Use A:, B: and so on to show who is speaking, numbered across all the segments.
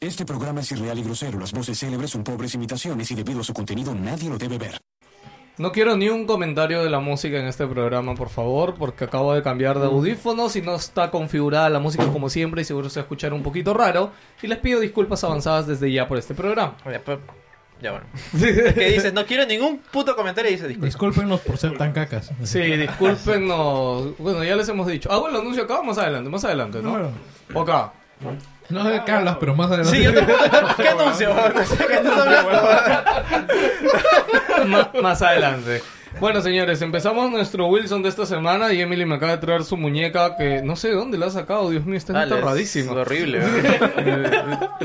A: Este programa es irreal y grosero. Las voces célebres son pobres imitaciones y debido a su contenido nadie lo debe ver.
B: No quiero ni un comentario de la música en este programa, por favor, porque acabo de cambiar de audífonos y no está configurada la música como siempre y seguro se va a escuchar un poquito raro. Y les pido disculpas avanzadas desde ya por este programa.
C: Ya, pues, ya bueno. Es que dices, no quiero ningún puto comentario y dices, disculpa.
D: Discúlpenos por ser tan cacas.
B: Sí, discúlpenos. Bueno, ya les hemos dicho. Hago el anuncio acá o más adelante, más adelante, ¿no?
D: Claro.
B: O acá.
D: No sé de qué hablas, pero más adelante.
C: Sí, yo te pregunto, ¿qué anuncio? No sé qué estás hablando.
B: Ma- más adelante. Bueno, señores, empezamos nuestro Wilson de esta semana y Emily me acaba de traer su muñeca que no sé de dónde la ha sacado. Dios mío, está
C: Dale,
B: enterradísima.
C: Es horrible. ¿verdad?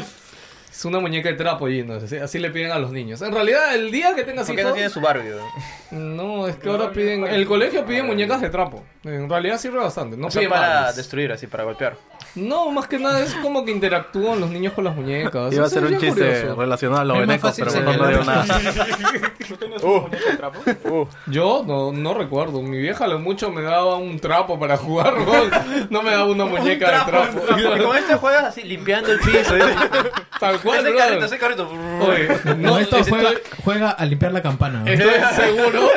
B: Es una muñeca de trapo, Gino. Así, así le piden a los niños. En realidad, el día que tengas
C: ¿Por qué
B: hijos...
C: no tiene su Barbie? ¿verdad?
B: No, es que ahora piden... El colegio pide muñecas de trapo. En realidad sirve bastante. No
C: Son
B: pide
C: para
B: Barbies.
C: destruir, así, para golpear.
B: No, más que nada es como que interactúan los niños con las muñecas.
E: Iba a
B: Eso
E: ser
B: es
E: un
B: bien
E: chiste
B: curioso.
E: relacionado a los
D: Es más
E: venecos,
D: fácil
E: pero bueno, no dio
D: señalar.
E: nada.
B: Yo no, no recuerdo. Mi vieja lo mucho me daba un trapo para jugar. No, No me daba una muñeca de trapo.
C: Y con este juegas así, limpiando el piso.
B: Tal cual,
C: Ese
B: brother.
C: carrito, ese carrito.
B: Oye,
D: No,
B: no,
D: esto
B: estoy,
D: juega, juega a limpiar la campana.
B: estoy seguro.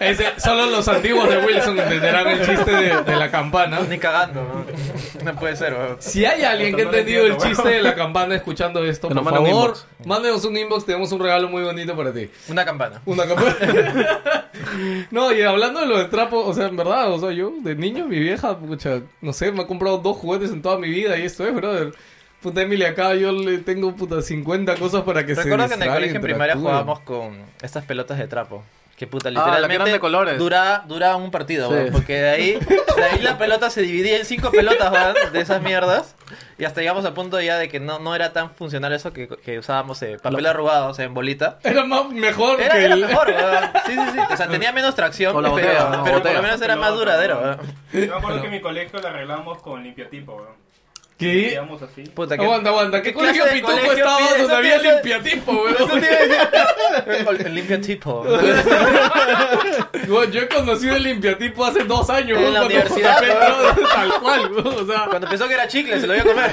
B: Ese- solo los antiguos de Wilson entenderán el chiste de, de la campana.
C: Ni cagando. ¿no? No puede ser. weón.
B: Si hay alguien que ha entendido el chiste de la campana escuchando esto,
E: Que nos
B: por
E: mande un
B: favor,
E: inbox.
B: mándenos un inbox. Tenemos un regalo muy bonito para ti.
C: Una campana.
B: Una campana. no, y hablando de los de trapo, o sea, en verdad, o sea, yo de niño, mi vieja, pucha, no sé, me ha comprado dos juguetes en toda mi vida y esto es, brother. Puta Emily, acá yo le tengo puta 50 cosas para que se
C: Recuerdo que en el
B: distraiga,
C: colegio en primaria
B: interactúe.
C: jugábamos con estas pelotas de trapo. Que puta,
E: las Ah, que eran
C: literalmente
E: de colores.
C: Duraba, duraba un partido,
E: Sí.
C: weón, porque de ahí, de ahí la pelota se dividía en cinco pelotas weón, de esas mierdas. Y hasta llegamos al punto ya de que no, no era tan funcional eso que, que usábamos eh, papel arrugado, o sea, en bolita.
B: Era más mejor
C: Era,
B: que
C: era
B: el-
C: mejor, weón. sí, sí, sí. O sea, tenía menos tracción,
E: O la
C: pero,
E: botella, la
C: pero por
E: botella.
C: lo menos era más duradero. weón.
F: Yo me acuerdo que en mi colegio la arreglamos con limpiatipo, weón.
B: ¿Qué?
F: Digamos así.
C: Puta, que...
B: Aguanta, aguanta. ¿Qué,
C: ¿Qué
B: colegio
C: clase de
B: pituco
C: colegio
B: estaba
C: pide?
B: donde
C: Eso
B: había
C: tiene-
B: limpiatipo,
C: Eso
B: weón?
C: te iba a decir. Limpio tipo. weón.
B: Weón, Yo he conocido el limpiatipo hace dos años,
C: En
B: weón,
C: la
B: cuando
C: universidad,
B: José
C: weón.
B: Pedro- Tal cual, weón, o sea...
C: Cuando pensó que era chicle, se lo iba a comer.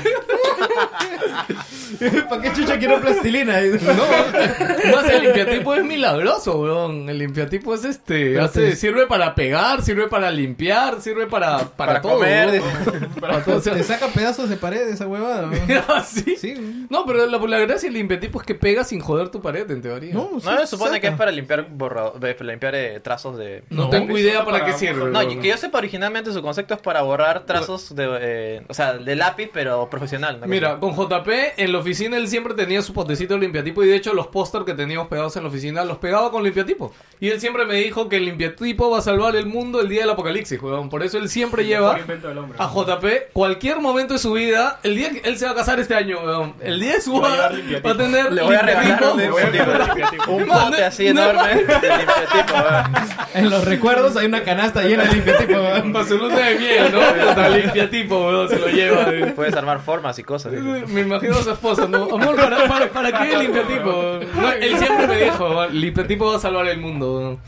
D: ¿Para qué chucha quiero plastilina?
B: No, más el limpiatipo es milagroso, weón. El limpiatipo es este,
D: Pero
B: hace,
D: te-
B: sirve para pegar, sirve para limpiar, sirve para, para,
C: Para
B: todo.
C: comer.
B: weón. Para todo, o sea, Ah,
D: Te saca pedazos de pared esa huevada. weón.
B: ¿sí?
D: Sí.
B: No, pero la, la gracia del limpiatipo es que pega sin joder tu pared, en teoría.
D: No,
E: Pues
D: sí,
C: No, se supone
D: saca.
C: que es para limpiar borrado, de- para limpiar eh, trazos de.
B: No
D: No.
B: tengo idea
F: Eso
B: para,
F: para-
B: qué sirve.
C: No,
B: weón.
C: y que yo sepa originalmente su concepto es para borrar trazos de, eh, o sea, de lápiz pero profesional. ¿no?
B: Mira, con JP en la oficina él siempre tenía su potecito de limpiatipo y de hecho los póster que teníamos pegados en la oficina los pegaba con limpiatipo. Y él siempre me dijo que el limpiatipo va a salvar el mundo el día del apocalipsis, weón. Por eso él siempre lleva
F: Fue el invento del hombre.
B: a JP cualquier momento de su vida, el día que él se va a casar este año, weón, el día de su
F: Le voy a
B: boda
F: dar limpiatipo.
B: va a tener
C: le voy a regalar
B: limpiatipo.
C: un,
F: voy a regalar limpiatipo.
C: un
B: No, no,
C: pote así
B: no,
C: enorme de limpiatipo, weón.
D: En los recuerdos hay una canasta llena de limpiatipo. weón.
B: Basoluta de miel, ¿no? Puta, limpiatipo, weón, se lo lleva. weón.
C: Puedes armar formas y cosas. dice.
B: Me imagino a su esposa, ¿no? Amor, ¿para, para, para qué el limpiatipo? No, él siempre me dijo, el limpiatipo va a salvar el mundo. weón.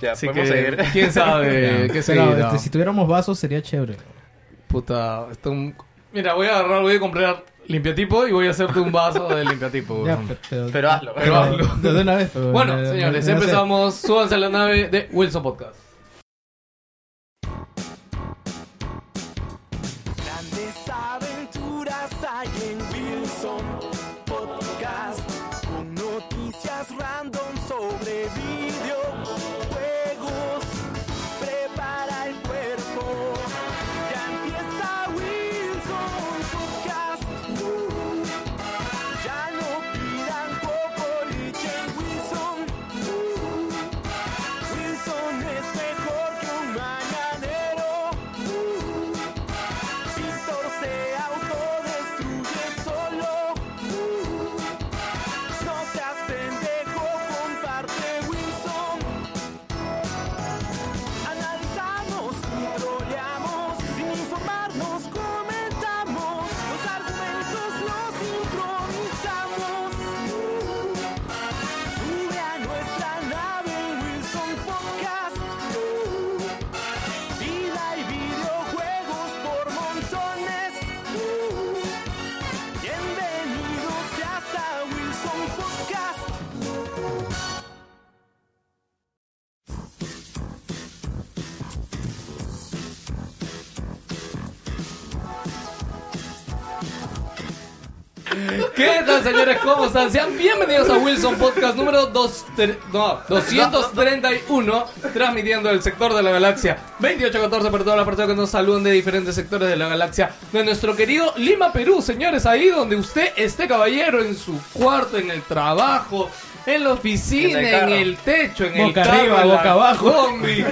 C: Ya,
B: Así que,
C: podemos seguir.
B: quién sabe
D: Ya,
B: qué
D: pero,
B: será.
D: este, si tuviéramos vasos sería chévere.
B: Puta, esto un- Mira, voy a agarrar, voy a comprar limpiatipo y voy a hacerte un vaso de limpiatipo.
D: Ya,
B: weón.
D: pe- pero,
C: Pero hazlo.
B: Pero hazlo.
D: de- de una vez. pero,
B: Bueno,
D: eh,
B: señores,
D: no sé.
B: empezamos. Súbanse a la nave de Wilson Podcast.
G: Grandes aventuras hay en Wilson Podcast con noticias random sobre videojuegos. Prepara el cuerpo, ya empieza Wilson Podcast. Ya no pidan cocoliche en Wilson. Wilson es mejor que un mañanero. Víctor se autodestruye Uh, Uh, Uh,
B: ¿Qué tal, señores? ¿Cómo están? Sean bienvenidos a Wilson Podcast número dos, tre- no, 231, transmitiendo el sector de la galaxia 2814 para todas las personas que nos saludan de diferentes sectores de la galaxia de nuestro querido Lima, Perú. Señores, ahí donde usted esté, caballero, en su cuarto, en el trabajo. En la oficina,
C: En el
B: en el,
C: carro.
B: techo, en el
D: Boca
B: carro,
D: arriba,
B: en la
D: boca abajo.
B: combi,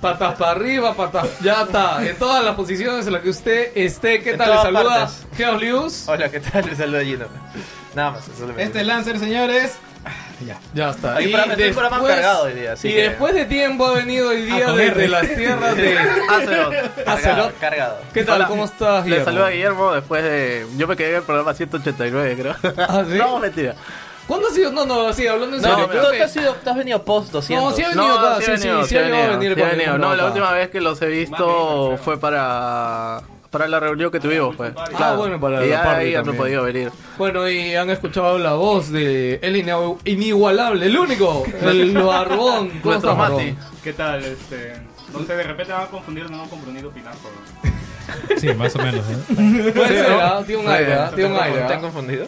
B: patas para arriba, patas ya está, en todas las posiciones en las que usted esté. ¿Qué
C: En
B: tal? Le
C: todas
B: saluda
C: partes.
B: Geolius.
C: Hola, ¿qué tal? Les saludo Gino. Nada más. eso es lo que-
D: Este Lancer, señores. Ya.
B: Ya está.
C: Aquí para- estoy para más cargado hoy día, así
B: y
C: que-
B: después de tiempo ha venido hoy día
D: con
B: desde
D: R.
B: las tierras de.
E: Azeroth.
B: Azeroth.
C: Cargado. cargado.
B: ¿Qué tal?
E: Hola.
B: ¿Cómo estás?
E: Le
B: Guillermo?
E: saluda a Guillermo después de. Yo me quedé en el programa 189, creo.
B: ¿Ah, sí?
E: No, mentira.
B: ¿Cuándo ha sido? No, no, sí, hablando en
C: No,
B: serio.
C: tú,
B: creo
C: tú
B: que-
C: has sido- tú has venido post 200.
B: No, sí ha venido
E: No,
B: acá,
E: sí
B: sí,
E: he
B: sí,
E: venido,
B: sí,
E: sí he
B: ha llegado a
E: venido,
B: venir
E: sí he
B: con-
E: venido.
B: con
E: No, la
B: acá.
E: última vez que los he visto fue para. Para la reunión que tuvimos, pues.
F: Ah,
E: Claro.
B: bueno, para
E: y
B: la
E: ya
B: party
E: ahí ya no he
B: también.
E: podido venir.
B: Bueno, y han escuchado la voz de el ine- inigualable, el único, el barbón. ¿Cómo
E: Nuestro
B: estás,
E: Mati.
B: barbón?
F: ¿Qué tal? Este, no sé, de repente me van a confundir no con Brunito Pinazo. ¿no?
D: Sí, más o menos. ¿eh?
B: Puede ser, ¿ah? tiene un
E: Muy
B: aire,
E: bien.
B: ¿ah? tiene un aire.
C: ¿Te han
B: ¿ah?
C: confundido?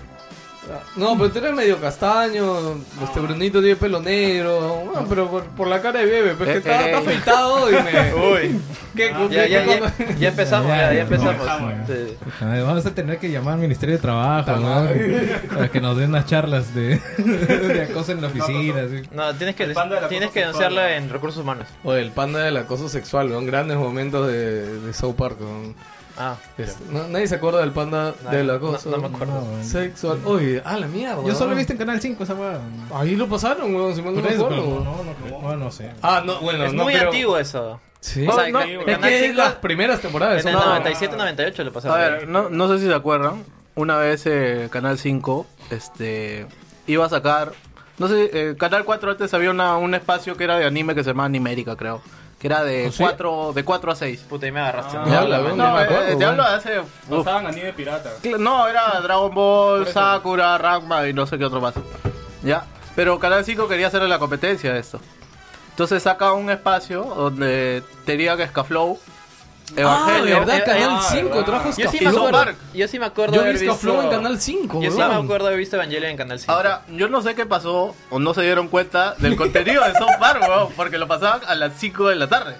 B: No, pero tú eres medio castaño, este Brunito tiene pelo negro, bueno, pero por, por la cara de bebé, pues que
E: Eh,
B: está,
E: eh.
B: está afeitado y me...
C: Uy.
B: ¿Qué, qué-
C: Ya, ya,
B: qué
C: ya,
B: cuando-
C: ya empezamos, ya, ya empezamos.
F: Comenzamos, ya.
C: Sí.
D: Vamos a tener que llamar al Ministerio de Trabajo, ¿no? Para que nos den unas charlas de, de acoso en la oficina. así.
C: No, tienes que,
F: El panda de la
C: tienes
F: cosa
C: que
F: sexual,
C: denunciarla
F: ¿no?
C: en recursos humanos.
B: Oye, el panda del acoso sexual, ¿no? grandes momentos de, de South Park. ¿no?
C: Ah,
B: Es- no- Este, nadie se acuerda del panda
C: No,
B: del
C: no-
B: acoso
C: no me acuerdo.
D: No,
B: sexual. Oye, ah, la mierda.
D: Yo solo
B: ¿no?
D: he visto en Canal 5 esa weá.
B: Ahí lo pasaron, weón, si mal no
D: Por
B: me
D: eso,
B: acuerdo.
D: pero no, no, creo. Bueno, no sé.
B: Ah, no, bueno,
C: es
B: no,
C: muy
B: pero-
C: antiguo eso.
B: Sí.
C: O sea,
E: No, no,
C: que-
F: es
B: es
C: Canal
B: que es
C: cinco-
B: las primeras temporadas.
C: En el
B: son-
C: 97-98 lo
E: A
C: pasaron.
E: ver, no, no sé si se acuerdan. Una vez eh, Canal 5 este, iba a sacar. No sé, eh, Canal 4 antes había una, un espacio que era de anime que se llamaba Animérica, creo. Que era de,
B: ¿Ah, sí?
E: 4, de 4 a 6.
C: Puta, y me agarraste.
F: Ah,
B: No, la verdad, ni
E: No,
B: me
E: eh,
B: acuerdo,
E: te
B: weón.
E: hablo de hace. uf,
F: Pasaban anime pirata.
E: Cla- No, era Dragon Ball, Sakura, Ragma y no sé qué otro más. Ya. Pero Canal 5 quería hacerle la competencia a esto. Entonces saca un espacio donde tenía que Scaflow,
B: Ah,
E: Evangelio.
B: ¿verdad?
C: eh,
B: Canal
F: ah,
B: 5
F: verdad.
B: trajo
C: Yo sí,
B: Scaflón.
C: me
E: Flow,
C: acuerdo,
E: Mark.
C: yo sí me acuerdo
B: Yo
C: haber
B: vi Scaflón en
C: visto-
B: Canal 5,
C: Yo sí me
B: weón.
C: acuerdo haber visto Evangelion en Canal 5.
E: Ahora, yo no sé qué pasó o no se dieron cuenta del contenido de South Park, weón, porque lo pasaban a las 5 de la tarde.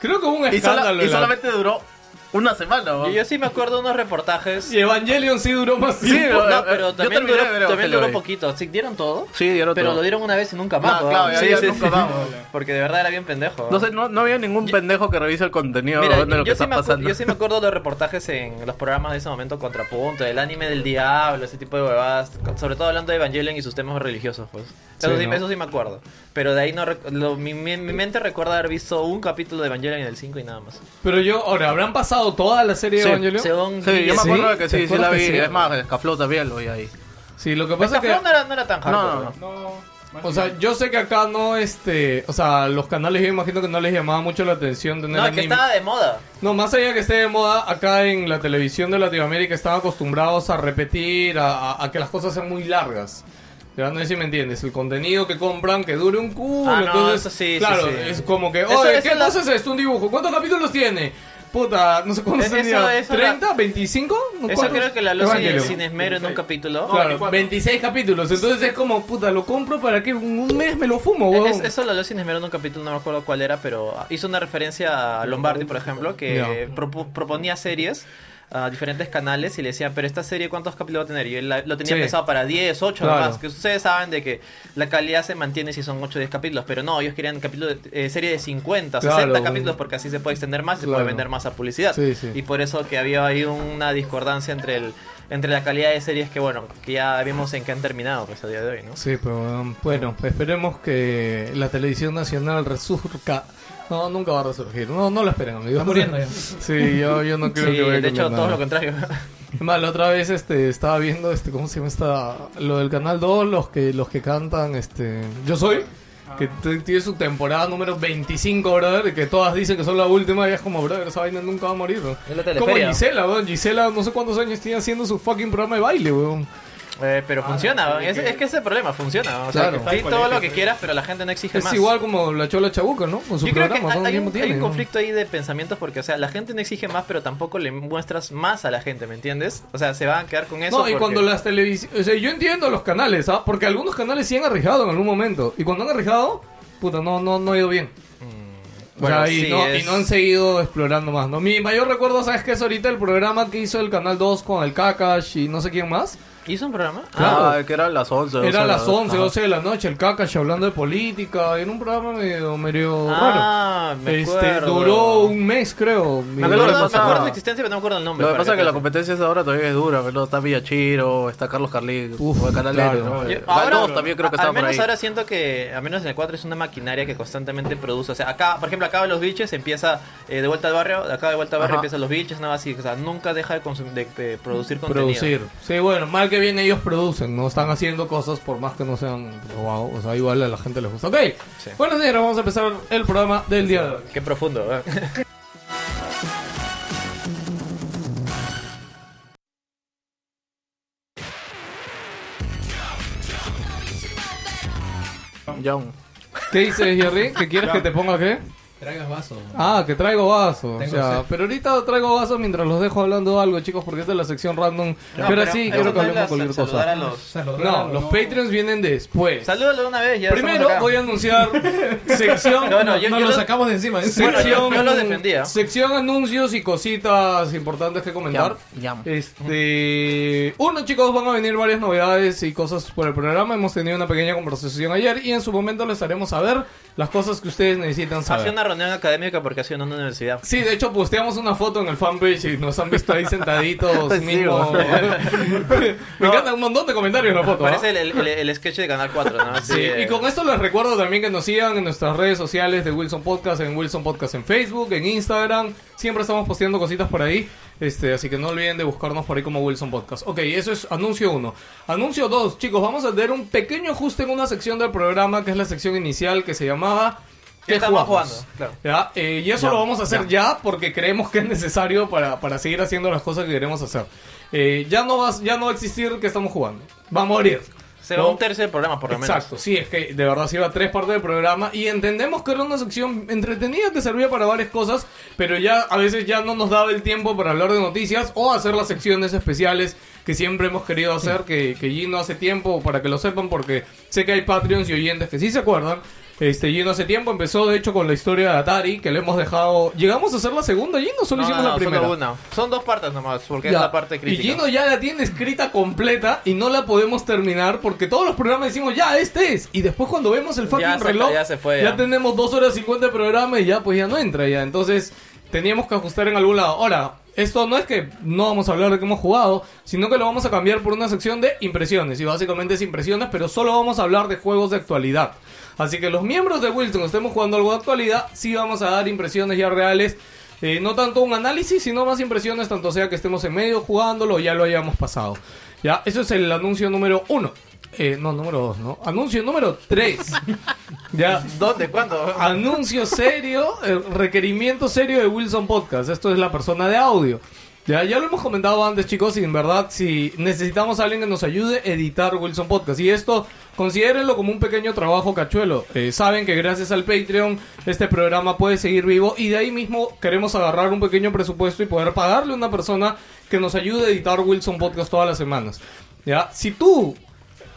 B: Creo que hubo un
E: Y, sola-
B: escándalo.
E: y
B: en la-
E: solamente duró una semana,
C: yo,
E: weón.
C: yo sí me acuerdo de unos reportajes.
B: Y Evangelion sí duró más
E: Sí,
B: tiempo.
E: weón,
C: no,
E: eh,
C: pero
E: yo
C: también
E: terminé
C: duró,
E: de ver
C: también
E: Evangelion
C: duró
E: ahí.
C: poquito. ¿Sí, ¿Dieron todo?
E: Sí, dieron
C: Pero
E: todo.
C: lo dieron una vez y nunca
E: No,
C: más.
E: claro,
C: weón.
E: ya,
C: Sí,
E: ya
C: sí,
E: nunca
C: sí.
E: más, weón.
C: Porque de verdad era bien pendejo.
E: No, sé, no, no había ningún pendejo que revise el contenido
C: Mira,
E: weón, de lo que
C: yo, sí
E: está
C: me acu-
E: pasando.
C: yo sí me acuerdo de los reportajes en los programas de ese momento, Contrapunto, el anime del diablo, ese tipo de huevadas, con- sobre todo hablando de Evangelion y sus temas religiosos, pues. Eso
B: Sí,
C: sí,
B: ¿no?
C: eso sí me acuerdo. Pero de ahí no rec- lo- mi, mi- mi mente recuerda haber visto un capítulo de Evangelion en el 5 y nada más.
B: Pero yo, ahora, ¿habrán pasado toda la serie de
E: Sí,
B: Evangelion? Sí,
C: Según
E: Sí, yo me
B: ¿Sí?
E: acuerdo de
B: ¿Te
E: que sí, sí la
B: acuerdas
E: vi.
B: que sí?
E: Es más, Escaflow también lo vi ahí.
B: lo que pasa es que...
C: no era, no era tan hardcore, Ah.
E: No, no, no.
C: ¿no?
F: No, más
B: O sea, yo sé que acá no, este... O sea, los canales yo imagino que no les llamaba mucho la atención tener
C: No, es que
B: anime.
C: estaba de moda.
B: No, más allá que esté de moda, acá en la televisión de Latinoamérica están acostumbrados a repetir, a, a- a que las cosas sean muy largas. Ya no sé si me entiendes, el contenido que compran que dure un culo.
C: Ah, no,
B: entonces,
C: eso sí, sí,
B: claro,
C: sí.
B: es como que, oye,
C: Eso- eso
B: ¿qué
C: es la-
B: cosa es esto? Un dibujo, ¿cuántos capítulos tiene? Puta, no sé cuántos
C: Es- eso-
B: tenía,
C: eso la-
B: ¿30? ¿25? ¿No,
C: Eso
B: cuántos?
C: creo que la luz
B: Evangelion.
C: sin esmero en un capítulo.
B: Claro,
F: 24.
B: 26 capítulos, entonces es como, puta, lo compro para que un un mes me lo fumo,
C: Es-
B: weón.
C: es- eso lo habló sin esmero en un capítulo, no me acuerdo cuál era, pero hizo una referencia a Lombardi, por ejemplo, que propu- proponía series a diferentes canales y le decían, pero esta serie cuántos capítulos va a tener? Y él la- lo tenía
B: Sí.
C: pensado para 10, 8
B: Claro.
C: más, que ustedes saben de que la calidad se mantiene si son 8 o 10 capítulos, pero no, ellos querían capítulo de- eh, serie de 50,
B: Claro.
C: 60 capítulos porque así se puede extender más, se
B: Claro.
C: puede vender más a publicidad.
B: Sí, sí.
C: Y por eso que había ahí una discordancia entre el entre la calidad de series que bueno, que ya vimos en que han terminado pues a día de hoy, ¿no?
B: Sí, pero um, bueno, esperemos que la televisión nacional resurja. No, nunca va a resurgir. No, no lo esperen, amigos.
D: Está muriendo ya.
B: Sí, yo, yo no creo
C: Sí,
B: que vaya a
C: de hecho
B: cambiar
C: todo
B: nada.
C: lo contrario.
B: Es más, la otra vez este, estaba viendo, este, ¿cómo se llama esta? Lo del Canal 2, los que, los que cantan, este... Yo soy, que
D: Ah.
B: t- tiene su temporada número 25, brother, y que todas dicen que son la última y es como, brother, esa vaina nunca va a morir. ¿no?
C: Es la
B: Como
C: teleferia.
B: Gisela, weón. Gisela no sé cuántos años tiene haciendo su fucking programa de baile, weón.
C: Eh, pero
F: Ah,
C: funciona,
F: no,
C: ¿no? es,
F: que-
C: es que ese es el problema, funciona. O
B: Claro.
C: sea, que di todo lo que
F: Es
C: quieras, pero la gente no exige
B: Es
C: más.
B: igual como la Chola Chabuca, ¿no? Con su
C: Yo creo que
B: programa,
C: hay,
B: todo
C: hay
B: el
C: un,
B: mismo
C: hay un
B: tiene, ¿no?
C: conflicto ahí de pensamientos porque, o sea, la gente no exige más, pero tampoco le muestras más a la gente, ¿me entiendes? O sea, se van a quedar con eso.
B: No, y
C: porque-
B: cuando las televisiones... O sea, yo entiendo los canales, ¿ah? Porque algunos canales sí han arriesgado en algún momento. Y cuando han arriesgado, puta, no, no, no ha ido bien. O sea,
C: Mm, Bueno,
B: y,
C: sí,
B: no,
C: es-
B: y no han seguido explorando más, ¿no? Mi mayor recuerdo, ¿sabes qué? Es ahorita el programa que hizo el Canal 2 con el Kakash y no sé quién más.
C: ¿Hizo un programa?
B: Claro.
E: Ah, que eran las 11.
B: Era a las 11,
E: ajá.
B: 12 de la noche, el Kakashi hablando de política. Era un programa medio, medio raro.
C: Ah, me acuerdo.
B: Este, duró un mes, creo.
E: Me
C: Me acuerdo,
E: Lo que
C: me
E: pasa-
C: acuerdo de su existencia, pero no me acuerdo el nombre.
E: Lo que
C: para
E: pasa es que la
C: te-
E: competencia es ahora todavía es dura, ¿verdad? Está Villachiro, está Carlos Carlín,
B: Uf,
E: o el Canal
B: claro.
E: N, ¿no?
C: Yo-
E: Eh, Galdós también creo que
C: a-
E: está
C: al
E: por
C: menos
E: ahí.
C: ahora siento que, al menos en el 4 es una maquinaria que constantemente produce. O sea, acá, por ejemplo, acá los biches empieza eh, de vuelta al barrio, de acá de vuelta al barrio
E: Ajá.
C: empiezan los biches, nada así. O sea, nunca deja de, consum- de, eh, producir contenido.
B: Producir. Sí, bueno, mal que bien ellos producen, ¿no? Están haciendo cosas por más que no sean wow, O sea, igual a la gente les gusta. Ok,
C: Sí.
B: bueno, señores, vamos a empezar el programa del día de hoy.
C: Qué profundo. ¿eh?
E: Young.
B: ¿Qué dices, Jerry? ¿Que quieres que te ponga qué?
D: Traigas vaso.
B: Ah, que traigo vasos. O
D: Tengo
B: sea,
D: sed.
B: pero ahorita traigo vasos mientras los dejo hablando algo, chicos, porque esta es la sección random.
C: No,
B: pero
C: pero
B: sí,
C: eso
B: quiero que
C: no es
B: hablemos
C: la-
B: cualquier
C: saludar
B: cosa.
C: a los-
B: No, los Patreons vienen después.
C: Salúdalo de una vez, ya.
B: Primero voy a anunciar sección.
C: No, no, yo-
D: Nos
C: yo
D: lo
C: lo-
D: sacamos de encima.
C: Bueno, yo-
B: sección
C: yo lo defendía.
B: Sección anuncios y cositas importantes que comentar.
E: Yam, yam.
B: Este, uno chicos van a venir varias novedades y cosas por el programa. Hemos tenido una pequeña conversación ayer y en su momento les haremos saber las cosas que ustedes necesitan
C: Ha sido
B: saber.
C: una reunión académica porque ha sido en una universidad.
B: Sí, de hecho posteamos una foto en el fanpage y nos han visto ahí sentaditos.
E: Pues sí,
B: mismo.
E: güey.
B: Me encantan un montón de comentarios en la foto. ¿ah?
C: Parece el, el, el- el sketch de Canal 4, ¿no?
B: Sí, y con esto les recuerdo también que nos sigan en nuestras redes sociales de Wilson Podcast, en Wilson Podcast en Facebook, en Instagram. Siempre estamos posteando cositas por ahí. Este, así que no olviden de buscarnos por ahí como Wilson Podcast. Ok, eso es anuncio 1. Anuncio 2, chicos, vamos a tener un pequeño ajuste en una sección del programa que es la sección inicial que se llamaba
C: ¿Qué estamos
B: jugamos?
C: jugando? Claro.
B: Ya, eh, y eso lo vamos a hacer ya. porque creemos que es necesario para, para seguir haciendo las cosas que queremos hacer. Eh, ya, no vas, ya no va a existir que estamos jugando. Va a morir.
C: Se va
B: ¿no?
C: un tercio del programa, por lo menos.
B: Exacto, sí, es que de verdad se iba a tres partes del programa y entendemos que era una sección entretenida que servía para varias cosas, pero ya a veces ya no nos daba el tiempo para hablar de noticias o hacer las secciones especiales que siempre hemos querido hacer, que, que Gino hace tiempo, para que lo sepan, porque sé que hay Patreons y oyentes que sí se acuerdan. Este, Gino hace tiempo empezó, de hecho, con la historia de Atari, que le hemos dejado... ¿Llegamos a hacer la segunda, Gino? Solo
C: No, no,
B: hicimos
C: no,
B: la
C: solo
B: primera.
C: una. Son dos partes nomás, porque
B: Ya.
C: es la parte crítica.
B: Y Gino ya la tiene escrita completa y no la podemos terminar porque todos los programas decimos, ya, este es. Y después cuando vemos el fucking
C: Ya se-
B: reloj,
C: ya se fue, ya.
B: tenemos 2 horas 50 de programa y ya, pues ya no entra ya. Entonces teníamos que ajustar en algún lado. Ahora, esto no es que no vamos a hablar de que hemos jugado, sino que lo vamos a cambiar por una sección de impresiones. Y básicamente es impresiones, pero solo vamos a hablar de juegos de actualidad. Así que los miembros de Wilson estemos jugando algo de actualidad, sí vamos a dar impresiones ya reales. Eh, no tanto un análisis, sino más impresiones, tanto sea que estemos en medio jugándolo o ya lo hayamos pasado. Ya, eso es el anuncio número uno. Eh, no, número dos, ¿no? Anuncio número tres. ya,
C: ¿Dónde? ¿Cuándo?
B: anuncio serio, eh, requerimiento serio de Wilson Podcast. Esto es la persona de audio. Ya, ya lo hemos comentado antes, chicos, y en verdad, si necesitamos a alguien que nos ayude a editar Wilson Podcast. Y esto, considérenlo como un pequeño trabajo cachuelo. Eh, saben que gracias al Patreon, este programa puede seguir vivo. Y de ahí mismo queremos agarrar un pequeño presupuesto y poder pagarle a una persona que nos ayude a editar Wilson Podcast todas las semanas. Ya, si tú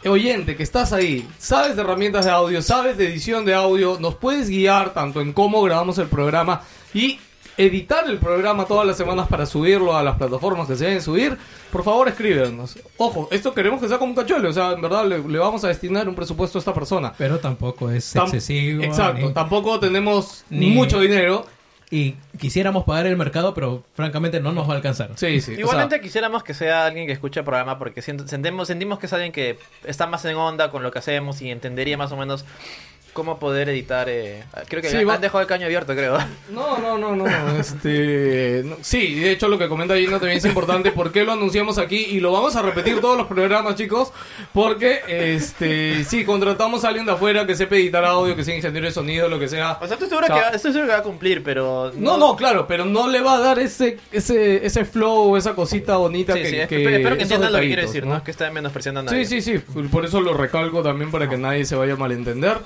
B: Oyente, que estás ahí, sabes de herramientas de audio, sabes de edición de audio, nos puedes guiar tanto en cómo grabamos el programa y editar el programa todas las semanas para subirlo a las plataformas que se deben subir, por favor escríbenos. Ojo, esto queremos que sea como un cachuelo, o sea, en verdad le, le vamos a destinar un presupuesto a esta persona.
D: Pero tampoco es
B: Tam-
D: excesivo.
B: Exacto,
D: ni-
B: tampoco tenemos
D: ni-
B: mucho dinero.
D: y quisiéramos pagar el mercado, pero francamente no nos va a alcanzar.
B: Sí, sí. o sea,
C: Igualmente quisiéramos que sea alguien que escuche el programa porque siento- sentimos, sentimos que es alguien que está más en onda con lo que hacemos y entendería más o menos cómo poder editar. eh, Creo que
B: Sí,
C: han
B: va-
C: han dejado el caño abierto, creo.
B: No, no, no, no. Este, no. Sí, de hecho lo que comenta Gino también es importante. ¿Por qué lo anunciamos aquí? Y lo vamos a repetir todos los programas, chicos. Porque, este, sí, contratamos a alguien de afuera que sepa editar audio, que sea ingeniero de sonido, lo que sea.
C: O sea, estoy seguro,
B: Chao.
C: que, va- estoy seguro que va a cumplir, pero.
B: No, no, claro, pero no le va a dar ese, ese, ese flow, esa cosita bonita
C: Sí,
B: que,
C: sí,
B: que-
C: espe- espero
B: esos
C: que entiendan lo que quiero
B: detallitos,
C: decir, ¿no? Que está menospreciando a nadie.
B: Sí, sí, sí. Por eso lo recalco también para que nadie se vaya a malentender.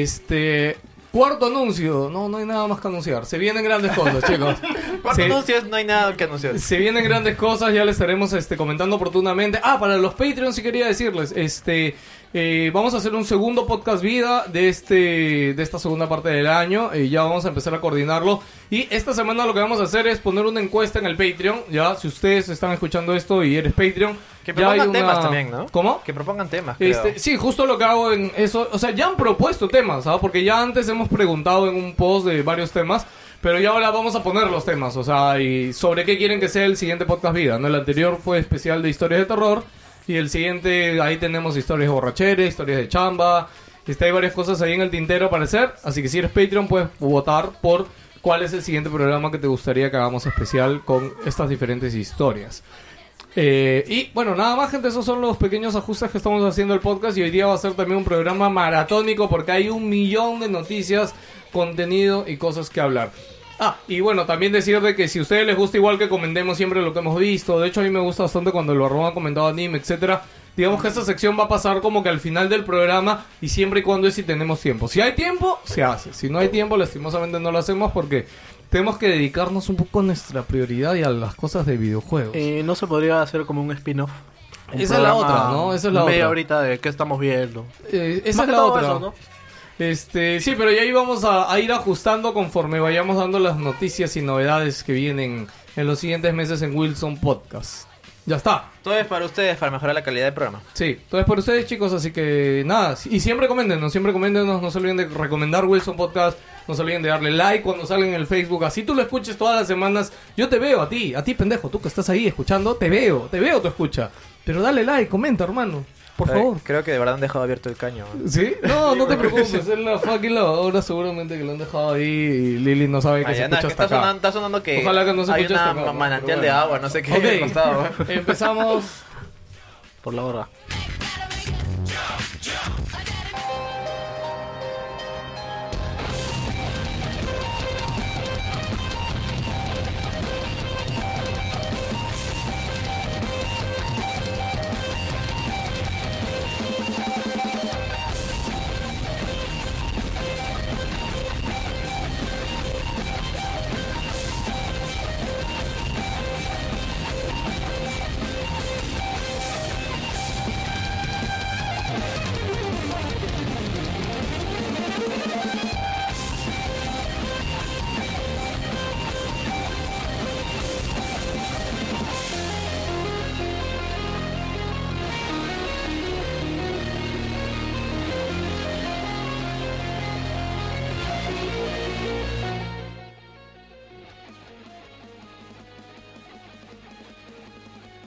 B: Este. Cuarto anuncio. No, no hay nada más que anunciar. Se vienen grandes cosas, chicos.
C: Cuatro
B: Se-
C: anuncios, no hay nada que anunciar.
B: se vienen grandes cosas, ya les estaremos este, comentando oportunamente. Ah, para los Patreons sí quería decirles, este eh, vamos a hacer un segundo podcast vida de este de esta segunda parte del año y ya vamos a empezar a coordinarlo. Y esta semana lo que vamos a hacer es poner una encuesta en el Patreon, ya si ustedes están escuchando esto y eres Patreon,
C: Que
B: ya hay
C: propongan
B: una-
C: temas también, ¿no?
B: ¿Cómo?
C: Que propongan temas. creo.
B: Este, sí, justo lo que hago en eso. O sea, ya han propuesto temas, ¿ah? Porque ya antes hemos preguntado en un post de varios temas. Pero ya ahora vamos a poner los temas, o sea, y sobre qué quieren que sea el siguiente podcast vida, ¿no? El anterior fue especial de historias de terror. Y el siguiente, ahí tenemos historias de borracheras, historias de chamba. Este, hay varias cosas ahí en el tintero para hacer. Así que si eres Patreon, puedes votar por cuál es el siguiente programa que te gustaría que hagamos especial con estas diferentes historias. Eh, y bueno, nada más, gente, esos son los pequeños ajustes que estamos haciendo el podcast. Y hoy día va a ser también un programa maratónico porque hay un millón de noticias, contenido y cosas que hablar. Ah, y bueno, también decir de que si a ustedes les gusta igual que comentemos siempre lo que hemos visto. De hecho, a mí me gusta bastante cuando lo arroba comentado anime, etcétera. Digamos que esta sección va a pasar como que al final del programa y siempre y cuando es si tenemos tiempo. Si hay tiempo, se hace. Si no hay tiempo, lastimosamente no lo hacemos porque tenemos que dedicarnos un poco a nuestra prioridad y a las cosas de videojuegos.
E: Eh, no se podría hacer como un spin-off. Un
B: Esa es la
E: programa
B: otra, ¿no? Esa es la
E: media
B: otra.
E: horita de qué estamos viendo.
B: Eh, esa
E: Más
B: es
E: que
B: la
E: todo
B: otra.
E: eso, ¿no?
B: Este, sí, pero ya íbamos a, a ir ajustando conforme vayamos dando las noticias y novedades que vienen en los siguientes meses en Wilson Podcast. Ya está.
C: Todo es para ustedes, para mejorar la calidad del programa.
B: Sí, entonces por ustedes chicos, así que nada, y siempre coméntenos, siempre coméntenos, no se olviden de recomendar Wilson Podcast, no se olviden de darle like cuando salgan en el Facebook, así tú lo escuches todas las semanas, yo te veo a ti, a ti pendejo, tú que estás ahí escuchando, te veo, te veo, te escucha, pero dale like, comenta hermano, por
C: Eh,
B: favor.
C: Creo que de verdad han dejado abierto el caño.
B: ¿Sí? No, no te preocupes, es la fucking lavadora seguramente que lo han dejado ahí y Lili no sabe que
C: Ah,
B: se
C: ya, nada,
B: escucha
C: que
B: hasta
C: está,
B: acá.
C: sonando, está sonando que,
B: Ojalá que no se
C: hay
B: escuche hasta
C: una
B: acá, ¿no?
C: manantial
B: Pero
C: de
B: bueno.
C: agua, no sé qué
B: Ok.
C: al costado.
B: Empezamos.
E: Por la hora.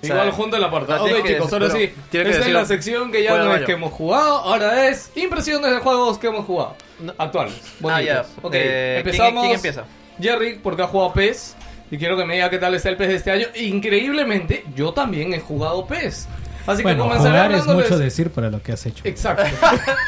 B: Igual junto en la puerta.
C: la
B: Ok,
C: tienes que
B: chicos, ahora sí.
E: decir, pero tiene que
B: Esta es la
E: decirlo.
B: sección que ya
E: Voy al
B: no es
E: baño.
B: que hemos jugado, ahora es impresiones de juegos que hemos jugado. Actuales.
C: Ah,
B: bonitos.
C: ya.
B: Ok,
C: Eh, ¿quién-
B: empezamos.
C: ¿Quién empieza?
B: Jerry, porque ha jugado PES. Y quiero que me diga qué tal está el PES de este año. Increíblemente, yo también he jugado PES. Así que
D: Bueno,
B: comenzaré
D: jugar es
B: hablándoles-
D: mucho decir para lo que has hecho.
B: Exacto.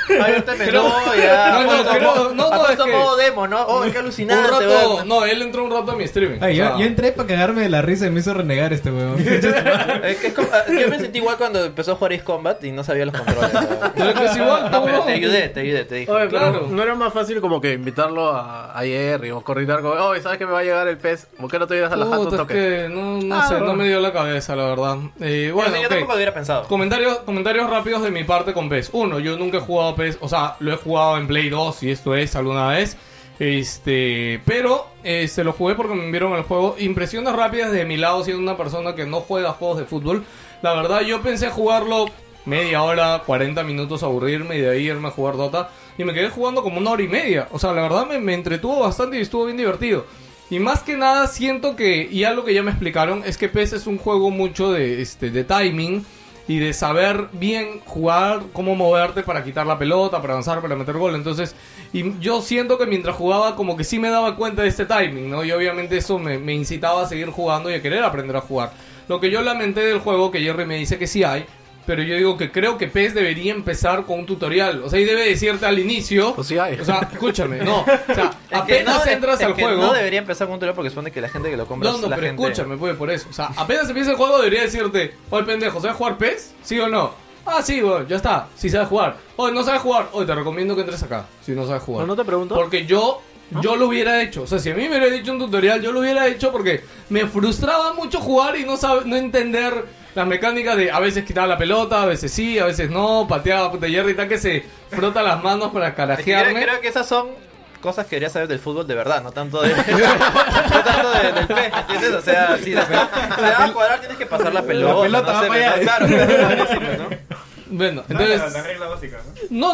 C: Ay, usted me
B: Creo-
C: no, ya.
B: No, no,
C: Ha puesto
B: creo-
C: modo-
B: no, no,
C: ha
B: es
C: puesto
B: que-
C: modo demo, ¿no? Oh, qué alucinante.
B: un rato.
C: weón.
B: No, él entró un rato a mi streaming.
D: Ay,
B: O
D: yo,
B: sea,
D: yo entré para cagarme de la risa y me hizo renegar este weón.
C: Es que es como- ah, yo me sentí igual cuando empezó a jugar Ace Combat y no sabía los controles. weón.
B: Pero es que es igual,
C: No, pero
B: cabrón.
C: te ayudé, te ayudé, te dije.
E: Oye, pero
B: Claro.
E: ¿no era más fácil como que invitarlo a, a Jerry o coordinar con... Oye, ¿sabes que me va a llegar el pez? ¿Por qué no te vienes a la jato
B: Puta,
E: un
B: es
E: toque?
B: que no, no
E: Ah,
B: sé,
E: bueno.
B: no me dio la cabeza, la verdad. Eh, bueno,
C: Bueno, yo
B: ok.
C: tampoco lo hubiera pensado.
B: Comentarios, comentarios rápidos de mi parte con PES. Uno, yo nunca he jugado PES, o sea, lo he jugado en Play 2 y esto es alguna vez. Este, pero eh, se lo jugué porque me enviaron el juego. Impresiones rápidas de mi lado, siendo una persona que no juega juegos de fútbol. La verdad, yo pensé jugarlo media hora, 40 minutos, aburrirme y de ahí irme a jugar Dota. Y me quedé jugando como una hora y media. O sea, la verdad me, me entretuvo bastante y estuvo bien divertido. Y más que nada siento que, y algo que ya me explicaron, es que PES es un juego mucho de, este, de timing y de saber bien jugar, cómo moverte para quitar la pelota, para avanzar, para meter gol. Entonces, y yo siento que mientras jugaba como que sí me daba cuenta de este timing, ¿no? Y obviamente eso me, me incitaba a seguir jugando y a querer aprender a jugar. Lo que yo lamenté del juego, que Jerry me dice que sí hay, pero yo digo que creo que PES debería empezar con un tutorial. O sea, y debe decirte al inicio...
E: Pues sí hay.
B: O sea, escúchame, no. O sea,
C: Es que
B: apenas
C: no-
B: entras
C: es
B: al
C: que
B: juego...
C: No debería empezar con un tutorial porque supone que la gente que lo compra
B: No,
C: es
B: no,
C: la
B: pero
C: gente.
B: escúchame, pues por eso. O sea, apenas empieza el juego debería decirte, oye pendejo, ¿sabes jugar PES? ¿Sí o no? Ah, sí, bueno, ya está. Si sabes jugar. Oye, no sabes jugar. Oye, te recomiendo que entres acá. Si no sabes jugar.
E: No, no te pregunto.
B: Porque yo, yo lo hubiera hecho. O sea, si a mí me hubiera dicho un tutorial, yo lo hubiera hecho porque me frustraba mucho jugar y no saber, no entender las mecánicas de a veces quitaba la pelota, a veces sí, a veces no, pateaba puta Jerry tal que se frota las manos para
C: Es que creo,
B: carajearme.
C: creo que esas son cosas que deberías saber del fútbol de verdad, no tanto de. no tanto de- del pez, ¿me ¿entiendes? O sea, si la, si la vas a cuadrar tienes que pasar la pelota.
D: pelota
C: no
D: va
C: sé,
D: para allá.
C: Claro, claro, claro, ¿no?
B: Bueno,
F: Entonces...
B: entonces
F: La, la regla básica, ¿no?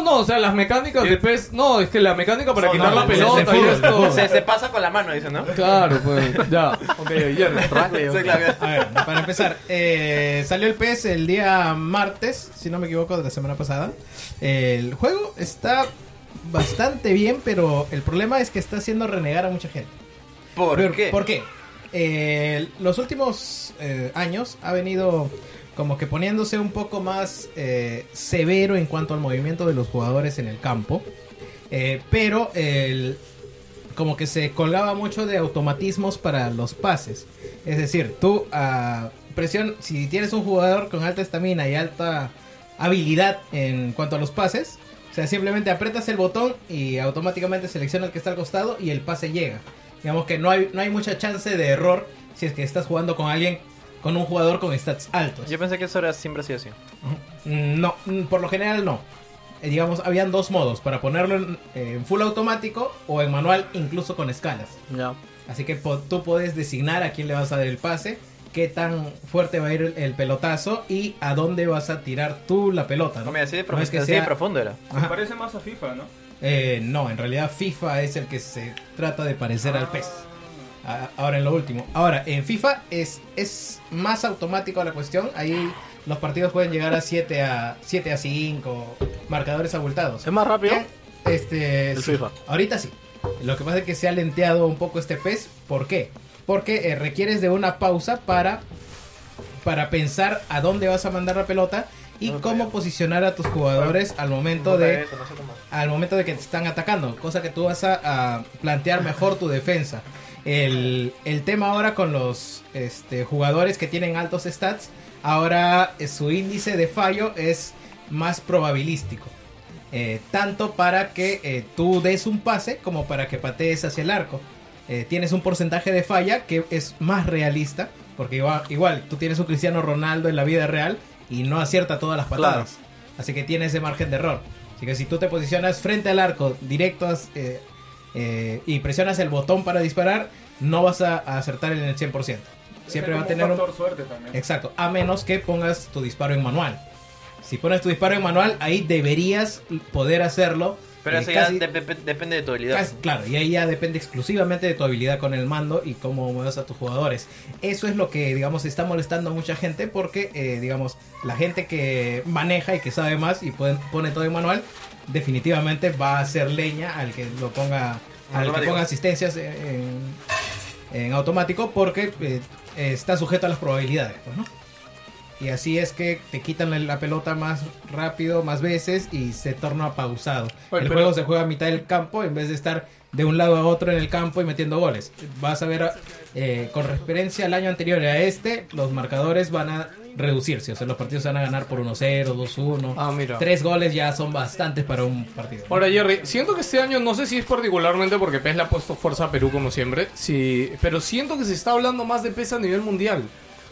B: No, no, o sea, las mecánicas de PES. No, es que la mecánica para
F: No,
B: quitar
F: no,
B: la
F: no,
D: de
B: pelota y
D: fútbol,
B: esto.
C: Se, se pasa con la mano, dice, ¿no?
B: Claro, pues, ya. Ok, Jerry.
C: Sí, claro.
D: A ver, para empezar, eh, salió el PES el día martes, si no me equivoco, de la semana pasada. El juego está bastante bien, pero el problema es que está haciendo renegar a mucha gente.
C: ¿Por
D: Pero,
C: qué?
D: ¿Por qué? Eh, los últimos eh, años ha venido como que poniéndose un poco más eh, severo en cuanto al movimiento de los jugadores en el campo. Eh, pero el- como que se colgaba mucho de automatismos para los pases. Es decir, tú ah, presion- si tienes un jugador con alta estamina y alta habilidad en cuanto a los pases, o sea, simplemente aprietas el botón y automáticamente selecciona el que está al costado y el pase llega. Digamos que no hay, no hay mucha chance de error si es que estás jugando con alguien, con un jugador con stats altos.
C: Yo pensé que eso era siempre así así.
D: Mm, No, mm, por lo general no. Eh, digamos, habían dos modos, para ponerlo en, en full automático o en manual incluso con escalas.
E: Ya.
D: Así que po- tú puedes designar a quién le vas a dar el pase, qué tan fuerte va a ir el, el pelotazo y a dónde vas a tirar tú la pelota. No,
C: No, mira, así de,
D: No es que
C: así de
D: sea-
C: profundo era.
F: Se
D: Ajá.
F: parece más a FIFA, ¿no?
D: Eh, no, en realidad FIFA es el que se trata de parecer al pez. A- Ahora en lo último. Ahora, en FIFA es, es más automático la cuestión. Ahí los partidos pueden llegar a 7 a 7 a 5, marcadores abultados.
E: ¿Es más rápido?
C: Eh,
D: Este,
E: El
D: sí.
E: FIFA.
D: Ahorita sí. Lo que pasa es que se ha lenteado un poco este pez. ¿Por qué? Porque eh, requieres de una pausa para, para pensar a dónde vas a mandar la pelota y cómo posicionar a tus jugadores al momento de
C: Eso, no sé cómo.
D: al momento de que te están atacando, cosa que tú vas a, a plantear mejor tu defensa. El, el tema ahora con los este, jugadores que tienen altos stats, ahora eh, su índice de fallo es más probabilístico. Eh, tanto para que eh, tú des un pase como para que patees hacia el arco. Eh, tienes un porcentaje de falla que es más realista, porque igual, igual tú tienes un Cristiano Ronaldo en la vida real y no acierta todas las patadas. Así que tiene ese margen de error. Así que si tú te posicionas frente al arco, directo eh, eh, y presionas el botón para disparar, no vas a, a acertar en el 100%. Siempre va a tener
F: un
D: un... Eh.
F: factor suerte también.
D: Exacto, a menos que pongas tu disparo en manual. Si pones tu disparo en manual, ahí deberías poder hacerlo.
C: Pero
D: eh,
C: eso ya
D: casi-
C: dep- dep- depende de tu habilidad.
D: casi- claro, y ahí ya depende exclusivamente de tu habilidad con el mando y cómo muevas a tus jugadores. Eso es lo que, digamos, está molestando a mucha gente porque, eh, digamos, la gente que maneja y que sabe más y pueden- pone todo en manual, definitivamente va a hacer leña al que lo ponga, al que
C: Automático.
D: ponga asistencias en, en automático porque eh, está sujeto a las probabilidades, pues, ¿no? Y así es que te quitan la- la pelota más rápido, más veces y se torna pausado.
B: Oye,
D: el
B: pero-
D: juego se juega a mitad del campo en vez de estar de un lado a otro en el campo y metiendo goles. Vas a ver, eh, con referencia al año anterior y a este, los marcadores van a reducirse. O sea, los partidos se van a ganar por 1-0, 2-1.
B: Ah, mira.
D: Tres goles ya son bastantes para un partido.
B: Ahora, Jerry, siento que este año, no sé si es particularmente porque PES le ha puesto fuerza a Perú, como siempre, sí, pero siento que se está hablando más de PES a nivel mundial.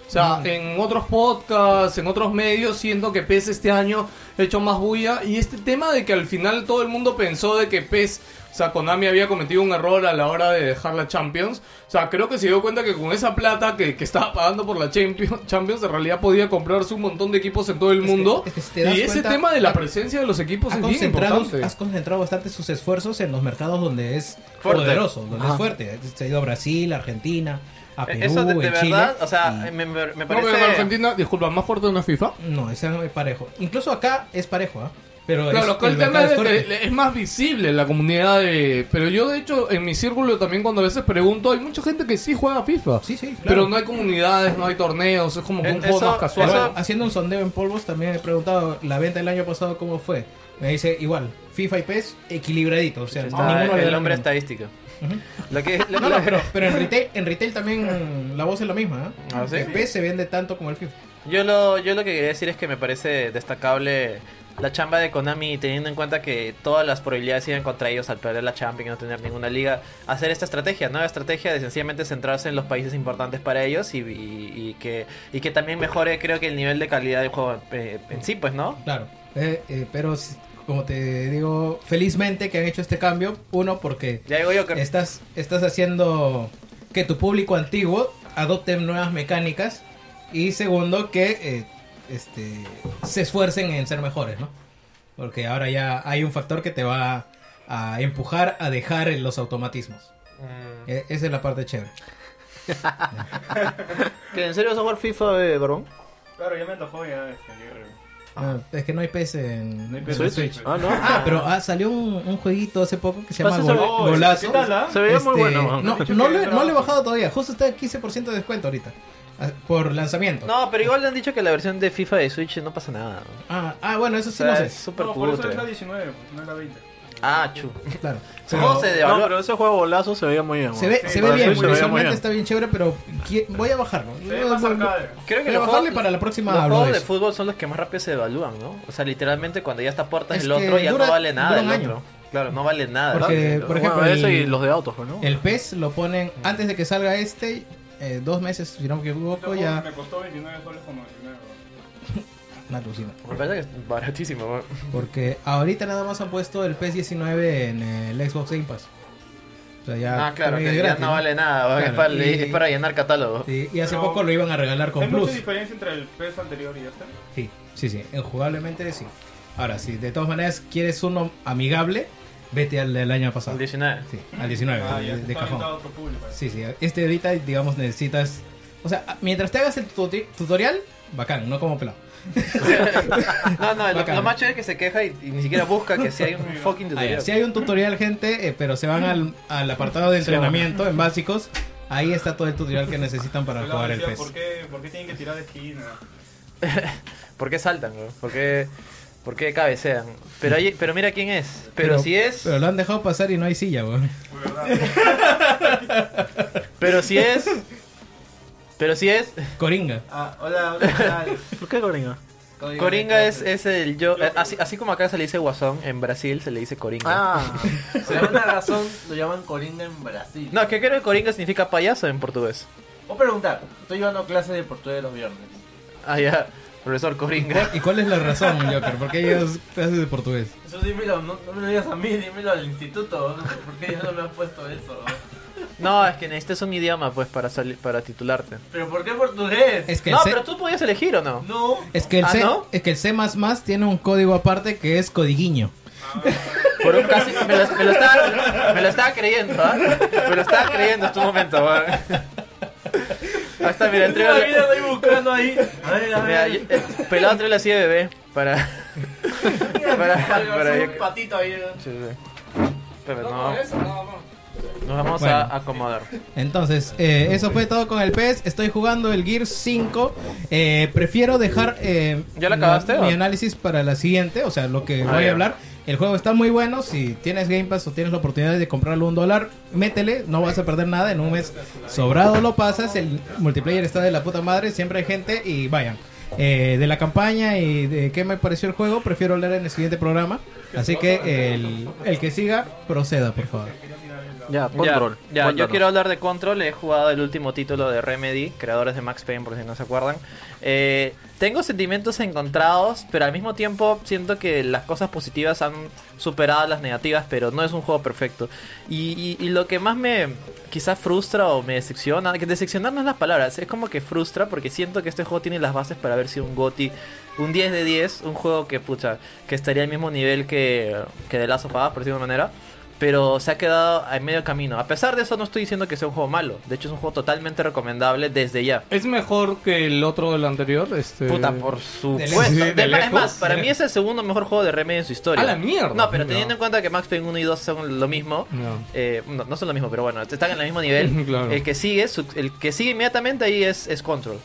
B: O sea, en otros podcasts, en otros medios, siento que PES este año ha hecho más bulla. Y este tema de que al final todo el mundo pensó de que PES, o sea, Konami había cometido un error a la hora de dejar la Champions. O sea, creo que se dio cuenta que con esa plata que, que estaba pagando por la Champions, Champions, en realidad podía comprarse un montón de equipos en todo el
D: Es que-
B: mundo.
D: es que si te das
B: y ese
D: cuenta,
B: tema de la
D: ha-
B: presencia de los equipos
D: Has
B: es bien
D: concentrado,
B: importante.
D: has concentrado bastante sus esfuerzos en los mercados donde es
C: Fuerte.
D: poderoso, donde
E: Ajá.
D: es fuerte. Se ha ido a Brasil, Argentina, a Perú,
C: Eh, E- Eso de, de
D: en Chile.
C: verdad, o sea, me, me- me
B: No, pero en
C: parece...
B: Argentina, disculpa, más fuerte una FIFA.
D: No, es algo muy parejo. Incluso acá es parejo, ¿ah? Pero es
B: Claro, acá el tema
D: mercado
B: es,
D: es fuerte.
B: de- es más visible en la comunidad de... Pero yo, de hecho, en mi círculo también cuando a veces pregunto, hay mucha gente que sí juega FIFA.
D: Sí, sí, claro.
B: Pero no hay comunidades, no hay torneos, es como que
C: Eh,
B: un juego
C: eso-
B: más casual.
D: Pero
C: eso-
D: haciendo un sondeo en polvos, también he preguntado la venta del año pasado cómo fue. Me dice igual, FIFA y PES equilibradito. O sea,
C: Está
D: ninguno le da
C: el
D: la
C: hombre
D: mano.
C: estadístico.
D: Ujú.
C: Lo que, lo-
D: No, no,
C: lo-
D: pero, pero en, retail, en retail también la voz es la misma. ¿eh?
C: Ah, ¿sí?
D: El PES se vende tanto como el FIFA.
C: Yo lo, yo lo que quería decir es que me parece destacable la chamba de Konami, teniendo en cuenta que todas las probabilidades iban contra ellos al perder la Champions y no tener ninguna liga, hacer esta estrategia, nueva estrategia de sencillamente centrarse en los países importantes para ellos y, y- y que, y que también mejore, creo que el nivel de calidad del juego eh, en sí, pues, ¿no?
D: Claro. Eh, eh, pero si- como te digo, felizmente que han hecho este cambio. Uno, porque
C: Ya digo yo que.
E: Este
D: estás, estás haciendo que tu público antiguo adopte nuevas mecánicas. Y segundo, que eh, este, se esfuercen en ser mejores, ¿no? Porque ahora ya hay un factor que te va a empujar a dejar los automatismos.
C: Mm,
D: Eh, esa es la parte chévere.
E: ¿Que en serio vas a jugar FIFA, eh, varón?
F: Claro, ya me antojó ya este, ayer.
D: Ah, es que no hay PS en,
F: No hay
D: en
F: PS.
D: Switch.
F: Switch.
E: Ah, no.
D: Ah, pero ah, salió un, un jueguito hace poco que se llama
E: Pasa esa
D: Gol-
E: vez.
D: Golazo.
F: ¿Qué tal, ah?
E: Se veía muy
D: Este,
E: bueno. weón.
D: No,
F: Dicho
D: no,
F: que
D: le,
F: era
D: no le he
F: bravo.
D: bajado todavía. Justo está 15% de descuento ahorita. ah, Por lanzamiento.
C: No, pero igual le han dicho que la versión de FIFA de Switch no pasa nada. ¿no?
D: Ah, ah, bueno, eso
C: O
D: sí
C: sea,
D: no
C: es
D: sé.
C: súper
F: no, por eso es la
C: cutre.
F: 19, pues, no es la 20.
C: Ah, chu.
D: Claro.
C: Su
D: Pero
C: juego se
E: No,
C: devalúa.
E: pero ese juego golazo se veía muy bien.
D: se
E: weón.
D: ve, se
F: para
D: ve bien.
E: Switch se veía muy
D: Visualmente
E: bien.
D: está bien chévere, pero qui- voy a bajarlo.
F: Se ve más arcade.
C: Creo que
D: Pero
C: los
D: bajarle
C: juegos-
D: para la próxima
C: Los
D: hablo
C: juegos
D: de
C: de
D: eso.
C: fútbol son los que más rápido se evalúan, ¿no? O sea, literalmente cuando ya está a puertas
D: Es
C: del
D: que
C: otro ya
D: dura-
C: no vale nada
D: dura
C: el
D: un año.
C: otro. Claro, no vale nada.
D: Porque,
C: ¿no?
D: por
E: Bueno,
D: ejemplo,
E: ese y
D: el-
E: los de autos, ¿no?
D: El PES lo ponen antes de que salga este. eh, dos meses, si no me equivoco,
F: Este juego
D: Oh, ya.
F: Me costó 29 soles con 99.
D: Una alucina.
C: Me parece que es baratísimo. ¿no?
D: Porque ahorita nada más han puesto el PES 19 en el Xbox Game Pass. O sea, ya.
C: Ah, claro,
D: también
C: que
D: es
C: ya
D: gratis,
C: no vale nada. ¿no?
D: Claro,
C: es, para,
D: y-
C: es para llenar catálogo.
D: Sí, y hace
F: Pero-
D: poco lo iban a regalar con
F: ¿Hay
D: Plus. Eh,
F: mucha diferencia entre el PES anterior y este?
D: Sí, sí, sí. Jugablemente sí. Ahora, si de todas maneras quieres uno amigable, vete al del año pasado.
C: El 19.
D: Sí, al 19,
F: Ah,
D: de-
F: ya
D: de,
F: se está
D: cajón.
F: orientado a otro público.
D: Sí, sí. Este ahorita, digamos, necesitas... O sea, mientras te hagas el tuti- tutorial, bacán, no como pelado.
C: No, no, lo,
D: Bacán.
C: lo más chévere es que se queja y, y ni siquiera busca que si hay un fucking tutorial.
D: Ah, Si hay un tutorial, gente, eh, pero se
F: Mm.
D: van al, al apartado de entrenamiento en básicos. Ahí está todo el tutorial que necesitan para
F: Pelado
D: jugar el
F: decía,
D: PES.
F: ¿por qué, ¿Por qué tienen que tirar de esquina?
C: ¿Por qué saltan? no? ¿Por qué, por qué cabecean? Pero, oye, pero mira quién es. Pero, si es.
D: Pero lo han dejado pasar y no hay silla, weón.
F: Muy verdad.
C: pero si es. Pero si es.
D: Coringa.
F: Ah, hola, hola.
E: ¿Por qué, Coringa?
C: Coringa es, es el yo. eh, Así, así como acá se le dice guasón, en Brasil se le dice coringa.
E: Ah,
H: Por alguna razón lo llaman Coringa en Brasil.
C: No, que creo que coringa significa payaso en portugués.
H: Voy a preguntar, estoy llevando clases de portugués los viernes.
C: Ah, ya. Profesor coringa.
D: ¿Y cuál es la razón, Joker? ¿Por qué ellos clases de portugués?
H: Eso dímelo, no, no me lo digas a mí, dímelo al instituto, porque ya no me han puesto eso.
C: No, es que necesitas un idioma, pues, para sali- para titularte.
H: Pero ¿por qué portugués?
D: Es que el
C: No,
D: C-
C: pero tú podías elegir o no.
H: No,
D: Es que el
C: ¿Ah,
D: C,
C: no?
D: es que el C++ tiene un código aparte que es codiguiño.
C: Por un casi. Me lo, me lo estaba, me lo estaba creyendo, ¿ah? Me lo estaba creyendo en tu momento, ¿ah? Hasta, mira, el
H: toda la vida
C: trío.
H: estoy buscando ahí. A ver, a
C: Mira,
H: ver.
C: yo- eh, pelado trío le hacía de bebé para. para. para,
H: Hacer
C: yo-
H: un patito ahí. ¿no?
C: Sí, sí. Pero no.
B: Ah.
C: Nos vamos
D: Bueno.
C: a acomodar.
D: Entonces, eh, eso fue todo con el PES. Estoy jugando el Gear 5. Eh, prefiero dejar eh,
C: ¿Ya lo acabaste, o? Ah,
D: mi análisis para la siguiente, o sea, lo que voy
C: ya.
D: a hablar. El juego está muy bueno. Si tienes Game Pass o tienes la oportunidad de comprarlo a un dólar, métele. No vas a perder nada. En un mes sobrado lo pasas. El multiplayer está de la puta madre. Siempre hay gente y vayan. Eh, de la campaña y de qué me pareció el juego, prefiero hablar en el siguiente programa. Así que el, el que siga, proceda, por favor.
E: ya, control.
C: Ya, ya, yo
E: Cuéntanos.
C: quiero hablar de Control. He jugado el último título de Remedy, creadores de Max Payne, por si no se acuerdan. Eh, tengo sentimientos encontrados, pero al mismo tiempo siento que las cosas positivas han superado las negativas, pero no es un juego perfecto. Y, y- y lo que más me quizás frustra o me decepciona, que decepcionar no es las palabras, es como que frustra porque siento que este juego tiene las bases para haber sido un GOTI, un 10 de 10, un juego que pucha, que estaría al mismo nivel que, que The Last of Us, por decirlo de una manera. pero se ha quedado en medio camino. A pesar de eso, no estoy diciendo que sea un juego malo. De hecho, es un juego totalmente recomendable desde ya.
B: ¿Es mejor que el otro del anterior? Este...
C: Puta, por supuesto.
D: lejos.
B: Sí, de
C: De- es
B: lejos.
C: más, para mí es el segundo mejor juego de Remedy en su historia.
B: ¡A la mierda!
C: No, pero
B: No.
C: teniendo en cuenta que Max Payne 1 y 2 son lo mismo,
B: No.
C: eh, no, no son lo mismo, pero bueno, están en el mismo nivel.
B: Claro.
C: El que sigue, su- el que sigue inmediatamente ahí es, es Control.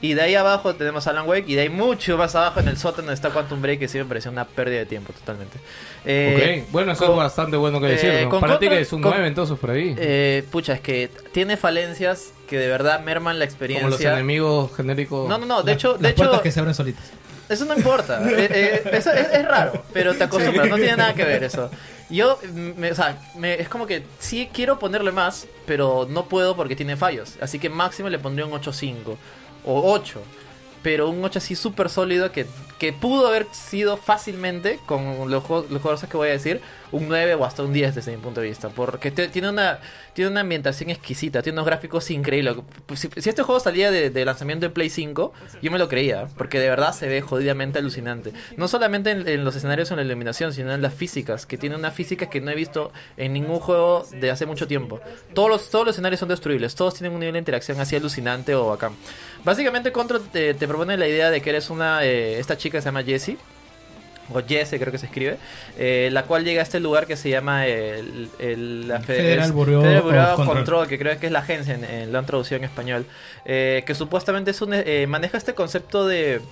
C: Y de ahí abajo tenemos Alan Wake y de ahí mucho más abajo en el sótano está Quantum Break que sí me pareció una pérdida de tiempo totalmente. Eh,
B: ok, bueno, eso
C: con-
B: es bastante bueno que
C: eh,
B: decir.
C: con
B: Para ti
C: contra-
B: que es un
C: con-
B: 9 entonces por ahí.
C: eh, pucha, es que tiene falencias que de verdad merman
B: como
C: la
B: los
C: experiencia.
B: enemigos genéricos.
C: no, no, no, de
D: Las-
C: hecho, de
D: las puertas
C: hecho
D: que se abren solitas.
C: Eso no importa. Eh, eh, eso es, es raro, pero te acostumbras. No tiene nada que ver eso. Yo, mm, me- o sea, me- es como que sí quiero ponerle más, pero no puedo porque tiene fallos. Así que máximo le pondría un 8.5 o 8. Pero un 8 así súper sólido que, que pudo haber sido fácilmente, con los, juegos- los cosas que voy a decir, un 9 o hasta un 10 desde mi punto de vista. Porque te- tiene, una, tiene una ambientación exquisita, tiene unos gráficos increíbles. Si, si este juego salía de, de lanzamiento de Play 5, yo me lo creía, porque de verdad se ve jodidamente alucinante. No solamente en, en los escenarios o en la iluminación, sino en las físicas, que tiene una física que no he visto en ningún juego de hace mucho tiempo. Todos los, todos los escenarios son destruibles, todos tienen un nivel de interacción así alucinante o bacán. Básicamente Contra te, te propone la idea de que eres una... eh, esta chica se llama Jessie o Jesse creo que se escribe, eh, la cual llega a este lugar que se llama el, el- la
D: Federal Bureau
C: Federal
D: of
C: of Control.
D: Control.
C: que creo que es la agencia en, en- lo han traducido en español, eh, que supuestamente es un, eh, maneja este concepto de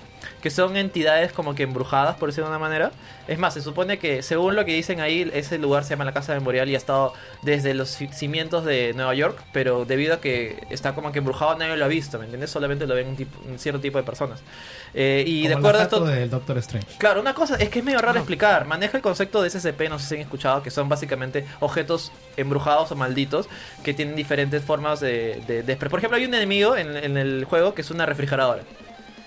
C: que son entidades como que embrujadas, por decirlo de una manera. Es más, se supone que según lo que dicen ahí, ese lugar se llama la Casa Memorial y ha estado desde los ci- cimientos de Nueva York, pero debido a que está como que embrujado nadie lo ha visto, ¿me entiendes? Solamente lo ven un, tipo- un cierto tipo de personas. Eh, y
D: Como
C: de acuerdo
D: el
C: a esto...
D: gato del Doctor Strange.
C: Claro, una cosa es que es medio raro explicar. Maneja el concepto de SCP, no sé si han escuchado, que son básicamente objetos embrujados o malditos que tienen diferentes formas de, de, de- Por ejemplo, hay un enemigo en, en el juego que es una refrigeradora.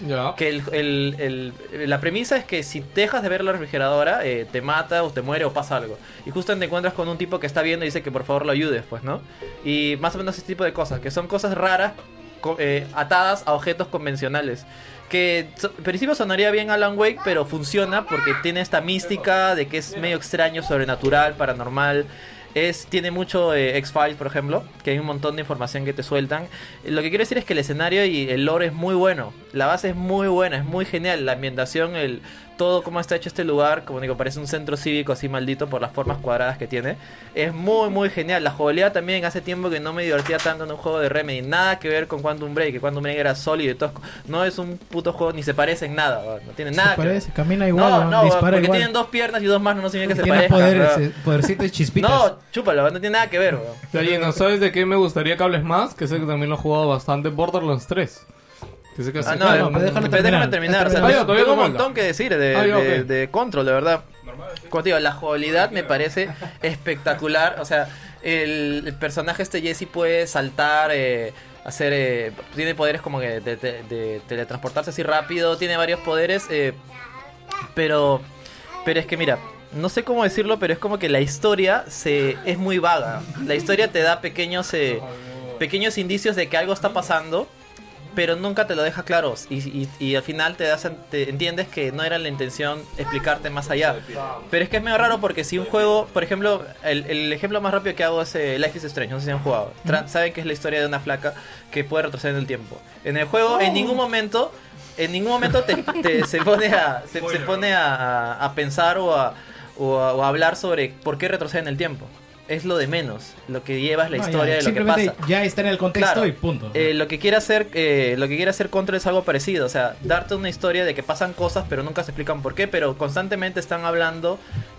B: Ya.
C: Que el, el- el- la premisa es que si dejas de ver la refrigeradora, eh, te mata o te muere o pasa algo. Y justo te encuentras con un tipo que está viendo y dice que por favor lo ayudes, pues, ¿no? Y más o menos ese tipo de cosas, que son cosas raras co- eh, atadas a objetos convencionales. Que so- en principio sonaría bien Alan Wake, pero funciona porque tiene esta mística de que es medio extraño, sobrenatural, paranormal. Es, tiene mucho eh, X-Files, por ejemplo, que hay un montón de información que te sueltan. Lo que quiero decir es que el escenario y el lore es muy bueno. La base es muy buena, es muy genial. La ambientación, el todo cómo está hecho este lugar, como digo, parece un centro cívico así maldito por las formas cuadradas que tiene. Es muy, muy genial. La jugabilidad también hace tiempo que no me divertía tanto en un juego de Remedy. Nada que ver con Quantum Break, que Quantum Break era sólido y tosco. No es un puto juego, ni se parece en nada. weón. No tiene nada
D: se
C: que ver.
D: parece, camina igual,
C: no,
D: weón,
C: no,
D: dispara
C: porque
D: igual.
C: tienen dos piernas y dos manos, no significa que se
D: Tiene
C: parezcan.
D: poderes,
C: weón.
D: eh, podercitos y chispitas.
C: No, chúpalo, no tiene nada que ver, weón.
B: Oye, ¿no sabes de qué me gustaría que hables más? Que sé que también lo he jugado bastante Borderlands 3. Que sé que
C: Ah,
B: hace-
C: no,
D: no,
C: eh,
D: pero déjalo
C: pero déjame
D: terminar.
C: terminar. O sea,
B: Ah, pues, ya, todavía
C: tengo un
B: no
C: montón
B: falta.
C: que decir de,
B: Ah, ya,
C: de-
B: ok.
C: de Control, de verdad. Como te digo, la jugabilidad me parece espectacular. O sea, el, el personaje este Jesse puede saltar, eh, hacer. eh, tiene poderes como que de, de- de teletransportarse así rápido, tiene varios poderes, eh, pero. Pero es que mira, no sé cómo decirlo, pero es como que la historia se es muy vaga. La historia te da pequeños eh, pequeños indicios de que algo está pasando, pero nunca te lo deja claro. Y, y- y al final te das te entiendes que no era la intención explicarte más allá. Pero es que es medio raro porque si un juego, por ejemplo, el, el ejemplo más rápido que hago es eh, Life is Strange, no sé si han jugado. Tra- Saben que es la historia de una flaca que puede retroceder en el tiempo. En el juego,
D: Oh.
C: en ningún momento, en ningún momento te, te- se pone a, se, se
F: Spoiler.
C: pone a, a- a pensar o a, o a- o a hablar sobre por qué retrocede en el tiempo. Es lo de menos, lo que llevas la
D: No, ya,
C: historia de lo que
D: simplemente
C: pasa.
D: Ya está en el contexto
C: Claro.
D: y punto.
C: Eh, lo que quiere hacer eh, lo que quiere hacer contra es algo parecido o sea darte una historia de que pasan cosas pero nunca se explican por qué pero constantemente están hablando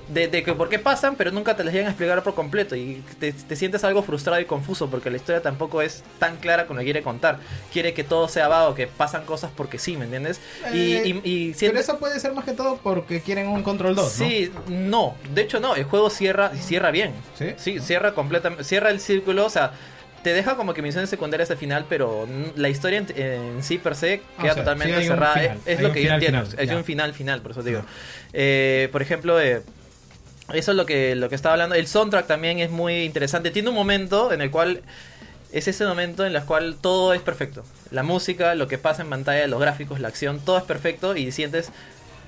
C: de, de que por qué pasan pero nunca te las llegan a explicar por completo y te, te sientes algo frustrado y confuso porque la historia tampoco es tan clara como quiere contar quiere que todo sea vago que pasan cosas porque sí me entiendes y,
D: Eh,
C: y, y
D: Pero
C: sientes-
D: eso puede ser más que todo porque quieren un Control 2, ¿no?
C: Sí, no, de hecho no, el juego cierra cierra bien.
D: ¿Sí?
C: Sí, cierra completamente, cierra el círculo, o sea, te deja como que misiones secundarias al final, pero n- la historia en, en sí per se
D: Ah,
C: queda
D: o sea,
C: totalmente
D: sí hay un
C: cerrada.
D: final,
C: es es
D: hay
C: lo
D: un
C: que yo
D: final,
C: entiendo,
D: final,
C: es
D: ya.
C: un final final, por eso te digo. Eh, por ejemplo, eh, eso es lo que, lo que estaba hablando. El soundtrack también es muy interesante. Tiene un momento en el cual es ese momento en el cual todo es perfecto. La música, lo que pasa en pantalla, los gráficos, la acción, todo es perfecto y sientes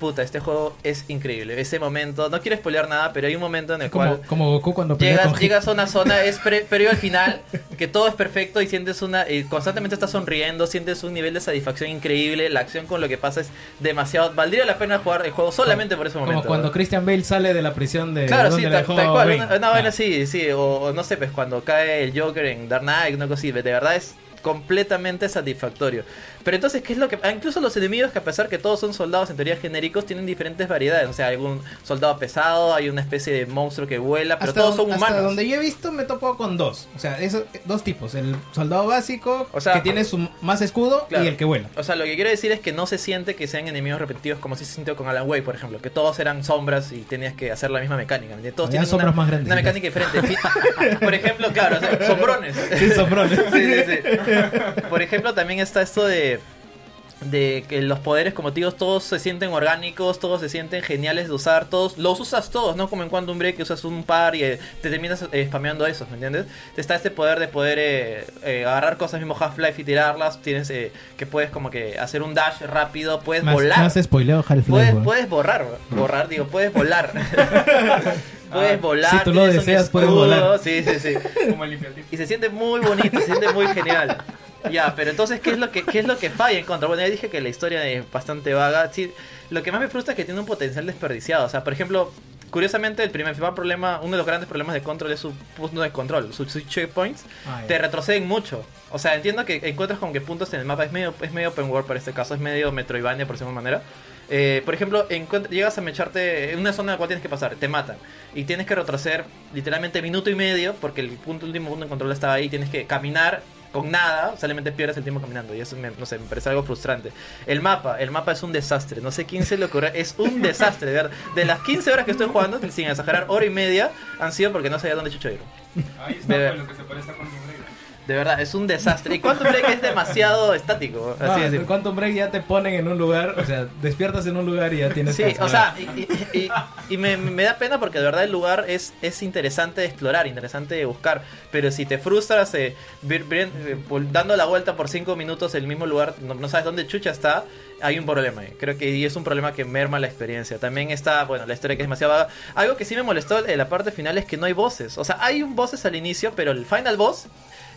C: puta, este juego es increíble. Ese momento, no quiero spoilear nada, pero hay un momento en el
D: Como,
C: cual
D: como Goku cuando pelea
C: llegas,
D: con
C: llegas a una zona, es pre- previo al final, que todo es perfecto y sientes una. y constantemente estás sonriendo, sientes un nivel de satisfacción increíble. La acción con lo que pasa es demasiado. Valdría la pena jugar el juego solamente por ese
D: Como
C: momento.
D: cuando Christian Bale sale de la prisión de
C: Claro, sí,
D: donde
C: tal,
D: dejó
C: tal cual.
D: Bane.
C: Una, una vaina
D: Ah.
C: así, sí. O, o no sé, pues cuando cae el Joker en Dark Knight, una cosa así. De verdad es completamente satisfactorio. Pero entonces, ¿qué es lo que...? ah, incluso los enemigos, que a pesar que todos son soldados en teoría genéricos, tienen diferentes variedades. O sea, hay un soldado pesado, hay una especie de monstruo que vuela, pero
D: hasta,
C: todos son
D: don- hasta
C: humanos.
D: donde yo he visto me topo con dos. O sea, esos eh, dos tipos. El soldado básico,
C: O sea,
D: que tiene su más escudo,
C: claro.
D: y el que vuela.
C: O sea, lo que quiero decir es que no se siente que sean enemigos repetitivos como si se sintió con Alan Way, por ejemplo, que todos eran sombras y tenías que hacer la misma mecánica. ¿me entiendes? Todos
D: Habían
C: tienen una,
D: sombras más grandes,
C: una mecánica diferente. por ejemplo, claro, o sea, sombrones.
D: Sí, sombrones.
C: Sí, sí, sí. Por ejemplo, también está esto de de que los poderes como te digo todos se sienten orgánicos, todos se sienten geniales de usar, todos los usas todos, no como en Quantum Break que usas un par y eh, te terminas eh, spameando esos, ¿me entiendes? Está este poder de poder eh, eh, agarrar cosas mismo Half-Life y tirarlas, tienes eh, que puedes como que hacer un dash rápido, puedes
D: Más,
C: volar.
D: más spoileo Half-Life.
C: Puedes,
D: weón.
C: puedes borrar, borrar, digo, puedes volar. puedes volar.
D: Si tú lo
C: tienes un
D: deseas, puedes
C: escudo,
D: volar.
C: Sí, sí, sí
F: Como el limpiatipo.
C: y se siente muy bonito, se siente muy genial. Ya, pero entonces, ¿qué es, lo que, ¿qué es lo que falla en contra? Bueno, ya dije que la historia es bastante vaga. Sí, lo que más me frustra es que tiene un potencial desperdiciado. O sea, por ejemplo, curiosamente, el primer principal problema, uno de los grandes problemas de control es su punto de control, sus sus checkpoints
D: Ah, ya.
C: te retroceden mucho. O sea, entiendo que encuentras como que puntos en el mapa. Es medio, es medio open world para este caso, es medio Metroidvania por cierta manera. Eh, por ejemplo, encuent- llegas a mecharte en una zona en la cual tienes que pasar, te matan. Y tienes que retroceder literalmente minuto y medio porque el punto, último punto de control estaba ahí. Tienes que caminar con nada, o sea, solamente pierdes el tiempo caminando. Y eso, me, no sé, me parece algo frustrante. El mapa, el mapa es un desastre. No sé quién se le ocurrió. Es un desastre, de verdad. De las 15 horas que estoy jugando, sin exagerar, hora y media han sido porque no sabía dónde chucho ir.
F: Ahí está
C: Bebe.
F: pues, lo que se parece a Quantum Break.
C: De verdad, es un desastre. Y Quantum Break es demasiado estático.
D: No,
C: Así es.
D: en Ah, Quantum Break ya te ponen en un lugar, o sea, despiertas en un lugar y ya tienes
C: Sí, o
D: que explorar.
C: sea, y, y- y- y me, me da pena porque de verdad el lugar es, es interesante de explorar, interesante de buscar. Pero si te frustras eh, vir- vir- eh, vol- dando la vuelta por 5 minutos el mismo lugar, no, no sabes dónde chucha está, hay un problema. ahí. Creo que y es un problema que merma la experiencia. También está, bueno, la historia que es demasiado vaga. Algo que sí me molestó en la parte final es que no hay voces. O sea, hay un voces al inicio, pero el final boss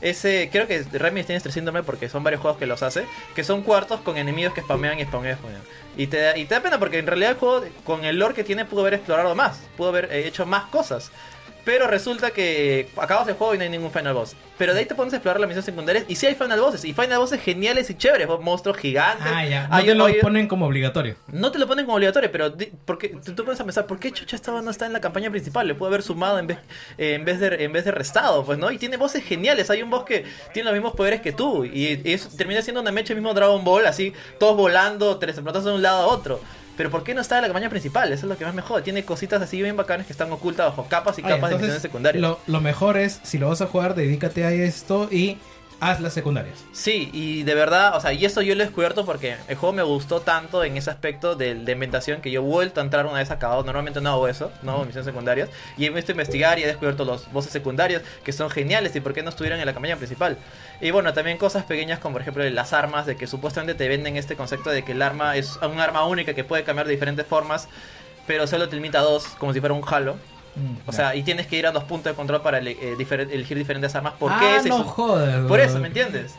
C: ese, creo que Remedy tiene este síndrome porque son varios juegos que los hace, que son cuartos con enemigos que spamean y spamean y spamean. Y te, da, y te da pena porque en realidad el juego, con el lore que tiene, pudo haber explorado más, pudo haber eh, hecho más cosas. Pero resulta que acabas el juego y no hay ningún final boss. Pero de ahí te pones a explorar las misiones secundarias y sí hay final bosses. Y final bosses geniales y chéveres. Monstruos gigantes.
D: Ah, ya. No
C: Hay
D: te
C: un
D: lo
C: hoyo-
D: ponen como obligatorio.
C: no te lo ponen como obligatorio, pero di- porque tú, tú pones a pensar, ¿por qué Chucha estaba no está en la campaña principal? Le pudo haber sumado en vez, eh, en vez de en vez de restado, pues, ¿no? Y tiene voces geniales, hay un boss que tiene los mismos poderes que tú y, y eso termina siendo una mecha mismo Dragon Ball, así todos volando, teletransportándose de un lado a otro. Pero ¿por qué no está en la campaña principal? Eso es lo que más me jode. Tiene cositas así bien bacanas que están ocultas bajo capas y
D: Ah, ya,
C: capas de misiones secundarias.
D: Lo, lo mejor es, si lo vas a jugar, dedícate a esto y haz las secundarias.
C: Sí, y de verdad, o sea, y eso yo lo he descubierto porque el juego me gustó tanto en ese aspecto de, de inventación que yo he vuelto a entrar una vez acabado. Normalmente no hago eso, no hago misiones secundarias. Y he visto investigar y he descubierto los voces secundarios que son geniales y por qué no estuvieron en la campaña principal. Y bueno, también cosas pequeñas como por ejemplo las armas, de que supuestamente te venden este concepto de que el arma es un arma única que puede cambiar de diferentes formas, pero solo te limita a dos, como si fuera un halo.
D: Mm,
C: O sea, y tienes que ir a dos puntos de control para ele- eh, difer- elegir diferentes armas. ¿Por
D: ah,
C: qué ese
D: no
C: es un-
D: jodas.
C: por eso,
D: weón.
C: ¿me entiendes?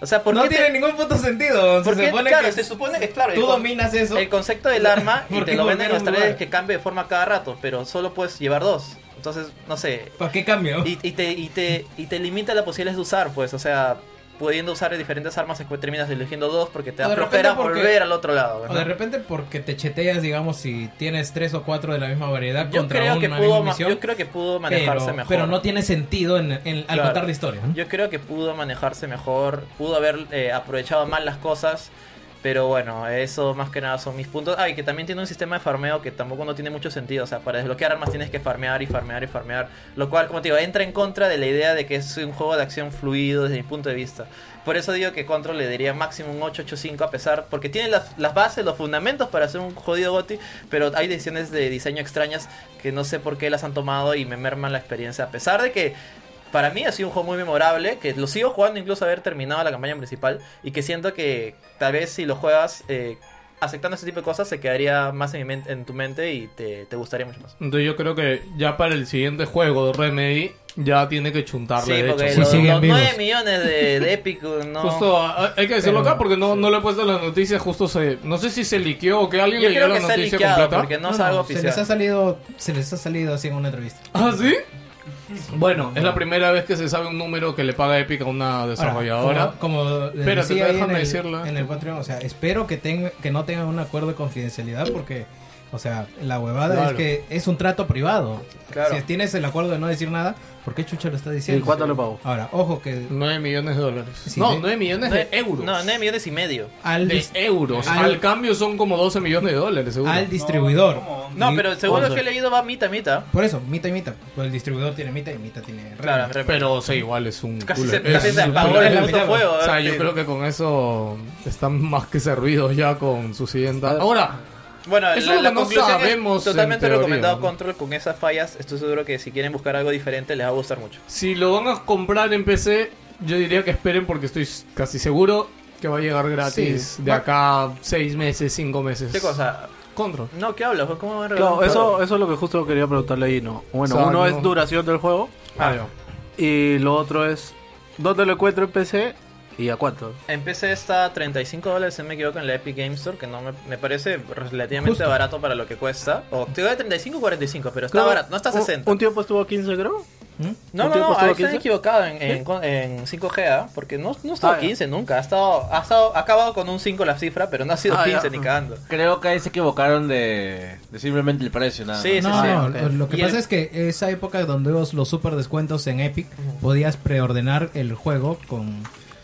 C: O sea, ¿por
D: no
C: qué te-
D: tiene ningún puto sentido.
C: ¿por
D: Se
C: qué?
D: supone
C: claro,
D: que
C: se supone que claro, el
D: tú
C: con-
D: dominas eso.
C: el concepto del arma y
D: ¿Por
C: te
D: qué
C: lo venden
D: volver a
C: en los
D: un
C: trailers
D: lugar?
C: que cambia de forma cada rato, pero solo puedes llevar dos. Entonces, no sé,
D: ¿Para qué cambio?
C: y, y te, y, te, y te limita las posibilidades de usar, pues, o sea, pudiendo usar diferentes armas, después terminas eligiendo dos porque te
D: O
C: da
D: de repente
C: flojera
D: porque-
C: volver al otro lado.
D: O
C: ¿verdad?
D: de repente porque te cheteas, digamos, si tienes tres o cuatro de la misma variedad
C: yo,
D: contra
C: creo
D: una
C: que
D: misma
C: pudo, ma-
D: misión.
C: yo creo que pudo manejarse
D: pero,
C: mejor.
D: pero no tiene sentido en, en- al
C: Claro.
D: contar la historia. ¿no?
C: Yo creo que pudo manejarse mejor, pudo haber eh, aprovechado más las cosas, pero bueno, eso más que nada son mis puntos. Ah, y que también tiene un sistema de farmeo que tampoco no tiene mucho sentido, o sea, para desbloquear armas tienes que farmear y farmear y farmear, lo cual, como te digo, entra en contra de la idea de que es un juego de acción fluido desde mi punto de vista. Por eso digo que Control le diría máximo un 885 a pesar, porque tiene las, las bases, los fundamentos para hacer un jodido GOTI, pero hay decisiones de diseño extrañas que no sé por qué las han tomado y me merman la experiencia, a pesar de que para mí ha sido un juego muy memorable, que lo sigo jugando incluso haber terminado la campaña principal y que siento que tal vez si lo juegas eh, aceptando ese tipo de cosas se quedaría más en, mi men- en tu mente y te, te gustaría mucho más.
B: Entonces yo creo que ya para el siguiente juego de Remedy ya tiene que chuntarle
C: Sí,
B: de
C: porque
B: hecho.
D: Sí,
C: los,
D: siguen
C: los
D: vivos.
C: 9 millones de, de Epic no...
B: Justo, ah, hay que decirlo
D: Pero-
B: acá porque no, no le he puesto las noticias, justo se... No sé si se liqueó o que alguien
C: Yo
B: le dio
C: creo
B: la
C: que está
B: noticia
C: liqueado
B: completa.
C: porque no, es
D: No,
C: algo
D: no, se les ha
C: oficial.
D: salido, se les ha salido así en una entrevista.
B: ¿Ah, sí? Bueno, es la primera vez que se sabe un número que le paga Epic a una desarrolladora.
D: Ahora, como, como les
B: Espérate,
D: decía ahí en
B: déjame
D: el,
B: decirlo.
D: en el Patreon, o sea, espero que tenga, que no tengan un acuerdo de confidencialidad porque, o sea, la huevada
B: Claro.
D: es que es un trato privado.
C: Claro.
D: Si tienes el acuerdo de no decir nada, ¿por qué chucha lo está
E: ¿Y
D: diciendo?
E: cuánto le pago?
D: Ahora, ojo que
B: 9 millones de dólares.
D: Sí,
B: no,
D: de-
B: 9 millones de,
C: Nueve-
B: euros.
C: No, 9 millones y medio.
D: al,
B: de
D: dis-
B: euros. Al...
D: al-
B: cambio son como 12 millones de dólares, seguro.
D: al distribuidor.
F: ¿cómo?
C: No,
D: Y-
C: pero según lo que he leído va mitad, mitad.
D: Por eso, mitad y mitad. Pues el distribuidor tiene mitad y mitad tiene
C: Claro,
D: renta.
B: Pero sí, igual es un
C: casi
B: culo.
C: se,
B: Es-
C: casi se
D: es-
C: apagó
D: es
C: el
D: la
C: puto
D: mitad,
C: fuego.
B: O sea, yo
C: Sí.
B: creo que con eso están más que servidos ya con su siguiente. Ahora,
C: Bueno,
B: Eso es
C: la,
B: lo
C: la
B: que no
C: conclusión
B: sabemos
C: es totalmente
B: en teoría,
C: recomendado
B: ¿no?
C: Control con esas fallas. Estoy seguro que si quieren buscar algo diferente les va a gustar mucho.
B: si lo van a comprar en PC, yo diría que esperen porque estoy casi seguro que va a llegar gratis
D: Sí.
B: de acá 6 meses, 5 meses.
C: ¿Qué cosa?
B: Control.
C: No, ¿qué hablas? ¿Cómo van a regalar
E: Claro,
C: un juego?
E: eso, eso es lo que justo quería preguntarle ahí, ¿no? Bueno,
B: O sea,
E: uno
B: no-
E: es duración del juego
B: Ah, ya.
E: y lo otro es dónde lo encuentro en PC y a cuánto.
C: En PC está a 35 dólares, si no me equivoco, en la Epic Game Store, que no me, me parece relativamente
D: Justo.
C: barato para lo que cuesta. O te digo de 35 o 45, pero está
E: Creo-
C: barato, no está a
E: un-
C: 60.
E: Un, tiempo estuvo a 15, creo.
D: ¿Mm?
C: no,
E: un
C: no,
E: tiempo
C: no,
E: estuvo
C: ahí
E: a 15.
C: están equivocados en, en, en 5G, ¿ah? porque no, no ha estado
E: Ah, ya.
C: 15 nunca, ha estado, ha estado ha acabado con un 5 la cifra, pero no ha sido
E: Ah, ya.
C: 15 ni cagando.
I: Creo que ahí se equivocaron de, de simplemente el precio, nada.
C: Sí,
I: más.
C: sí,
D: no,
C: sí.
D: no,
E: ok.
D: lo- lo que
C: Y
D: pasa
C: el-
D: es que esa época donde los, los super descuentos en Epic podías preordenar el juego con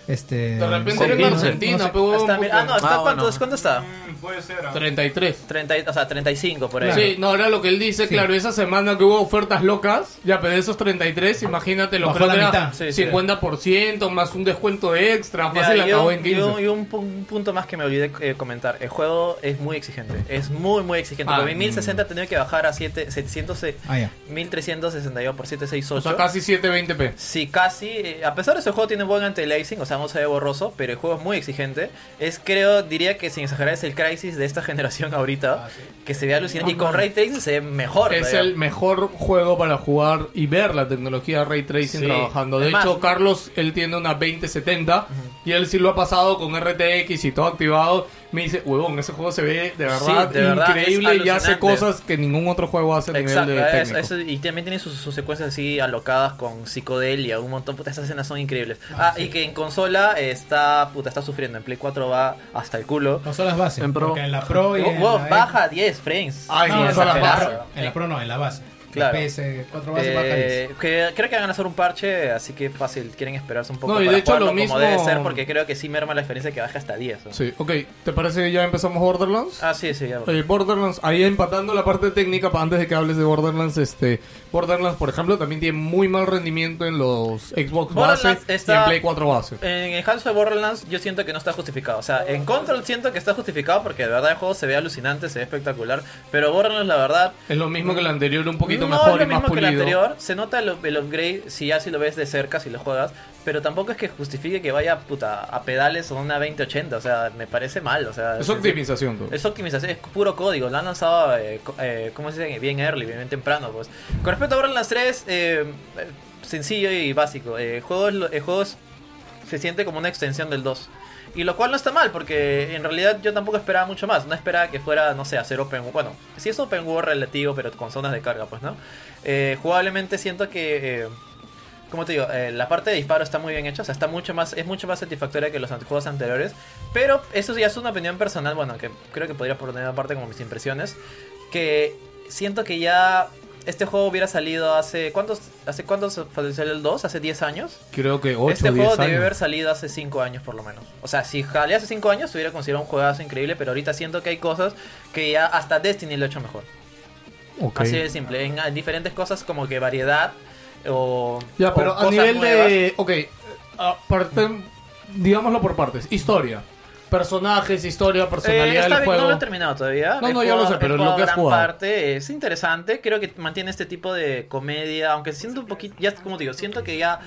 D: este
B: De repente pues.
D: con-
B: era en
D: no- no
B: Argentina,
D: sé.
B: pero
C: Está- mira, ah, no, está,
E: Ah,
C: ¿cuánto,
E: bueno.
C: ¿cuánto está?
F: Mm, Puede ser. ah.
B: 33.
C: 30, o sea, 35 por ahí.
B: Sí, no, ahora lo que él dice,
D: Sí.
B: claro, esa semana que hubo ofertas locas, ya pero de esos 33, imagínate lo
D: Ah, Bajó
B: creo
D: la
B: que era
D: mitad.
C: Sí, sí.
B: 50% más un descuento extra,
C: Ya,
B: fácil
C: y
B: acabó
C: un-
B: en
C: y
B: 15.
C: un- y un, pu- un punto más que me olvidé eh, comentar. El juego es muy exigente. Es muy, muy exigente.
B: Ah,
C: Porque mi 1060 he tenido que bajar a 7, 700, eh,
D: Ah, ya.
C: 1362 por
B: o sea,
C: 768.
B: casi 720p.
C: Sí, casi. eh, A pesar de eso, el juego tiene buen anti-aliasing, o sea, no se ve borroso, pero el juego es muy exigente. Es, creo, diría que sin exagerar, es el Crisis de esta generación ahorita, que se ve alucinante. Y con Ray Tracing se ve mejor.
B: Ah, Es
C: todavía.
B: el mejor juego para jugar y ver la tecnología Ray Tracing
C: Sí.
B: trabajando. De
C: Es más-
B: hecho, Carlos, él tiene una 2070 y él sí lo ha pasado con RTX y todo activado. Me dice, huevón, ese juego se ve de verdad
C: de verdad,
B: increíble
C: es
B: y hace
C: alucinante.
B: cosas que ningún otro juego hace a nivel
C: Exacto,
B: de
C: es-
B: técnico.
C: eso- y también tiene sus, sus secuencias así alocadas con psicodelia, un montón, puta, esas escenas son increíbles. Ah, y que en consola eh, está, puta, está sufriendo, en Play 4 va hasta el culo.
D: No son las bases.
E: En Pro.
D: porque en la Pro y
C: Wow,
D: en
C: Oh, wow,
D: la- E
C: baja 10 frames.
B: Ay,
C: Sí,
B: no,
C: es
B: son las
C: exagerado.
B: bajas.
D: En la Pro no, en la base.
C: Claro.
D: La PS4 base baja
C: Eh, que- creo que van a hacer un parche, así que fácil, quieren esperarse un poco
B: No, y de
C: para
B: hecho lo
C: jugarlo como
B: mismo-
C: debe ser, porque creo que sí merma la experiencia que baja hasta 10. ¿no?
B: Sí, ok. ¿Te parece que ya empezamos Borderlands?
C: Ah, sí, sí, ya.
B: Eh, Borderlands, ahí empatando la parte técnica, pa- antes de que hables de Borderlands, este Borderlands, por ejemplo, también tiene muy mal rendimiento en los Xbox base
C: Borderlands
B: y en
C: está-
B: Play 4 base.
C: En el caso de Borderlands yo siento que no está justificado. O sea, en Control siento que está justificado porque de verdad el juego se ve alucinante, se ve espectacular. Pero Borderlands la verdad...
B: Es lo mismo que el anterior, un poquito
C: no
B: mejor
C: es lo
B: y más
C: mismo que el
B: pulido.
C: anterior. Se nota el, el upgrade si ya si lo ves de cerca, si lo juegas. Pero tampoco es que justifique que vaya puta, a pedales o una 2080. O sea, me parece mal. O sea,
B: es
C: sí, sí.
B: optimización, tú.
C: Es optimización, es puro código. Lo han lanzado, eh, co- eh, ¿cómo se dice? Bien early, bien temprano. Pues. Con respecto a Borderlands 3, eh, eh, sencillo y básico. Eh, el, juego es lo- el juego es- se siente como una extensión del 2. Y lo cual no está mal, porque en realidad yo tampoco esperaba mucho más. No esperaba que fuera, no sé, hacer open world. Bueno, sí es open world relativo, pero con zonas de carga, pues, ¿no? Eh, jugablemente siento que... eh, como te digo, eh, la parte de disparo está muy bien hecha, o sea, está mucho más, es mucho más satisfactoria que los ant- juegos anteriores, pero eso ya es una opinión personal, bueno, que creo que podría poner aparte como mis impresiones, que siento que ya este juego hubiera salido hace, ¿cuántos, hace cuántos salió el 2? ¿Hace 10 años?
B: Creo que 8
C: este
B: o 10
C: juego
B: años.
C: debió haber salido hace 5 años por lo menos. O sea, si jalé hace 5 años, se hubiera considerado un juegazo increíble, pero ahorita siento que hay cosas que ya hasta Destiny lo ha hecho mejor.
B: Ok.
C: Así de simple, en, en diferentes cosas como que variedad o...
B: Ya,
C: o
B: pero a
C: cosas
B: nivel
C: nuevas.
B: de. Ok, aparte, digámoslo por partes: historia, personajes, historia,
C: Eh,
B: personalidad
C: está
B: del
C: bien,
B: juego.
C: no lo he terminado todavía.
B: No,
C: He
B: no, ya lo
C: jugado-
B: sé, pero
C: he
B: lo que has
C: gran
B: jugado.
C: parte es interesante. Creo que mantiene este tipo de comedia, aunque siento un poquito, ya como te digo, siento que ya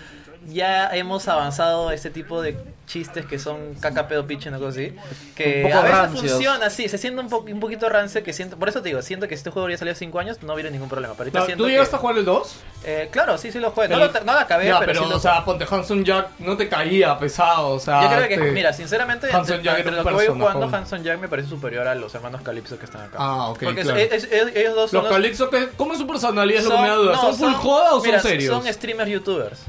C: ya hemos avanzado este tipo de chistes que son caca pedo piche una cosa así que
I: Un poco
C: a veces
I: rancios.
C: funciona sí se siente un, po- un poquito rancio que siento por eso te digo siento que si este juego hubiera salido hace 5 años no hubiera ningún problema pero ahorita
B: No, Ah,
C: siento
B: ¿Tú
C: que-
B: llegaste a jugar el 2?
C: eh, claro sí sí lo juego no
B: Pero-
C: lo, no lo acabé
B: Ya,
C: pero,
B: pero,
C: sí lo
B: o sea, ponte Hanson Jack no te caía pesado, o sea... este,
C: yo creo que,
B: te-
C: mira, sinceramente,
B: Hanson
C: entre,
B: Jack era
C: entre lo
B: un
C: que voy
B: personajón.
C: jugando, Hanson Jack me parece superior a los hermanos Calypso que están acá.
B: Ah, ok,
C: Porque es-
B: claro.
C: es- es- ellos dos son
B: Los
C: los-
B: Calixto, que- ¿cómo es su personalidad? Es lo que me da duda.
C: no,
B: ¿Son full joda o
C: mira,
B: son serios?
C: Son streamers youtubers.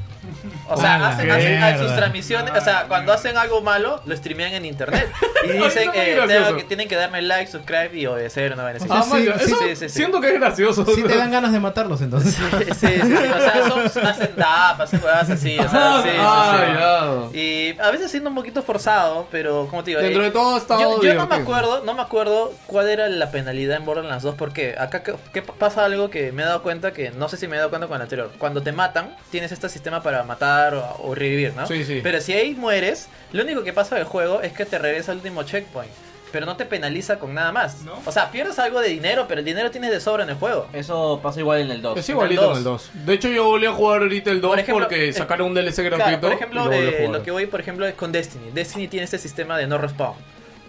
C: O sea,
D: Ah,
C: hacen,
D: la
C: hacen a sus
D: mierda.
C: transmisiones, o sea, cuando hacen algo malo, lo streamean en internet. Y dicen
B: está muy
C: eh,
B: gracioso.
C: tengo que, tienen que darme like, subscribe y obedecer una vaina así.
B: Ah,
D: Sí,
B: man,
D: sí,
B: eso
C: sí, sí, sí.
B: siento que es gracioso.
D: Sí te dan ganas de matarlos entonces.
C: Sí, sí, sí, sí, o sea, son, hacen tap, hacen huevas así, o sea,
B: Ah,
C: sí, sí, sí.
B: ah, ya.
C: Y a veces siendo un poquito forzado, pero como te digo,
B: Dentro
C: eh,
B: de todo está
C: yo, yo no
B: divertido.
C: me acuerdo, no me acuerdo cuál era la penalidad en Borderlands 2 porque acá que, que pasa algo que me he dado cuenta que no sé si me he dado cuenta con el anterior. Cuando te matan, tienes este sistema para matar o, o revivir, ¿no?
B: Sí, sí.
C: Pero si ahí mueres, lo único que pasa del juego es que te regresa al último checkpoint. Pero no te penaliza con nada más.
F: ¿No?
C: O sea, pierdes algo de dinero, pero el dinero tienes de sobra en el juego.
I: Eso pasa igual en el 2.
B: Es igualito en el 2. De hecho, yo volví a jugar ahorita el 2
C: Por ejemplo,
B: porque
C: eh,
B: sacaron un DLC gratuito.
C: Claro, por
B: y
C: ejemplo,
B: lo volví a
C: eh,
B: jugar.
C: lo que voy, por ejemplo, es con Destiny. Destiny tiene este sistema de no respawn.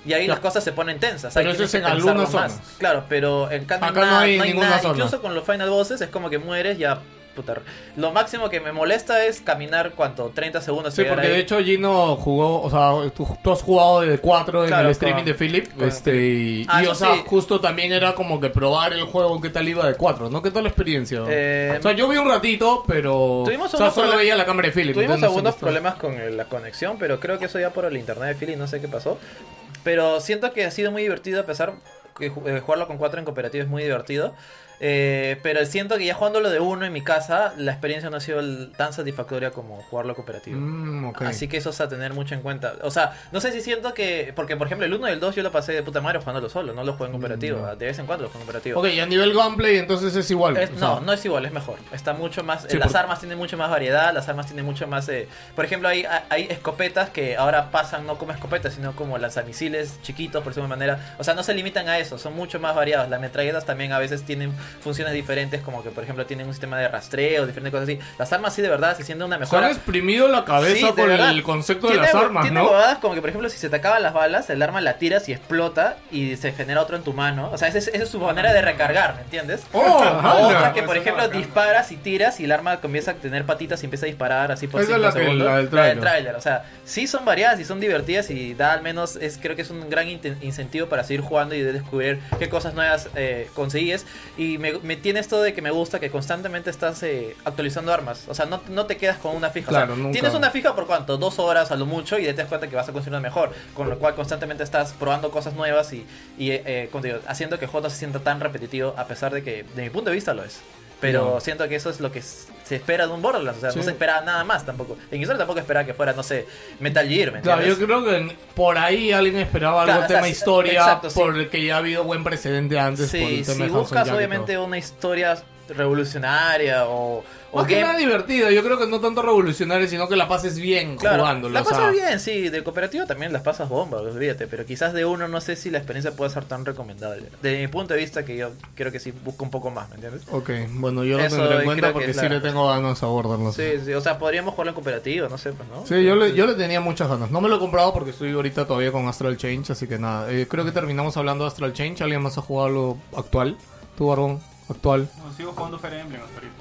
C: Y ahí las cosas se ponen tensas. ahí
B: Pero eso
C: tienes
B: es
C: que
B: en
C: pensarlo
B: algunas
C: más.
B: zonas.
C: Claro, pero en cambio
B: Acá no
C: nada-
B: hay ninguna
C: nada.
B: zona.
C: Incluso con los final bosses es como que mueres ya puta. Lo máximo que me molesta es caminar cuánto 30 segundos
B: Sí,
C: llegar
B: porque de
C: ahí.
B: hecho Gino jugó, o sea, tú, tú has jugado de 4 en
C: Claro,
B: el streaming
C: con-
B: de Philip,
C: con
B: este, y,
C: Ah,
B: y,
C: eso
B: o sea,
C: sí.
B: justo también era como que probar el juego, qué tal iba de 4, ¿no? ¿Qué tal la experiencia?
C: Eh,
B: o sea, yo vi un ratito, pero, o
C: Tuvimos
B: sea,
C: unos
B: solo
C: problemas-
B: veía la cámara de Philip.
C: Tuvimos
B: entonces no sé
C: algunos
B: qué estaba-
C: problemas con eh, la conexión, pero creo que eso ya por el internet de Philly, no sé qué pasó. Pero siento que ha sido muy divertido, a pesar que ju- eh, jugarlo con cuatro en cooperativo es muy divertido. Eh, pero siento que ya jugándolo de uno en mi casa, la experiencia no ha sido el- tan satisfactoria como jugarlo cooperativo.
B: Mm, ok.
C: Así que eso es a tener mucho en cuenta. O sea, no sé si siento que. Porque, por ejemplo, el 1 y el 2 yo lo pasé de puta madre jugándolo solo, no lo jugué en
B: Mm,
C: cooperativo. De vez en cuando lo juego en cooperativo.
B: Ok, y a nivel gameplay entonces es igual.
C: Es-
B: o sea,
C: no, no es igual, es mejor. Está mucho más. eh,
B: Sí,
C: las
B: porque-
C: armas tienen mucho más variedad, las armas tienen mucho más. eh, por ejemplo, hay, hay escopetas que ahora pasan no como escopetas, sino como lanzamisiles chiquitos, por su manera. O sea, no se limitan a eso, son mucho más variados. Las metralletas también a veces tienen funciones diferentes, como que, por ejemplo, tienen un sistema de rastreo, diferentes cosas así. Las armas sí, de verdad, se siente una
B: Se han
C: mejora.
B: exprimido la
C: Sí,
B: cabeza
C: de
B: con
C: verdad.
B: el concepto de
C: Tiene
B: las
C: hue-
B: armas,
C: tiene
B: ¿no?
C: huevadas como que, por ejemplo, si se te acaban las balas, el arma la tiras y explota y se genera otro en tu mano. O sea, esa es, esa es su manera de recargar, ¿me entiendes?
B: ¡Oh,
C: O
B: anda!
C: otra que,
F: Eso
C: por
F: no
C: ejemplo,
F: bacán.
C: disparas y tiras y el arma comienza a tener patitas y empieza a disparar así por
B: Esa es
C: 5
B: la que-
C: segundos.
B: la del tráiler.
C: tráiler. O sea, sí son variadas y son divertidas y da al menos, es creo que es un gran inte- incentivo para seguir jugando y de descubrir qué cosas nuevas eh, consigues. Y me, me tiene esto de que me gusta que constantemente estás eh, actualizando armas. O sea, no, no te quedas con una fija. O sea,
B: Claro, nunca.
C: Tienes una fija por cuánto, dos horas a lo mucho y te das cuenta que vas a conseguir una mejor. Con lo cual constantemente estás probando cosas nuevas y, y, eh, eh, como te digo, haciendo que el juego no se sienta tan repetitivo a pesar de que de mi punto de vista lo es. Pero
B: Ya.
C: siento que eso es lo que s- se espera de un Borderlands. O sea,
B: Sí.
C: no se esperaba nada más tampoco. En Israel tampoco esperaba que fuera, no sé, Metal Gear, ¿me
B: Claro, yo
C: entiendes?
B: creo que en- por ahí alguien esperaba algo
C: Claro, o sea,
B: tema
C: sí,
B: historia,
C: exacto, sí.
B: por el que ya ha habido buen precedente antes. por el
C: Sí,
B: tema
C: si
B: de Hanson
C: buscas
B: Jack y
C: obviamente
B: todo.
C: una historia revolucionaria o... o
B: Más que
C: game-
B: nada divertida, yo creo que no tanto revolucionario, sino que la pases bien jugándolo.
C: La
B: o sea,
C: pasas bien, sí. Del cooperativo también las pasas bomba, olvídate. Pero quizás de uno no sé si la experiencia pueda ser tan recomendable. Desde mi punto de vista, que yo creo que sí busco un poco más, ¿me entiendes?
B: Ok, bueno, yo lo
C: Eso
B: tendré en
C: creo
B: cuenta
C: que
B: porque
C: es
B: sí
C: la-
B: le tengo ganas a abordarlo.
C: Sí, sí, o sea, podríamos jugarlo en cooperativo, no sé, pues, ¿no?
B: Sí, yo le, yo le tenía muchas ganas. No me lo he comprado porque estoy ahorita todavía con Astral Change, así que nada. Eh, creo que terminamos hablando de Astral Change. ¿Alguien más ha jugado algo actual? ¿Tú, Barbón? Actual.
F: No, sigo jugando Fire Emblem hasta ahorita.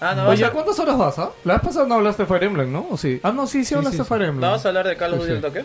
C: Ah,
B: Oye,
C: no, vamos
B: ¿a
C: a,
B: ¿cuántas horas vas, ah? La vez pasada no hablaste de Fire Emblem, ¿no? ¿O sí? Ah, no, sí, sí hablaste de Fire Emblem.
C: vamos a hablar de Carlos
B: mm, Sí,
C: Duty
B: sí.
C: al toque.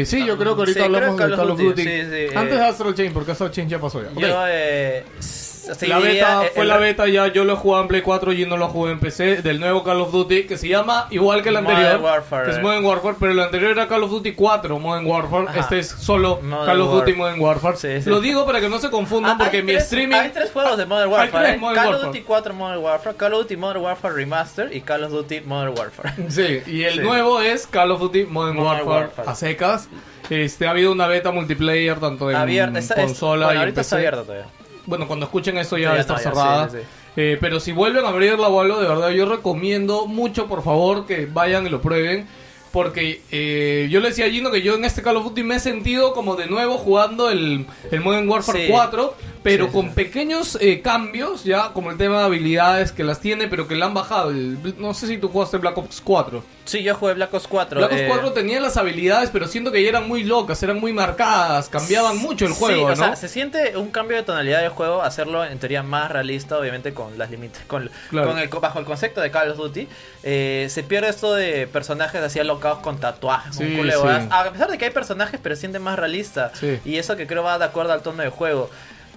B: Eh, sí, yo creo que ahorita
C: Sí, creo
B: hablamos
C: que
B: de
C: Call
B: Call
C: of
B: of Duty.
C: Duty, sí, sí,
B: Antes de
C: eh.
B: Astral Chain, porque Astral Chain ya pasó ya. Ok.
C: Yo, eh. s- sí,
B: La beta,
C: diría, eh,
B: fue
C: el-
B: la beta ya, yo lo jugaba en Play 4 y no lo jugué en PC, del nuevo Call of Duty, que se llama igual que el
C: Modern
B: anterior,
C: Warfare.
B: que es Modern Warfare, pero el anterior era Call of Duty 4, Modern Warfare,
C: Ajá.
B: este es solo
C: Modern
B: Call of Duty
C: Warfare.
B: Modern Warfare.
C: Sí, sí.
B: Lo digo para que no se confundan,
C: Ah,
B: porque
C: hay
B: mi
C: tres-
B: streaming... Ah,
C: Hay tres juegos de Modern
B: hay
C: Warfare:
B: tres
C: ¿eh?
B: Modern
C: Call of
B: Warfare.
C: Duty 4 Modern Warfare, Call of Duty Modern Warfare Remaster y Call of Duty Modern Warfare.
B: Sí, y el
C: Sí.
B: nuevo es Call of Duty Modern,
C: Modern
B: Warfare,
C: Warfare.
B: a secas. Este, ha habido una beta multiplayer tanto en
C: Abierta, está- es-
B: consola
C: bueno,
B: y en
C: ahorita está
B: PC.
C: abierta todavía.
B: Bueno, cuando escuchen esto ya
C: Sí,
B: va a
C: ya
B: estar
C: no, ya,
B: cerrada.
C: sí, sí, sí.
B: Eh, pero si vuelven a abrirla o algo, de verdad, yo recomiendo mucho, por favor, que vayan y lo prueben. Porque eh, yo le decía a Gino que yo en este Call of Duty me he sentido como de nuevo jugando el, el Modern Warfare
C: Sí.
B: 4, pero
C: Sí, sí,
B: con
C: sí.
B: pequeños eh, cambios, ya como el tema de habilidades que las tiene, pero que le han bajado. El- no sé si tú jugaste Black Ops 4.
C: Sí, yo jugué Black Ops 4.
B: Black Ops
C: eh,
B: 4 tenía las habilidades, pero siento que ya eran muy locas, eran muy marcadas, cambiaban mucho el
C: sí,
B: juego,
C: o
B: ¿no?
C: sea, se siente un cambio de tonalidad del juego, hacerlo en teoría más realista, obviamente con las límites, con,
B: Claro.
C: con el, bajo el concepto de Call of Duty. Eh, se pierde esto de personajes así alocados con tatuajes, con
B: Sí,
C: culo de
B: sí.
C: bodas. A pesar de que hay personajes, pero se siente más realista.
B: Sí.
C: Y eso que creo va de acuerdo al tono del juego.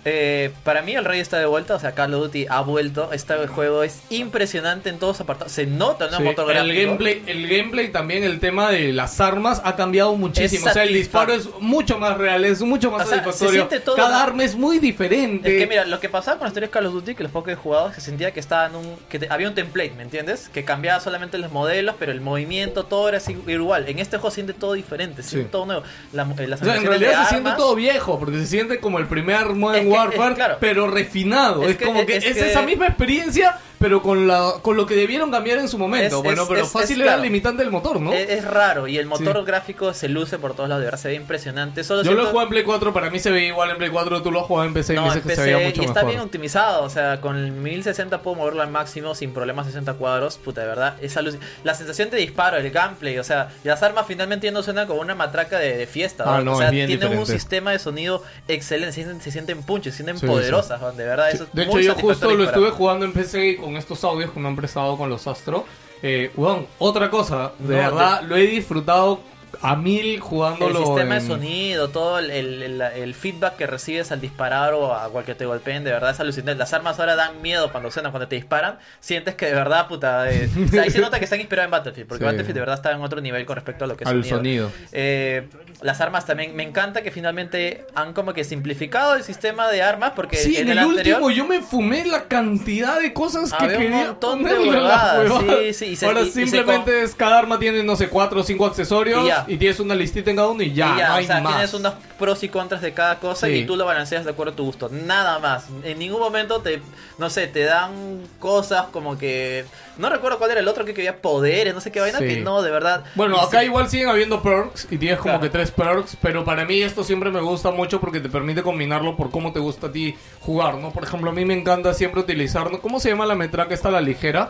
C: Eh, para mí el rey está de vuelta, o sea, Call of Duty ha vuelto. Este juego es impresionante en todos los apartados. Se nota, ¿no?
B: Sí,
C: motor
B: el
C: gráfico.
B: gameplay, el gameplay también, el tema de las armas ha cambiado muchísimo.
C: Es
B: o sea, el
C: satisfac-
B: disparo es mucho más real, es mucho más
C: O sea, se
B: satisfactorio.
C: siente todo
B: Cada
C: la-
B: arma es muy diferente.
C: Es que mira, lo que pasaba con los anteriores Call of Duty, que los pocos jugados se sentía que estaban un. que te- había un template, ¿me entiendes? Que cambiaba solamente los modelos, pero el movimiento, todo era así igual. En este juego se siente todo diferente, se siente
B: Sí.
C: todo nuevo. La- eh, las
B: O sea, en
C: animaciones de
B: realidad se siente
C: armas,
B: todo viejo, porque se siente como el primer Modern
C: Es que- es-
B: Warfare,
C: claro.
B: pero refinado.
C: Es
B: Es,
C: que-
B: como que
C: es
B: es,
C: que-
B: esa misma experiencia, pero con, la, con lo que debieron cambiar en su momento.
C: Es-
B: bueno,
C: es-
B: pero
C: es-
B: fácil
C: es
B: era
C: claro.
B: el limitante del motor, ¿no?
C: Es, es raro y el motor
B: Sí.
C: gráfico se luce por todos lados, de verdad se ve impresionante. Solo
B: Yo lo
C: siento-
B: he jugado en Play 4, para mí se veía igual en Play 4, tú lo has jugado en PC y me
C: No,
B: dices que se
C: empecé
B: veía
C: y
B: mucho
C: está
B: mejor.
C: bien optimizado. O sea, con el 1060 puedo moverlo al máximo sin problemas 60 cuadros. Puta, de verdad, esa luz. La sensación de disparo, el gameplay, o sea, las armas finalmente ya no suenan como una matraca de, de fiesta.
B: Ah,
C: ¿no?
B: no,
C: o sea,
B: es bien
C: tienen un
B: diferente.
C: sistema de sonido excelente. Se sienten, se sienten punches, se sienten
B: Sí,
C: poderosas, ¿no? de verdad.
B: Sí,
C: Eso es
B: de hecho,
C: muy
B: yo justo
C: satisfactorio
B: lo
C: para-
B: estuve jugando en PC y con estos audios que me han prestado con los Astro. Eh, weón, otra cosa, de
C: No,
B: verdad, lo he disfrutado a mil
C: El
B: jugándolo.
C: sistema de
B: en-
C: sonido, todo el, el- el- el feedback que recibes al disparar o a cualquier te golpeen, de verdad es alucinante. Las armas ahora dan miedo cuando suenan, cuando te disparan. Sientes que de verdad, puta. eh, o sea, ahí se nota que están inspirados en Battlefield, porque
B: Sí.
C: Battlefield de verdad está en otro nivel con respecto a lo que es
B: Al sonido.
C: Eh, las armas también, me encanta que finalmente han como que simplificado el sistema de armas, porque
B: Sí, en el,
C: anterior-
B: último yo me fumé la cantidad de cosas que
C: Había un
B: quería
C: montón de
B: ponerle a la
C: huevadas,
B: huevada.
C: sí, sí, y se-
B: Ahora
C: y- y se
B: simplemente
C: con-
B: es cada arma tiene, no sé, cuatro o cinco accesorios
C: Y
B: y,
C: ya.
B: tienes una listita en cada uno y ya,
C: Y ya,
B: no
C: o
B: hay
C: sea,
B: más.
C: tienes unos pros y contras de cada cosa
B: Sí.
C: y tú lo balanceas de acuerdo a tu gusto. Nada más. En ningún momento te, no sé, te dan cosas como que. No recuerdo cuál era el otro que quería poderes, no sé qué vaina,
B: Sí.
C: que no, de verdad.
B: Bueno,
C: Y
B: acá
C: sí,
B: igual siguen habiendo perks y tienes como
C: Este, Claro.
B: que tres perks, pero para mí esto siempre me gusta mucho porque te permite combinarlo por cómo te gusta a ti jugar, ¿no? Por ejemplo, a mí me encanta siempre utilizar, ¿no? ¿cómo se llama la metraca esta, la ligera?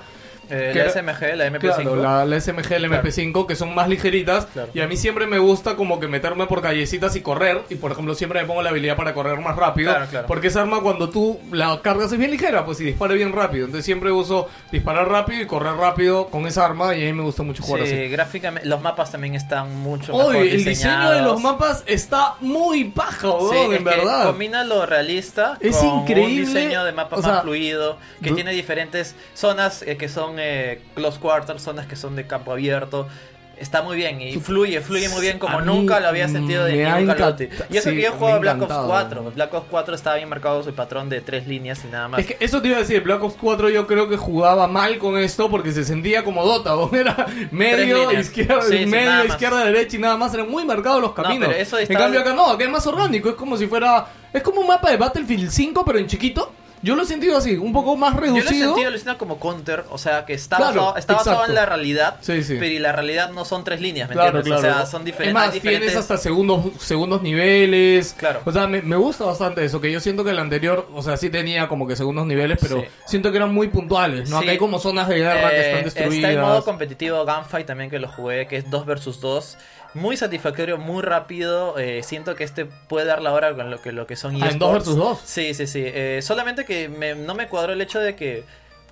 C: eh,
B: que
C: la
B: era-
C: SMG, la MP5.
B: Claro, la, la SMG, la MP5, que son más ligeritas.
C: Claro.
B: Y a mí siempre me gusta como que meterme por callecitas y correr. Y por ejemplo, siempre me pongo la habilidad para correr más rápido.
C: Claro, claro.
B: Porque esa arma cuando tú la cargas es bien ligera, pues si dispara bien rápido. Entonces siempre uso disparar rápido y correr rápido con esa arma. Y a mí me gusta mucho
C: Sí,
B: jugar así.
C: gráficamente, los mapas también están mucho mejor
B: Oye, el diseño de los
C: diseñados.
B: mapas está muy paja,
C: Sí,
B: weón,
C: es
B: Oh, en
C: que
B: verdad.
C: Combina lo realista
B: Es
C: con un
B: increíble,
C: diseño de mapa
B: o
C: más
B: sea,
C: fluido, que
B: du-
C: tiene diferentes zonas eh, que son eh, close quarters, zonas que son de campo abierto. Está muy bien y fluye, fluye muy bien como
B: A mí
C: nunca lo había sentido de
B: me ha
C: ningún Call of
B: encanta-
C: Duty. Y eso
B: sí,
C: que yo
B: me
C: jugaba
B: ha
C: Black Ops
B: encantado.
C: 4. Black Ops 4 estaba bien marcado su patrón de tres líneas y nada más.
B: Es que eso te iba a decir, Black Ops 4 yo creo que jugaba mal con esto porque se sentía como Dota, ¿no? era medio,
C: líneas.
B: izquierda,
C: Sí, sí, nada
B: medio,
C: más.
B: izquierda, derecha y nada más, eran muy marcados los caminos.
C: pero eso
B: En
C: estaba-
B: cambio acá no, acá es más orgánico, es como si fuera, es como un mapa de Battlefield 5 pero en chiquito, yo lo he sentido así, un poco más
C: Yo lo he
B: reducido.
C: sentido alucinado como counter, o sea, que está,
B: Claro,
C: basado, está basado en
B: exacto.
C: la realidad,
B: Sí, sí.
C: pero y la realidad no son tres líneas, ¿me
B: Claro,
C: entiendes?
B: claro.
C: O sea, son diferen-
B: Es
C: hay
B: más,
C: diferentes.
B: tienes hasta segundos, segundos niveles.
C: Claro.
B: O sea, me, me gusta bastante eso, que yo siento que el anterior, o sea, sí tenía como que segundos niveles, pero
C: Sí.
B: siento que eran muy puntuales, ¿no?
C: Sí.
B: Acá hay como zonas de guerra que
C: Eh,
B: están destruidas.
C: Está el modo competitivo Gunfight también que lo jugué, que es 2 versus 2. Muy satisfactorio, muy rápido. eh, siento que este puede dar la hora con lo que, lo que son
B: Ah, en dos
C: eSports.
B: versus dos.
C: Sí, sí, sí. Eh, solamente que me- no me cuadró el hecho de que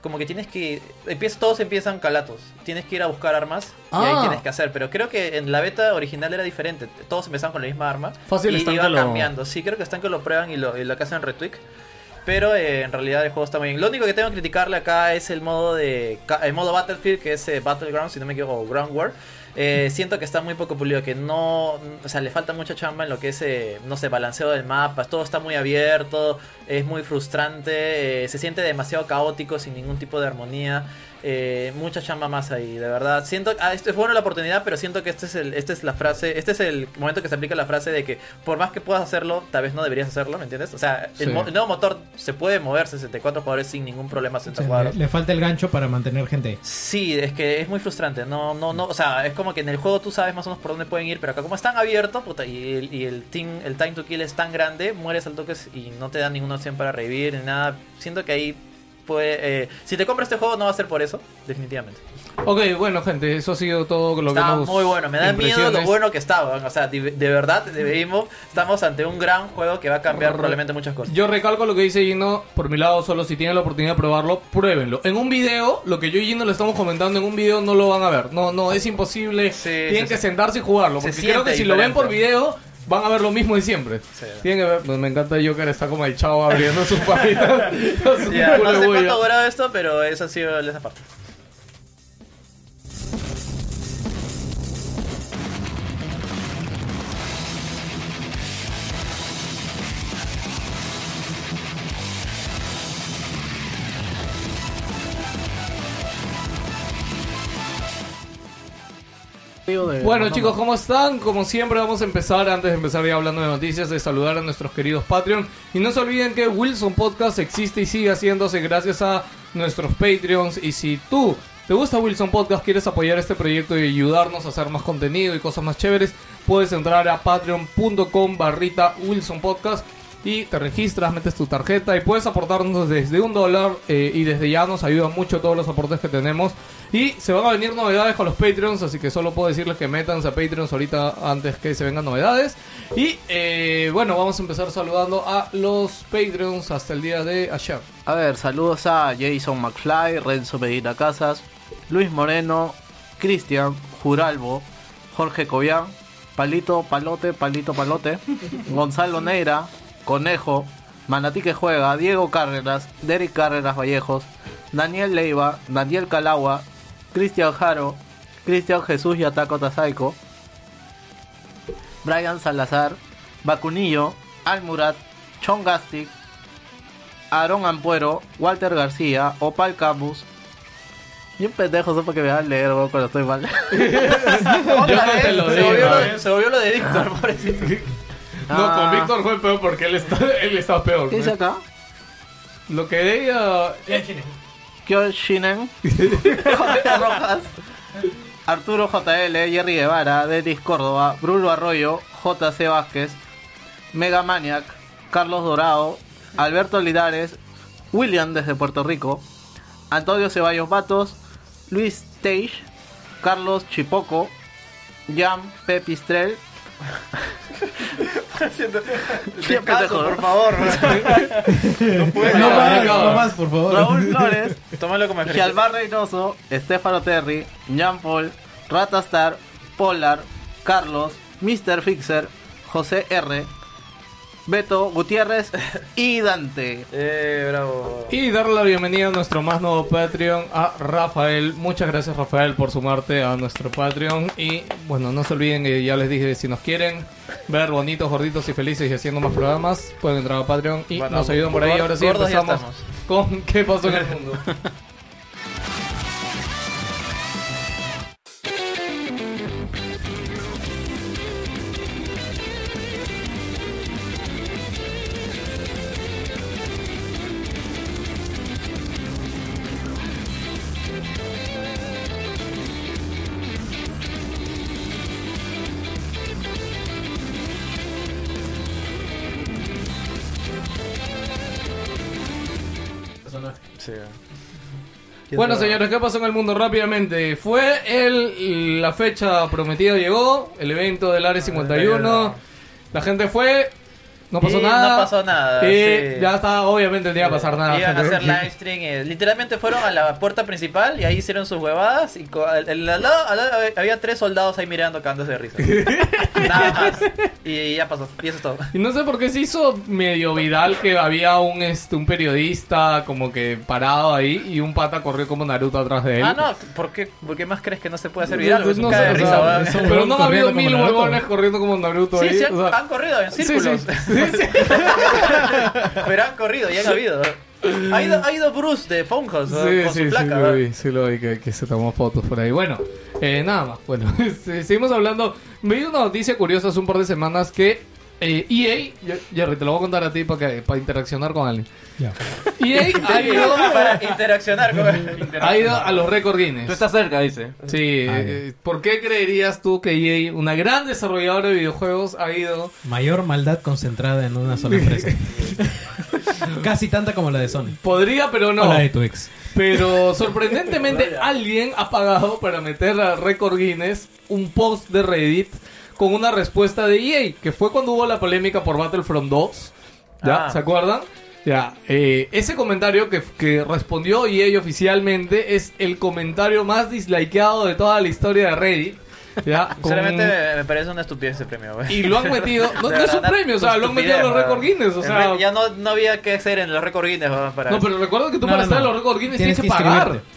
C: como que tienes que... empieza- todos empiezan calatos. Tienes que ir a buscar armas y ahí
B: Ah.
C: tienes que hacer. Pero creo que en la beta original era diferente. Todos empezaban con la misma arma.
B: Fácil,
C: y
B: están
C: iba
B: que lo-
C: cambiando. Sí, creo que están que lo prueban y lo, y lo que hacen retweak. Pero eh, en realidad el juego está muy bien. Lo único que tengo que criticarle acá es el modo de ca- el modo Battlefield, que es eh, Battleground, si no me equivoco, o Ground War. Eh, siento que está muy poco pulido, que no. O sea, le falta mucha chamba en lo que es, eh, no sé, balanceo del mapa. Todo está muy abierto, es muy frustrante, eh, se siente demasiado caótico, sin ningún tipo de armonía. Eh, mucha chamba más ahí, de verdad. Siento ah, esto es bueno la oportunidad, pero siento que este es el, esta es la frase, este es el momento que se aplica la frase de que por más que puedas hacerlo, tal vez no deberías hacerlo, ¿me entiendes? O sea, el,
B: Sí.
C: mo- el nuevo motor se puede mover 64 jugadores sin ningún problema,
D: O
C: 60
D: sea, le,
C: jugadores.
D: le falta el gancho para mantener gente. ahí.
C: Sí, es que es muy frustrante. No, no, no. O sea, es como que en el juego tú sabes más o menos por dónde pueden ir, pero acá como están abiertos puta, y, el, y el, team- el time to kill es tan grande, mueres al toque y no te dan ninguna opción para revivir ni nada. Siento que ahí puede... eh, si te compras este juego no va a ser por eso, definitivamente.
B: Ok, bueno, gente, eso ha sido todo lo que
C: Está
B: hemos-
C: muy bueno, me da miedo lo
B: impresiones.
C: bueno que está, weón. o sea, de, de verdad, debemos, estamos ante un gran juego que va a cambiar probablemente muchas cosas.
B: Yo recalco lo que dice Gino, por mi lado, solo si tienen la oportunidad de probarlo, pruébenlo. En un video, lo que yo y Gino le estamos comentando en un video no lo van a ver. No, no, es imposible.
C: Sí,
B: tienen
C: sí,
B: que
C: sí.
B: sentarse y jugarlo.
C: Se
B: Porque creo
C: siente
B: que si lo ven por
C: diferente.
B: video, van a ver lo mismo de siempre.
C: Sí.
B: Tienen que ver. pues, Me encanta Joker, está como el chavo abriendo sus papitas. Su
C: Ya, no sé
B: culebulla.
C: cuánto ha durado esto, pero esa ha sido esa parte.
B: Bueno chicos, ¿cómo están? Como siempre vamos a empezar, antes de empezar ya hablando de noticias, de saludar a nuestros queridos Patreon. Y no se olviden que Wilson Podcast existe y sigue haciéndose gracias a nuestros Patreons. Y si tú te gusta Wilson Podcast, quieres apoyar este proyecto y ayudarnos a hacer más contenido y cosas más chéveres, puedes entrar a patreon.com barrita Wilson Podcast. Y te registras, metes tu tarjeta y puedes aportarnos desde un dólar eh, y desde ya nos ayudan mucho todos los aportes que tenemos. Y se van a venir novedades con los Patreons, así que solo puedo decirles que métanse a Patreons ahorita antes que se vengan novedades. Y eh, bueno, vamos a empezar saludando a los Patreons hasta el día de ayer.
E: A ver, saludos a Jason McFly, Renzo Medina Casas, Luis Moreno, Cristian, Juralbo, Jorge Cobian, Palito Palote, Palito Palote, Gonzalo Neira, Conejo, Manatí que juega, Diego Cárdenas, Derek Cárdenas Vallejos, Daniel Leiva, Daniel Calagua, Cristian Jaro, Cristian Jesús y Ataco Tazaico, Brian Salazar, Vacunillo, Almurat, Chongastic, Aaron Ampuero, Walter García, Opal Camus. Y un pendejo sepa que me va a leer, weón, cuando estoy mal.
B: Yo no te lo
C: se,
B: digo, eh.
C: volvió
B: a
C: lo,
B: ver.
C: se volvió lo de Víctor, pobrecito.
B: No, con
E: Ah.
B: Víctor fue peor porque él está, él está peor.
E: ¿Qué dice
B: ¿no?
E: acá?
B: Lo que ella...
E: Kyoshinen, Jorge Rojas, Arturo JL, Jerry Guevara, Denis Córdoba, Bruno Arroyo, JC Vázquez, Mega Maniac, Carlos Dorado, Alberto Lidares, William desde Puerto Rico, Antonio Ceballos Batos, Luis Teich, Carlos Chipoco, Jan Pepistrel,
C: Descanso,
E: pendejo,
C: por favor.
D: No más,
B: acaba.
D: no más, por favor.
E: Raúl Flores,
C: Tómalo como ejercicio.
E: Gialbar Reynoso, Estefano Terry, Jean Paul, Ratastar, Polar, Carlos, Mr. Fixer, José R, Beto Gutiérrez y Dante.
C: Eh, bravo.
B: Y darle la bienvenida a nuestro más nuevo Patreon, a Rafael. Muchas gracias Rafael por sumarte a nuestro Patreon. Y bueno, no se olviden que ya les dije, si nos quieren ver bonitos, gorditos y felices y haciendo más programas, pueden entrar a Patreon y
C: Bueno,
B: nos ayudan por ahí. Ahora sí
C: gordos ya
B: empezamos con qué pasó en el mundo. Bueno, señores, ¿qué pasó en el mundo rápidamente? Fue el, la fecha prometida llegó, el evento del
C: Ah,
B: Área 51. La gente fue, no pasó
C: Y
B: nada.
C: no pasó nada,
B: Y
C: sí.
B: ya está, obviamente no iba a pasar nada.
C: Iban a
B: gente.
C: hacer live stream. eh, Literalmente fueron a la puerta principal y ahí hicieron sus huevadas. Y co- al- al- al lado- al lado había- había tres soldados ahí mirando cantos de risa. Nada más. Y ya pasó. Y eso es todo.
B: Y no sé por qué se hizo medio viral que había un este un periodista como que parado ahí y un pata corrió como Naruto atrás de él.
C: Ah, no. ¿Por qué, por qué más crees que no se puede hacer viral? Pues
B: No
C: un cae
B: sé,
C: de
B: o sea,
C: risa, weón.
D: eso-
B: pero no ha habido
D: Corriendo como
B: mil
D: Naruto.
B: huevones corriendo como Naruto
C: Sí,
B: ahí.
C: sí, han,
B: o sea,
C: han corrido en
B: sí, sí,
C: círculos.
B: sí, sí.
C: Pero han corrido, ya han habido. Ha ido, ha ido Bruce de Funhouse ¿no?
B: Sí,
C: con
B: sí,
C: su placa.
B: sí, lo
C: ¿no?
B: vi, sí lo vi, que, que se tomó fotos por ahí. Bueno, eh, nada más. Bueno, este, seguimos hablando. Me dio una noticia curiosa hace un par de semanas que Eh, EA, Jer- Jerry, te lo voy a contar a ti para, que- para interaccionar con alguien.
D: Ya.
B: EA ha ido,
C: para interaccionar con
B: ha ido a los récord Guinness.
I: Tú estás cerca, dice.
B: Sí,
D: Ah,
B: eh, ¿por qué creerías tú que EA, una gran desarrolladora de videojuegos, ha ido
D: Mayor maldad concentrada en una sola empresa. Casi tanta como la de Sony.
B: Podría, pero no.
D: O la de tu ex.
B: Pero sorprendentemente alguien ha pagado para meter a Record Guinness un post de Reddit con una respuesta de EA, que fue cuando hubo la polémica por Battlefront 2. ¿Ya?
C: Ah.
B: ¿Se acuerdan? Ya, eh, ese comentario que, que respondió EA oficialmente es el comentario más dislikeado de toda la historia de Reddit. ¿ya? Con-
C: Sinceramente me, me parece una estupidez ese premio, güey.
B: Y lo han metido- no- no es un premio, o sea, lo han metido en los récord
C: récord
B: Guinness, o sea-
C: Ya no, no había que hacer en los récord Guinness, güey, para...
B: No, pero recuerda que tú
D: No,
B: para
D: no,
B: estar en
D: no.
B: los Record Guinness tienes,
D: Tienes
B: que,
D: que
B: pagar.
D: inscribirte.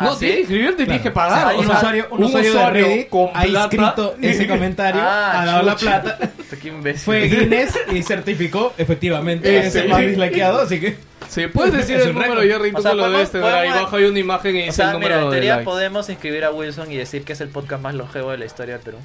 B: No,
C: ¿Ah,
B: tienes que
C: sí?
B: inscribirte y tienes que pagar.
C: O sea, hay
B: o
D: un
B: sea,
D: usuario, un usuario de
B: usuario
D: Reddit
B: con
D: ha
B: plata-
D: inscrito ese comentario,
C: Ah,
D: ha dado la
C: chucha.
D: plata,
C: Qué imbécil.
D: fue Guinness y certificó efectivamente
B: Ese.
D: ese más dislaqueado, así que
B: Sí, puedes decir
D: Es
B: el
D: un
B: número,
D: récord.
B: Jerry,
C: O
B: tú
C: sea,
B: que lo debes
C: podemos-
B: tener ahí
C: podemos-
B: abajo, hay una imagen y
C: O
B: dice
C: sea,
B: el
C: mira, en
B: número de
C: teoría
B: likes.
C: podemos inscribir a Wilson y decir que es el podcast más longevo de la historia del Perú.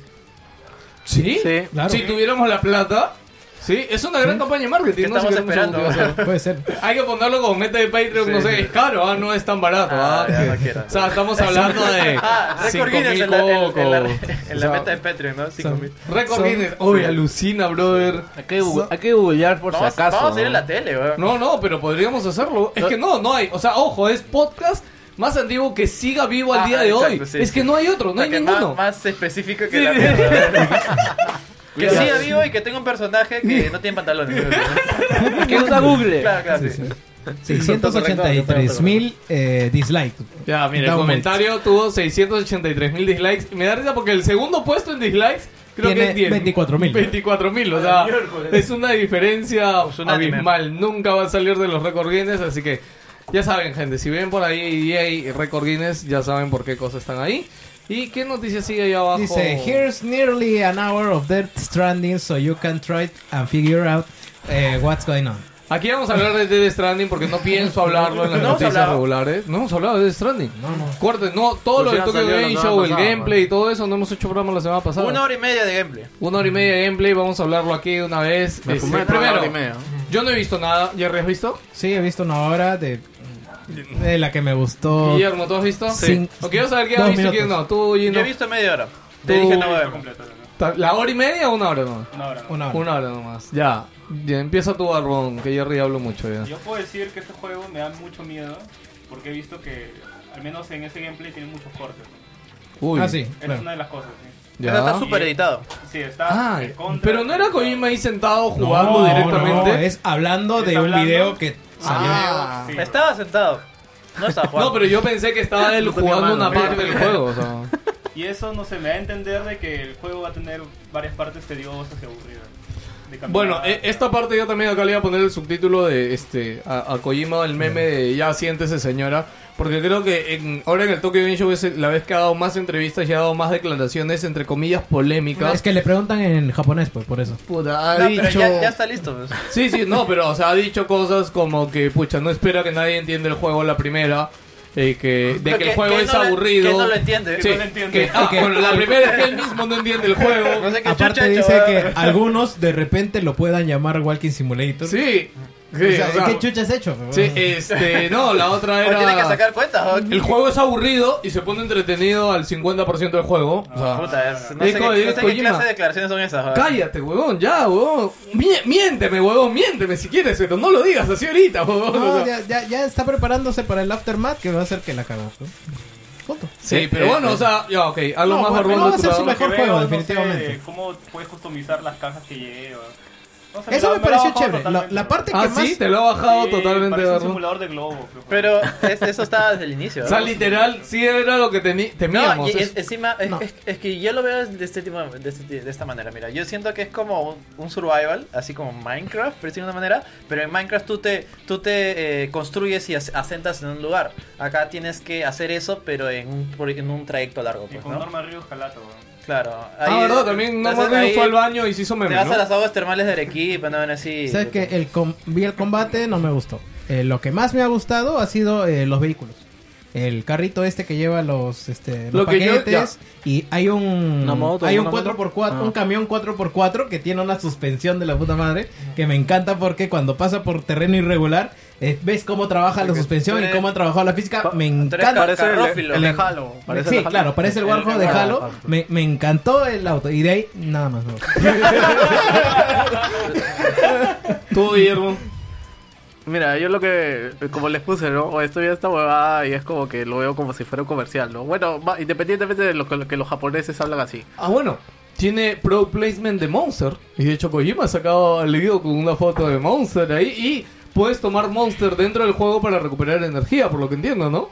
B: ¿Sí?
E: Sí.
D: Claro.
B: Si tuviéramos la plata, sí, es una gran campaña de marketing.
C: ¿Qué
B: no sé
C: estamos
B: queremos
C: esperando?
B: algo que hacer.
D: puede ser.
B: Hay que ponerlo como meta de Patreon, no sé, es caro, ah, no es tan barato.
C: Ah,
B: ah.
C: ya, no quiero.
B: O sea, estamos hablando de
C: Ah, récord
B: 5.000
C: Guinness en la, en- en la- en
B: cocos.
C: la
B: O sea,
C: meta de Patreon, ¿no? 5.000.
B: Récord Guinness. Uy, alucina, brother.
I: Hay que, gu- hay que googlear por
C: Vamos,
I: si acaso.
C: vamos a ir en
I: ¿no?
C: la tele, güey.
B: No, no, pero podríamos hacerlo. Es que no, no hay. O sea, ojo, es podcast más antiguo que siga vivo al
C: Ah,
B: día de
C: exacto,
B: hoy.
C: sí,
B: es que
C: sí.
B: no hay otro,
C: O
B: no
C: sea,
B: hay
C: que más-
B: ninguno.
C: Más, específico que la mierda. que siga vivo y que tenga un personaje que no tiene pantalones.
I: Que usa Google.
C: claro, claro, sí.
D: mil eh, dislikes.
B: Ya, mira, el
D: Downvotes.
B: comentario tuvo 683 mil dislikes. Y me da risa porque el segundo puesto en dislikes creo que
D: Tiene
B: es 10.
D: 24.000.
B: 24.000, o sea,
H: miércoles.
B: es una diferencia
C: unánime.
B: abismal. Nunca va a salir de los récord Guinness, así que ya saben, gente. Si ven por ahí EA y récord Guinness, ya saben por qué cosas están ahí. ¿Y qué noticia sigue ahí abajo?
D: Dice, here's nearly an hour of Death Stranding so you can try and figure out eh, what's going on.
B: Aquí vamos a hablar de Dead Stranding porque no pienso hablarlo en las
C: No hemos
B: noticias
C: hablado.
B: regulares. No hemos hablado de Dead Stranding.
D: No, no.
B: Corte, no, todo lo
I: Pues
B: del
I: ya
B: Tokyo
I: salió la
B: Game
I: semana
B: Show, el
I: pasada,
B: gameplay y todo eso, no hemos hecho programa la semana pasada.
C: Una hora y media de gameplay.
B: Una hora y media de gameplay, vamos a hablarlo aquí de una vez.
E: Me
B: Este,
E: fumé toda la
B: primero,
E: hora y media.
B: yo no he visto nada. ¿Jerry has visto?
D: Sí, he visto una hora de, de la que me gustó.
B: Guillermo, ¿tú has visto?
D: Oh. Sí.
B: Ok, quiero saber quién ha
D: Dos
B: visto y quién
D: minutos.
B: no. Tú, Gino.
C: Yo he visto media hora. Te
B: Tú-
C: dije no voy a ver.
F: Completo, ¿no?
B: ¿La hora y media o una hora nomás?
F: Una hora, ¿no?
D: Una hora.
B: Una hora nomás. Ya. Ya, empieza tu barbón, que Jerry hablo mucho ya.
F: Yo puedo decir que este juego me da mucho miedo porque he visto que, al menos en ese gameplay, tiene muchos cortes. ¿no?
B: Uy.
D: Ah, sí,
F: Es
D: claro.
F: una de las cosas, sí.
B: Ya.
C: Eso está súper editado.
F: Sí, está
B: Ah,
F: el contra,
B: pero no era Kojima ahí sentado jugando
D: No,
B: directamente.
D: no, es hablando de
F: ¿Es
D: un
F: hablando?
D: video que salió.
B: Ah.
F: Sí,
C: Estaba sentado. No estaba jugando.
B: No, pero yo pensé que estaba él jugando una parte del juego. O sea.
F: Y eso, no se me da a entender de que el juego va a tener varias partes tediosas y aburridas. de caminar.
B: Bueno, e- esta parte yo también acá le voy a poner el subtítulo de este a, a Kojima el meme de ya siéntese señora. Porque creo que en- ahora en el Tokyo Game Show es la vez que ha dado más entrevistas y ha dado más declaraciones, entre comillas, polémicas.
D: Es que le preguntan en japonés, pues, por eso.
B: Puta, ha
C: No, pero
B: dicho...
C: ya, ya está listo. pues.
B: Sí, sí, no, pero o sea, ha dicho cosas como que, pucha, no espera que nadie entienda el juego a la primera. eh, que, de
C: Pero
B: que, el juego es
C: no lo-
B: aburrido.
C: Que no lo entiende.
B: Sí,
F: no lo entiende.
B: que- ah, bueno, la primera es que él mismo no entiende el
C: No
B: juego.
C: sé qué chucha
D: Aparte
C: ha hecho,
D: dice que
C: ¿verdad?
D: algunos de repente lo puedan llamar Walking Simulator.
B: Sí. Sí,
D: O sea,
B: o sea,
D: ¿Qué chucha has hecho?
B: sí, este, no, la otra
C: Pues Tiene que
B: era...
C: sacar cuentas. ¿no?
B: El juego es aburrido y se pone entretenido al 50% del juego. O sea,
C: Ah, Puta, es- no
B: Eh,
C: sé, qué,
B: como digo,
C: no sé qué
B: Kojima.
C: clase de declaraciones son esas. ¿verdad?
B: cállate, huevón, ya, huevón. Mie- Miénteme, huevón, miénteme si quieres, pero no lo digas así ahorita, huevón. O
D: No,
B: sea,
D: ya, ya, ya está preparándose para el aftermath que va a hacer que la cagó. ¿no? Punto.
B: Sí, pero bueno, o sea, ya, ok, algo
D: No,
B: más
D: bueno,
B: barbón
D: no va
B: de
D: a
B: tu
D: ser su
B: lado.
F: Lo que
D: mejor juego,
F: no sé,
D: definitivamente.
F: cómo puedes customizar las cajas que llevas. No sé,
D: Eso
F: lo-
D: me
F: lo ha
D: pareció
F: bajado
D: chévere. La,
F: totalmente.
D: la parte que
B: Ah,
D: más.
B: sí, te lo ha bajado
F: Sí,
B: totalmente,
F: parece un
B: ¿verdad?
F: simulador de globo.
C: Pero
F: creo.
C: es- eso está desde el inicio.
B: O
C: ¿verdad?
B: sea, literal, sí era lo que temi-
C: No,
B: temíamos.
C: y-
B: es-
C: es- encima, es,
D: No.
C: es- es que yo lo veo de, este tipo, de, este ti- de esta manera. Mira, yo siento que es como un, un survival, así como Minecraft, por decirlo de una manera. Pero en Minecraft tú te, tú te eh, construyes y as- asentas en un lugar. Acá tienes que hacer eso, pero en un, pro- en un trayecto largo,
F: Y
C: pues,
F: con
C: ¿no?
F: Norma Ríos Calato. weón.
C: Claro.
B: ah,
C: ahí-
B: verdad, también no
C: entonces,
B: me
C: ahí
B: fue al baño y se hizo
C: Te
B: meme,
C: vas a
B: ¿no?
C: las aguas termales de Arequipa, no ven así.
D: ¿Sabes que el com- Vi el combate, no me gustó. Eh, lo que más me ha gustado ha sido eh, los vehículos. el carrito este que lleva los, este,
B: Lo
D: los
B: que yo-
D: paquetes. y hay un,
I: Una moto,
D: hay un
I: una moto.
D: 4x4, un
I: Ah.
D: camión 4x4 que tiene una suspensión de la puta madre que me encanta porque cuando pasa por terreno irregular eh, ves cómo trabaja la suspensión y
C: Tres-
D: cómo ha trabajado la física. Me
C: Tú eres
D: encanta.
C: car- carrófilo.
D: el-
I: Halo. Parece
D: sí,
I: el Halo.
D: claro, parece el Warhol de
I: Warhol.
D: Halo. Me, me encantó el auto. Y de ahí, nada más. No.
B: Tú, Guillermo.
I: Mira, yo lo que, como les puse, ¿no? O estoy esta huevada y es como que lo veo como si fuera un comercial, ¿no? Bueno, va- independientemente de lo que, lo que los japoneses hablan así.
B: Ah, bueno. Tiene Pro Placement de Monster. Y de hecho, Kojima ha sacado el video con una foto de Monster ahí. Y puedes tomar Monster dentro del juego para recuperar energía, por lo que entiendo, ¿no?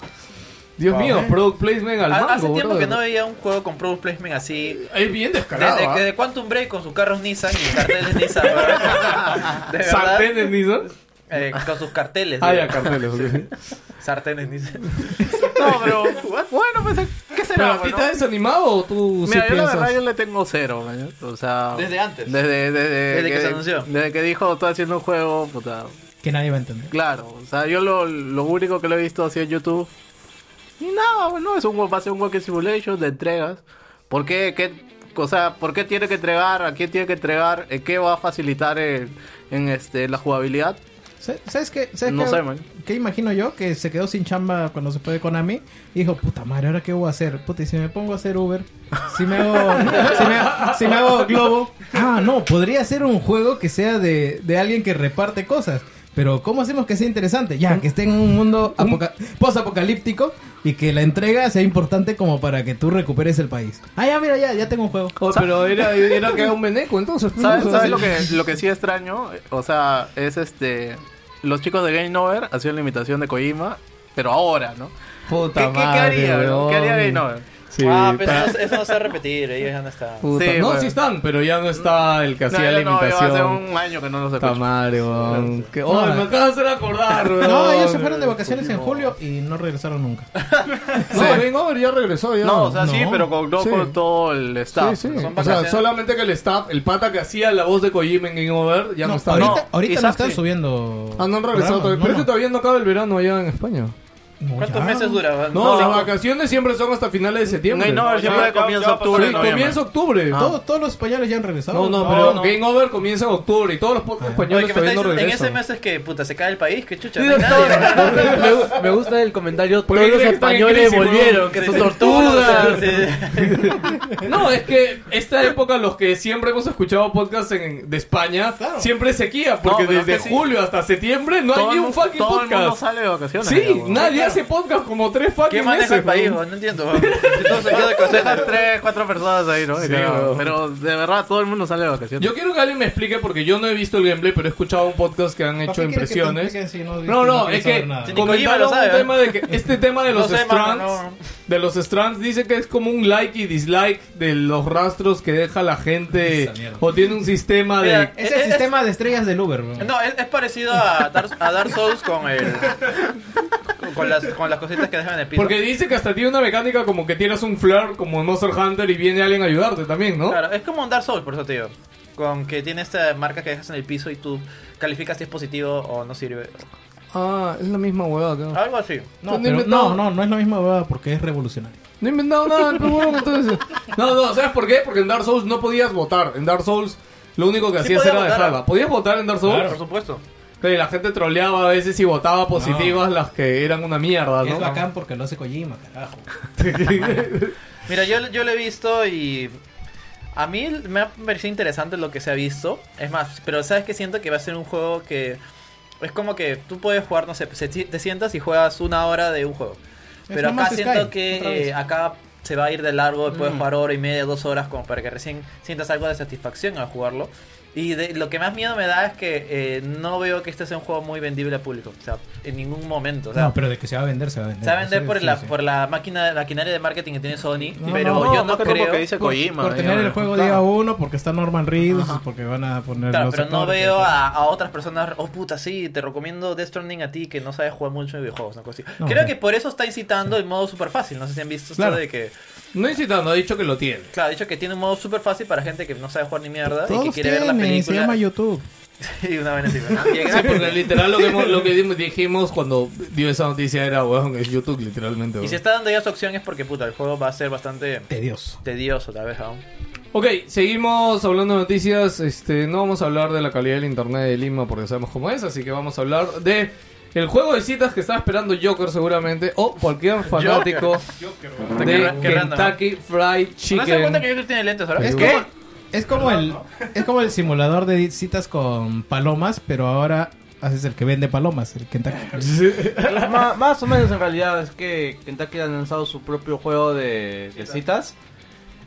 B: Dios mío, Pro Placement al mango,
C: Ha- Ah, Hace tiempo que
B: brother.
C: no veía un juego con product placement así.
B: Es bien descarado.
C: Desde,
B: ¿ah?
C: desde Quantum Break con sus carros Nissan y carteles Nissan. ¿verdad? De verdad,
B: Sartenes, Nissan.
C: eh, con sus carteles.
B: Ah, ya,
C: ¿verdad?
B: carteles, ok.
C: Sartenes Nissan.
I: No, pero, bueno, pues, ¿qué
B: ¿Pero
I: será,
B: a ti
I: bueno?
B: te has desanimado o tú sí
I: Mira, yo la
B: piensas?
I: verdad yo le tengo cero, man. O sea...
C: Desde antes.
I: Desde, desde,
C: Desde que se anunció.
I: Desde que dijo, estoy haciendo un juego, puta...
D: Que nadie va a entender.
I: Claro, o sea, yo lo, lo único que lo he visto así en YouTube. Y nada, bueno, es un, wa- va a ser un Walking Simulation de entregas. ¿Por qué, qué, o sea, ¿por qué tiene que entregar? ¿A quién tiene que entregar? ¿En ¿Qué va a facilitar en, en, este, la jugabilidad?
D: Sa- ¿Sabes qué? ¿Sabes
I: No
D: qué,
I: sé, man.
D: qué imagino yo? Que se quedó sin chamba cuando se fue de Konami. Y dijo, puta madre, ¿ahora qué voy a hacer? Puta, y si me pongo a hacer Uber, si me hago, si me, si me hago Globo. Ah, no, podría ser un juego que sea de, de alguien que reparte cosas. Pero ¿cómo hacemos que sea interesante? Ya, que esté en un mundo apoca- posapocalíptico y que la entrega sea importante como para que tú recuperes el país. Ah, ya, mira, ya, ya tengo un juego.
B: Oh, pero era, era que era un veneco, entonces.
I: ¿Sabes,
B: O sea,
I: sabes lo, que, lo que sí extraño? O sea, es este... Los chicos de Game Over hacían la imitación de Kojima, pero ahora, ¿no? ¿Qué,
B: Puta
I: qué- qué
B: madre,
I: haría, bro? ¿Qué haría
B: weón.
I: Game Over?
B: Sí,
C: ah, pero
B: pa-
C: eso, eso no se va a repetir. Ellos ya no están.
B: puta.
I: Sí,
B: no,
I: bueno.
B: sí están, pero ya no está el que hacía la
I: no, no, yo
B: imitación.
I: hace un año que no los
B: Puta
I: escucho.
B: madre, weón. Que-
D: No,
B: Ay,
D: eh.
B: me acabas de hacer acordar, weón.
D: No, ellos se fueron de vacaciones en julio y no regresaron nunca.
B: No, Game Over ya regresó, ya.
I: No, o sea, sí,
D: No.
I: pero con, no
B: Sí.
I: con todo el staff.
B: sí, sí.
I: ¿no?
C: son
B: O sea,
C: vacaciones.
B: solamente que el staff, el pata que hacía la voz de Kojima en Game Over, ya no, está.
D: ahorita,
I: No,
D: ahorita no
I: quizás
D: están
I: sí.
D: subiendo.
B: Ah, no han regresado todavía.
D: programas,
B: pero es que
D: no,
B: todavía no acaba el verano allá en España.
D: no.
C: ¿Cuántos
D: Ya.
C: meses dura?
B: No,
C: sí,
B: las vacaciones siempre son hasta finales de septiembre.
I: Game Over
F: No,
I: siempre
F: ya- ya- ya
I: comienza
F: pasó.
I: octubre.
B: Sí,
I: noviembre.
B: comienza octubre.
D: Todos, todos los españoles ya han
B: No,
D: regresado.
B: no, pero Game Over comienza en octubre y todos los podcasts
C: Oye,
B: españoles
C: que me
B: todavía
C: está
B: no
C: diciendo, en
B: regresan.
C: ese mes es que puta se cae el país, que chucha.
B: Sí,
C: no hay
B: doctor.
C: nadie.
J: Me, me gusta el comentario.
B: ¿Por
J: Todos
B: qué
J: los
B: creen que están en
J: españoles
B: crisis,
J: volvieron,
B: huevón?
J: que
C: Sí,
J: son
C: sí.
J: tortugas.
C: Sí, sí.
B: No, es que esta época, los que siempre hemos escuchado podcasts en- de España, siempre es sequía, porque
I: No, pero es
B: desde
I: que sí.
B: julio hasta septiembre no
I: Todo
B: hay
I: el
B: ni un
I: mundo-
B: fucking
I: todo el mundo
B: podcast.
I: sale de vacaciones.
B: Sí,
I: ya, weón.
B: nadie hace podcast como tres fucking
C: ¿Qué maneja el
B: meses,
C: país?
B: weón.
C: huevón? No entiendo. huevón. Entonces, yo de
I: Dejas
C: consejo.
I: tres, cuatro personas ahí, ¿no?
B: Sí,
I: Claro,
B: weón.
I: Pero de verdad todo el mundo sale de vacaciones.
B: Yo quiero que alguien me explique, porque yo no he visto el gameplay, pero he escuchado un podcast que han hecho impresiones. No, no, es que
C: Ni Kojima lo
B: comentaron
C: sabe,
B: un
C: ¿eh?
B: tema de que este tema de
C: No
B: los
C: sé,
B: strands,
C: mano, no.
B: de los strands dice que es como un like y dislike de los rastros que deja la gente o tiene un sistema de
C: Mira,
D: Es
C: Es-
D: el
C: es-
D: sistema de estrellas del Uber, bro.
C: No, es, es parecido a Dark, a Dark Souls con el. Con las, con las cositas que dejan en el piso.
B: porque dice que hasta tiene una mecánica como que tiras un flare como en Monster Hunter y viene alguien a ayudarte también, ¿no?
C: Claro, es como un Dark Souls, por eso te digo. Con que tiene esta marca que dejas en el piso y tú calificas si es positivo o no sirve.
B: Ah, es la misma huevada. que-
C: Algo así.
D: No,
B: Tú no
D: pero-
B: inventado.
D: no, no, no es lo mismo huevada, porque es revolucionario.
B: No he inventado nada, el huevón, entonces. eh. No, no, ¿sabes por qué? Porque en Dark Souls no podías votar. En Dark Souls lo único que
C: Sí
B: hacías
C: podía
B: era
C: votar.
B: dejarla. ¿Podías votar en Dark Souls?
C: Por supuesto.
B: Sí, la gente troleaba a veces y votaba positivas las que eran una mierda, Ah, ¿no?
D: Es bacán porque lo hace Kojima, carajo.
C: Mira, yo, yo lo he visto y. A mí me ha parecido interesante lo que se ha visto. Es más, pero sabes que siento que va a ser un juego que. Es como que tú puedes jugar, no sé, se- te sientas y juegas una hora de un juego. Pero
D: No
C: acá
D: Man's
C: siento
D: Sky, otra
C: que
D: vez.
C: eh, acá se va a ir del largo, puedes jugar hora y media, dos horas, como para que recién sientas algo de satisfacción al jugarlo. Y de- lo que más miedo me da es que eh, no veo que este sea un juego muy vendible al público. O sea, en ningún momento. O sea,
D: No, pero de que se va a vender, se va a vender.
C: se va a vender
D: Sí,
C: Eh, por,
D: sí,
C: la,
D: sí.
C: por la máquina, maquinaria de marketing que tiene Sony,
D: No,
C: pero
D: no,
C: yo no,
I: que
C: creo.
I: porque dice Kojima.
D: Por
I: ya,
D: tener el
I: weón.
D: juego
I: Claro.
D: día uno, porque está Norman Reedus, porque van a poner.
C: Claro,
D: los
C: pero no
D: actores,
C: veo
D: pero-
C: a, a otras personas, oh puta, sí, te recomiendo Death Stranding a ti que no sabes jugar mucho en videojuegos, una cosa así.
D: No,
C: Creo
D: sí.
C: que por eso está incitando el modo super fácil, no sé si han visto esto
D: Claro.
C: de que,
B: No incitando, ha dicho que lo tiene.
C: claro, ha dicho que tiene un modo super fácil para gente que no sabe jugar ni mierda y que
D: Todos
C: quiere ver la
D: tienen, se
C: película.
D: llama YouTube.
C: Sí, una vaina así. ¿no? Y en
B: Sí, porque
C: Apple-
B: literal lo que, hemos- lo que dimos- dijimos cuando dio esa noticia era, weón, es YouTube, literalmente.
C: Y
B: weón.
C: si está dando ya su opción es porque, puta, el juego va a ser bastante
D: Tedioso.
C: tedioso, tal vez aún.
B: Ok, seguimos hablando de noticias. Este, no vamos a hablar de la calidad del internet de Lima porque sabemos cómo es, así que vamos a hablar de el juego de citas que está esperando Joker seguramente o cualquier fanático de
C: Qué random.
B: Kentucky Fried
C: ¿No se dan cuenta
B: Chicken.
C: que Joker tiene lentes ahora?
D: Es
B: ¿Qué?
D: como, es como el es como el simulador de citas con palomas, pero ahora haces el que vende palomas, el Kentucky.
I: Ma- más o menos en realidad es que Kentucky ha lanzado su propio juego de, de citas.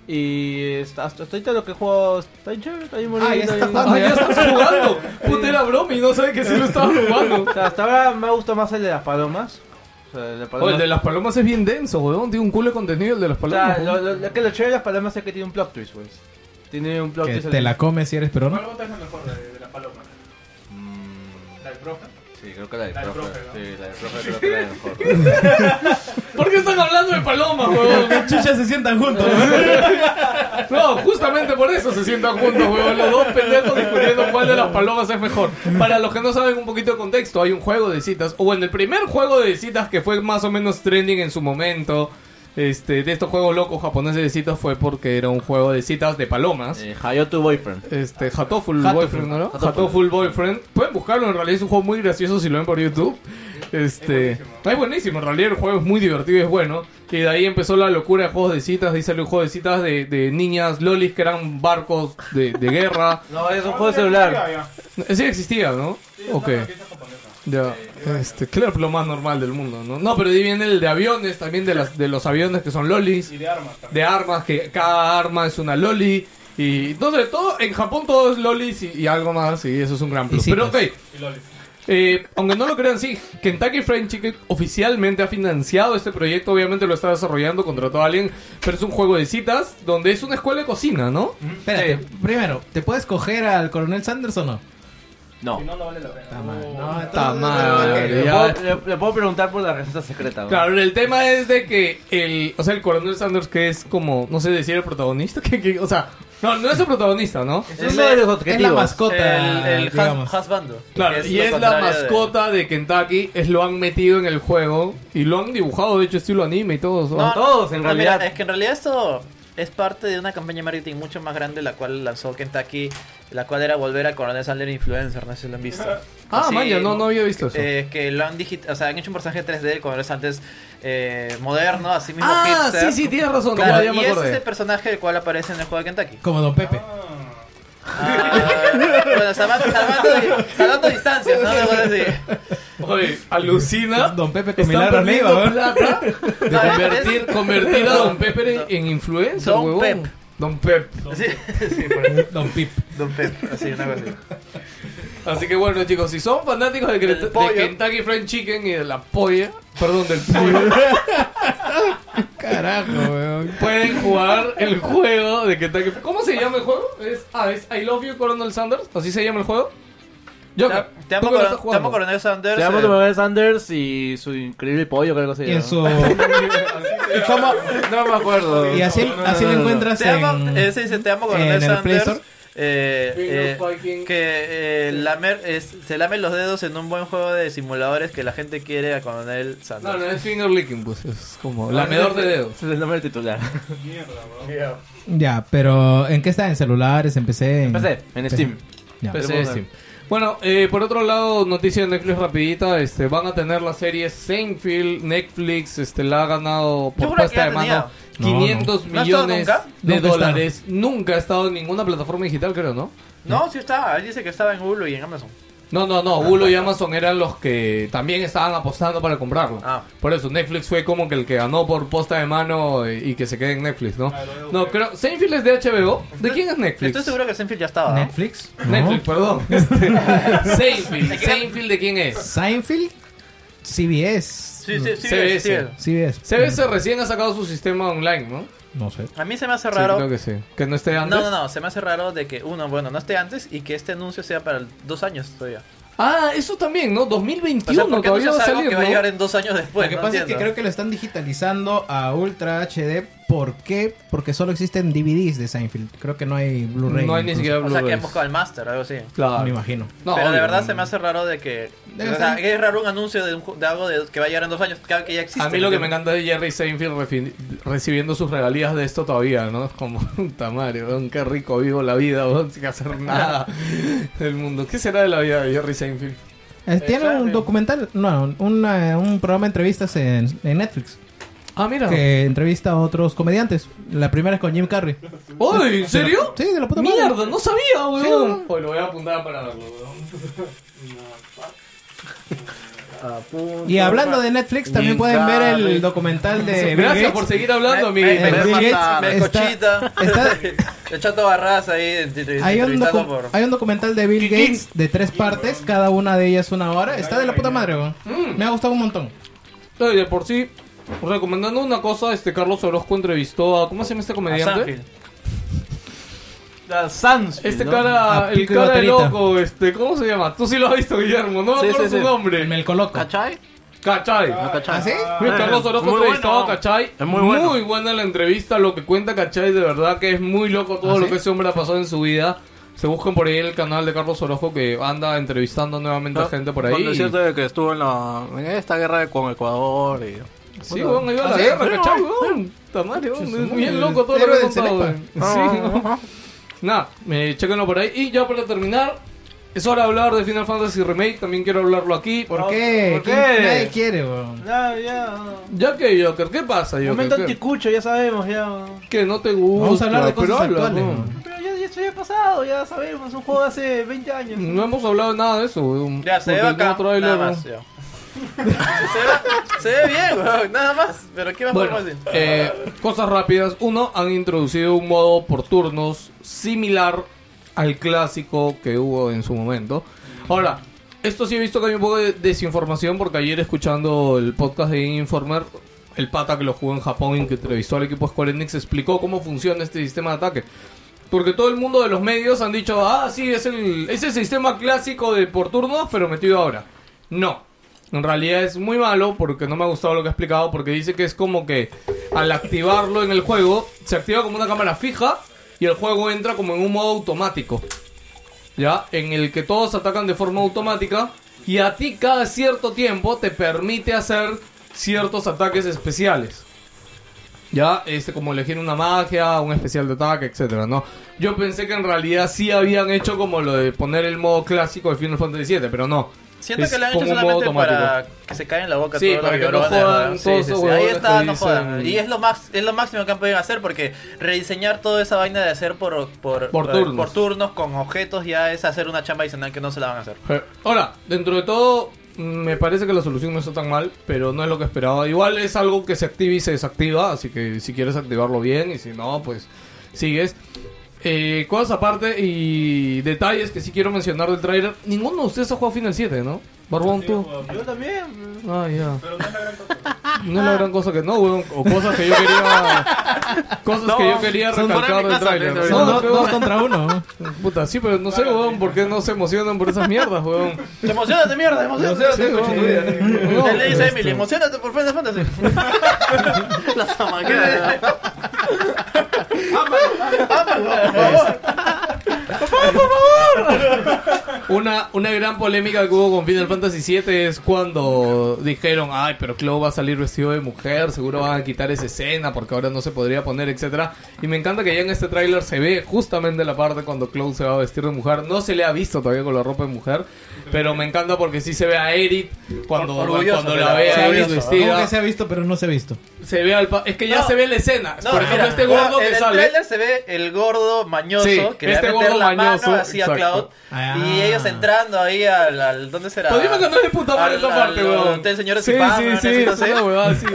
I: Y está- hasta hasta ahorita lo que juego está bien chévere, está bien bonito.
D: ya está
I: y-
D: jugando.
B: Ah, ya estás jugando. Puta era broma y no sabe que sí lo estaba jugando.
I: O sea, hasta ahora me gusta más el de las palomas. O sea, el de
B: Oh,
I: palomas-
B: el de las palomas es bien denso, weón. Tiene un culo de contenido el de las
I: O
B: palomas.
I: sea, lo, lo- lo que lo chévere de las palomas es que tiene un plot twist, pues. Tiene un plot
D: Que
I: twist.
D: te la comes si eres peruano.
F: ¿Cuál bota es la mejor de, de la paloma?
B: Mm.
F: La del profe.
I: Sí, creo que la del
F: La del
I: profe.
F: profe, ¿no?
I: Sí, la del profe creo que la del mejor.
B: ¿Por qué están hablando de palomas, weón?
D: Los chuchas se sientan juntos.
B: No, justamente por eso se sientan juntos, weón. Los dos pendejos discutiendo cuál de las palomas es mejor. Para los que no saben un poquito de contexto, hay un juego de citas. O bueno, el primer juego de citas que fue más o menos trending en su momento. Este, de estos juegos locos japoneses de citas fue porque era un juego de citas de palomas.
I: Eh, Hayato Boyfriend.
B: Este, Hatoful
D: Hatoful.
B: Boyfriend, ¿no? Hatoful Boyfriend. Pueden buscarlo, en realidad es un juego muy gracioso si lo ven por YouTube. Este, es buenísimo. en realidad el juego es muy divertido y es bueno. Y de ahí empezó la locura de juegos de citas, de ahí salió un juego de citas de, de niñas lolis que eran barcos de, de guerra.
I: No, es un juego de celular.
B: Sí existía, ¿no? ok. Ya, este, claro, lo más normal del mundo, ¿no? No, pero de ahí viene el de aviones, también de, las, de los aviones que son lolis
F: Y de armas también.
B: de armas, que cada arma es una loli. Y entonces todo, en Japón todo es lolis y, y algo más, y eso es un gran plus.
D: citas.
B: Pero ok,
F: Y lolis.
B: eh, aunque no lo crean, sí, Kentucky Fried Chicken oficialmente ha financiado este proyecto, obviamente lo está desarrollando, contrató a alguien, pero es un juego de citas donde es una escuela de cocina, ¿no?
D: Espérate, primero, ¿te puedes coger al coronel Sanders o no?
I: No.
F: Si no, no vale la pena.
D: Está mal. No, entonces-
B: Ta madre,
I: Le
B: ya.
I: puedo, le- le puedo preguntar por la receta secreta. ¿no?
B: Claro, el tema es de que el, o sea, el coronel Sanders que es como, no sé decir el protagonista, que, que- o sea, no, no es el protagonista, ¿no?
I: Es uno de los
D: Es la
I: objetivos.
D: mascota,
C: el el
D: digamos.
C: Has- Hasbando.
B: Claro,
C: que
B: y
C: lo
B: es la
C: contrario de-
B: mascota de... Kentucky, es lo han metido en el juego y lo han dibujado, de hecho, estilo anime y todo. ¿no?
C: No,
I: todos, en
C: no, mira,
I: realidad.
C: es que en realidad esto es parte de una campaña de marketing mucho más grande la cual lanzó Kentucky, la cual era volver al coronel Sandler influencer, no sé si lo han visto.
B: ah,
C: Así,
B: man, ya no, no había visto eso.
C: eh, que lo han digit- o sea, han hecho un personaje 3D del coronel Sanders eh, moderno, así mismo
B: ah,
C: hipster.
B: sí, sí, tienes razón.
C: Claro,
B: ya, ya
C: y
B: me
C: ese
B: acordé.
C: es el personaje del cual aparece en el juego de Kentucky.
D: Como Don Pepe.
C: Ah, bueno, salvando, salvando, salvando distancias, ¿no? Debo decir.
B: Oye, alucina.
D: Don Pepe con
B: Están
D: milagro
B: perdiendo
D: arriba,
B: plata
D: ¿verdad?
B: de
C: No, no,
B: convertir,
C: pero es-
B: convertir a Don
C: Don-
B: Pepper en,
C: Don-
B: en influencer,
C: Don
B: huevón.
C: Pep.
B: Don Pep.
C: Sí, sí, por eso.
D: Don Pip.
C: Don Pep, así, una cosa así.
B: Así que bueno, chicos, si son fanáticos de,
C: Del
B: Kent- de
C: pollo.
B: Kentucky Fried Chicken y de la polla, perdón, del pollo.
D: Carajo, weón.
B: Pueden jugar el juego de Kentucky Fried ¿Cómo se llama el juego? Es, ah, es I Love You Coronel Sanders. ¿Así se llama el juego? Yo,
C: Te amo, coron- te amo Coronel Sanders.
I: Le damos
C: eh,
I: tu bebé Sanders y su increíble pollo, creo que se
D: Y
I: llama.
D: en su. y, cómo-
I: No me acuerdo.
D: y así, así lo encuentras
C: Te amo, eh,
D: en.
C: ese dice, te amo Coronel
D: en el Play
C: Sanders.
D: Store.
C: Eh, eh,
B: Windows Viking.
C: que eh, lamer, es- se lamen los dedos en un buen juego de simuladores que la gente quiere a Coronel Sanders.
B: No, no, es finger licking, pues. Es
C: Ah,
B: como lamedor de dedos.
I: Ese es el nombre del titular.
D: Ya, pero ¿en qué está? ¿En celulares? ¿En PC? En
I: Empecé, en Steam.
D: Ya.
B: PC,
I: Pero bueno.
B: Pues sí. Bueno, eh, por otro lado, noticia de Netflix rapidita, este, van a tener la serie Seinfeld, Netflix, este, la ha ganado
C: Yo
B: por
C: juraba
B: puesta
C: que
B: de
C: ya
B: mano
D: tenía. No,
B: 500
C: no. ¿No ha estado
B: millones
C: nunca?
B: de
D: Nunca ha
B: dólares. Nunca ha estado en ninguna plataforma digital, creo, ¿no?
C: No, sí estaba. Él dice que estaba en Hulu y en Amazon.
B: No, no,
C: Ah,
B: no, Hulu y Amazon eran los que también estaban apostando para comprarlo.
C: Ah.
B: Por eso Netflix fue como que el que ganó por posta de mano eh, y, y que se quede en Netflix, ¿no? No, creo, Seinfeld es de HBO. ¿De quién es Netflix?
C: Estoy seguro que Seinfeld ya
D: Ah.
C: estaba. ¿no?
D: ¿Netflix? No.
B: Netflix, perdón. Este, Seinfeld, Seinfeld de quién es?
D: ¿Seinfeld? CBS.
C: Sí, sí, sí,
B: CBS.
C: sí, sí.
D: CBS.
B: CBS recién ha sacado su sistema online, ¿no?
D: No sé.
C: A mí se me hace
B: Sí,
C: raro.
B: creo que sí. Que no esté antes.
C: no, no, no, se me hace raro de que uno, bueno, no esté antes y que este anuncio sea para el- dos años todavía.
B: Ah, eso también, ¿no?
C: O sea,
B: 2021
C: ¿por qué
B: todavía
C: anuncias
B: va a
C: algo
B: salir,
C: que va a llegar
B: ¿no?
C: en dos años después?
D: lo que
C: No
D: pasa es que
C: entiendo.
D: creo que lo están digitalizando a Ultra HD ¿Por qué? Porque solo existen DVDs de Seinfeld. Creo que no hay Blu-ray.
B: No hay ni
D: incluso.
B: siquiera
C: O sea, que han buscado el master, algo así.
D: Me imagino.
C: Pero de verdad se me hace raro de que...
B: Debe
C: o sea,
B: ser-
C: que es raro un anuncio de, un ju- de algo de- que va a llegar en dos años, que que ya existe.
B: A mí lo que me encanta de Jerry Seinfeld refi- recibiendo sus regalías de esto todavía, ¿no? Es como, puta madre, weón, qué rico vivo la vida, weón, sin hacer nada del mundo. ¿Qué será de la vida de Jerry Seinfeld?
D: Eh, Tiene un documental, no, una- un programa de entrevistas en, en Netflix.
B: Ah, mira.
D: Que entrevista a otros comediantes. La primera es con Jim Carrey.
B: ¡Uy! ¿En serio?
D: Sí, de la puta madre.
B: Mierda, no sabía,
D: Sí,
B: weón.
D: no.
B: Pues lo voy a apuntar para verlo, weón.
D: Y hablando de Netflix, también
B: Jim
D: pueden ver
B: Carrey.
D: el documental de Bill
B: Gracias
D: Gates.
B: por seguir hablando,
D: Me-
B: mi
D: me- me- Bill Gates está-
C: Melcochita. El chato Barras ahí
D: Hay un,
C: entrevistado
D: docu-
C: por...
D: hay un documental de Bill Gates de tres partes, cada una de ellas una hora. Está de la puta madre, weón.
C: Mm.
D: Me ha gustado un montón.
B: Oye, de por sí, recomendando una cosa, este Carlos Orozco entrevistó a. ¿Cómo se llama este comediante?
I: La Sans.
B: Este
I: ¿no?
B: cara,
I: A
B: el
I: pico
B: cara de
I: baterita.
B: loco, este, ¿cómo se llama? Tú sí lo has visto, Guillermo, no
I: Sí,
B: me acuerdo
I: sí,
B: su
I: sí.
B: nombre.
D: Me coloco.
E: ¿Cachai?
B: Cachay.
E: ¿Cachai?
B: Sí, Carlos Orozco
E: Ah, Muy
B: entrevistó
E: bueno.
B: a Cachay.
E: Es muy bueno.
B: buena la entrevista, lo que cuenta Cachay, de verdad que es muy loco todo
E: ¿Ah,
B: lo
E: sí?
B: que ese hombre ha pasado en su vida. Se buscan por ahí el canal de Carlos Orozco que anda entrevistando nuevamente a gente por ahí.
E: Ah, Cuando es cierto de que estuvo en, la, en esta guerra de- con Ecuador y...
B: Sí, weón, iba a la guerra, Cachay, weón. Puta madre, weón,
E: Sí, sí,
B: es bien
E: el
B: loco todo lo
E: héroe
B: que ha
E: del
B: contado,
E: Cenepa.
B: weón. Sí, ¿no? Nada, me chequenlo por ahí. Y ya para terminar, es hora de hablar de Final Fantasy Remake. También quiero hablarlo aquí.
D: ¿Por qué?
B: ¿Por
D: ¿Quién- Nadie quiere, weón.
I: Ya, ya.
B: Ya que Joker, ¿qué pasa, Joker?
I: Momento
B: ¿Qué-
I: anticucho, ya sabemos, ya.
B: Que no te gusta.
D: Vamos a hablar de cosas
B: pero habla,
D: actuales,
B: weón.
I: Pero ya, ya esto ya ha pasado, ya sabemos, un juego de hace 20 años.
B: No hemos hablado de nada de eso, weón.
I: Ya, se ve
B: Porque
I: bacán,
B: no trae
I: nada
B: luego.
I: más, ya.
C: Se ve bien, weón, nada más. Pero ¿qué más
B: Bueno,
C: podemos decir?
B: eh, cosas rápidas. Uno, han introducido un modo por turnos similar al clásico que hubo en su momento. Ahora, esto sí he visto que hay un poco de desinformación porque ayer escuchando el podcast de Informer, el pata que lo jugó en Japón y que entrevistó al equipo Square Enix explicó cómo funciona este sistema de ataque. Porque todo el mundo de los medios han dicho, ah, sí, es el, es el sistema clásico de por turnos, pero metido ahora. No. En realidad es muy malo porque no me ha gustado lo que ha explicado porque dice que es como que al activarlo en el juego se activa como una cámara fija y el juego entra como en un modo automático. ¿Ya? En el que todos atacan de forma automática y a ti cada cierto tiempo te permite hacer ciertos ataques especiales. Ya, este, como elegir una magia, un especial de ataque, etcétera, ¿no? Yo pensé que en realidad sí habían hecho como lo de poner el modo clásico de Final Fantasy VII, pero no.
C: Siento
B: Es
C: que lo han hecho
B: como un modo
C: solamente
B: automático.
C: para que se caigan la boca
B: Sí,
C: todos los
B: para que no
C: llorones,
B: jodan
C: ¿no? Sí,
B: todos
C: sí,
B: esos
C: sí. Ahí
B: huevones
C: está,
B: que
C: no
B: dicen-
C: jodan. Y es lo, más, es lo máximo que han podido hacer porque rediseñar toda esa vaina de hacer por, por,
B: Por
C: eh,
B: turnos.
C: por turnos con objetos ya es hacer una chamba adicional que no se la van a hacer.
B: Eh, Ahora, dentro de todo, mm, me parece que la solución no está tan mal, pero no es lo que esperaba. Igual es algo que se activa y se desactiva, así que si quieres activarlo bien y si no, pues sigues. Eh, cosas aparte y detalles que sí quiero mencionar del trailer. Ninguno de ustedes ha jugado Final 7, ¿no? Barbón, tú.
I: Yo también.
B: Ah, ya. No es la gran cosa que no, weón. O cosas que yo quería. Cosas
I: No,
B: que yo quería
I: son para
B: recalcar
I: mi
B: del
I: casa,
B: trailer.
I: Leandro. Son dos-
B: pero-
I: dos contra uno.
B: Puta, sí, pero no sé, weón, por qué no se emocionan por esas mierdas, weón.
C: Te emocionas de mierda, emocionate.
B: Sí, weón. No,
C: Le dice a
B: este-
C: Emily, emocionate por Final Fantasy. la zamaquera.
B: Una, una gran polémica que hubo con Final Fantasy VII es cuando dijeron, ay, pero Clow va a salir vestido de mujer, seguro van a quitar esa escena porque ahora no se podría poner, etcétera. Y me encanta que ya en este tráiler se ve justamente la parte cuando Clow se va a vestir de mujer. No se le ha visto todavía con la ropa de mujer, pero me encanta porque sí se ve a Eric cuando,
D: Orgulloso,
B: cuando la
D: pero-
B: ve
D: se
B: a
D: ha
B: Eric
D: visto. Como
B: vestida.
D: que se ha visto, pero no se ha visto.
B: Se ve al pa- Es que ya se ve la escena.
C: No,
B: Por ejemplo,
C: mira,
B: este gordo
C: en
B: que
C: el
B: sale...
C: trailer se ve el gordo mañoso
B: Sí,
C: que le va a
B: este
C: meter
B: gordo
C: la
B: mañoso,
C: mano así a
B: exacto.
C: Cloud y ellos entrando ahí al, al ¿dónde será?
B: Podría cantar de puta madre
C: Al-
B: esa parte,
C: al-
B: weón.
C: hotel señor
B: Sí,
C: Zipán,
B: sí,
C: weón,
B: sí,
C: así, no
B: es
C: sé.
B: una huevada así.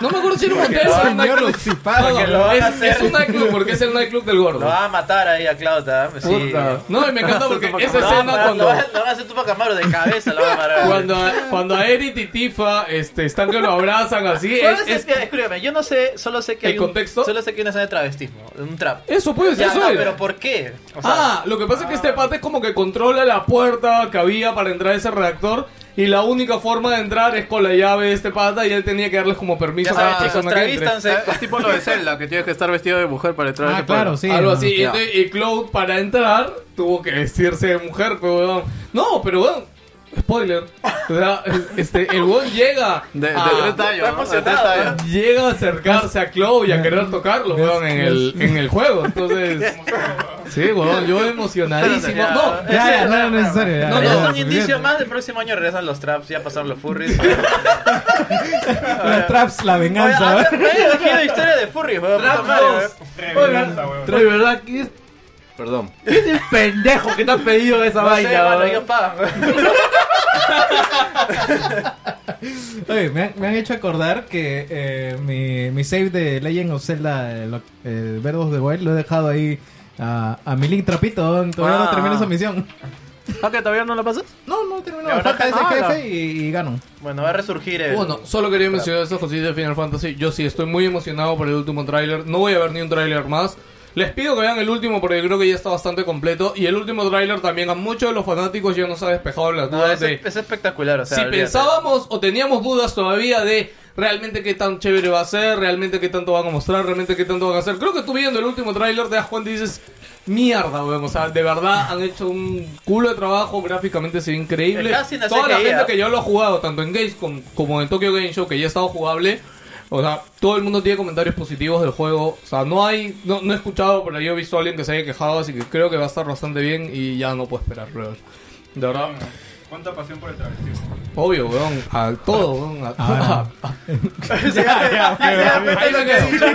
B: No me acuerdo si era un
C: Porque
B: hotel
C: lo
B: o
C: van
B: un
C: a-
B: nightclub.
C: Zipán,
B: No,
C: porque lo van a
B: es, es
C: hacer.
B: un nightclub porque es el nightclub del gordo.
C: Lo va a matar ahí a Cloud, ¿ah? Sí.
B: Puta. No, y me encanta porque
C: Lo va a
B: esa
C: matar,
B: escena
C: Lo
B: cuando...
C: va, lo va a hacer tu Camaro de cabeza, lo va a matar.
B: Cuando, cuando a Eric y Tifa este, están que lo abrazan así,
C: ¿Cuál
B: es,
C: es el-
B: es-
C: mira, escúchame, yo no sé, solo sé que
B: ¿El
C: hay un,
B: contexto?
C: solo sé que hay una escena de travestismo, un trap.
B: Eso puede ser,
C: Ya,
B: eso
C: no,
B: es.
C: pero ¿por qué? O sea,
B: Ah, lo que que pasa es que este pata es como que controla la puerta que había para entrar a ese reactor. Y la única forma de entrar es con la llave de este pata. Y él tenía que darles como permiso a
C: Ya
B: cada
C: saben, chicos,
B: persona que entre.
C: travístanse.
I: Ah,
E: Es tipo lo de Zelda, que tienes que estar vestido de mujer
D: Ah,
E: para entrar a ese pueblo.
B: Algo así. Y,
E: Ya.
B: entonces- y Cloud, para entrar, tuvo que vestirse de mujer, pero weón. No, pero weón. Spoiler. O sea, este, el weón llega.
E: De, de
I: Ah,
B: a-
E: tres tallos, ¿no? De tres tallos.
B: Llega a acercarse a Cloud y a querer tocarlo, weón, en el, en el juego. Entonces. Sí, weón, yo emocionadísimo. No,
D: Ya, ya, no era necesario. ya,
C: No,
D: ya,
C: no,
D: ya,
C: un indicio más. El próximo año regresan los traps. Ya pasaron los furries.
D: Los traps, la venganza.
C: Oye,
D: ¿verdad?
C: Nadie elegido historia de furries, weón. puta
H: Traps
C: madre,
H: dos.
C: weón.
H: Oigan,
I: Troy, ¿verdad? ¿Qué es? Perdón. ¿Qué es el pendejo que te ha pedido esa
C: No sé,
I: vaina?
C: mano,
I: weón?
C: ellos pagan, weón.
D: Oye, me, han- me han hecho acordar que eh, mi, mi save de Legend of Zelda, el, el Breath of the Wild, lo he dejado ahí a, a mi link trapito. ¿no? Todavía
E: Ah.
D: no termino esa misión.
E: ¿Ah, que todavía no lo pasas?
D: No, no termino.
C: Ya,
D: Me falta ese
E: ahora- ah,
D: jefe y, y gano.
C: Bueno, va a resurgir el.
B: Bueno, solo quería mencionar esas cositas de Final Fantasy. Yo sí estoy muy emocionado por el último tráiler. No voy a ver ni un tráiler más. Les pido que vean el último porque creo que ya está bastante completo. Y el último tráiler también a muchos de los fanáticos ya nos ha despejado las
C: No,
B: dudas
C: es,
B: de
C: es espectacular, o sea.
B: si
C: olvídate.
B: pensábamos o teníamos dudas todavía de realmente qué tan chévere va a ser, realmente qué tanto van a mostrar, realmente qué tanto van a hacer. Creo que tú viendo el último tráiler te das cuenta y dices, mierda, weón. O sea, de verdad han hecho un culo de trabajo, gráficamente se ve increíble.
C: El casting hace
B: Toda la
C: que
B: gente
C: ya.
B: que yo lo he jugado, tanto en Gamescom como en Tokyo Game Show, que ya ha estado jugable. O sea, todo el mundo tiene comentarios positivos del juego. O sea, no hay, no, no he escuchado, pero yo he visto a alguien que se haya quejado, así que creo que va a estar bastante bien y ya no puedo esperar, weón. De verdad.
F: ¿Cuánta pasión por el travestismo?
B: Obvio, weón, a todo, weón. A,
D: Ah,
B: ahí me quedo.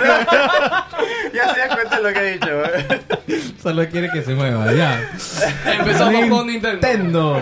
C: Ya se dan cuenta de lo que he dicho, weón.
D: Solo quiere que se mueva, Ah, ya.
B: Empezamos con Nintendo.
D: Nintendo.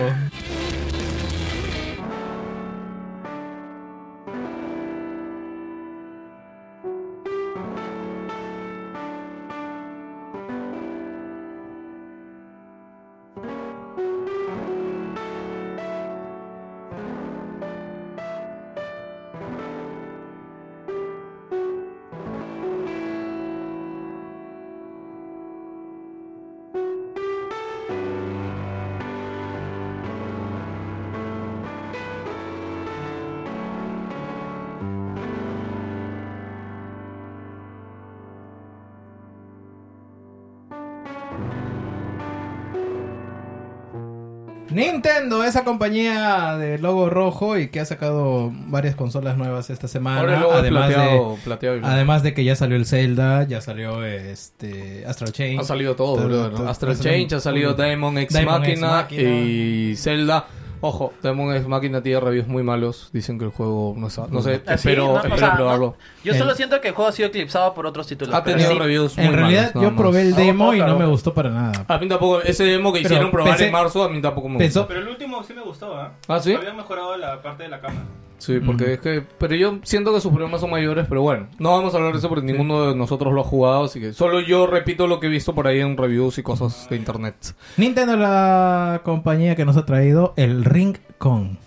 D: Nintendo, esa compañía de logo rojo y que ha sacado varias consolas nuevas esta semana.
B: Ahora luego
D: además,
B: plateado,
D: de,
B: plateado y blanco.
D: además de que ya salió el Zelda, ya salió este Astral Chain.
B: Ha salido todo,
D: Todo,
B: brother.
D: todo.
B: Astral
D: Ha salido-
B: Change, ha salido Demon X
D: Daemon Ex
B: Machina,
D: Machina.
B: y Zelda. Ojo, Demon X Machina tiene reviews muy malos. Dicen que el juego, no sé, no sé
C: Ah, sí,
B: espero,
C: no, o
B: espero
C: sea, no.
B: probarlo.
C: Yo
D: El-
C: solo siento que el juego ha sido eclipsado por otros títulos.
B: Ha
C: pero
B: tenido
C: sí.
B: reviews muy
D: En realidad,
B: malos, nada
D: yo probé el
B: más.
D: demo
F: Ah,
D: y no
F: claro.
D: me gustó para nada.
B: A mí tampoco, ese demo que
D: Pero
B: hicieron probar
D: pensé-
B: en marzo, a mí tampoco me
D: Pensó-
B: gustó.
F: Pero el último sí me gustó, ¿ah?
B: ¿Ah, sí?
F: Habían mejorado la parte de la cámara.
B: Sí, porque
D: Ujú.
B: es que. Pero yo siento que sus problemas son mayores, pero bueno. No vamos a hablar de eso porque ninguno de nosotros lo ha jugado, así que solo yo repito lo que he visto por ahí en reviews y cosas de internet.
D: Nintendo es la compañía que nos ha traído el Ring Con.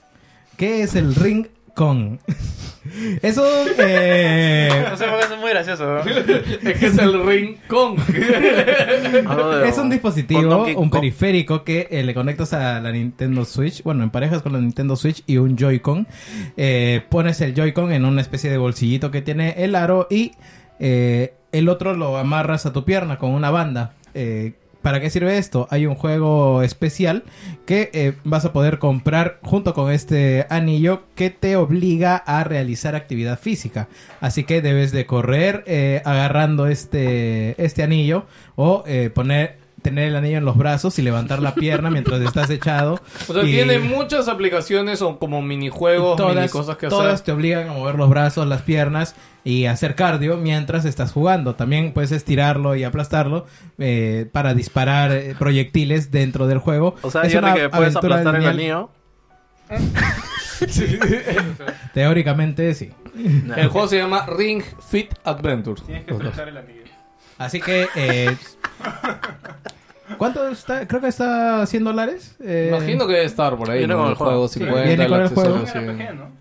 D: ¿Qué es el Ring Con? es un... eh,
C: No sé por qué eso es muy gracioso, weón.
B: es que es el rincón.
E: Algo de-
D: Es un
E: con
D: dispositivo,
E: Donkey
D: un
E: Kong.
D: periférico que eh, le conectas a la Nintendo Switch, bueno, en parejas con la Nintendo Switch y un Joy-Con. Eh, pones el Joy-Con en una especie de bolsillito que tiene el aro y eh, el otro lo amarras a tu pierna con una banda. Eh, ¿Para qué sirve esto? Hay un juego especial que eh, vas a poder comprar junto con este anillo que te obliga a realizar actividad física. Así que debes de correr eh, agarrando este, este anillo o eh, poner tener el anillo en los brazos y levantar la pierna mientras estás echado.
B: O sea,
D: y
B: tiene muchas aplicaciones o como minijuegos, mini cosas que
D: todas
B: hacer.
D: te obligan a mover los brazos, las piernas y hacer cardio mientras estás jugando. También puedes estirarlo y aplastarlo eh, para disparar eh, proyectiles dentro del juego.
E: O sea,
D: Es
E: yo
D: una
E: que puedes
D: aventura
E: aplastar el
D: lineal.
E: anillo.
D: Teóricamente sí.
B: El juego se llama Ring Fit Adventure.
F: Tienes que estresar el anillo.
B: Ah,
D: Así que... eh, ¿Cuánto está? Creo que está 100 dólares. eh,
B: Imagino que debe estar por ahí.
E: Viene
B: ¿no?
E: con el
B: el juego
E: juego.
B: 50,
D: Viene con el
B: accesorio,
D: juego.
F: Es un
B: sí.
F: RPG, ¿no?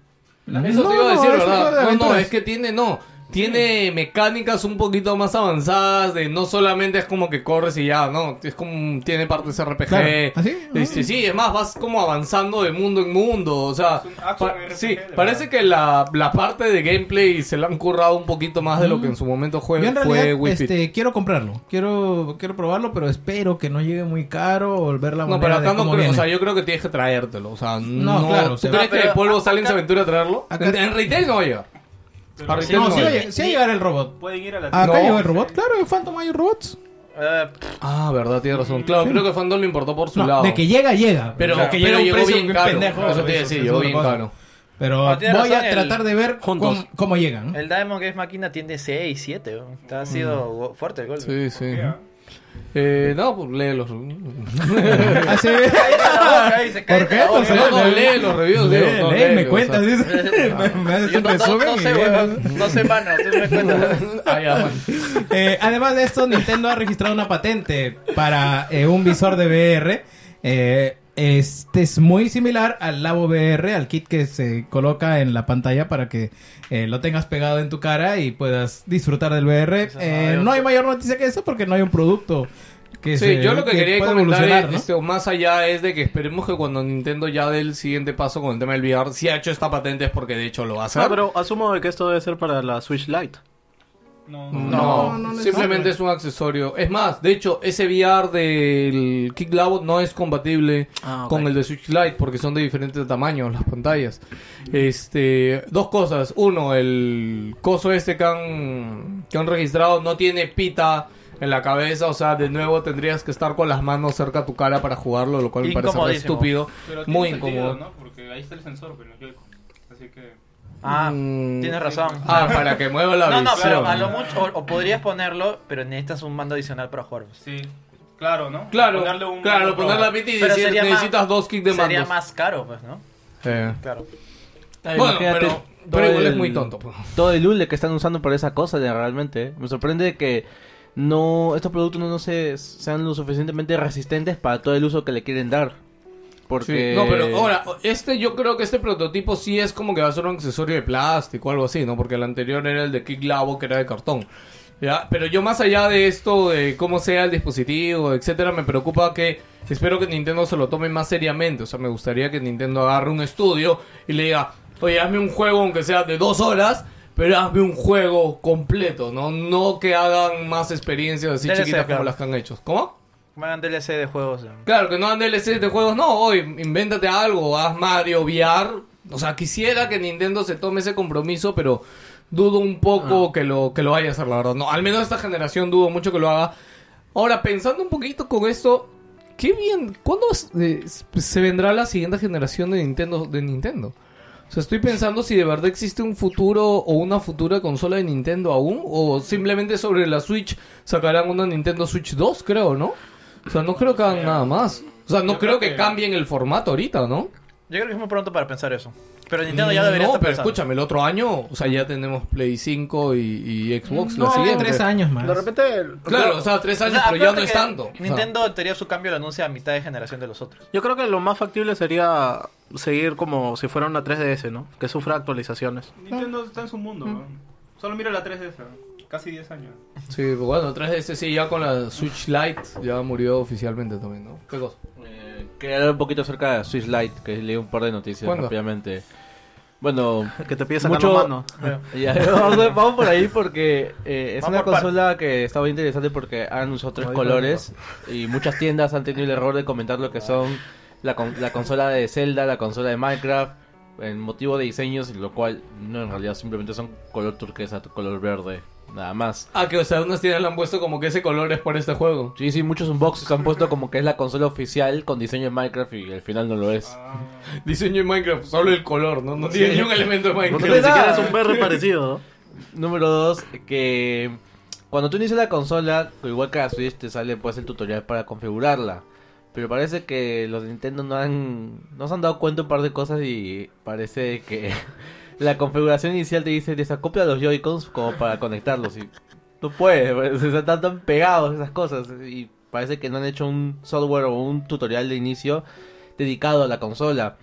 B: Eso
D: no,
B: te iba a decir,
D: es un juego de
B: ¿verdad? No, no,
D: aventuras.
B: es que tiene, no. Tiene mecánicas un poquito más avanzadas de no solamente es como que corres y ya, no, es como tiene partes RPG.
D: Claro. ¿Ah, sí?
B: Este, sí, es más, vas como avanzando de mundo en mundo, o sea, pa-
F: RPG,
B: sí,
F: de verdad.
B: parece que la, la parte de gameplay se la han currado un poquito más de lo que en su momento jue-
D: Mm. Yo en
B: fue
D: realidad
B: Wii Fit.
D: este, quiero comprarlo. Quiero, quiero probarlo, pero espero que no llegue muy caro o ver la
B: No,
D: moneda
B: pero
D: de
B: acá no
D: cómo
B: creo, o
D: viene.
B: sea, yo creo que tienes que traértelo, o sea, no,
D: No, claro, o
B: ¿tú
D: sea-
B: crees
D: No,
B: que
D: pero
B: de polvo
D: a-
B: salen se
D: acá-
B: aventura a traerlo?
D: acá-
B: en, en retail no llega. A retail
D: No, sí va a
B: llega.
D: lle- sí va a llegar el robot.
F: Pueden ir a la
D: Acá
B: No.
D: llegó el robot, claro, en Phantom hay robots.
C: Eh,
B: Ah, verdad, tienes razón. Claro, creo que Fandom le importó por su
D: No,
B: lado.
D: de que llega, llega.
B: Pero,
D: Claro.
B: que
D: Pero
B: llegó
D: un precio
B: bien
D: que
B: caro.
D: pendejo,
B: Eso te iba a
D: eso
B: decir,
D: es
B: llegó
D: otra
B: bien
D: cosa.
B: caro. Ah,
D: Pero
C: No, tienes
D: voy
C: razón,
D: a
C: el-
D: tratar de ver
E: Juntos.
D: cómo, cómo llegan.
C: El Diamond Games Máquina tiene 6, 7. weón. Está- Ha sido go- fuerte el
B: Sí,
C: golpe.
B: sí. Eh, no, pues lee los
C: Cállate
D: Así-
C: la boca, dice,
D: ¿Por
C: cállate
D: qué? Pues,
C: la boca.
D: Entonces,
B: no, no, lee los reviews,
D: Lee,
B: digo, no,
D: lee,
B: lee,
D: me
B: o
D: cuentas.
B: sea. Ah,
D: dices, me- me haces
C: Yo
D: un
C: no, no,
D: resumen
C: no
D: y
C: sé,
D: ya.
C: weón. No sé, mano. Tú me cuentas.
B: Ah, ya, man.
D: Eh, además de esto, Nintendo ha registrado una patente para eh, un visor de VR. Eh, este es muy similar al Labo VR, al kit que se coloca en la pantalla para que eh, lo tengas pegado en tu cara y puedas disfrutar del VR. Eh, no hay mayor noticia que eso porque no hay un producto que
B: Sí,
D: se-
B: yo lo que, quería
D: pueda
B: comentar
D: evolucionar,
B: es,
D: ¿no?
B: este, o más allá es de que esperemos que cuando Nintendo ya dé el siguiente paso con el tema del VR, si ha hecho esta patente es porque de hecho lo va a hacer.
E: Ah, pero asumo de que esto debe ser para la Switch Lite.
F: No,
B: No,
D: No, no necesariamente.
B: simplemente es un accesorio. Es más, de hecho, ese VR del Kick Labo no es compatible
E: Ah, ok.
B: con el de Switch Lite porque son de diferentes tamaños las pantallas. Este, dos cosas. Uno, el coso este que han, que han registrado no tiene pita en la cabeza, o sea, de nuevo tendrías que estar con las manos cerca a tu cara para jugarlo, lo cual me parece re
C: Incomodísimo.
B: estúpido,
F: pero tiene
B: muy
F: sentido,
B: incómodo.
F: ¿no? Porque ahí está el sensor, pero yo. Así que.
C: Ah,
B: Mm.
C: tienes razón.
B: Ah, para que mueva la
C: No, no,
B: visión.
C: pero a lo mucho. O, o podrías ponerlo, pero necesitas un mando adicional para jugar. pues.
F: Sí, claro, ¿no?
B: Claro,
F: Ponerle un-
B: claro,
F: un
B: poner la
F: robot.
B: pita y
C: Pero
B: decir
C: sería más-
B: necesitas dos kicks de Eh.
C: Sería
B: mando.
C: más caro, pues, ¿no? Claro.
B: Bueno, pero- pero
I: Ah, todo
B: igual es muy tonto, pues.
I: Todo el hule que están usando para esa cosa, ya, realmente. Me sorprende que no estos productos no, no se, sean lo suficientemente resistentes para todo el uso que le quieren dar. Porque...
B: Sí, No, pero ahora, este yo creo que este prototipo sí es como que va a ser un accesorio de plástico o algo así, ¿no? Porque el anterior era el de Kick Labo que era de cartón. ¿ya? Pero yo más allá de esto, de cómo sea el dispositivo, etcétera, me preocupa que espero que Nintendo se lo tome más seriamente. O sea, me gustaría que Nintendo agarre un estudio y le diga, oye, hazme un juego aunque sea de dos horas. Pero hazme un juego completo, ¿no? No que hagan más experiencias así
C: DLC,
B: chiquitas como
C: claro.
B: las que han hecho. ¿Cómo?
C: Me hagan DLC de juegos. ¿no?
B: Claro, que no dan DLC de juegos, no, hoy invéntate algo, haz Mario VR. O sea, quisiera que Nintendo se tome ese compromiso, pero dudo un poco que lo que lo vaya a hacer, la verdad. No, al menos esta generación dudo mucho que lo haga. Ahora, pensando un poquito con esto, qué bien, ¿cuándo es- eh, se vendrá la siguiente generación de Nintendo de Nintendo? O sea, estoy pensando si de verdad existe un futuro o una futura consola de Nintendo aún, o simplemente sobre la Switch sacarán una Nintendo Switch 2, creo, ¿no? O sea, no creo que hagan nada más. O sea, no
F: Yo
B: creo
F: creo
B: que
F: que-
B: cambien el formato ahorita, ¿no?
C: Yo creo que es muy pronto para pensar eso. Pero Nintendo ya debería
B: Mm, No,
C: estar
B: pero
C: pensando.
B: escúchame, el otro año, o sea, ya tenemos Play 5 y, y Xbox, la
D: No,
B: siguiente.
D: tres años más.
E: De repente.
B: Claro, o sea, tres
C: O
B: años,
C: sea,
B: pero ya no
C: acuérdate
B: es
C: que
B: tanto. O sea,
C: Nintendo en teoría su cambio lo anuncia a mitad de generación de los otros.
E: Yo creo que lo más factible sería seguir como si fuera una 3DS, ¿no? Que sufra actualizaciones.
F: Pues, Nintendo está en su mundo, weón. Solo mira la 3DS, weón. Casi 10 años.
B: Sí, bueno, 3DS sí, ya con la Switch Lite ya murió oficialmente también, ¿no? ¿Qué cosa?
I: Eh, quería hablar un poquito acerca de Swiss Light, que leí un par de noticias
B: ¿Cuándo?
I: rápidamente. Bueno,
E: Que te pide sacando
I: mucho...
E: mano.
I: Ya, vamos, vamos por ahí porque eh, es
C: Vamos
I: una
C: por par.
I: consola que está muy interesante porque han usado tres
E: Ahí va,
I: colores y muchas tiendas han tenido el error de comentar lo que son la, con- la consola de Zelda, la consola de Minecraft, en motivo de diseños, lo cual no en realidad simplemente son color turquesa, color verde, nada más.
B: Ah, que o sea, unas tiendas le han puesto como que ese color es por este juego.
I: Sí, sí, muchos unboxes han puesto como que es la consola oficial con diseño de Minecraft y al final no lo es.
B: Diseño en Minecraft, solo el color, ¿no? No tiene ni un elemento de
E: No
B: Minecraft.
E: ni siquiera es un berry parecido,
I: Número 2, que cuando tú inicias la consola, igual que la Switch, te sale pues el tutorial para configurarla. Pero parece que los de Nintendo no han, no se han dado cuenta un par de cosas y parece que la configuración inicial te dice desacopla los Joy-Cons como para conectarlos. Y no puedes, pues, están tan pegados esas cosas. Y parece que no han hecho un software o un tutorial de inicio dedicado a la consola.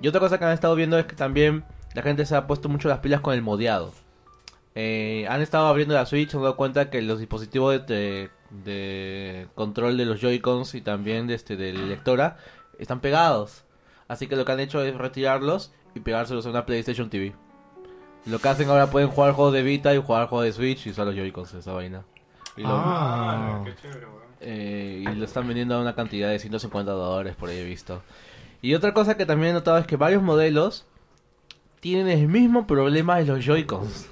I: Y otra cosa que han estado viendo es que también la gente se ha puesto mucho las pilas con el modeado. eh, han estado abriendo la Switch, se han dado cuenta que los dispositivos de, de- de control de los Joy-Cons y también de, este, de la lectora están pegados. Así que lo que han hecho es retirarlos y pegárselos a una PlayStation TV. Lo que hacen ahora pueden jugar juegos de Vita y jugar juegos de Switch y usar los Joy-Cons, esa vaina. Y lo-
K: Ah.
F: Qué chévere, weón.
I: eh, y lo están vendiendo a una cantidad de 150 dólares por ahí he visto. Y otra cosa que también he notado es que varios modelos tienen el mismo problema de los Joy-Cons.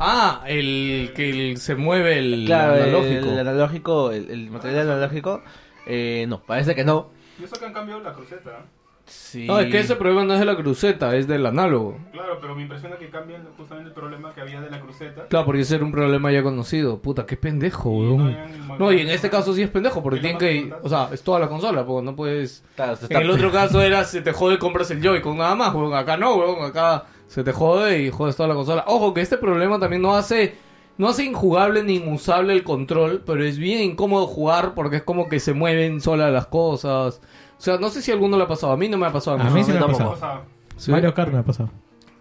B: Ah, el que el- se mueve el
I: Claro,
B: analógico.
I: el, el analógico, el, el material analógico, eh, no, parece que no.
F: Y eso que han cambiado la cruceta. ¿eh?
I: Sí.
B: No, es que ese problema no es de la cruceta, es del análogo.
F: Claro, pero me impresiona que cambian justamente el problema que había de la cruceta.
B: Claro, porque ese era un problema ya conocido. Puta, qué pendejo, weón. No, y en este caso sí es pendejo, porque tienen que. O sea, es toda la consola, porque no puedes.
I: Claro, se
B: En el
I: está-
B: otro caso era se te jode compras el Joy-Con nada más, weón. Acá no, weón. Acá se te jode y jodes toda la consola. Ojo que este problema también no hace no hace injugable ni inusable el control, pero es bien incómodo jugar porque es como que se mueven solas las cosas. O sea, no sé si a alguno le ha pasado. A mí no me ha pasado.
D: A mí sí me ha
B: No,
D: pasado.
F: pasado.
B: ¿Sí?
D: Mario Kart me ha pasado.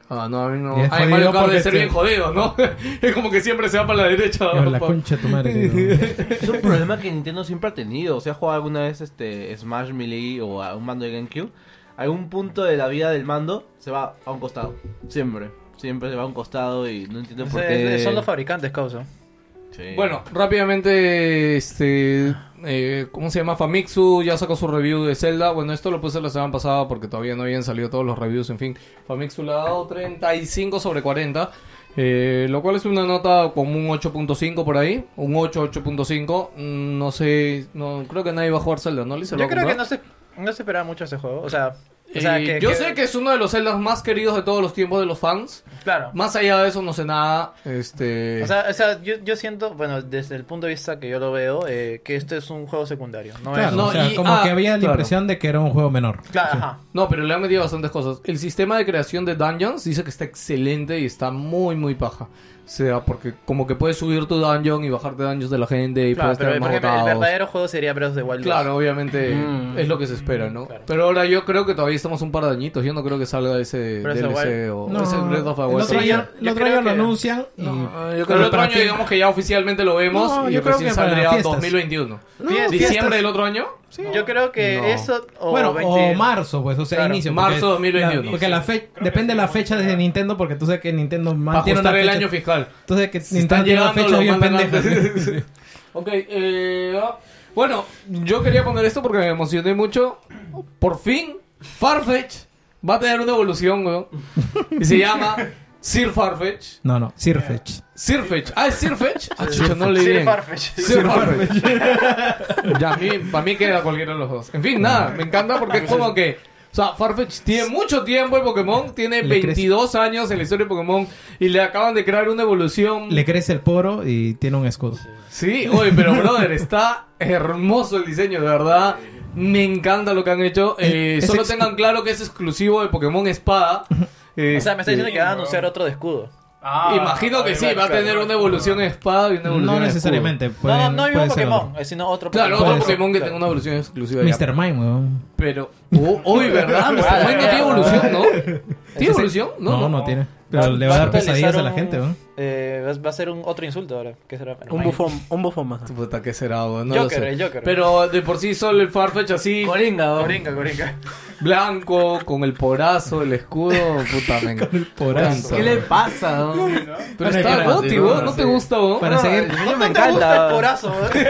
B: Ah, no, a mí no.
D: Y es
B: Ay,
D: jodido
B: Mario Kart
D: porque
B: debe ser
D: te-
B: bien jodido, ¿no? es como que siempre se va para la derecha.
D: Pero la
B: pa-
D: concha de tu madre. que-
I: Es un problema que Nintendo siempre ha tenido. Si has jugado alguna vez este Smash Melee o a un mando de GameCube, algún punto de la vida del mando se va a un costado. Siempre. Siempre se va a un costado y no entiendo por qué.
C: Son los fabricantes, causa.
I: Sí.
B: Bueno, rápidamente, este, eh, ¿cómo se llama? Famitsu ya sacó su review de Zelda. Bueno, esto lo puse la semana pasada porque todavía no habían salido todos los reviews, en fin. Famitsu le ha dado 35 sobre 40, eh, lo cual es una nota como un 8.5 por ahí, un 8, 8.5. Mm, No sé, no creo que nadie va a jugar Zelda, ¿no? Liz? ¿Se lo va
C: Yo
B: a
C: creo que
B: comprar?
C: no se, no se esperaba mucho ese juego. O sea, o sea,
B: Eh, yo sé que es uno de los Zeldas más queridos de todos los tiempos de los fans.
C: Claro.
B: Más allá de eso, no sé nada. Este...
C: O sea, o sea, yo, yo siento, bueno, desde el punto de vista que yo lo veo, eh, que este es un juego secundario. No
D: Claro,
C: es.
D: o sea,
B: y-
D: como
B: ah,
D: que había la
B: claro.
D: impresión de que era un juego menor.
C: Claro, ajá.
B: No, pero le han metido bastantes cosas. El sistema de creación de dungeons dice que está excelente y está muy, muy paja. O sea, porque como que puedes subir tu dungeon y bajarte dungeons de la gente y
C: Claro,
B: puedes
C: pero
B: tener
C: por
B: más
C: ejemplo, el
B: botados.
C: verdadero Mm. juego sería Breath of the Wild.
B: Claro, obviamente es lo que se espera, ¿no? Pero ahora yo creo que todavía estamos un par de añitos. Yo no creo que salga ese
C: Breath of the
B: DLC
C: Wild.
B: o
D: No,
B: ese Breath of the
D: el
B: Wild.
D: otro año,
C: Sí,
D: el
C: yo
D: otro
C: creo
D: año lo
C: que-
D: anuncian y...
B: Yo creo que el otro
D: para
B: año
D: fin-
B: digamos que ya oficialmente lo vemos
D: No,
B: y
D: yo creo
B: recién
D: que para
B: saldría
D: fiestas.
B: 2021.
D: No,
B: ¿Diciembre
D: fiestas.
B: del otro año?
C: Yo creo que
B: No.
C: eso. O
D: bueno,
C: 20
D: o marzo, pues, o sea,
C: Claro,
D: inicio. porque
B: marzo 2021.
D: la- porque la fecha, depende de la fecha de Nintendo, porque tú sabes que Nintendo
B: Para
D: mantiene una
B: ajustar el
D: fecha.
B: año fiscal.
D: Entonces que
B: Si están
D: Nintendo tiene una
B: llegando
D: fecha
B: los
D: bien
B: mandan
D: pendeja.
B: antes. ok, eh, ah, bueno, yo quería poner esto porque me emocioné mucho. Por fin, Farfetch va a tener una evolución, weón. Y se llama Sir Farfetch.
D: No, no, Sirfetch.
B: Sirfetch. Ah, es Sirfetch. Ah, chucha, no leí
C: Sir
B: bien.
C: Farfetch.
B: Sir Farfetch. ya, a mí, para mí queda cualquiera de los dos. En fin, nada, me encanta porque es como que... O sea, Farfetch tiene mucho tiempo en Pokémon, tiene
D: Le crece.
B: 22 años en la historia de Pokémon y le acaban de crear una evolución.
D: Le crece el poro y tiene un escudo.
B: Sí, oye, pero brother, está hermoso el diseño, de verdad. Me encanta lo que han hecho. Eh,
D: Es- es
B: solo
D: exclu-
B: tengan claro que es exclusivo de Pokémon Espada.
C: O sea, me está
B: Este,
C: diciendo que van a anunciar otro de escudo.
F: Ah,
B: Imagino que
F: ahí
B: sí, va a
F: claro,
B: tener
F: claro.
B: una evolución espada y una evolución
D: No
B: escudo.
D: necesariamente.
C: No, no,
D: pueden-
C: no hay un
D: puede ser
C: Pokémon,
D: otro.
C: eh, sino otro
B: Claro,
C: Pokémon.
B: otro
D: Puede ser.
B: Pokémon que
C: Claro.
B: tenga una evolución exclusiva. ya.
D: Mr. Mime, weón.
B: Pero, oh, uy, ¿verdad? Mr. Mime no tiene evolución, ¿no? ¿Tiene evolución?
D: No, no,
B: no.
D: tiene. Pero le va a dar pesadillas a la gente, weón.
C: Eh, va- va a ser un otro insulto ahora. ¿Qué será? Bueno,
L: Un
C: mañana.
L: bufón, un bufón más.
B: Ah, Puta, ¿qué será? weón? No
C: Joker,
B: lo sé.
C: el Joker.
B: Pero de por sí solo el Farfetch así,
L: Coringa,
C: Coringa, coringa.
B: blanco, con el porazo, el escudo, puta, me encanta.
D: Porazo.
L: ¿Qué le pasa? no?
B: Pero
D: Para que
B: está
D: la-
B: Gotti, weón, ¿no
L: sí.
B: te gusta, weón?
D: Para seguir,
L: El niño me
C: Puta,
L: encanta.
C: el porazo, ¿eh?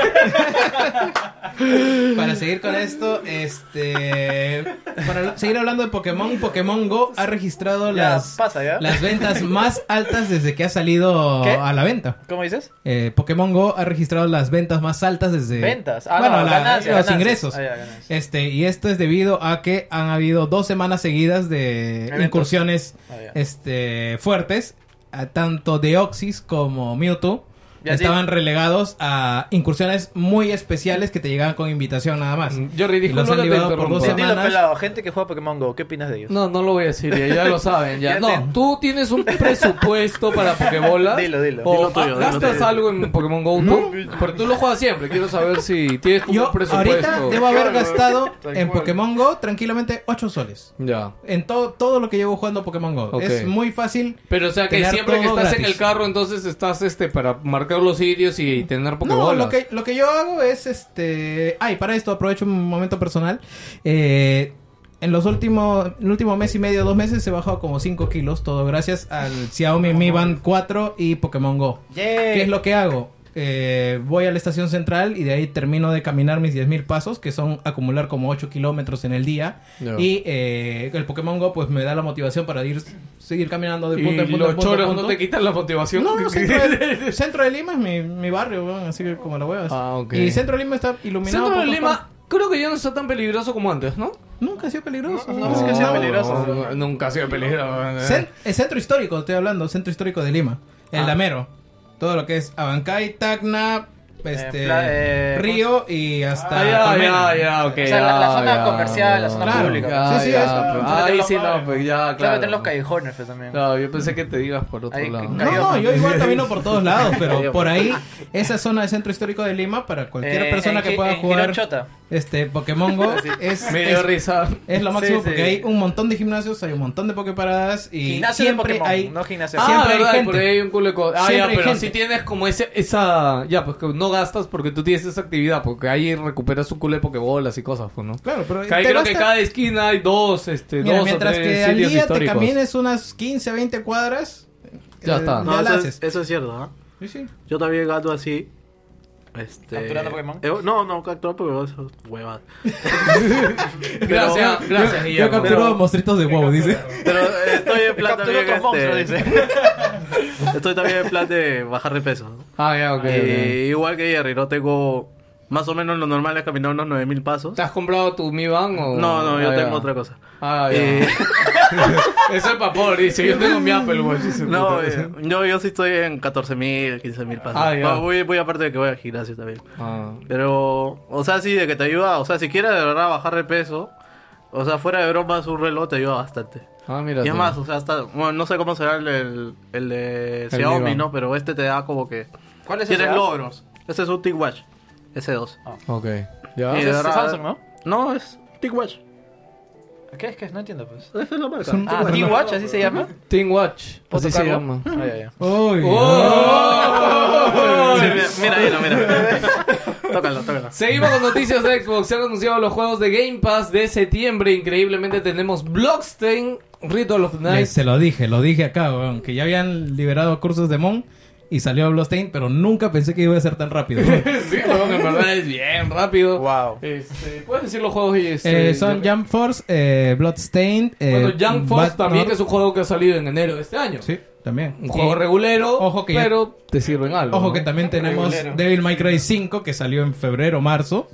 D: para seguir con esto, este. Para seguir hablando de Pokémon, Pokémon Go ha registrado
C: Ya,
D: las,
C: pasa, ¿ya?
D: las ventas más altas desde que ha salido
C: ¿Qué?
D: a la venta.
C: ¿Cómo dices?
D: Eh, Pokémon Go ha registrado las ventas más altas desde.
C: Ventas. Ah,
D: bueno,
C: no,
D: la-
C: ganancias,
D: los
C: ganancias.
D: ingresos.
C: Ah, ya, ganancias.
D: Este, y esto es debido a que han habido dos semanas seguidas de
C: Eventos.
D: incursiones
C: Ah, ya.
D: este, fuertes, a tanto de Oxys como Mewtwo.
C: Ya
D: estaban relegados a incursiones muy especiales que te llegaban con invitación nada más.
B: Yo
D: y los han liberado por dos
C: Dilo,
D: semanas.
C: pelado, gente que juega Pokémon Go, ¿qué opinas de ellos?
B: No, no lo voy a decir, ya, ya lo saben. Ya. no, tú tienes un presupuesto para Pokébolas.
C: Dilo, dilo.
B: O
C: Dilo tuyo,
B: ah,
C: dilo
B: gastas
C: tuyo.
B: algo en Pokémon Go, ¿tú? Pero tú lo juegas siempre. Quiero saber si tienes como un presupuesto.
D: Ahorita debo haber gastado en Pokémon Go tranquilamente 8 soles.
B: Ya.
D: En todo todo lo que llevo jugando Pokémon Go.
B: Ok.
D: Es muy fácil.
B: Pero o sea que
D: tener
B: siempre que
D: todo
B: estás en
D: gratis.
B: el carro, entonces estás este para marcar los sitios y tener Pokébolas.
D: No, lo que, lo que yo hago es este. Ay, para esto aprovecho un momento personal. Eh, en los últimos. El último mes y medio, dos meses, he bajado como 5 kilos. Todo gracias al Xiaomi Mi Band 4 y Pokémon Go.
C: Yeah.
D: ¿Qué es lo que hago? Eh, voy a la estación central y de ahí termino de caminar mis 10.000 pasos, que son acumular como 8 kilómetros en el día.
B: Ya.
D: Y eh, el Pokémon Go pues me da la motivación para ir, seguir caminando de
B: Y
D: punto en punto.
B: los
D: en punto en
B: choros
D: punto.
B: no te quitan la motivación.
D: No, no, centro de, centro de Lima es mi, mi barrio, weón, así que como la huevas.
B: Ah, ok.
D: Y centro de Lima está iluminado.
B: Centro de
D: por todas
B: Lima, creo que ya no está tan peligroso como antes, ¿no?
D: Nunca ha sido peligroso.
B: No,
D: nunca ha sido peligroso.
B: no, nunca ha sido peligroso. eh.
D: partes. Cen- el centro histórico, estoy hablando, centro histórico de Lima. El
B: Ah.
D: Lamero. Todo lo que es Abancay, Tacna, este,
C: pla- eh,
D: Río y hasta.
B: Ah, ya,
D: Colmena.
B: ya, ya, ok.
C: O sea, la- la zona comercial, la zona
B: claro.
C: pública.
B: Ya,
C: Sí, sí,
B: ya,
C: eso.
B: pero-
C: Claro,
B: Ahí
C: los
B: sí,
C: padres.
B: no, pues ya,
C: Claro,
B: claro.
C: están los callejones pues, también.
B: Claro, yo pensé que te ibas por otro lado.
D: No, no, yo igual camino por todos lados, pero por ahí, esa zona del centro histórico de Lima, para cualquier
C: Eh,
D: persona
C: en
D: que
C: Gi-
D: pueda
C: en
D: jugar
C: Girón Chota.
D: este Pokémon Go,
C: Sí.
D: es,
B: Me dio
D: es-
B: risa.
D: es lo máximo
C: Sí, sí.
D: porque hay un montón de gimnasios, hay un montón de Poképaradas y
C: Gimnasio de
D: siempre
C: Pokémon,
D: hay.
C: no gimnasio.
B: Ah,
D: siempre hay
B: verdad,
D: gente.
B: por ahí hay un culo de cosas. Ah,
D: Siempre
B: ya,
D: hay
B: pero
D: gente.
B: si tienes como ese, esa. Ya, pues que no gastas porque tú tienes esa actividad, porque ahí recuperas un culo de pokebolas y cosas, pues, ¿no?
D: Claro, pero
B: Que ahí
D: te
B: creo que
D: gasta-
B: cada esquina hay dos, este,
D: Mira,
B: dos o
D: mientras
B: tres
D: que al
B: sitios
D: día te
B: históricos.
D: camines unas 15, 20 cuadras,
B: Ya
D: eh,
B: está.
D: Ya
E: No,
D: la
E: eso,
D: haces.
E: es, eso es cierto, ¿ah?
D: Sí, sí.
E: Yo también gato así. Este...
C: ¿Capturando Pokémon?
E: eh, no, no, capturando Pokémon, eso es huevada.
B: Gracias,
E: Pero-
B: gracias,
E: yo-
B: Guillermo.
D: Yo capturo monstruitos de huevo, dice.
E: Pero eh, estoy en plan
C: Capturó otros
E: también,
C: monstruos,
E: este,
C: dice.
E: Estoy también en plan de bajar de peso. ¿no?
B: Ah, ya, ok. ok.
E: Y Igual que Jerry, no tengo... Más o menos lo normal es caminar unos 9000 pasos.
B: ¿Te has comprado tu Mi Band o.?
E: No, no, yo
B: Ah, ya.
E: tengo otra cosa.
B: Ah, ya.
E: Eh,
B: Eso es papor, dice. Yo tengo mi Apple Watch. dice,
E: no,
B: puta.
E: eh, yo, yo sí estoy en 14.000, 15.000 pasos.
B: Ah, ya.
E: Bueno, voy, voy aparte de que voy al gimnasio también.
B: Ah.
E: Pero, o sea, sí, de que te ayuda. O sea, si quieres de verdad bajar de peso, o sea, fuera de bromas, un reloj te ayuda bastante.
B: Ah, mira.
E: Y es
B: tú.
E: más, o sea, hasta, bueno, no sé cómo será el, el, el de
B: Mi
E: Xiaomi,
B: Band.
E: ¿no? Pero este te da como que.
C: ¿Cuál es
E: Tienes
C: ese? ah?
E: logros. Este es un TicWatch S2.
B: Ok. Ya.
E: Y
C: Ese
E: de
C: es
E: verdad-
C: Samsung, ¿no?
E: No, es TicWatch.
C: ¿Qué es que es? No entiendo, pues.
E: Esa es la marca.
D: Son-
C: Ah, Team Watch, así se llama.
B: Team Watch.
E: pues
B: Así se
C: Autocargo.
B: llama.
C: Ah, ya, ya.
D: Uy.
B: Oh.
D: oh.
E: Sí, mira, mira, mira. tócalo, tócalo.
B: Seguimos con noticias de Xbox. Se han anunciado los juegos de Game Pass de septiembre. Increíblemente tenemos Blockstein, Ritual of the
D: Le-
B: Night.
D: Se lo dije, lo dije acá, weón, que ya habían liberado cursos de Mon y salió Bloodstained, pero nunca pensé que iba a ser tan rápido.
B: Sí, bueno, en verdad es bien rápido.
C: Wow.
B: Este, ¿Puedes decir los juegos? Y este,
D: Eh, son
B: ya-
D: Jump Force, eh, Bloodstained, eh,
B: Bueno, Jump Force
D: Bad
B: también,
D: North.
B: que es un juego que ha salido en enero de este año.
D: Sí, también.
B: Un juego
D: Y-
B: regulero,
D: Ojo que ya-
B: pero te sirven algo.
D: Ojo
B: ¿no?
D: que también tenemos
C: Regulero.
D: Devil May Cry 5 que salió en febrero marzo.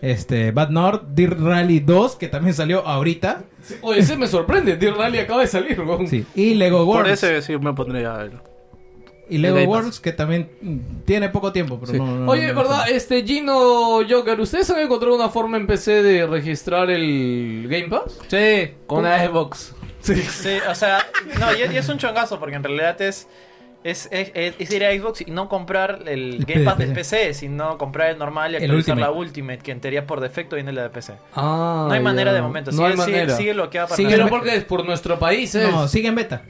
D: Este, Bad North, Deer Rally 2 que también salió ahorita.
B: Oye, ese me sorprende. Dear Rally acaba de salir, weón.
D: Sí, y Lego
E: Por
D: Worlds.
E: ese sí me pondría a verlo.
D: Y Lego
E: Game Pass.
D: Worlds que también mm, tiene poco tiempo, pero
B: Sí.
D: no- no-
B: Oye,
D: no-
B: ¿verdad? Este Gino Joker, ¿ustedes han encontrado una forma en PC de registrar el Game Pass?
I: Sí, con una Xbox.
C: Sí, o sea, no, y, es- y es un chongazo porque en realidad es es, es, es- es ir a Xbox y no comprar el
D: El
C: Game Pass
D: PC.
C: del PC, sino comprar el normal y
D: El
C: actualizar la Ultimate, que en teoría por defecto viene la de PC.
B: Ah,
C: No hay manera
B: ya.
C: de momento,
B: No
C: sigue,
B: hay manera.
C: sigue, sigue bloqueada para
D: Sigue
C: nada.
B: Pero
D: en
B: porque es por nuestro país, ¿eh?
D: No, sigue en beta.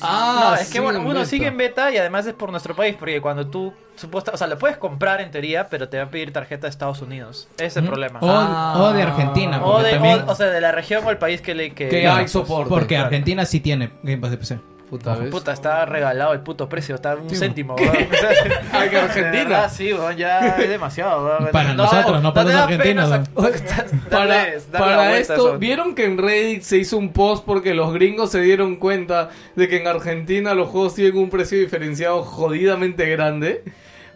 B: ah,
C: No, es que
B: sigue
C: bueno,
B: en
C: uno
B: beta.
C: sigue en beta y además es por nuestro país, porque cuando tú supuesta, o sea, lo puedes comprar en teoría, pero te va a pedir tarjeta de Estados Unidos. Ese es el problema.
D: O, o de Argentina.
C: o,
D: Oh, porque
C: de,
D: también-
C: o, o sea, de la región o el país que le que
B: Que
D: Claro,
B: hay soporte.
D: Porque
B: claro.
D: Argentina sí tiene Game Pass de PC.
B: Puta, ¿ves?
C: Puta, está regalado el puto precio, está un céntimo.
B: Ay, que Argentina.
C: Ah, sí, weón, ya es demasiado. weón.
D: Para nosotros, no para
C: te
D: los
C: da
D: argentinos,
C: pena
D: weón.
C: sac-
B: Para,
C: darles- darle
B: para
C: la vuelta a
B: esto,
C: eso.
B: ¿vieron que en Reddit se hizo un post porque los gringos se dieron cuenta de que en Argentina los juegos tienen un precio diferenciado jodidamente grande?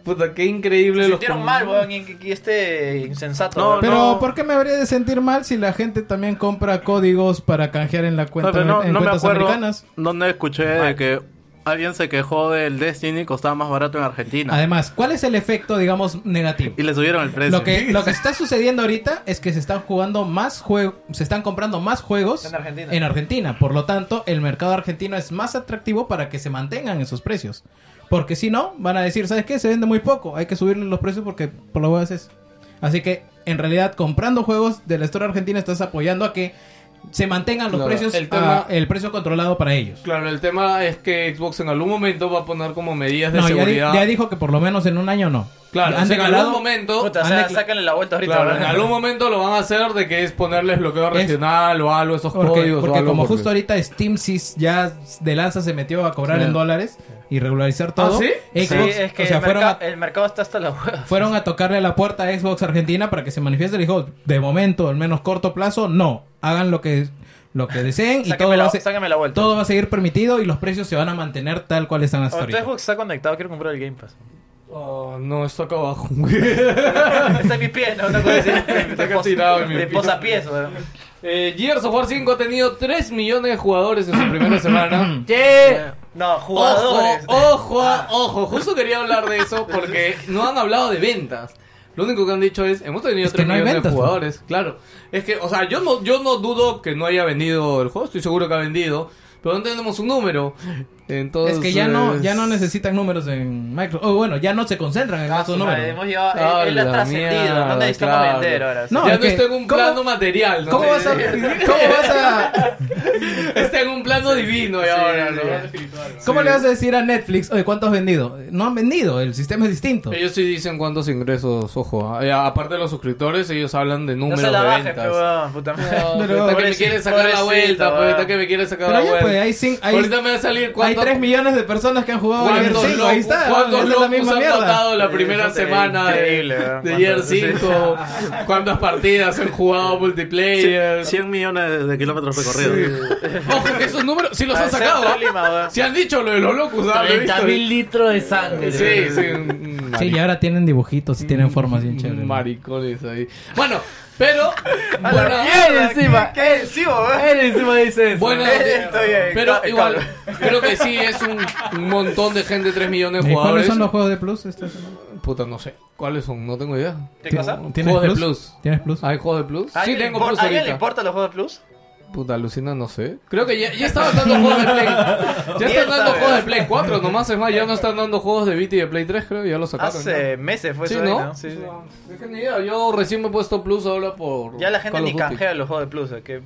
B: Puta, qué increíble
C: Se
B: los
C: sintieron
B: com-
C: mal, weón, y, y este insensato.
E: No,
C: weón.
D: Pero
E: no.
D: ¿por qué me habría de sentir mal si la gente también compra códigos para canjear en la cuenta
E: No, pero no,
D: en
E: no me
D: cuentas
E: acuerdo
D: americanas?
E: dónde escuché de que alguien se quejó del Destiny, costaba más barato en Argentina.
D: Además, ¿cuál es el efecto, digamos, negativo?
E: y le subieron el precio.
D: Lo que, lo que está sucediendo ahorita es que se están jugando más juegos, se están comprando más juegos en Argentina. Por lo tanto, el mercado argentino es más atractivo para que se mantengan esos precios. Porque si no, van a decir, ¿sabes qué? Se vende muy poco, hay que subirle los precios porque por la hueá es eso. Así que, en realidad, comprando juegos de la historia argentina estás apoyando a que se mantengan los
B: Claro,
D: precios,
B: el tema-
D: a- el precio controlado para ellos.
B: Claro, el tema es que Xbox en algún momento va a poner como medidas de
D: No, ya, di-
B: seguridad.
D: ya dijo que por lo menos en un año no.
B: Claro,
D: han
B: o sea, en
D: declarado-
B: algún momento.
C: Puta, o sea, sáquenle la vuelta ahorita.
B: Claro,
C: ¿verdad?
B: en algún momento lo van a hacer de que es ponerles bloqueo regional o algo, esos
D: Porque,
B: códigos.
D: porque
B: o algo,
D: como justo ahorita Steam Sys ya de lanza se metió a cobrar
B: Sí.
D: en dólares y regularizar todo.
C: ¿Ah, ¿sí?
D: Xbox,
C: es que
D: o sea,
C: el,
D: fueron,
C: merca-
D: a,
C: el mercado está hasta la hueva.
D: fueron a tocarle la puerta a Xbox Argentina para que se manifieste. Le dijo, de momento, al menos corto plazo, no. Hagan lo que, lo que deseen y
C: Sáquenme
D: todo
C: la-
D: va, a se-
C: sáquenme la vuelta. Oh,
D: todo va a seguir permitido y los precios se van a mantener tal cual están hasta
C: O tu
D: ahorita.
C: Xbox está conectado, quiero comprar el Game Pass.
B: Oh, no, esto acá abajo.
C: está en mi pie, no, no puedo decir.
B: Está acá tirado en mi
C: de
B: pie.
C: posapiés, weón.
B: Eh, Gears of War 5 ha tenido 3 millones de jugadores en su primera semana.
C: No, jugadores. Ah.
B: Ojo, ojo, ojo. Justo quería hablar de eso porque no han hablado de ventas. Lo único que han dicho es, hemos tenido
D: Es que
B: 3
D: no hay
B: millones
D: ventas,
B: de
D: ¿no?
B: jugadores. Claro. Es que, o sea, yo no, yo no dudo que no haya vendido el juego. Estoy seguro que ha vendido. Pero no tenemos un número. Entonces...
D: Es que ya no, ya
B: pues,
D: no necesitan números en Microsoft. O bueno, ya no se concentran en esos números.
C: Ah, Madre, hemos llegado, él, él
B: Ah,
C: ha
B: la
C: trascendido, no
B: mierda,
C: necesitamos
B: claro.
C: vender ahora. sí.
D: No,
B: ya
D: es
B: no
D: que-
B: está en un
D: ¿cómo-
B: plano material. ¿no?
D: ¿Cómo vas a- cómo vas a,
B: Está en un plano divino y ahora, ¿no?
D: ¿Cómo le vas a decir a Netflix, oye, ¿cuánto has vendido? No han vendido, el sistema es distinto.
B: Ellos sí dicen cuántos ingresos, ojo. ah, eh, Aparte de los suscriptores, ellos hablan de
C: No
B: números
C: se la
B: de
C: bajes,
B: ventas.
C: pe, weón, puta madre.
B: No,
D: Pero-
B: pues, está que me
C: Pobrecito,
B: quieren sacar la
C: pobrecito,
B: vuelta, pues,
C: weón.
B: está que me quieren sacar
D: Pero
B: la
D: ya,
B: vuelta.
D: pues, hay, cin- hay,
B: Ahorita me va a salir
D: hay
B: cuánto-
D: 3 millones de personas que han jugado a Gears
B: cuántos
D: 5, ahí está,
B: cuántos
D: esa es la
B: locos
D: misma
B: han
D: mierda.
B: matado la primera
C: eso te-
B: semana
C: increíble,
B: de,
C: weón,
B: de
C: cuántos-
B: Gear
C: sí.
B: 5, cuántas partidas han jugado multiplayer.
E: 100 millones de, de kilómetros recorridos.
B: Ojo, que esos números sí los
C: Ah,
B: han sacado.
C: Centro
B: ¿ah?
C: Lima, weón.
B: Se han dicho lo de los locos, ¿ah? Lo he visto.
H: 30 mil litros de sangre.
B: Sí, sí. un- un
D: Sí, y ahora tienen dibujitos y tienen formas bien chéveres.
B: Maricones ahí. Bueno, pero. bueno,
H: Él encima,
C: ¿Qué encima, weón?
H: él encima dice eso.
B: bueno,
C: Estoy bien,
B: pero
C: cal-
B: igual,
C: calma.
B: creo que sí es un, un montón de gente, 3 millones de
D: ¿Y Eh, ¿Cuáles
B: jugadores.
D: son los juegos de Plus esta semana?
B: Puta, no sé. ¿Cuáles son? No tengo idea.
C: ¿Qué cosa?
D: ¿Tienes
B: Juegos de
D: Plus?
B: Plus. Ah,
D: ¿Tienes Plus?
B: ¿Hay juegos de Plus?
C: ¿A
B: Sí,
C: alguien le
B: tengo
C: impor-
B: Plus
C: ¿A alguien le
B: ahorita.
C: importan los juegos de Plus?
B: Puta, alucina, no sé. Creo que ya, ya estaban dando juegos de Play. Ya
C: Bien,
B: están dando
C: sabe.
B: juegos de Play 4 nomás. Es más, ya no están dando juegos de Vita y de Play 3, creo. Ya lo sacaron. ¿no?
C: Hace meses fue
B: Sí,
C: eso,
B: ¿no?
C: ¿no? Sí, sí.
B: Es que ni idea, yo recién me he puesto plus ahora por.
C: Ya la gente
B: Call of
C: ni
B: Duty.
C: canjea los juegos de Plus, eh, qué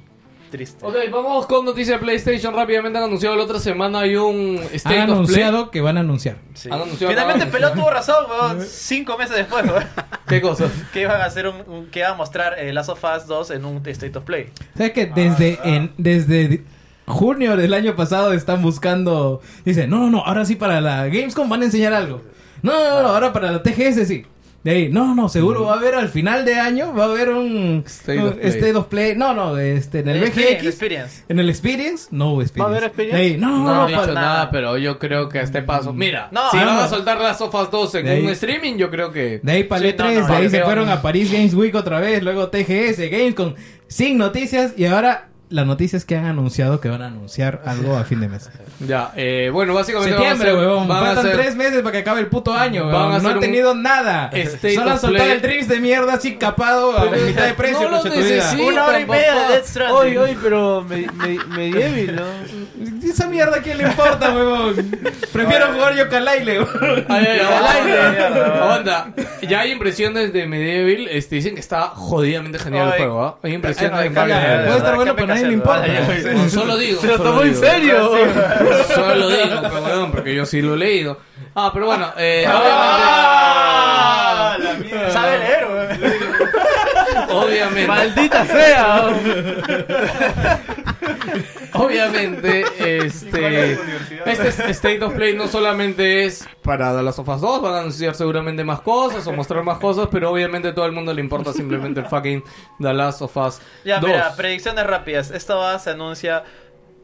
C: triste.
B: Ok, vamos con noticias de PlayStation. Rápidamente han anunciado la otra semana hay un State
D: Han
B: of
D: anunciado que van a anunciar.
C: Sí.
B: Han anunciado
C: Finalmente
B: nada.
C: Pelot tuvo razón, weón. Cinco meses después, weón.
B: Play. ¿Qué cosa?
C: que iban a hacer un, un- que iba a mostrar eh, Last of Us 2 en un State of Play.
D: ¿Sabes que desde, en, desde di- junio del año pasado están buscando... Dicen, no, no, no, ahora sí para la Gamescom van a enseñar algo. No, no, no, ahora para la TGS sí. De ahí, no, no, seguro va a haber al final de año, va a haber un...
B: State
D: un
B: of Play.
D: State of Play. No, no, este, en el
C: Experience,
D: VGX.
C: Eh, Experience.
D: En el Experience, no hubo Experience.
E: haber Experience?
D: De ahí, no,
B: No,
D: no,
B: han
D: no,
B: dicho
D: para-
B: nada.
C: nada,
B: pero yo creo que a este paso. Mira,
C: No,
B: si
C: no,
B: van a
D: no.
B: soltar las sofas 2 en
D: De ahí-
B: un streaming, yo creo que.
D: de ahí para el
C: Sí, no,
D: E3,
C: no,
D: de ahí
B: no,
D: se
B: no.
D: fueron a París Games Week otra vez, luego TGS, Gamescom, sin noticias y ahora la noticia es que han anunciado que van a anunciar algo a fin de mes.
B: Ya, eh, bueno, básicamente. van a
D: Septiembre,
B: hacer-
D: huevón.
B: van a
D: Faltan
B: hacer-
D: tres meses para que acabe el puto año,
B: Van a
D: huevón. No
B: hacer
D: han
B: un
D: tenido nada.
B: State
D: Solo han
B: of
D: soltado
B: Play.
D: el Dreams de mierda así capado a
B: Pero-
D: mitad de precio.
B: No lo
D: concha tu vida.
B: necesito. Sí,
C: Una hora y
B: tampoco.
C: media de Death Stranding.
I: Oye, oye, pero me, me, me débil, ¿no?
D: Esa mierda a quién le importa, huevón. Prefiero jugar yo Kalaile, huevón.
B: Ay, ay, ay,
C: Ay,
B: aguanta,
C: mierda,
B: aguanta. Ya hay impresiones de Medieval. Este, dicen que está jodidamente genial
C: Ay.
B: el juego. ¿ah? Hay impresiones de
C: Ay, calla,
B: Medieval.
D: Puede estar
C: Cambia
D: bueno, pero a nadie le
C: casero,
D: importa.
C: vale, ya,
B: Bueno, Solo digo.
I: Se lo
B: solo
I: tomó en
B: digo.
I: serio.
B: Solo digo, pero, weón, porque yo sí lo he leído. Ah, pero bueno, eh,
C: Ah, la mierda. Sabe leer, weón.
B: obviamente, obviamente,
I: ¡Maldita sea!
B: obviamente,
F: ¿Cuál es
B: este,
F: la universidad?
B: este es- State of Play no solamente es para The Last of Us 2, van a anunciar seguramente más cosas o mostrar más cosas, pero obviamente a todo el mundo le importa simplemente el fucking The Last of Us
C: Ya,
B: 2.
C: mira, predicciones rápidas. Esta va se anuncia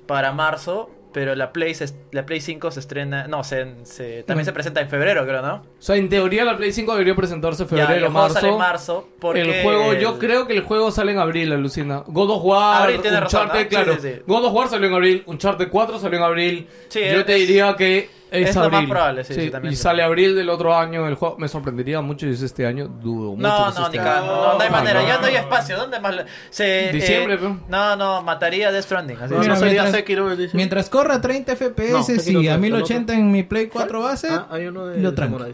C: para marzo. Pero la Play, se- la Play 5 se estrena. No, se, se- también
B: Mm.
C: se presenta en febrero, creo, ¿no?
B: O sea, en teoría la Play 5 debería presentarse en
C: Ya, y el
B: febrero,
C: juego
B: marzo.
C: sale en marzo, porque
B: el juego,
C: el-
B: yo creo que el juego sale en abril, alucina. God of War,
C: Abril tiene razón,
B: Uncharted,
C: ¿no? Sí,
B: claro.
C: sí, sí.
B: God of War salió en abril, Uncharted 4 salió en abril.
C: Sí,
B: yo
C: es-
B: te diría que es,
C: es lo
B: abril.
C: más probable, sí, sí, también,
B: y
C: sí.
B: sale abril del otro año el juego. Me sorprendería mucho si es este año, dudo mucho.
C: No,
B: que sea
C: no,
B: este
C: ni
B: año.
C: cagando, no, no hay manera,
B: no.
C: ya no hay espacio, ¿dónde más? lo- Se,
B: Diciembre,
C: eh, no, no, mataría a Death Stranding. así
D: Mira,
C: es.
D: mientras- Mientras corra 30
C: No,
D: FPS
C: Sekiro
D: y a
C: no, Ah,
D: 1080 en mi Play 4 base,
E: Ah,
D: lo tranco.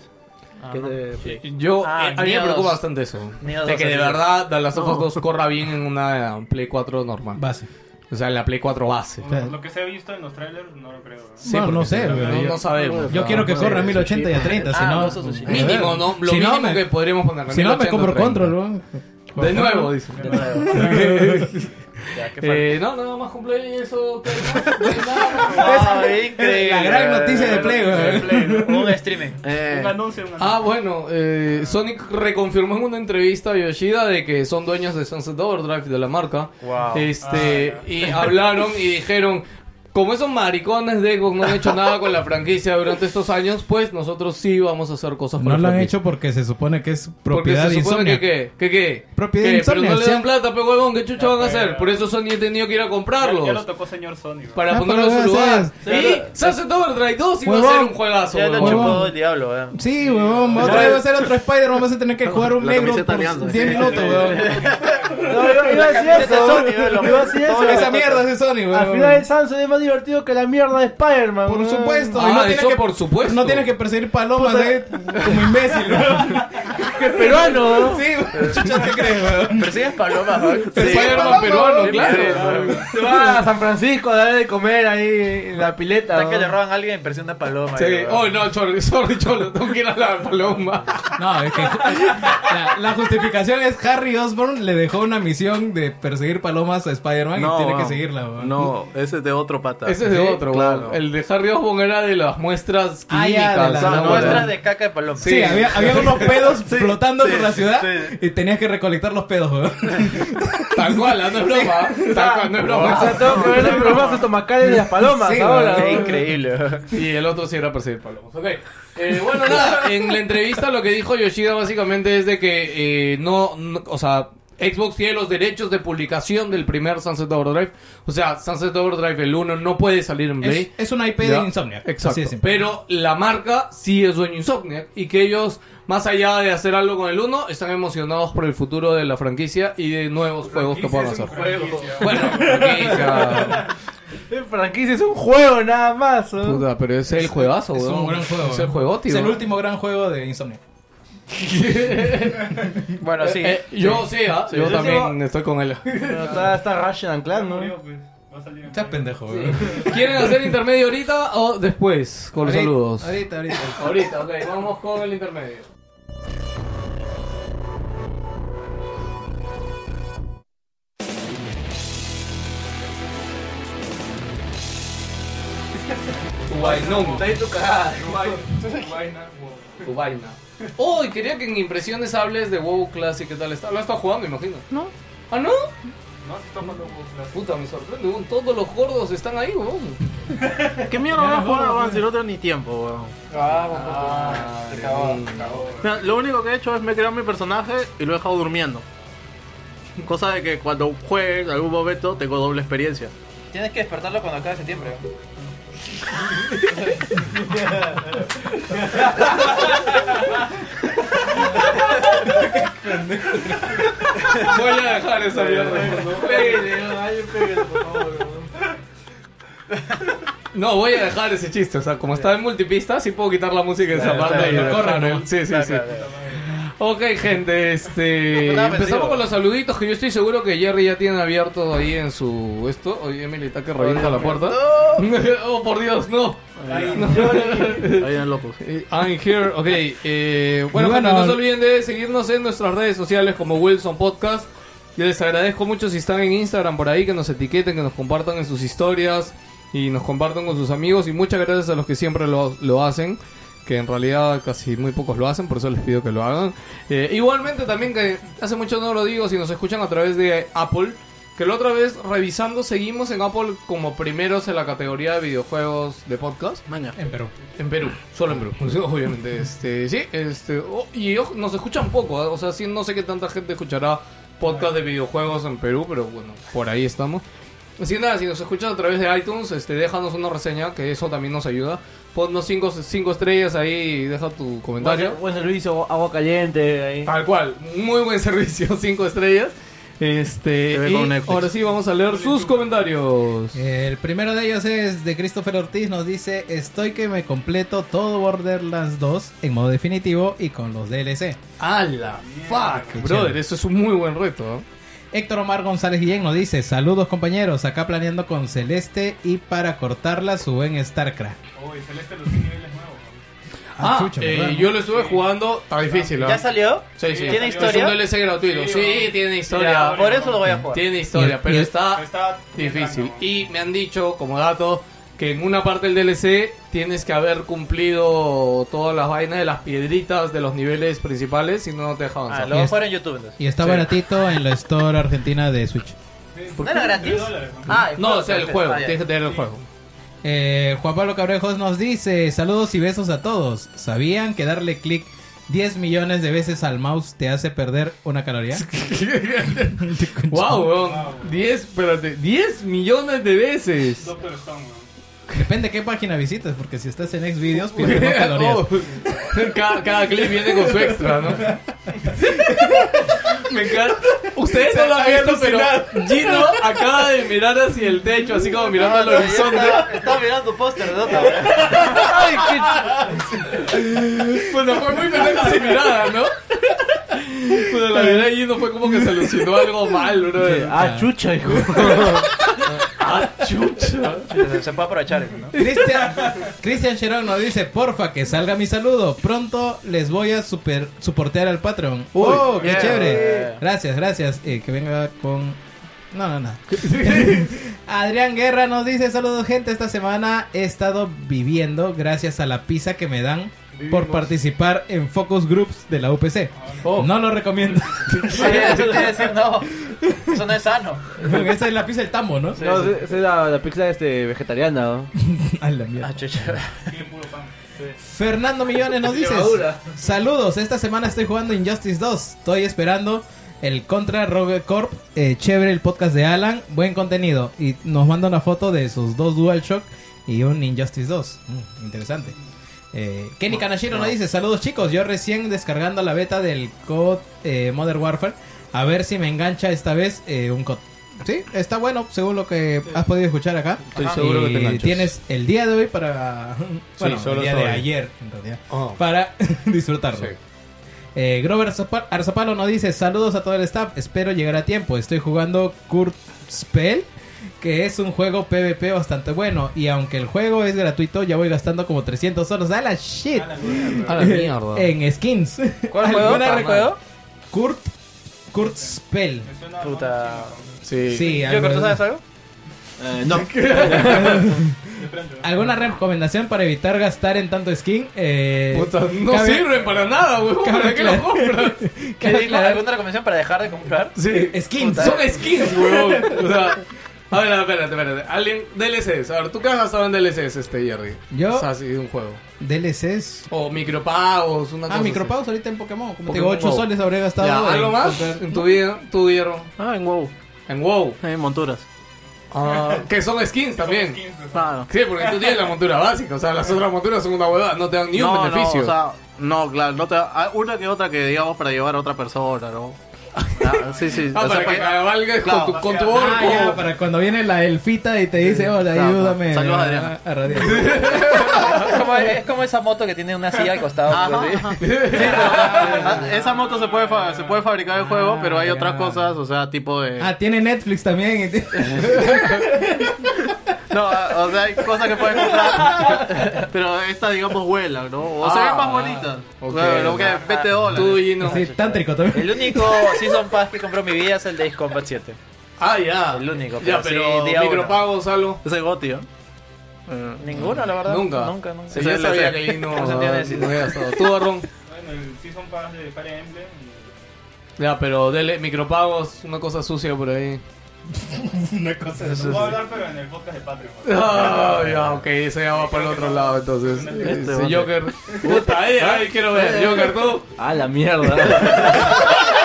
B: Yo,
D: Ah,
B: eh, a mí me
D: Neo
B: preocupa
D: dos.
B: bastante eso.
D: Neo
B: De
D: dos,
B: que de
D: así es.
B: verdad The Last of Us
D: No.
B: 2 corra bien en una eh, Play 4 normal.
D: Base.
B: O sea, en la Play 4 base.
F: Lo que se ha visto en los trailers, no lo creo.
B: Sí, porque
D: no sé,
B: no,
D: pero
B: no
D: yo-
B: sabemos.
D: yo quiero que
B: No,
D: corra
B: sí,
D: 1080 y a 30, si
B: Ah,
D: no-
B: no, eso sí.
D: a ver.
B: mínimo, ¿no? Lo
D: Si no,
B: mínimo
D: me-
B: que podríamos poner.
D: si no, me compro
B: 1080,
D: control,
B: 30.
D: weón.
B: Pues, De nuevo, dice.
D: De nuevo. Ya, qué
B: Eh,
D: falta.
B: no, nada más cumple eso. ¿qué más?
C: Ah, increíble.
B: La gran noticia de Play,
C: de
B: güey.
C: Play, ¿no? Un streaming.
B: Eh.
F: Un anuncio, un anuncio.
B: Ah, bueno, eh, Sonic reconfirmó en una entrevista a Yoshida de que son dueños de Sunset Overdrive de la marca.
C: Wow.
B: Este, y hablaron y dijeron, como esos maricones de Xbox no han hecho nada con la franquicia durante estos años, pues nosotros sí vamos a hacer cosas con
D: No
B: la
D: lo han
B: franquicia".
D: hecho porque se supone que es
B: Porque
D: propiedad de
B: se supone
D: Insomniac.
B: que qué, que qué,
D: Propiedad
B: que,
D: de
B: pero no
D: Insomniac,
B: le
D: sí.
B: dan plata, pe huevón, ¿qué chucha van a hacer? Por eso Sony ha tenido que ir a comprarlos.
F: Ya lo tocó señor Sony. güey.
B: Para
D: Ah,
B: ponerlo
D: pero
B: en su lugar.
D: gracias.
B: Sí, Sunset Overdrive 2 iba a
D: Huevón.
B: ser un juegazo.
C: Ya lo
B: huevón.
C: chupó el diablo, weón.
D: Sí, weón, otra vez va a ser otro Spider, vamos a tener que jugar un
C: la
D: negro
C: camiseta alianza.
D: por 10 minutos, weón.
I: No, iba- iba a decir
D: La camiseta
I: eso.
D: de Sony, weón, lo-
I: Iba a decir
D: todo
I: eso.
D: esa mierda es de Sony, weón.
I: Al final el Samsung es más divertido que la mierda de Spider-Man.
D: Por
I: weón.
D: supuesto, y tienes que- No tienes que perseguir palomas
I: Puta.
D: eh, como imbécil, weón.
I: Que peruano, ¿no?
D: Sí, weón, chucha, ¿qué crees, weón?
C: Persigues palomas, weón.
I: Spider-Man peruano,
C: Sí,
I: claro.
C: weón.
I: Se va a San Francisco a darle de comer ahí en la pileta.
C: Hasta que
I: ¿no?
C: le roban a alguien, presión de paloma.
I: Sí.
C: ahí, weón.
B: Oh, no, sorry, sorry, cholo, tengo que ir a la paloma.
D: No, es que la, la justificación es Harry Osborn le dejó una misión de perseguir palomas a Spider-Man y tiene
E: weón.
D: que seguirla, weón.
E: No, ese es de otro pata.
B: Ese es de otro,
E: claro.
B: weón. El de Harry Osborn era de las muestras
D: Ah,
B: clínicas.
D: ya, de las
B: ¿no,
D: muestras
B: weón?
C: de caca de paloma.
D: Sí, había, había unos pedos flotando
B: sí,
D: por la ciudad
B: sí.
D: y tenías que recolectar los pedos, weón.
B: Tal cual, ah, no es broma. Tal cual, no es broma.
I: O sea, tengo que ver los problemas estomacales de las palomas
B: Sí,
I: ahora.
B: weón.
I: ¿no?
B: Y el otro sí era perseguir palomas. Ok. Eh, bueno, nada, en la entrevista lo que dijo Yoshida básicamente es de que eh, no, no- o sea, Xbox tiene los derechos de publicación del primer Sunset Overdrive. O sea, Sunset Overdrive el 1 no puede salir en Play.
D: Es una IP de
B: Ya.
D: Insomniac.
B: Exacto.
D: Así de simple.
B: Pero la marca sí es dueño de Insomniac y que ellos, más allá de hacer algo con el 1, están emocionados por el futuro de la franquicia y de nuevos juegos que puedan
I: es un
B: hacer.
I: juego.
B: Bueno, franquicia.
I: El franquicia es un juego nada más. ¿no?
B: Puta, pero es el juegazo,
D: Es
B: weón.
D: un gran juego.
B: Es el
D: weón.
B: juego, tío.
D: Es el último gran juego de Insomniac.
C: bueno,
B: sí. Eh, eh, yo sí, ah, yo también estoy con él.
I: Pero está, está Russian and Clan, ¿no?
F: pues,
D: Estás pendejo,
B: ¿Quieren hacer intermedio ahorita o después? Con los
D: Ahorita,
B: saludos.
D: ahorita, ahorita.
B: Ahorita, ok, vamos con el intermedio. Tu vainón.
I: Está ahí tu cagada.
F: Tu vaina, tu vaina, wow.
B: Tu vaina. Oh, y quería que en impresiones hables de WoW Classic. ¿Qué tal está? Lo has estado jugando, imagino. No. ¿Ah, no?
F: No, si toma los huevos, las-
B: Puta, me sorprende. weón. Todos los gordos están ahí, weón.
E: ¿Qué mierda voy a jugar, weón? Si no tengo ni tiempo, weón.
F: Ah, se acabó, se acabó.
E: Mira, lo único que he hecho es me he creado mi personaje y lo he dejado durmiendo. Cosa de que cuando juegues algún momento tengo doble experiencia.
C: Tienes que despertarlo cuando acabe septiembre. weón.
B: Voy a dejar esa mierda.
I: Pégale, no, alguien pégale, por favor.
B: No, voy a dejar ese chiste. O sea, como está en multipista, sí puedo quitar la música de esa
I: Claro,
B: parte.
I: claro,
B: y
I: claro,
B: dejarlo.
I: corre, ¿no?
B: Sí, sí,
I: Claro,
B: sí.
I: claro,
B: Ok, gente, este.
I: Nada,
B: Empezamos
I: vencido.
B: con los saluditos que yo estoy seguro que Jerry ya tiene abierto ahí en su. Esto. Oye, Emily está que revienta la puerta. oh, por Dios, no.
E: Ahí
B: No.
E: eran locos.
B: Pues, I'm here, ok. eh, bueno,
E: Bueno.
B: gente, no se olviden de seguirnos en nuestras redes sociales como Wilson Podcast. Yo les agradezco mucho si están en Instagram por ahí, que nos etiqueten, que nos compartan en sus historias y nos compartan con sus amigos. Y muchas gracias a los que siempre lo, lo hacen, que en realidad casi muy pocos lo hacen, por eso les pido que lo hagan. Eh, igualmente también que hace mucho no lo digo, si nos escuchan a través de Apple, Que la otra vez, revisando, seguimos en Apple como primeros en la categoría de videojuegos de podcast.
D: En Perú.
B: En Perú, solo en Perú. Pues, obviamente, este, sí, este, oh, y oh, nos escuchan poco, ¿eh? o sea, sí, no sé qué tanta gente escuchará podcast de videojuegos en Perú, pero bueno, por ahí estamos. Así que nada, si nos escuchas a través de iTunes, este, déjanos una reseña, que eso también nos ayuda. Ponnos cinco, cinco estrellas ahí y deja tu comentario.
I: Buen, buen servicio, agua caliente. Ahí.
D: Ah,
B: Tal cual, muy buen servicio, cinco estrellas. Este,
I: ve
B: y
I: con Netflix.
B: ahora sí vamos a leer sus comentarios.
D: El primero de ellos es de Christopher Ortiz, nos dice, estoy que me completo todo Borderlands 2 en modo definitivo y con los DLC.
B: ¡Hala! ¡Fuck! Brother, eso es un muy buen reto. ¿ah?
D: Héctor Omar González Guillén nos dice, saludos compañeros, acá planeando con Celeste y para cortarla su buen StarCraft.
F: Uy, Celeste los niveles nuevos.
B: Ah,
D: chucha,
B: eh,
D: ¿verdad?
B: yo lo estuve jugando. Está difícil, ¿ah?
C: ¿Ya salió?
B: Sí, sí.
C: ¿Tiene historia?
B: Es un DLC gratuito.
C: Sí,
B: Sí,
C: bueno.
B: tiene historia.
C: Ya, por eso lo voy a jugar.
B: Tiene historia,
C: Y-
B: pero
C: y-
B: está,
C: está
B: Ah. difícil. Y me han dicho, como dato, que en una parte del DLC tienes que haber cumplido todas las vainas de las piedritas de los niveles principales, si no, no te deja avanzar.
C: Ah, lo voy a jugar en YouTube entonces.
D: Y está
B: Sí.
D: baratito en la Store Argentina de Switch.
C: ¿No era gratis? Ah, el
B: No,
C: juego,
B: o sea, el
C: entonces.
B: juego.
C: Ah, ya.
B: Tienes que tener el juego.
D: Eh, Juan Pablo Cabrejos nos dice, saludos y besos a todos. ¿Sabían que darle clic 10 millones de veces al mouse te hace perder una caloría?
B: wow, weón. 10, espérate, 10 millones de veces.
F: Doctor Stone, weón.
D: Depende de qué página visites, porque si estás en Xvideos pierdes una caloría.
B: Oh, cada, cada clip viene con su extra, ¿no? Me encanta. Ustedes no lo han visto, pero Gino acaba de mirar hacia el techo, así como mirando al
C: No, no,
B: horizonte.
C: Estaba, estaba mirando póster de Dota, weón.
B: Bueno, Pues fue muy pendeja su mirada, ¿no? Bueno, la verdad, Gino fue como que se alucinó algo mal, bro.
I: Ah, chucha, hijo.
B: Ah, chucha.
C: Se- Se puede aprovechar eso, ¿no?
D: Cristian, Cristian Cherón nos dice, porfa que salga mi saludo. Pronto les voy a super, suportear al Patreon. ¡Oh, qué
C: yeah.
D: chévere! Gracias, gracias. Eh, que venga con... No, no, no. Adrián Guerra nos dice, saludos gente, esta semana he estado viviendo gracias a la pizza que me dan por participar en Focus Groups de la UPC. No lo recomiendo.
C: Sí, eso te iba a decir, no. Eso no es sano.
B: Ah,
D: Esa es la pizza del tambo, ¿no?
I: No, esa es la, la pizza este, vegetariana. ¿no?
D: A la mierda.
C: Ah, chucha.
D: Fernando Millones nos dice
I: Levadura.
D: Saludos, esta semana estoy jugando Injustice 2 Estoy esperando el contra Robert Corp Eh, Chévere el podcast de Alan Buen contenido Y nos manda una foto de sus dos DualShock Y un Injustice 2 Mm, Interesante Eh, Kenny Kanashiro nos dice Saludos chicos, yo recién descargando la beta del COD eh, Modern Warfare A ver si me engancha esta vez eh, un COD Sí, está bueno, según lo que has podido escuchar acá.
B: Estoy seguro que te
D: Y
B: enganchas.
D: Tienes el día de hoy para... Bueno,
B: solo
D: el día de
B: soy.
D: ayer, en realidad.
B: Oh.
D: Para disfrutarlo. Eh, Grover Arzopa- Arzapalo nos dice: Saludos a todo el staff, espero llegar a tiempo. Estoy jugando Kurt Spell, que es un juego PvP bastante bueno. Y aunque el juego es gratuito, ya voy gastando como 300 solos. ¡A la shit!
B: A Ah, la mierda.
D: en skins.
C: ¿Cuál juego? Ah,
D: ¿Alguna
C: ¿Cuál
D: recu-
C: juego?
D: Kurt, Kurt Spell.
C: Puta.
B: Sí.
D: Sí,
C: Yo, ¿tú
D: algo-
C: sabes algo?
I: no.
D: ¿Alguna recomendación para evitar gastar en tanto skin? Eh,
B: Puta, no
D: cabe-
B: sirven para nada, weón.
D: cabe
B: ¿Para qué
D: aclarar-
B: lo compras?
C: ¿Qué
D: cabe
C: dijo?
D: aclarar-
C: ¿Alguna recomendación para dejar de comprar?
B: Sí.
D: Skins.
B: Son Eh, skins, weón. O sea, a ver, a ver, espérate, espérate. Alguien, DLCs. A ver, ¿tú qué has gastado en DLCs, este, Jerry?
D: Yo-
B: O sea, así de un juego.
D: DLCs.
B: O micropagos, una cosa.
D: Ah,
B: así.
D: micropagos Ah, ahorita en Pokémon. Como te digo,
B: Pokémon
D: 8
B: Go.
D: soles habré gastado.
B: Ya,
D: en
B: ¿Algo más
D: comprar-
B: en tu vida? ¿Tú, Jerry?
E: Ah, en WoW.
B: En WoW.
E: En monturas.
B: Ah, que son skins también.
E: Claro.
B: Sí, porque tú tienes la montura básica. O sea, las otras monturas son una huevada. No te dan ni un
E: no,
B: beneficio. Ah,
E: No, o sea, no, claro, no te, ah, una que otra que digamos para llevar a otra persona, ¿no? Ah, sí, sí.
B: Ah,
E: o sea,
B: para que
E: para-
B: cabalgues
E: Claro.
B: con tu, con tu
D: Ah,
B: orco.
D: ya, para cuando viene la elfita y te dice, hola,
E: Claro,
D: ayúdame.
E: saludos,
D: a-
E: Adriana.
D: a radiar.
C: Es como, es como esa moto que tiene una silla al costado.
E: Ajá,
C: pues, ¿sí?
E: ajá. Sí, pero, ah, esa moto se puede, fa- se puede fabricar en el juego, pero hay otras cosas, o sea, tipo de...
D: Ah, tiene Netflix también. y te-
E: No, ah, o sea, hay cosas que puedes comprar, pero estas, digamos, vuelan, ¿no? O se
B: Ah,
E: ven más bonitas.
B: ok.
E: Bueno, lo que 20 dólares.
B: Tú, Gino.
D: Sí, tántrico también.
C: El único Season Pass que compró en mi vida es el de Ace Combat 7.
B: Ah, ya.
C: El único, pero
B: Ya,
C: sí,
B: pero
C: día uno.
B: micropagos, algo.
E: Ese goti, ¿eh?
C: Ninguno, la verdad.
B: Nunca.
C: Nunca, nunca.
B: Sí,
E: Eso
B: yo
E: es lo
B: sabía
E: sé.
B: que Gino
C: No se tiene necesidad.
B: no había estado. Tú, Barrón.
F: Bueno, el Season Pass de Fire Emblem. y-
B: Ya, pero dele micropagos, una cosa sucia por ahí.
D: Una cosa de
F: Voy a hablar, pero en el podcast de Patreon.
B: Ah, ya, ok, eso ya va para el otro lado entonces.
F: Este
B: Ese
F: hombre.
B: Joker. Puta, ay, ay, quiero ver, Joker, tú.
I: Ah, la mierda.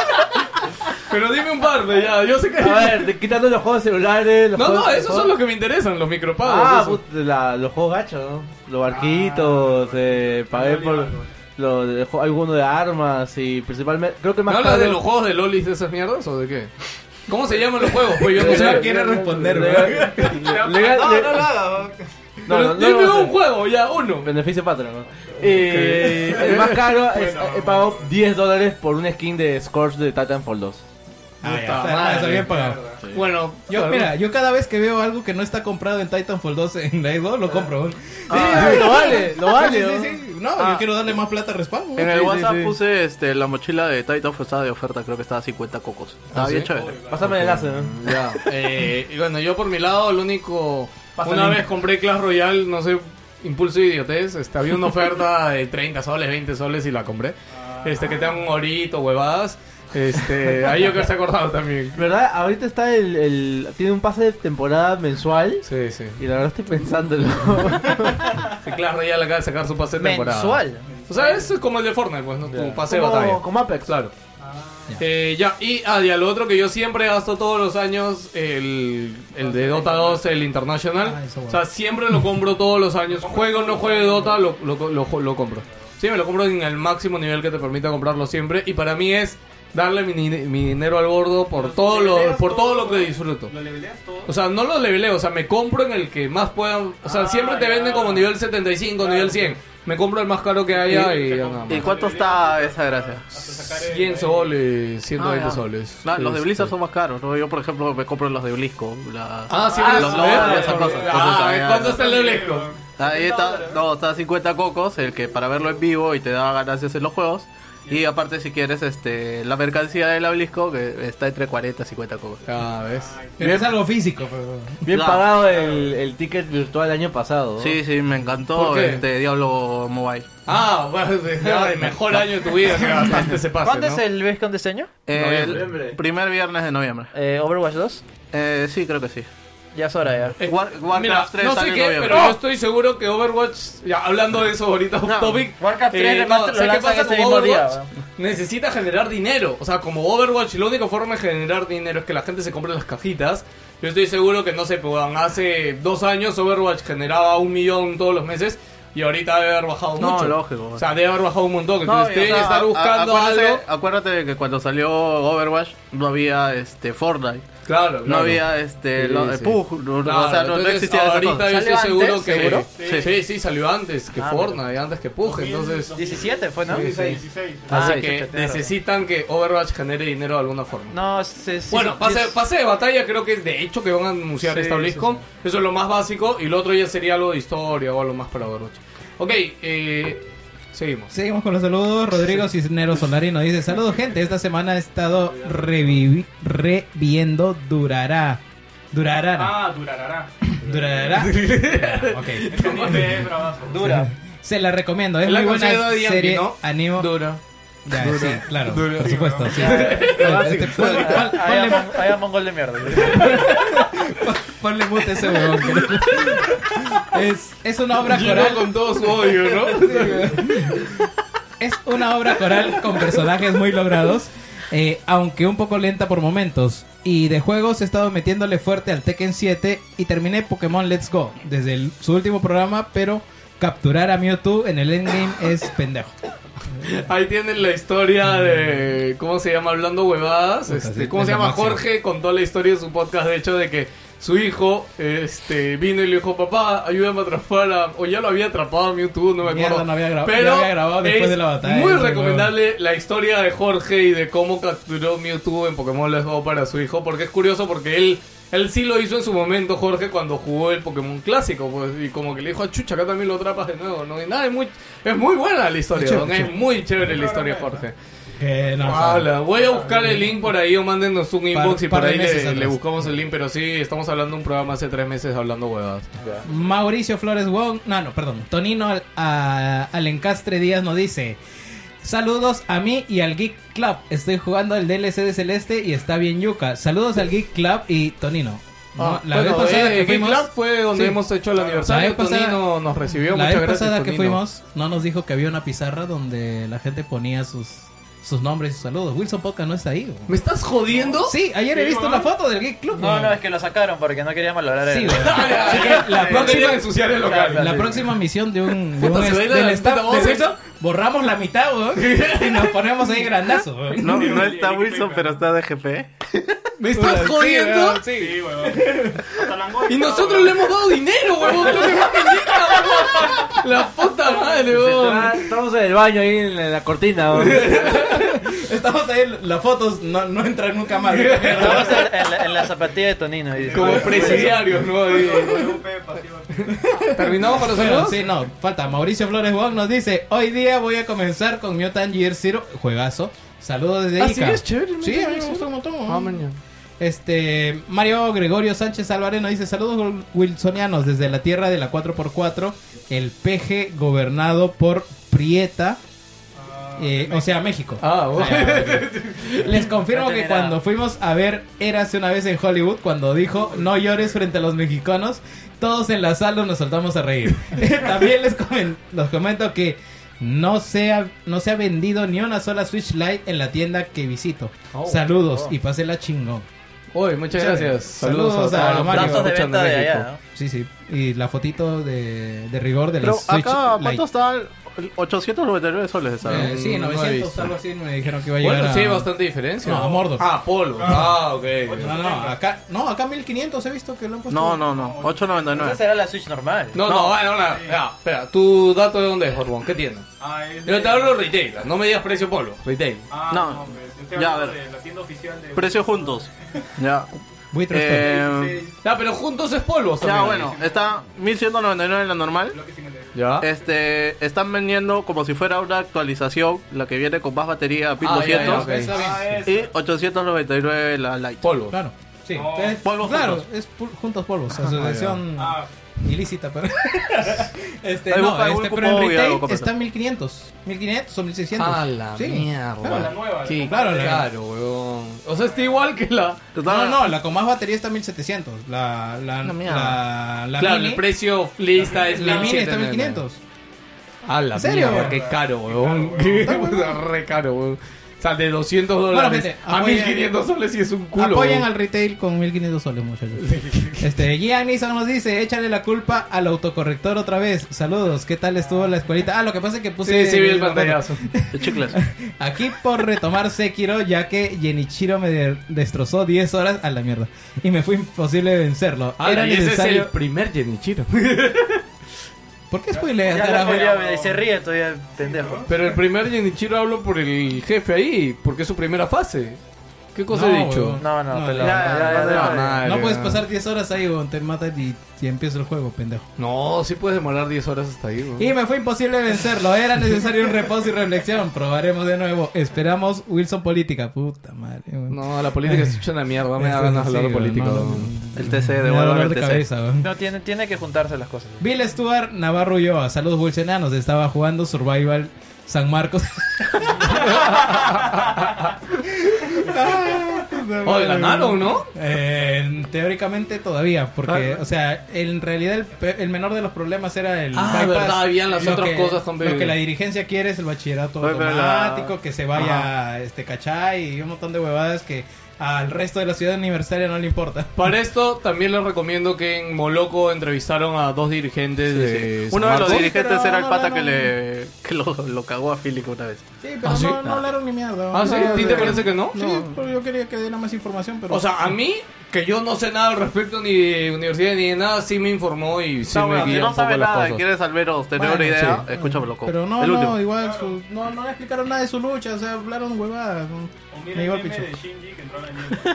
B: Pero dime un par, ve, ya, yo sé que.
I: A ver, de- quitando los juegos celulares. Los
B: No,
I: juegos-
B: no, esos son
I: juegos-
B: los que me interesan, los micropagos.
I: Ah,
B: eso.
I: puta, la- los juegos gachos, ¿no? Los barquitos,
B: Ah,
I: eh, pagué por. Lo, de- jo- alguno de armas y principalmente. Creo que
B: ¿No
I: más.
B: hablas de
I: caro-
B: los juegos de lolis de esas mierdas o de qué? ¿Cómo se llaman los juegos? Pues yo no sé.
I: quiere
B: responder,
I: Legal- legal-
B: No, no lo
F: hagas.
I: No, no, no
B: dime
I: lo
B: un juego, ya, uno.
I: Beneficio patrio, ¿no? Eh, el más caro, es-
B: Bueno.
I: he pagado 10 dólares por un skin de Scorch de Titanfall 2.
D: Ah, ya,
I: Puta
D: está,
I: madre.
D: está bien pagado.
I: Sí.
B: Bueno,
D: yo,
I: claro.
D: mira, yo cada vez que veo algo que no está comprado en Titanfall 2 en la Xbox, lo compro. Sí,
E: Ah,
D: sí,
E: lo
D: sí.
E: vale, lo
D: Sí,
E: vale,
D: sí,
E: ¿no?
D: sí, sí. No,
E: Ah.
D: yo quiero darle más plata a respaldo.
E: En el WhatsApp puse este, la mochila de Titanfall estaba de oferta, creo que estaba a 50 cocos. Estaba
B: ¿Ah,
E: bien
B: sí?
E: chévere.
I: Pásame el enlace,
E: ¿no?
B: Ya. Eh, y bueno, yo por mi lado, el único.
E: Pásale.
B: Una vez compré Clash Royale, no sé, impulso de idiotez. Este, había una oferta de 30 soles, 20 soles y la compré. Este, que te dan un orito, huevadas. Este, ahí yo que se ha acordado también.
I: ¿Verdad? Ahorita está el, el- Tiene un pase de temporada mensual.
B: Sí, sí.
I: Y la verdad estoy pensándolo.
B: Sí, Clash Royale acaba de sacar su pase de temporada.
I: Mensual.
B: O sea, es como el de Fortnite, pues, ¿no? Tu pase de
I: Como-
B: batalla.
I: como Apex.
B: Claro. Eh, ya, y ah, ya, lo otro que yo siempre gasto todos los años, el, el de Dota 2, el International. O sea, siempre lo compro todos los años. Juego o no juegue Dota, lo, lo, lo, lo compro. Sí, me lo compro en el máximo nivel que te permita comprarlo siempre. Y para mí es darle mi, ni- mi dinero al gordo por, todo lo,
F: leveleas
B: por todo
F: todo?
B: lo que disfruto.
F: ¿Lo leveleas todo?
B: O sea, no lo leveleo, o sea, me compro en el que más puedan. O sea,
F: Ah,
B: siempre te venden como nivel 75, nivel 100. Me compro el más caro que haya y, ya nada más.
E: ¿Y cuánto está esa gracia?
B: 100 soles, 120
E: Ah, ya.
B: soles.
E: No, los de
B: Este.
E: Blizzard son más caros, ¿no? Yo, por ejemplo, me compro los de Blisco. las-
B: Ah, sí, me
E: los
B: los-
E: lobos y
B: eh,
E: esas
B: eh,
E: cosas.
B: ah,
E: Entonces, también-
B: ¿cuánto está el de Blisco?
E: Ahí está, no, está a 50 cocos, el que para verlo en vivo y te da ganancias en los juegos. Y aparte, si quieres, este, la mercancía del Blisco, que está entre 40 y 50 cocos.
B: Cada vez.
D: Pero es algo físico. pero-
I: Bien
E: No.
I: pagado el, el ticket virtual el año pasado.
E: Sí, sí, me encantó
I: ¿Por qué?
E: este Diablo Mobile.
B: Ah, bueno, ya, el mejor año de tu vida que gastaste ese pase.
C: ¿Cuándo
B: ¿no?
C: es el BlizzCon de diseño?
E: El primer viernes de noviembre.
C: ¿Overwatch 2?
E: Eh, sí, creo que sí.
C: Ya es hora ya.
B: Eh,
E: War- Warcraft
B: Mira,
E: 3
B: no
E: sale
B: sé
E: en
B: qué,
E: noviembre.
B: pero yo estoy seguro que Overwatch, ya hablando de eso ahorita, off topic, eh,
C: Warcraft 3
B: no,
C: remaster
B: ¿sabes
C: lo
B: qué
C: lanzan
B: pasa
C: ese
B: con
C: mismo día,
B: Overwatch? Necesita generar dinero, o sea, como Overwatch, la única forma de generar dinero es que la gente se compre las cajitas. Yo estoy seguro que no se puedan. Hace dos años Overwatch generaba un millón todos los meses y ahorita debe haber bajado
E: No,
B: mucho.
E: lógico.
B: O sea, debe haber bajado un montón.
E: No,
B: Entonces,
E: y, o
B: deben
E: sea,
B: estar
E: a- a-
B: buscando
E: acuérdate,
B: algo.
E: acuérdate de que cuando salió Overwatch no había este Fortnite.
B: Claro,
E: No
B: claro.
E: había este
B: Sí,
E: lo- eh,
B: sí.
E: Pug, no- o sea,
B: Claro,
E: no, no
B: entonces,
E: existía esa
B: Ahorita
E: cosa.
B: yo estoy seguro que.
E: Sí.
B: Sí. sí, salió antes que
E: Ah,
B: Fortnite, antes que Pug. Entonces.
C: 17 fue, ¿no?
B: Sí, sí.
C: 16.
B: Así
C: Ah,
B: que
C: 18, tienes razón.
B: necesitan que Overwatch genere dinero de alguna forma.
C: No, se, se-
B: Bueno, pase,
C: Dios.
B: pase de batalla creo que es de hecho que van a anunciar
C: Sí,
B: esta BlizzCon. Eso es lo más básico y lo otro ya sería algo de historia o algo más para Overwatch. Ok, eh, seguimos.
D: Seguimos con los saludos. Rodrigo Cisneros Solari nos dice: Saludos, gente. Esta semana he estado revivi- reviendo Durará. Durará.
F: Ah, durará.
D: Durará.
F: Entendiste, eh, bravazo.
D: Dura. Se la recomiendo. Es
F: La
D: muy buena
F: considero de Yankee,
D: serie.
F: ¿no?
D: Animo.
B: Dura.
D: Ya,
F: Dura.
D: sí, claro.
F: Dura.
D: Por supuesto. sí. Este, ponle-
C: Ah,
D: pon-
C: Ahí
D: ponle-
C: va- ahí va mongol de mierda.
D: Ponle mute a ese huevón. que- Es, es una obra
B: Llegó
D: coral.
B: con todo su odio, ¿no?
D: es una obra coral con personajes muy logrados. eh, aunque un poco lenta por momentos. Y de juegos he estado metiéndole fuerte al Tekken 7 y terminé Pokémon Let's Go desde el- su último programa, pero capturar a Mewtwo en el endgame es pendejo.
B: Ahí tienen la historia de. ¿Cómo se llama? Hablando huevadas. Este,
D: sí,
B: ¿Cómo
D: es
B: se
D: lo
B: llama?
D: máximo.
B: Jorge contó la historia de su podcast, de hecho, de que su hijo este, vino y le dijo: Papá, ayúdame a atrapar a. O ya lo había atrapado a Mewtwo, no me
D: Mierda,
B: acuerdo.
D: no había grabado-
B: Pero
D: no había grabado después
B: es
D: de la batalla,
B: Muy
D: ese
B: recomendable la historia de Jorge y de cómo capturó Mewtwo en Pokémon Let's Go para su hijo, porque es curioso, porque él. Él sí lo hizo en su momento, Jorge, cuando jugó el Pokémon clásico, pues, y como que le dijo a Chucha, acá también lo atrapas de nuevo, ¿no? Y nada, es muy, es muy buena la historia,
D: Chévere,
B: don, es
D: chévere.
B: muy chévere la historia, Jorge.
D: Que no, o sea,
B: Hola, voy a buscar el link por ahí o mándenos un inbox y
D: par
B: por
D: de
B: ahí
D: meses
B: le,
D: atrás.
B: le buscamos el link, pero sí, estamos hablando de un programa hace tres meses hablando huevadas.
D: Mauricio Flores Wong, no, no, perdón, Tonino al, a- Alencastre Díaz nos dice, Saludos a mí y al Geek Club. Estoy jugando el DLC de Celeste y está bien yuca. Saludos al Geek Club y Tonino.
B: Ah,
D: No, la
B: bueno,
D: vez pasada
B: eh,
D: que
B: Geek
D: fuimos-
B: Lab fue donde
D: Sí.
B: hemos hecho el
D: La
B: aniversario.
D: vez pasada-
B: Tonino nos recibió.
D: La
B: Muchas
D: vez
B: gracias,
D: pasada que
B: Tonino.
D: fuimos, no nos dijo que había una pizarra donde la gente ponía sus, sus nombres y sus saludos. Wilson Podcast no está ahí. güey.
B: ¿Me estás jodiendo?
D: Sí, ayer he visto una foto del Geek Club.
C: No,
D: güey.
C: no, es que lo sacaron porque no querían valorar
D: Sí,
C: el...
D: güey. Así que la próxima,
C: Claro,
D: la
C: sí.
D: próxima misión de un, de
C: Puta,
D: un
C: se
D: es-
C: baila
D: del
C: la
D: staff
C: puta
D: de
C: voz.
D: Wilson, borramos la mitad, güey, y nos ponemos ahí grandazo. güey.
E: No, no está Wilson, pero está DGP.
B: ¿Me
D: estás
B: Sí, jodiendo? weón,
F: Sí, huevón.
B: Y nosotros le hemos dado dinero, huevón. Tú le vas a indicar, huevón. La puta madre, huevón.
I: Ah, Estamos en el baño ahí en la, en la cortina. weón.
D: Estamos ahí, las fotos no, no entran nunca más.
C: Estamos en, en la- en la zapatilla de Tonino. y-
D: Como presidiarios, ¿no? Ahí.
B: ¿Terminamos con los saludos?
D: Sí, no, falta. Mauricio Flores Wong nos dice: Hoy día voy a comenzar con Mutant Year Zero. Juegazo. Saludos desde
B: Ah,
D: Ica.
B: sí, es chévere,
D: Sí,
B: Mutant
D: a mí me
B: Year
D: gusta un montón.
B: Ah,
D: ¿no?
B: mañana.
D: Este Mario Gregorio Sánchez Álvarez nos dice saludos wilsonianos desde la tierra de la 4x4, el PG gobernado por Prieta,
B: Ah,
D: eh, o sea México. Ah,
B: bueno.
D: Les confirmo
B: Ah, No
D: que
B: tiene nada.
D: cuando fuimos a ver Érase una vez en Hollywood, cuando dijo no llores frente a los mexicanos, todos en la sala nos soltamos a reír. Eh, También les comen- los comento que no se, ha, no se ha vendido ni una sola Switch Lite en la tienda que visito.
B: Oh.
D: Saludos
B: Oh.
D: y pásela chingón.
B: Oye, muchas gracias.
D: Saludos,
B: Saludos a-
D: a,
B: a los
D: Mario.
B: brazos de Escuchan venta de de México. allá,
D: Sí, sí. Y la fotito de, de rigor de la
E: Pero
D: Switch
E: acá,
D: Lite.
E: ¿cuánto está? 899 soles,
D: Eh,
E: ¿sabes?
D: sí, 900, algo así me dijeron que iba a llegar.
B: Bueno,
D: a-
B: sí, bastante diferencia.
D: No, a Mordor.
B: Ah, Polo. Ah, ok.
D: No, no, acá, no, acá 1500 he visto que lo han puesto.
E: No, no, no. 899.
C: Esa será la Switch normal.
B: No, no, ah, no, nada. Ya, espera, ¿tu dato de dónde es, Jorbón? ¿Qué tienda?
F: Ah, es de-
B: Yo te hablo retail, no me digas precio polo, retail.
F: Ah,
E: No.
F: no, pues, estoy
E: Ya,
F: hablando
E: a ver.
F: de la tienda oficial de...
E: Precios juntos. Ya.
D: Buitre este.
E: Eh,
B: Ya, pero juntos es polvo. Ah,
E: Ya, bueno, está 1199 en la normal.
B: Ya.
E: Este, están vendiendo como si fuera una actualización, la que viene con más batería, 1200.
B: Ah, ya, ya, ok. Ah, esa.
E: Y 899 la Lite.
B: Polvo.
D: Claro. Sí, es-
E: Polvos
D: claro,
E: juntos. Ah.
D: es pu- juntos polvos, asociación
F: ah,
D: ilícita, pero este,
E: Ahí
D: no,
E: busca
D: este, pero
E: algún
D: en
E: cupo y algo
D: retail
E: completo.
D: está 1500, 1500 o 1600.
B: A la mierda.
D: claro.
B: La nueva,
D: Sí,
B: ¿no?
D: claro, la-
B: Claro, huevón. O sea, está igual que la.
D: No, no, la con más batería está 1700. La, la,
B: La mierda.
D: la, la
B: claro,
D: mini-
B: el precio lista es
D: La mini está
B: 1799.
D: 1500.
B: A la
D: ¿En serio?
B: mierda, qué caro, huevón. Qué re caro, huevón. O sea, de 200
D: Bueno,
B: dólares
D: gente,
B: a
D: apoyen-
B: 1500 soles y es un culo.
D: Apoyen
B: huevón.
D: al retail con 1500 soles, muchachos. este, Gian Nison nos dice: échale la culpa al autocorrector otra vez. Saludos, ¿qué tal estuvo la escuelita? Ah, lo que pasa es que puse.
B: Sí, sí, vi el pantallazo.
E: Chicles.
D: Aquí por retomar Sekiro, ya que Genichiro me de- destrozó 10 horas a la mierda. Y me fue imposible vencerlo.
B: Ah,
D: Era
B: y ese es el
D: necesario.
B: primer Genichiro.
D: ¿Por qué spoileas,
C: Ya,
D: carajo?
C: ya, ya, se ríe todavía, pendejo.
B: Pero el primer Genichiro hablo por el jefe ahí, porque es su primera fase. ¿Qué cosa
D: No,
B: he dicho?
D: huevón. No, no, No, pelado.
C: ya, ya, ya, ya.
B: madre,
D: No puedes
B: ya.
D: pasar 10 horas ahí, weón, te matan y, y empieza el juego, pendejo.
B: No, sí puedes demorar 10 horas hasta ahí, huevón.
D: Y me fue imposible vencerlo. Era necesario un reposo y reflexión. Probaremos de nuevo. Esperamos Wilson Política. Puta madre. weón.
B: No, la política es hecha una mierda. No me da
D: Eso
B: ganas
D: sí,
B: de hablar de
D: weón,
B: política.
D: no, no,
B: huevón.
E: El TC,
D: Me da
E: devuélvame
D: dolor
E: el
D: de cabeza,
E: TC.
D: weón.
C: No, tiene, tiene que juntarse las cosas.
D: Bill Stuart Navarro Ulloa. Saludos, Wilsonanos. Estaba jugando Survival San Marcos.
B: Oye, Oh, ganaron, ¿no? Ah.
D: Eh, teóricamente todavía, porque, o sea, en realidad el, pe- el menor de los problemas era el.
B: Ah, verdad, habían las
D: Lo
B: otras
D: que-
B: cosas con
D: Lo
B: Baby.
D: que la dirigencia quiere es el bachillerato
E: Oye, pero la-
D: automático, que se vaya este cachai y un montón de huevadas que al resto de la ciudad universitaria no le importa.
B: Para esto también les recomiendo que en Moloco entrevistaron a dos dirigentes de San
E: Uno de los
B: Marcos.
E: dirigentes
D: pero
E: era el
D: no,
E: pata
D: no,
E: que
D: no.
E: le que lo, lo cagó a Philip una vez.
D: Sí, pero
B: ¿Ah, sí?
D: no, no hablaron ni mierda.
B: Ah, ¿sí? ¿A ti te parece que no?
D: Sí, pero yo quería que diera más información, pero...
B: O sea, a mí, que yo no sé nada al respecto ni de universidad ni de nada, sí me informó y sí
E: No,
B: me
E: bueno, si
B: guía
E: no
B: un poco
E: sabe
B: las
E: nada,
B: cosas.
E: quieres al menos tener
D: Bueno,
E: una idea,
D: sí.
E: escúchame loco.
D: Pero no,
E: el
D: no,
E: último.
D: igual, su- no, no le explicaron nada de su lucha, o sea, hablaron huevadas.
F: Mira
D: Me
F: el
D: iba a
F: meme
D: picho.
F: de Shinji que entró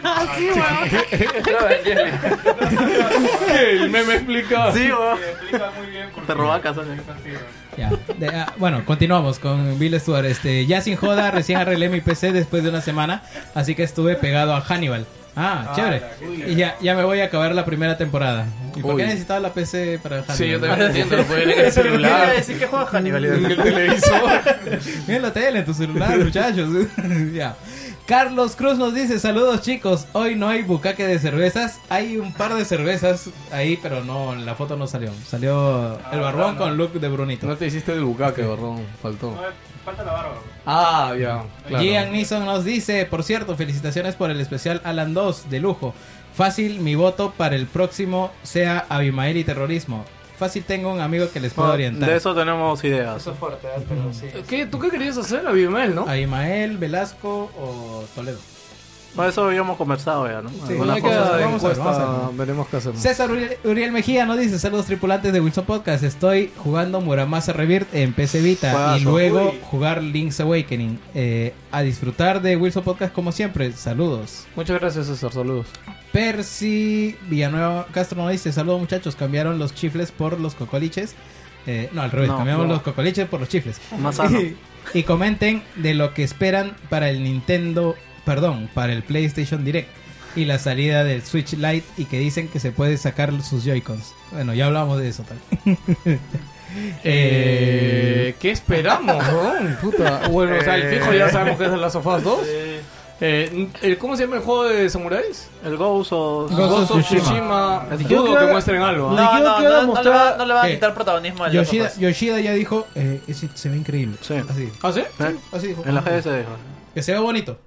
F: a la mierda.
B: El meme explica.
E: Sí, weón.
F: Te explica muy bien por
E: Se
F: qué
E: robó a casa.
F: es así, weón.
D: Ya, de- ah, bueno, continuamos con Bill Stuart. Este, ya sin joda, recién arreglé mi PC después de una semana, así que estuve pegado a Hannibal. Ah,
M: Ah,
D: chévere.
M: la que
D: Y ya, ya me voy a acabar la primera temporada. ¿Y por
M: Uy.
D: qué necesitaba la PC para Hannibal?
B: Sí, yo también entiendo, lo puede ver en el celular. Quiere decir que juega Hannibal en el televisor.
D: Mira la tele en tu celular, muchachos. ya. Carlos Cruz nos dice, saludos chicos, hoy no hay bucaque de cervezas, hay un par de cervezas ahí, pero no, la foto no salió. Salió el barbón con look de Brunito. No
B: te hiciste el bucaque, barbón, faltó.
F: Falta la barba.
B: Ah, ya. Claro.
D: Gian Nison nos dice, por cierto, felicitaciones por el especial Alan 2 de lujo. Fácil, mi voto para el próximo sea Abimael y terrorismo. Fácil, tengo un amigo que les pueda
B: Oh,
E: Bueno,
D: orientar.
E: de eso tenemos ideas.
D: es fuerte,
E: pero
D: sí.
B: ¿eh? ¿Qué, ¿Tú qué querías hacer? Abimael, ¿no?
D: Abimael, Velasco o Toledo.
E: Por eso habíamos conversado ya, ¿no?
D: Sí,
E: Algunas
D: hay que-
E: cosas.
D: vamos a ver, vamos a ver.
B: Veremos qué hacemos.
D: César Uriel, Uriel Mejía nos dice, saludos tripulantes de Wilson Podcast, estoy jugando Muramasa Revirt en PC Vita y
E: Juegazo.
D: luego
E: Uy.
D: jugar Link's Awakening. Eh, a disfrutar de Wilson Podcast como siempre, saludos.
B: Muchas gracias, César. Saludos.
D: Percy Villanueva Castro nos dice, saludos muchachos, cambiaron los chifles por los cocoliches. Eh, no, al revés,
E: No,
D: cambiamos
E: no.
D: los cocoliches por los chifles.
E: Más sano.
D: Y, y comenten de lo que esperan para el Nintendo, perdón, para el PlayStation Direct y la salida del Switch Lite y que dicen que se puede sacar sus Joy-Cons. Bueno, ya hablamos de eso también.
B: Eh, ¿Qué esperamos, no? Puta. Bueno, o sea, el fijo
E: Eh.
B: ya sabemos que es el Last of Us 2. Eh, el- ¿Cómo se llama el juego de samuráis?
E: El Ghost o
B: Ghost of Tsushima. Dudo que muestren algo. ¿ah?
C: No, no, no, no, le va- no le va a
D: Eh,
C: quitar protagonismo a los
D: Yoshida,
C: otros.
D: Yoshida ya dijo, eh, ese se ve increíble. Así.
B: ¿Ah, sí?
D: Sí, así dijo.
B: Mm.
E: En la GDC dijo.
D: Que se ve bonito.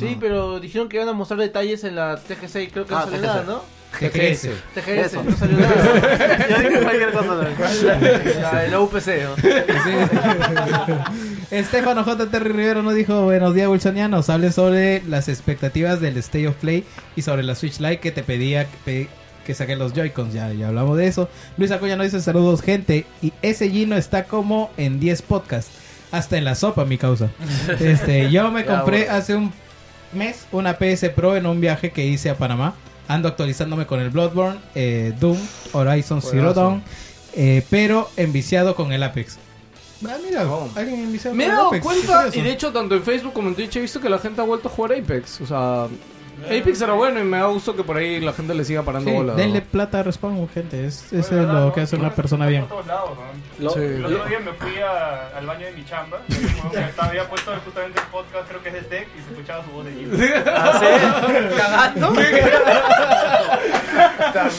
I: Sí, pero dijeron que iban a mostrar detalles en la TGC y creo que no
E: Ah,
I: salió
E: TGC.
I: nada, ¿no?
D: TGS.
I: TGS,
E: Eso.
I: no salió nada.
E: Yo dije cualquier cosa, ¿no?
I: La, la UPC, ¿no?
D: Estefano J. Terry Rivero nos dijo, buenos días Wilsonianos, hablen sobre las expectativas del State of Play y sobre la Switch Lite que te pedía que, pe- que saqué los Joy-Cons, ya, ya hablamos de eso. Luis Acuña nos dice saludos gente y ese Gino está como en 10 podcasts, hasta en la sopa mi causa. Este, yo me
E: Ya,
D: compré
E: bueno.
D: hace un mes una PS Pro en un viaje que hice a Panamá. Ando actualizándome con el Bloodborne, eh, Doom, Horizon Zero
B: Juegazo.
D: Dawn, eh, pero enviciado con el Apex. Ah, mira, alguien enviciado
B: Me he
D: con
B: dado
D: Apex.
B: cuenta,
D: Curioso.
B: y de hecho, tanto en Facebook como en Twitch he visto que la gente ha vuelto a jugar Apex. O sea, Apex era bueno y me da gusto que por ahí la gente le siga parando
D: Sí,
B: bola.
D: denle plata a Respawn, gente. Es, eso es lo que hace una persona bien.
F: Por todos lados, ¿no?
D: Lo-
F: El
D: lo-
F: otro día me fui a- al baño de mi chamba. y un huevón que estaba- había puesto justamente el podcast, creo que es de Tech, y se escuchaba su voz de Jimmy.
C: ¿Ah, sí? ¿Cagando?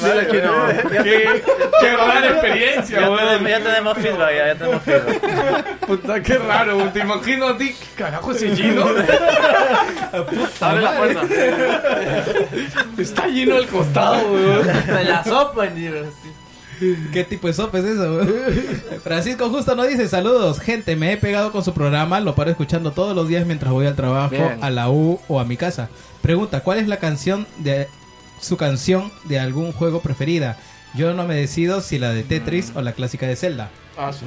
F: Yo la quiero.
B: Qué- qué gran experiencia,
C: ya,
B: weón.
C: tenemos- ya tenemos feedback, ya, ya tenemos feedback.
B: Puta, qué raro, güey. te imagino a ti, carajo, ese Gino.
C: Abre la puerta.
B: Está lleno al costado, weón.
I: De la sopa,
D: ¿Qué tipo de sopa es eso? Francisco Justo nos dice, saludos, gente, me he pegado con su programa, lo paro escuchando todos los días mientras voy al trabajo,
E: Bien.
D: a la U o a mi casa. Pregunta, ¿cuál es la canción de su canción de algún juego preferida? Yo no me decido si la de Tetris o la clásica de Zelda.
B: Ah, sí.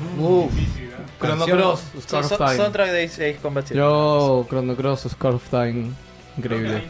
B: Chrono
D: Canción.
B: Cross,
C: Son-
B: Scarf
C: son-
B: Time.
C: Soundtrack de Ace Ace Combat 7.
B: Yo, Chrono Cross, Scarf Time. Increíble.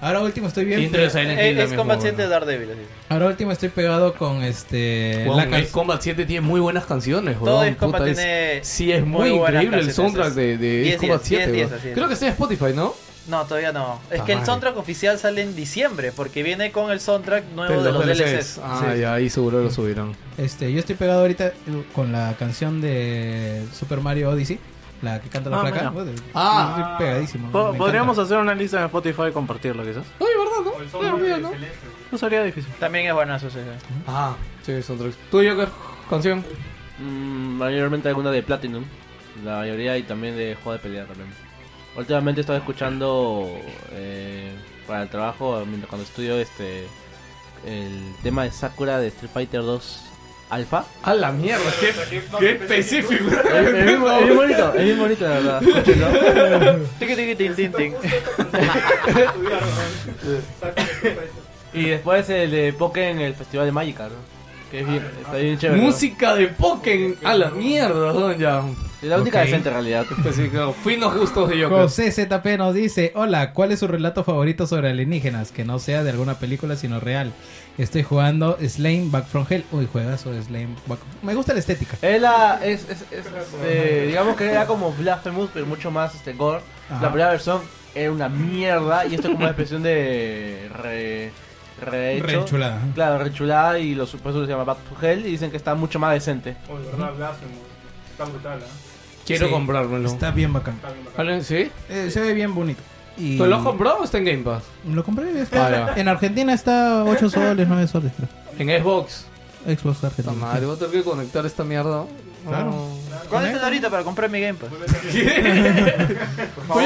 D: Ahora último estoy bien.
B: Intro de Silent Hill
C: Ace
B: también
C: Combat
B: fue
C: 7 de Daredevil. así.
D: Ahora último estoy pegado con este...
B: Weón,
D: la
B: Ace
D: can-
B: Combat 7 tiene muy buenas canciones,
C: Todo
B: weón.
C: Ace Combat
B: Puta, es-
C: tiene
B: Sí, es
C: muy
B: muy,
C: buenas
B: increíble el
C: canciones,
B: soundtrack
C: es-
B: de, de
C: 10,
B: Ace Combat
C: 10,
B: 7.
C: 10,
B: weón.
C: así es.
B: Creo que está en Spotify, ¿no?
C: No, todavía no. Es
B: Ah,
C: que el
B: madre.
C: soundtrack oficial sale en diciembre, porque viene con el soundtrack nuevo
B: Pero
C: de los
B: DLCs.
C: DLCs.
B: Ah,
C: Sí.
B: ya, ahí seguro lo subirán.
D: Este, yo estoy pegado ahorita eh, con la canción de Super Mario Odyssey, la que canta la
E: Ah,
D: placa.
E: mira.
D: Ah, estoy pegadísimo.
E: Po-
D: me
E: Podríamos hacer una lista en Spotify y compartirla, quizás.
B: verdad, ¿no?
D: Ah,
B: Claro, mira, ¿no?
E: No sería difícil.
C: También es buena eso, sí, sí.
B: Ah, sí, soundtrack. ¿Tú, Joker? ¿Canción?
I: Mm, mayormente alguna de Platinum. La mayoría y también de juego de pelea también. Últimamente estaba escuchando eh, para el trabajo, mientras- cuando estudio este el tema de Sakura de Street Fighter 2 Alpha.
B: A la mierda, qué, qué específico.
I: Es es bien es bien bonito, es bien bonito, la verdad. Escúchenlo.
C: Tiqui, tiqui, tin, tin, tin.
F: pues,
I: Y después el de Pokémon en el Festival de Magica, ¿no? Que es bien,
C: Ah,
I: está bien chévere. ¿no?
B: Música de Pokémon. A la mierda, ¿no? ya.
I: La única
D: Ok.
I: decente en realidad.
B: Específico. Finos gustos de Joker.
D: José ZP nos dice, hola, ¿cuál es su relato favorito sobre alienígenas? Que no sea de alguna película, sino real. Estoy jugando Slain Back from Hell. Uy, juegazo de Slain Back Me gusta la estética.
I: Es la. Es, es, es, este, digamos que era como Blasphemous, pero mucho más este, gore.
D: Ajá.
I: La primera versión era una mierda y esto es como una expresión de re, rehecho.
N: Rechulada.
I: Claro, rechulada y los supuestos se llama Back to Hell y dicen que está mucho más decente.
F: Oh, de verdad, Blasphemous. Está brutal, ¿eh?
B: Quiero
F: Sí.
B: comprármelo.
D: Está bien bacán.
B: ¿Vale? ¿Sí?
D: Eh, se ve bien bonito. Y-
B: ¿Tú lo has comprado o está en Game Pass?
D: Lo compré.
B: Ah, ya.
D: está- en Argentina está 8 soles, 9 soles.
B: En Xbox.
D: creo. Xbox Argentina.
B: La madre, voy a tener que conectar esta mierda.
D: Claro.
C: ¿Cuál es el ahorita para comprar mi Game Pass?
B: Pues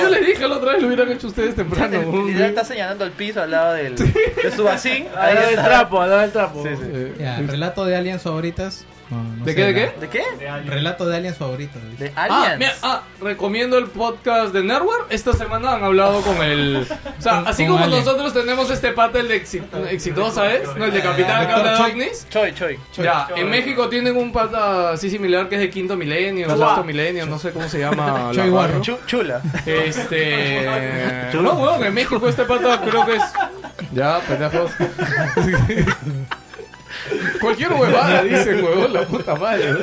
B: yo les dije la otra vez, lo hubieran hecho ustedes temprano.
C: Literal está señalando al piso al lado del, de su vacín.
I: Al lado del trapo, al lado del trapo.
C: Sí, sí.
B: Eh,
D: Ya, relato de aliens favoritas. No, no
B: ¿De
D: sé
B: qué, de
D: nada.
B: qué?
C: ¿De qué?
D: Relato de aliens favoritos.
C: De
B: Ah, mira, ah, recomiendo el podcast de Nerdware. Esta semana han hablado con el. O sea,
D: Con-
B: así
D: con
B: como
D: Ale.
B: nosotros tenemos este pata, el de exi- exitosa, ¿es? No, el de Capital que habla de ovnis.
C: Choy, choy.
B: Ya, en México tienen un pata así similar que es de quinto milenio,
C: Chua.
B: sexto milenio, no sé cómo se llama. la
C: Choy Guarro.
B: radio.
C: Chu- Chula.
B: Este. No, weón, en México este pata creo que es. Ya, pendejos. Cualquier huevada dice, huevón, la puta madre. ¿no?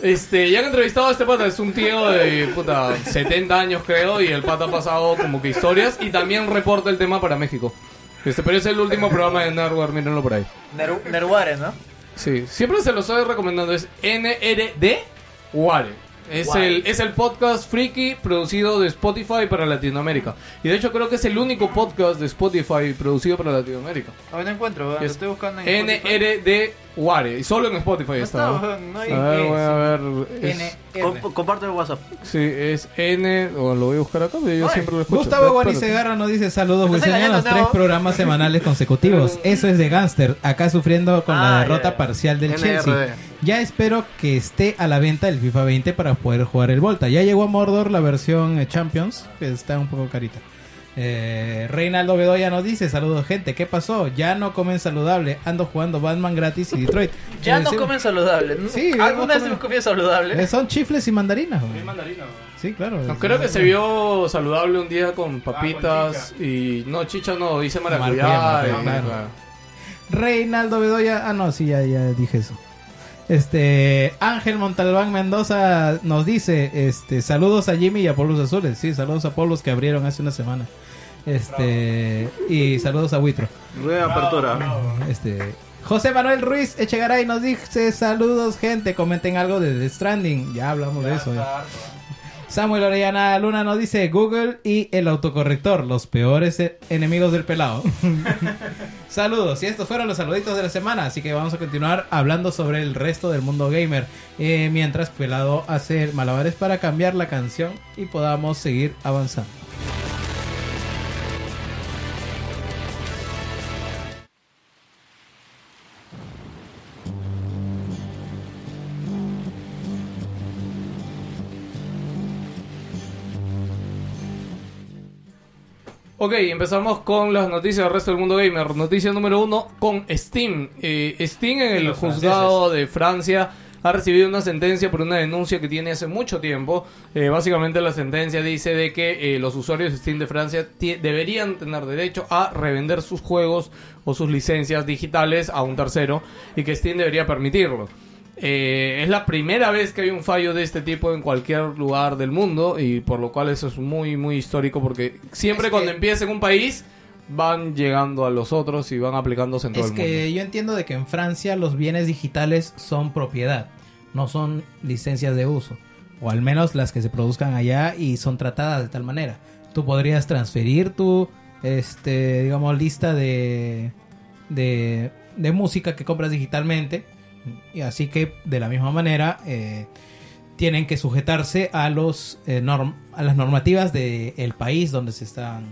B: Este, ya han entrevistado a este pata, es un tío de puta 70 años creo, y el pata ha pasado como que historias y también reporta el tema para México. Este, pero es el último programa de Nerdware, mírenlo por ahí.
C: Neru- Nerware, ¿no?
B: Sí, siempre se los estoy recomendando, es NRD Ware. Es
C: Ware.
B: el, es el podcast friki producido de Spotify para Latinoamérica. Y de hecho creo que es el único podcast de Spotify producido para Latinoamérica.
C: A ver, no encuentro, weón, lo
B: Es
C: estoy buscando en Spotify.
B: NRD Ware. Y solo en Spotify está.
C: está,
B: ¿no?
C: weón, no hay-
B: a ver,
C: eh,
B: voy a ver. es-
O: comparte el WhatsApp.
B: Sí, es N. o lo voy a buscar acá, pero yo siempre lo escucho.
D: Gustavo Guani
B: Espérate.
D: Segarra nos dice saludos,
B: Me estás
D: Wilson, los
B: engañando,
D: tres
B: Nao.
D: programas semanales consecutivos. Eso es de Gangster, acá sufriendo con la
O: Ah,
D: derrota
O: ya, ya.
D: parcial del
O: NRD.
D: Chelsea. Ya espero que esté a la venta el FIFA 20 para poder jugar el Volta. Ya llegó a Mordor la versión eh, Champions, que está un poco carita. Eh, Reinaldo Bedoya nos dice saludos gente, ¿qué pasó? Ya no comen saludable, ando jugando Batman gratis y Detroit.
C: Ya
D: Eh,
C: no
D: sí,
C: comen saludable.
D: Sí, ya no
C: ¿Alguna vez
D: comen-
C: hemos comido saludable?
D: eh, son chifles y mandarinas. güey.
F: mandarina,
D: Sí, claro.
B: No,
D: es-
B: creo que se vio saludable un día con
F: Ah,
B: papitas y... No, chicha no, dice maracuyá.
D: Maracuyá, maracuyá,
B: y-
D: claro. Reinaldo Bedoya. Ah, no, sí, ya, ya dije eso. Este Ángel Montalbán Mendoza nos dice este saludos a Jimmy y a Polos Azules. Sí, saludos a Polos que abrieron hace una semana. Este y saludos a Huitro.
O: Reapertura.
D: Este José Manuel Ruiz Echegaray nos dice saludos gente, comenten algo de The Stranding. Ya hablamos de eso. ya. Samuel Orellana Luna nos dice Google y el autocorrector, los peores e- enemigos del pelado. Saludos, y estos fueron los saluditos de la semana, así que vamos a continuar hablando sobre el resto del mundo gamer, eh, mientras pelado hace malabares para cambiar la canción y podamos seguir avanzando.
B: Ok, empezamos con las noticias del resto del mundo gamer. Noticia número uno con Steam. Eh, Steam en el
D: Los
B: juzgado de Francia ha recibido una sentencia por una denuncia que tiene hace mucho tiempo. Eh, básicamente la sentencia dice de que eh, los usuarios de Steam de Francia ti- deberían tener derecho a revender sus juegos o sus licencias digitales a un tercero y que Steam debería permitirlo. Eh, es la primera vez que hay un fallo de este tipo en cualquier lugar del mundo y por lo cual eso es muy muy histórico porque siempre
D: Es
B: cuando
D: que-
B: empieza en un país van llegando a los otros y van aplicándose en todo
D: Es
B: el mundo.
D: que yo entiendo de que en Francia los bienes digitales son propiedad, no son licencias de uso, o al menos las que se produzcan allá y son tratadas de tal manera. Tú podrías transferir tu, este, digamos, lista de, de, de música que compras digitalmente, y así que de la misma manera eh, tienen que sujetarse a los eh, norm- a las normativas del país donde se están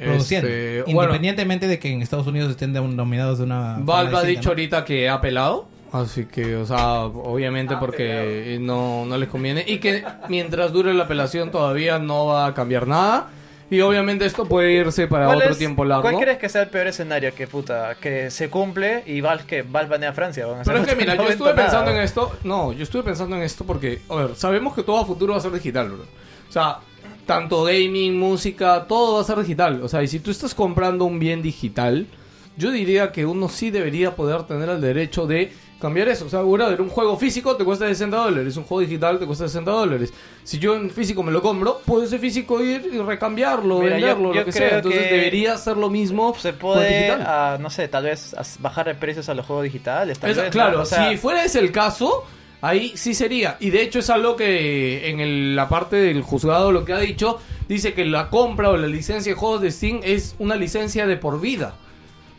D: produciendo,
B: Este, bueno,
D: independientemente de que en Estados Unidos estén denominados de una forma
B: Valve ha
D: distinta,
B: dicho
D: ¿no?
B: ahorita que ha apelado, así que, o sea, obviamente porque no, no les conviene y que mientras dure la apelación todavía no va a cambiar nada y obviamente esto puede irse para
C: ¿Cuál
B: otro
C: es-
B: tiempo largo.
C: ¿Cuál crees que sea el peor escenario que puta que se cumple y Valve que Valve banea a Francia? weón? O sea,
B: Pero es
C: no
B: que
C: te-
B: mira,
C: no
B: yo
C: vendo
B: estuve
C: nada,
B: pensando en
C: weón.
B: esto. No, yo estuve pensando en esto porque, a ver, sabemos que todo a futuro va a ser digital, bro. O sea, tanto gaming, música, todo va a ser digital. O sea, y si tú estás comprando un bien digital, yo diría que uno sí debería poder tener el derecho de cambiar eso. O sea, brother, un juego físico te cuesta 60 dólares, un juego digital te cuesta 60 dólares. Si yo en físico me lo compro, puedo ese físico ir y recambiarlo,
C: Mira, yo-
B: venderlo,
C: yo
B: lo que
C: creo
B: sea. Entonces
C: que
B: debería ser lo mismo.
C: Se
B: con
C: puede,
B: digital.
C: ah, no sé, tal vez as- bajar de precios a los juegos digitales. Tal
B: Eso,
C: vez, ¿no?
B: claro,
C: O sea,
B: si fuera ese el caso, ahí sí sería. Y de hecho es algo que en el- la parte del juzgado lo que ha dicho, dice que la compra o la licencia de juegos de Steam es una licencia de por vida.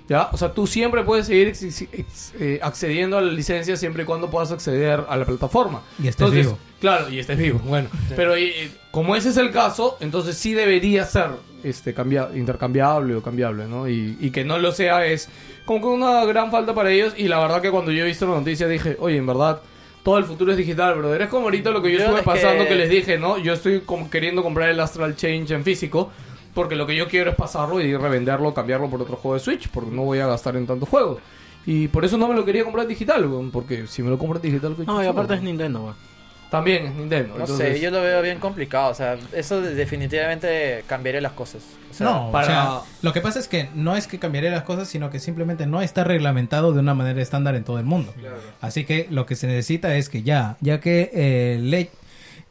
B: ¿Ya? O sea, tú siempre puedes seguir ex- ex- eh, accediendo a la licencia siempre y cuando puedas acceder a la plataforma.
P: Y estés
B: Entonces,
P: vivo.
B: Claro, y estés vivo. Bueno,
P: Sí.
B: pero eh, como ese es el caso, entonces sí debería ser este cambia- intercambiable o cambiable, ¿no? Y, y que no lo sea es como que una gran falta para ellos. Y la verdad que cuando yo he visto la noticia dije, oye, en verdad, todo el futuro es digital, brother. Es como ahorita lo que yo,
C: Yo
B: estuve
C: es
B: pasando
C: que-
B: que... les dije, ¿no? Yo estoy como queriendo comprar el Astral Change en físico. Porque lo que yo quiero es pasarlo y revenderlo, cambiarlo por otro juego de Switch, porque no voy a gastar en tantos juegos. Y por eso no me lo quería comprar digital, weón, porque si me lo compro digital... ¿qué
E: No, y
B: chucha,
E: aparte es
B: weón?
E: Nintendo, weón.
B: También es Nintendo.
C: no
B: entonces-
C: sé, yo lo veo bien complicado. O sea, eso de- definitivamente cambiaría las cosas. O sea,
D: No, o sea, lo que pasa es que no es que cambiaré las cosas, sino que simplemente no está reglamentado de una manera estándar en todo el mundo. Así que lo que se necesita es que ya, ya que eh, le-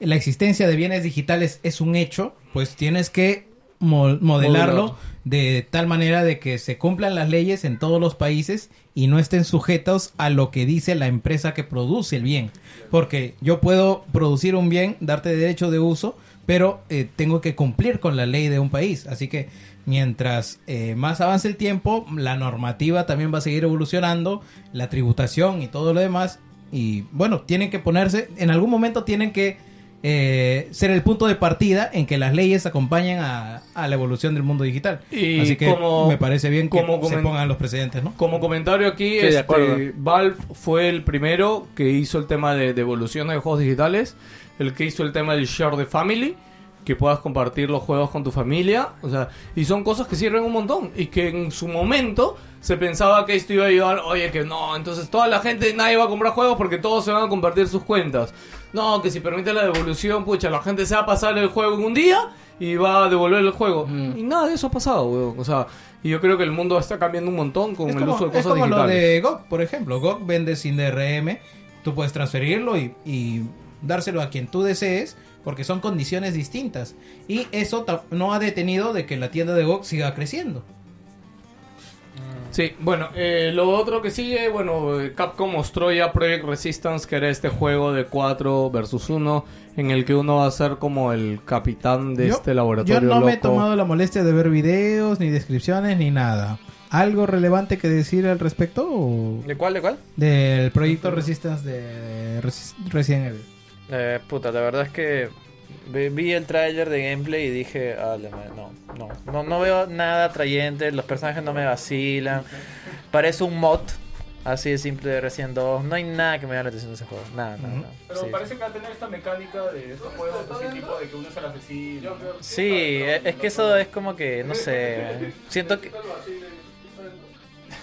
D: la existencia de bienes digitales es un hecho, pues tienes que mo- modelarlo
P: Modelarlo.
D: de tal manera de que se cumplan las leyes en todos los países y no estén sujetos a lo que dice la empresa que produce el bien. Porque yo puedo producir un bien, darte derecho de uso, pero eh, tengo que cumplir con la ley de un país. Así que mientras eh, más avance el tiempo, la normativa también va a seguir evolucionando, la tributación y todo lo demás. Y bueno, tienen que ponerse, en algún momento tienen que eh, ser el punto de partida en que las leyes acompañen a, a la evolución del mundo digital.
B: Y
D: Así que
B: como-
D: me parece bien que
B: como
D: se
B: comen-
D: pongan los precedentes, ¿no?
B: Como comentario aquí,
D: Sí, de acuerdo.
B: este, Valve fue el primero que hizo el tema de devoluciones de juegos digitales, el que hizo el tema del share de family, que puedas compartir los juegos con tu familia, o sea, y son cosas que sirven un montón y que en su momento se pensaba que esto iba a ayudar, oye, que no, entonces toda la gente, nadie va a comprar juegos porque todos se van a compartir sus cuentas. No, que si permite la devolución, pucha, la gente se va a pasar el juego en un día y va a devolver el juego.
D: Mm.
B: Y nada de eso ha pasado, weón. O sea, y yo creo que el mundo está cambiando un montón con
D: Es
B: el
D: como,
B: uso de
D: es
B: cosas
D: como lo
B: digitales.
D: de GOG, por ejemplo. GOG vende sin DRM, tú puedes transferirlo y, y dárselo a quien tú desees, porque son condiciones distintas. Y eso ta- no ha detenido de que la tienda de GOG siga creciendo.
B: Sí, bueno, eh, lo otro que sigue, bueno, eh, Capcom mostró ya Project Resistance, que era este juego de 4 versus 1, en el que uno va a ser como el capitán de
D: Yo-
B: este laboratorio.
D: Yo no me he
B: loco.
D: tomado la molestia de ver videos, ni descripciones, ni nada. ¿Algo relevante que decir al respecto? o-
C: ¿De cuál, de cuál?
D: Del proyecto Resistance de Resi- Resident Evil.
C: Eh, puta, la verdad es que vi- vi el tráiler de gameplay y dije, "Ah, la madre, no, no, no, no veo nada atrayente, los personajes no me vacilan, parece un mod, así de simple de recién 2, no hay nada que me llame la atención de ese juego, nada, nada, nada.
F: Pero
C: Sí,
F: parece que va a tener esta mecánica de estos juegos así tipo de que uno es el asesino. ¿no?
C: Sí, eh, es que eso es como que, no sé, siento que...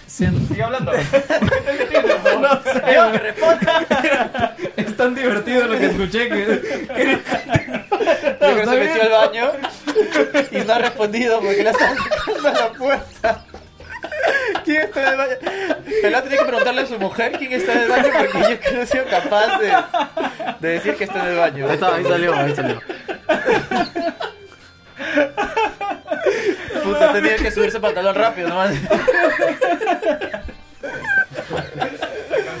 F: Sigue hablando. no sé.
C: Digo, que responda.
P: Es tan divertido lo que escuché que...
C: Yo creo que se metió al baño y no ha respondido porque le están tocando a la puerta. ¿Quién está en el baño? Pelá tiene que preguntarle a su mujer quién está en el baño porque yo creo que no he sido capaz de, de decir que está en el baño.
E: Ahí está, ahí salió, ahí salió.
C: Puta, tenía que subirse el pantalón rápido nomás.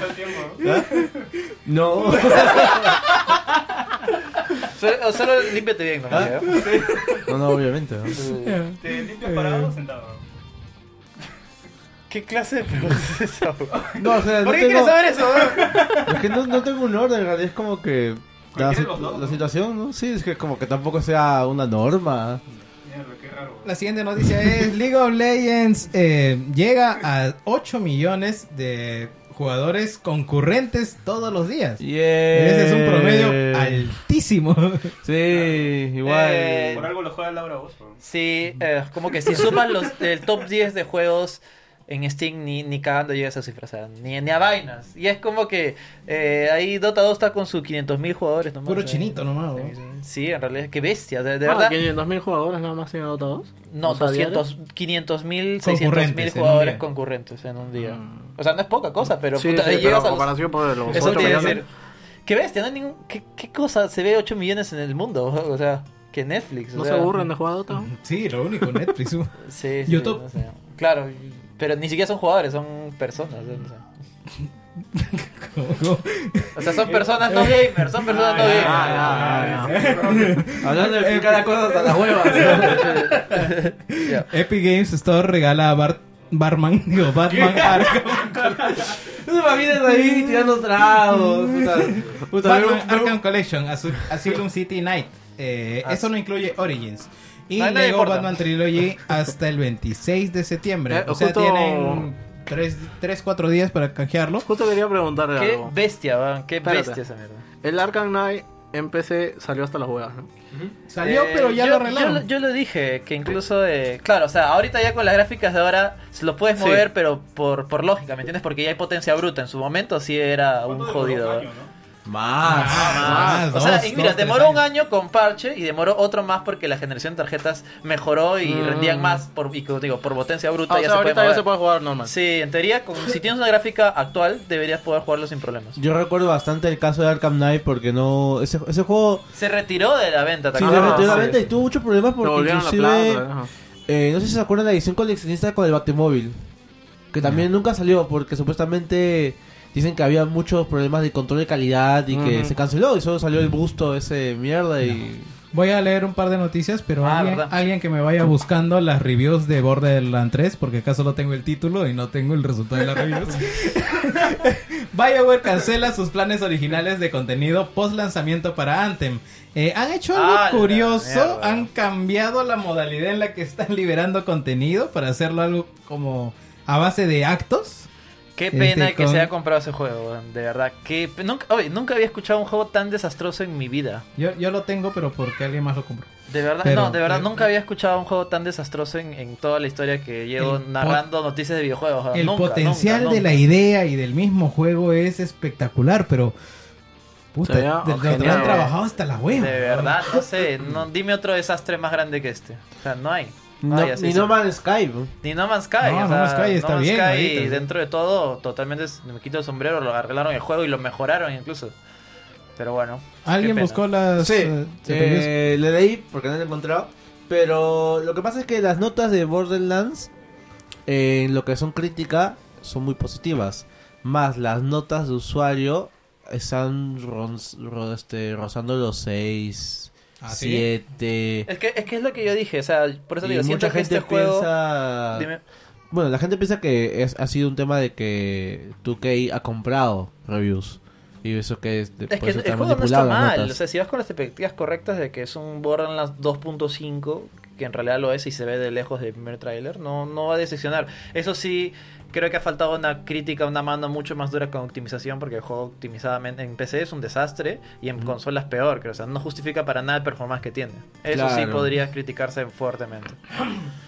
I: No.
C: Solo, solo límpiate bien nomás. ¿ya?
I: ¿Ah? No, no, obviamente. ¿no?
F: ¿Te limpias parado o sentado?
C: ¿Qué clase de pregunta es eso?
I: No, o sea,
C: ¿Por
I: no
C: qué
I: tengo-
C: quieres saber eso?
I: Es que no, no tengo un orden, en realidad es como que. La,
F: Cualquiera de los dos,
I: la situación, ¿no? Sí, es que como que tampoco sea una norma.
F: Mierda, qué raro.
D: La siguiente noticia es League of Legends eh, llega a 8 millones de jugadores concurrentes todos los días. Ese es un
B: Eh.
D: promedio altísimo.
I: Sí, igual.
C: Eh,
F: Por algo lo juega Laura Vos.
C: Sí, eh, como que si sumas los, el top 10 de juegos en Steam ni, ni cagando llega a esa cifra, o sea, ni, ni a vainas. Y es como que eh, ahí Dota 2 está con sus 500.000 jugadores nomás.
Q: Puro
C: o sea,
Q: chinito nomás. ¿no?
C: Sí, en realidad, qué bestia, de, de
E: Ah,
C: verdad.
E: 500.000 jugadores nada más tiene Dota 2.
C: No,
E: O sea, diario.
C: 200, 500 mil,
E: Concurrentes en un
C: jugadores
E: día.
C: concurrentes en un día. O sea, no es poca cosa, pero
E: Sí,
C: puta,
E: sí,
C: ahí
E: pero
C: llegas a Eh,
E: comparación por los
C: Eso
E: 8
C: te iba a
E: millones.
C: decir. Qué bestia, no hay ningún... ¿Qué, qué cosa se ve 8 millones en el mundo? O sea, que Netflix. o
E: ¿No se
C: sea.
E: aburren de jugar a Dota?
Q: Sí, lo único, Netflix.
C: Sí, sí,
Q: YouTube.
C: o sea, claro, pero ni siquiera son jugadores, son personas. o sea. O sea, son personas no gamers, son personas
E: Ah,
C: no gamers.
I: Hablando de explicar las cosas a las huevas.
D: Epic Games Store regala a Bart- Barman, digo, Batman Arkham.
I: Tú imaginas ahí tirando tragos. puta.
D: Batman Arkham Collection, Asu- Asylum City Night. Eh, eso no incluye Origins. Y
Q: A nadie le
D: luego
Q: importa.
D: Batman Trilogy hasta el 26 de septiembre.
E: Eh,
D: o sea,
E: justo-
D: tienen 3, 4 días para canjearlo.
E: Justo quería preguntarle
D: ¿Qué?
E: algo.
C: Bestia, weón, qué
E: Espérate.
C: bestia esa mierda.
E: El Arkham Knight en PC salió hasta las huevas, ¿no?
D: Salió, pero ya
C: Eh, yo,
D: lo
C: yo,
D: arreglaron.
C: lo- yo lo dije, que incluso, eh, claro, o sea, ahorita ya con las gráficas de ahora se lo puedes
E: Sí.
C: mover, pero por, por lógica, ¿me entiendes? Porque ya hay potencia bruta. En su momento sí era un jodido. ¿eh?
D: Ah,
I: Ah, Más,
C: más. o sea, y mira, demoró un año con parche y demoró otro más porque la generación de tarjetas mejoró y
E: Mm.
C: rendían más por, y como digo, por potencia bruta.
E: Ah, o sea,
C: puede
E: ahorita ya
C: mover.
E: se puede jugar normal.
C: Sí, en teoría, con- si tienes una gráfica actual, deberías poder jugarlo sin problemas.
I: Yo recuerdo bastante el caso de Arkham Knight porque no. Ese, ese juego.
C: Se retiró de la venta, ¿te
I: Sí,
C: acuerdas?
I: de la
C: Sí.
I: venta y tuvo muchos problemas
E: Lo
I: porque
E: volvieron a la
I: inclusive.
E: plata, ajá.
I: eh, no sé si se acuerdan la edición coleccionista con el Batimóvil. Que también nunca salió porque supuestamente dicen que había muchos problemas de control de calidad y que
D: Ujú.
I: se canceló y solo salió el busto ese mierda y.
D: Voy a leer un par de noticias, pero
I: Ah,
D: alguien,
I: verdad.
D: alguien que me vaya buscando las reviews de Borderlands 3, porque acá solo tengo el título y no tengo el resultado de las reviews. BioWare cancela sus planes originales de contenido post lanzamiento para Anthem. Eh, han hecho algo
Q: Ah, la
D: curioso,
Q: mierda.
D: han cambiado la modalidad en la que están liberando contenido para hacerlo algo como a base de actos.
C: Qué pena
D: Este,
C: que
D: con-
C: se haya comprado ese juego, weón, de verdad. Qué pe- nunca, oye, nunca había escuchado un juego tan desastroso en mi vida.
D: Yo, yo lo tengo, pero porque alguien más lo compró.
C: De verdad,
D: Pero-
C: no, de verdad,
D: eh,
C: nunca había escuchado un juego tan desastroso en, en toda la historia que llevo
D: El
C: narrando noticias de videojuegos. weón.
D: El
C: Nunca,
D: potencial
C: nunca,
D: de la
C: nunca.
D: idea y del mismo juego es espectacular, pero. Puta,
E: Se veía
D: de- lo
E: genial.
D: han trabajado hasta la hueva.
C: De verdad, no sé, no, dime otro desastre más grande que este. O sea, no hay. No
I: No,
C: hay, así
I: ni
C: se-
I: No Man's Sky. bro.
C: Ni No Man's Sky. o
I: No,
C: sea,
I: No Man's Sky está
C: No Man's
I: bien
C: Sky,
I: ahorita, sí.
C: dentro de todo, totalmente es- me quito el sombrero, lo arreglaron el juego y lo mejoraron incluso. Pero bueno. qué
D: Alguien
C: pena.
D: buscó las.
I: Sí,
D: eh, reviews?
I: eh, le leí porque no lo he encontrado. Pero lo que pasa es que las notas de Borderlands, eh, en lo que son crítica, son muy positivas. Más las notas de usuario están ronz- ro- este, rozando los 6,
C: ¿Ah, sí?
I: 7.
C: Es que, es que es lo que yo dije, o sea, por eso
I: Y
C: digo, siento
I: mucha
C: que
I: gente
C: este juego...
I: piensa.
C: Dime.
I: Bueno, la gente piensa que es, ha sido un tema de que 2K ha comprado reviews. Y eso que es. de-
C: Es
I: por
C: que
I: eso
C: el
I: están
C: juego no está
I: manipuladas las
C: mal,
I: notas.
C: o sea, si vas con las perspectivas correctas de que es un Borderlands 2.5, que en realidad lo es y se ve de lejos del primer tráiler, no, no va a decepcionar. Eso sí, creo que ha faltado una crítica, una mano mucho más dura con optimización, porque el juego optimizadamente en PC es un desastre y en consolas peor, creo, o sea, no justifica para nada el performance que tiene. Eso sí
D: Claro.
C: podría criticarse fuertemente.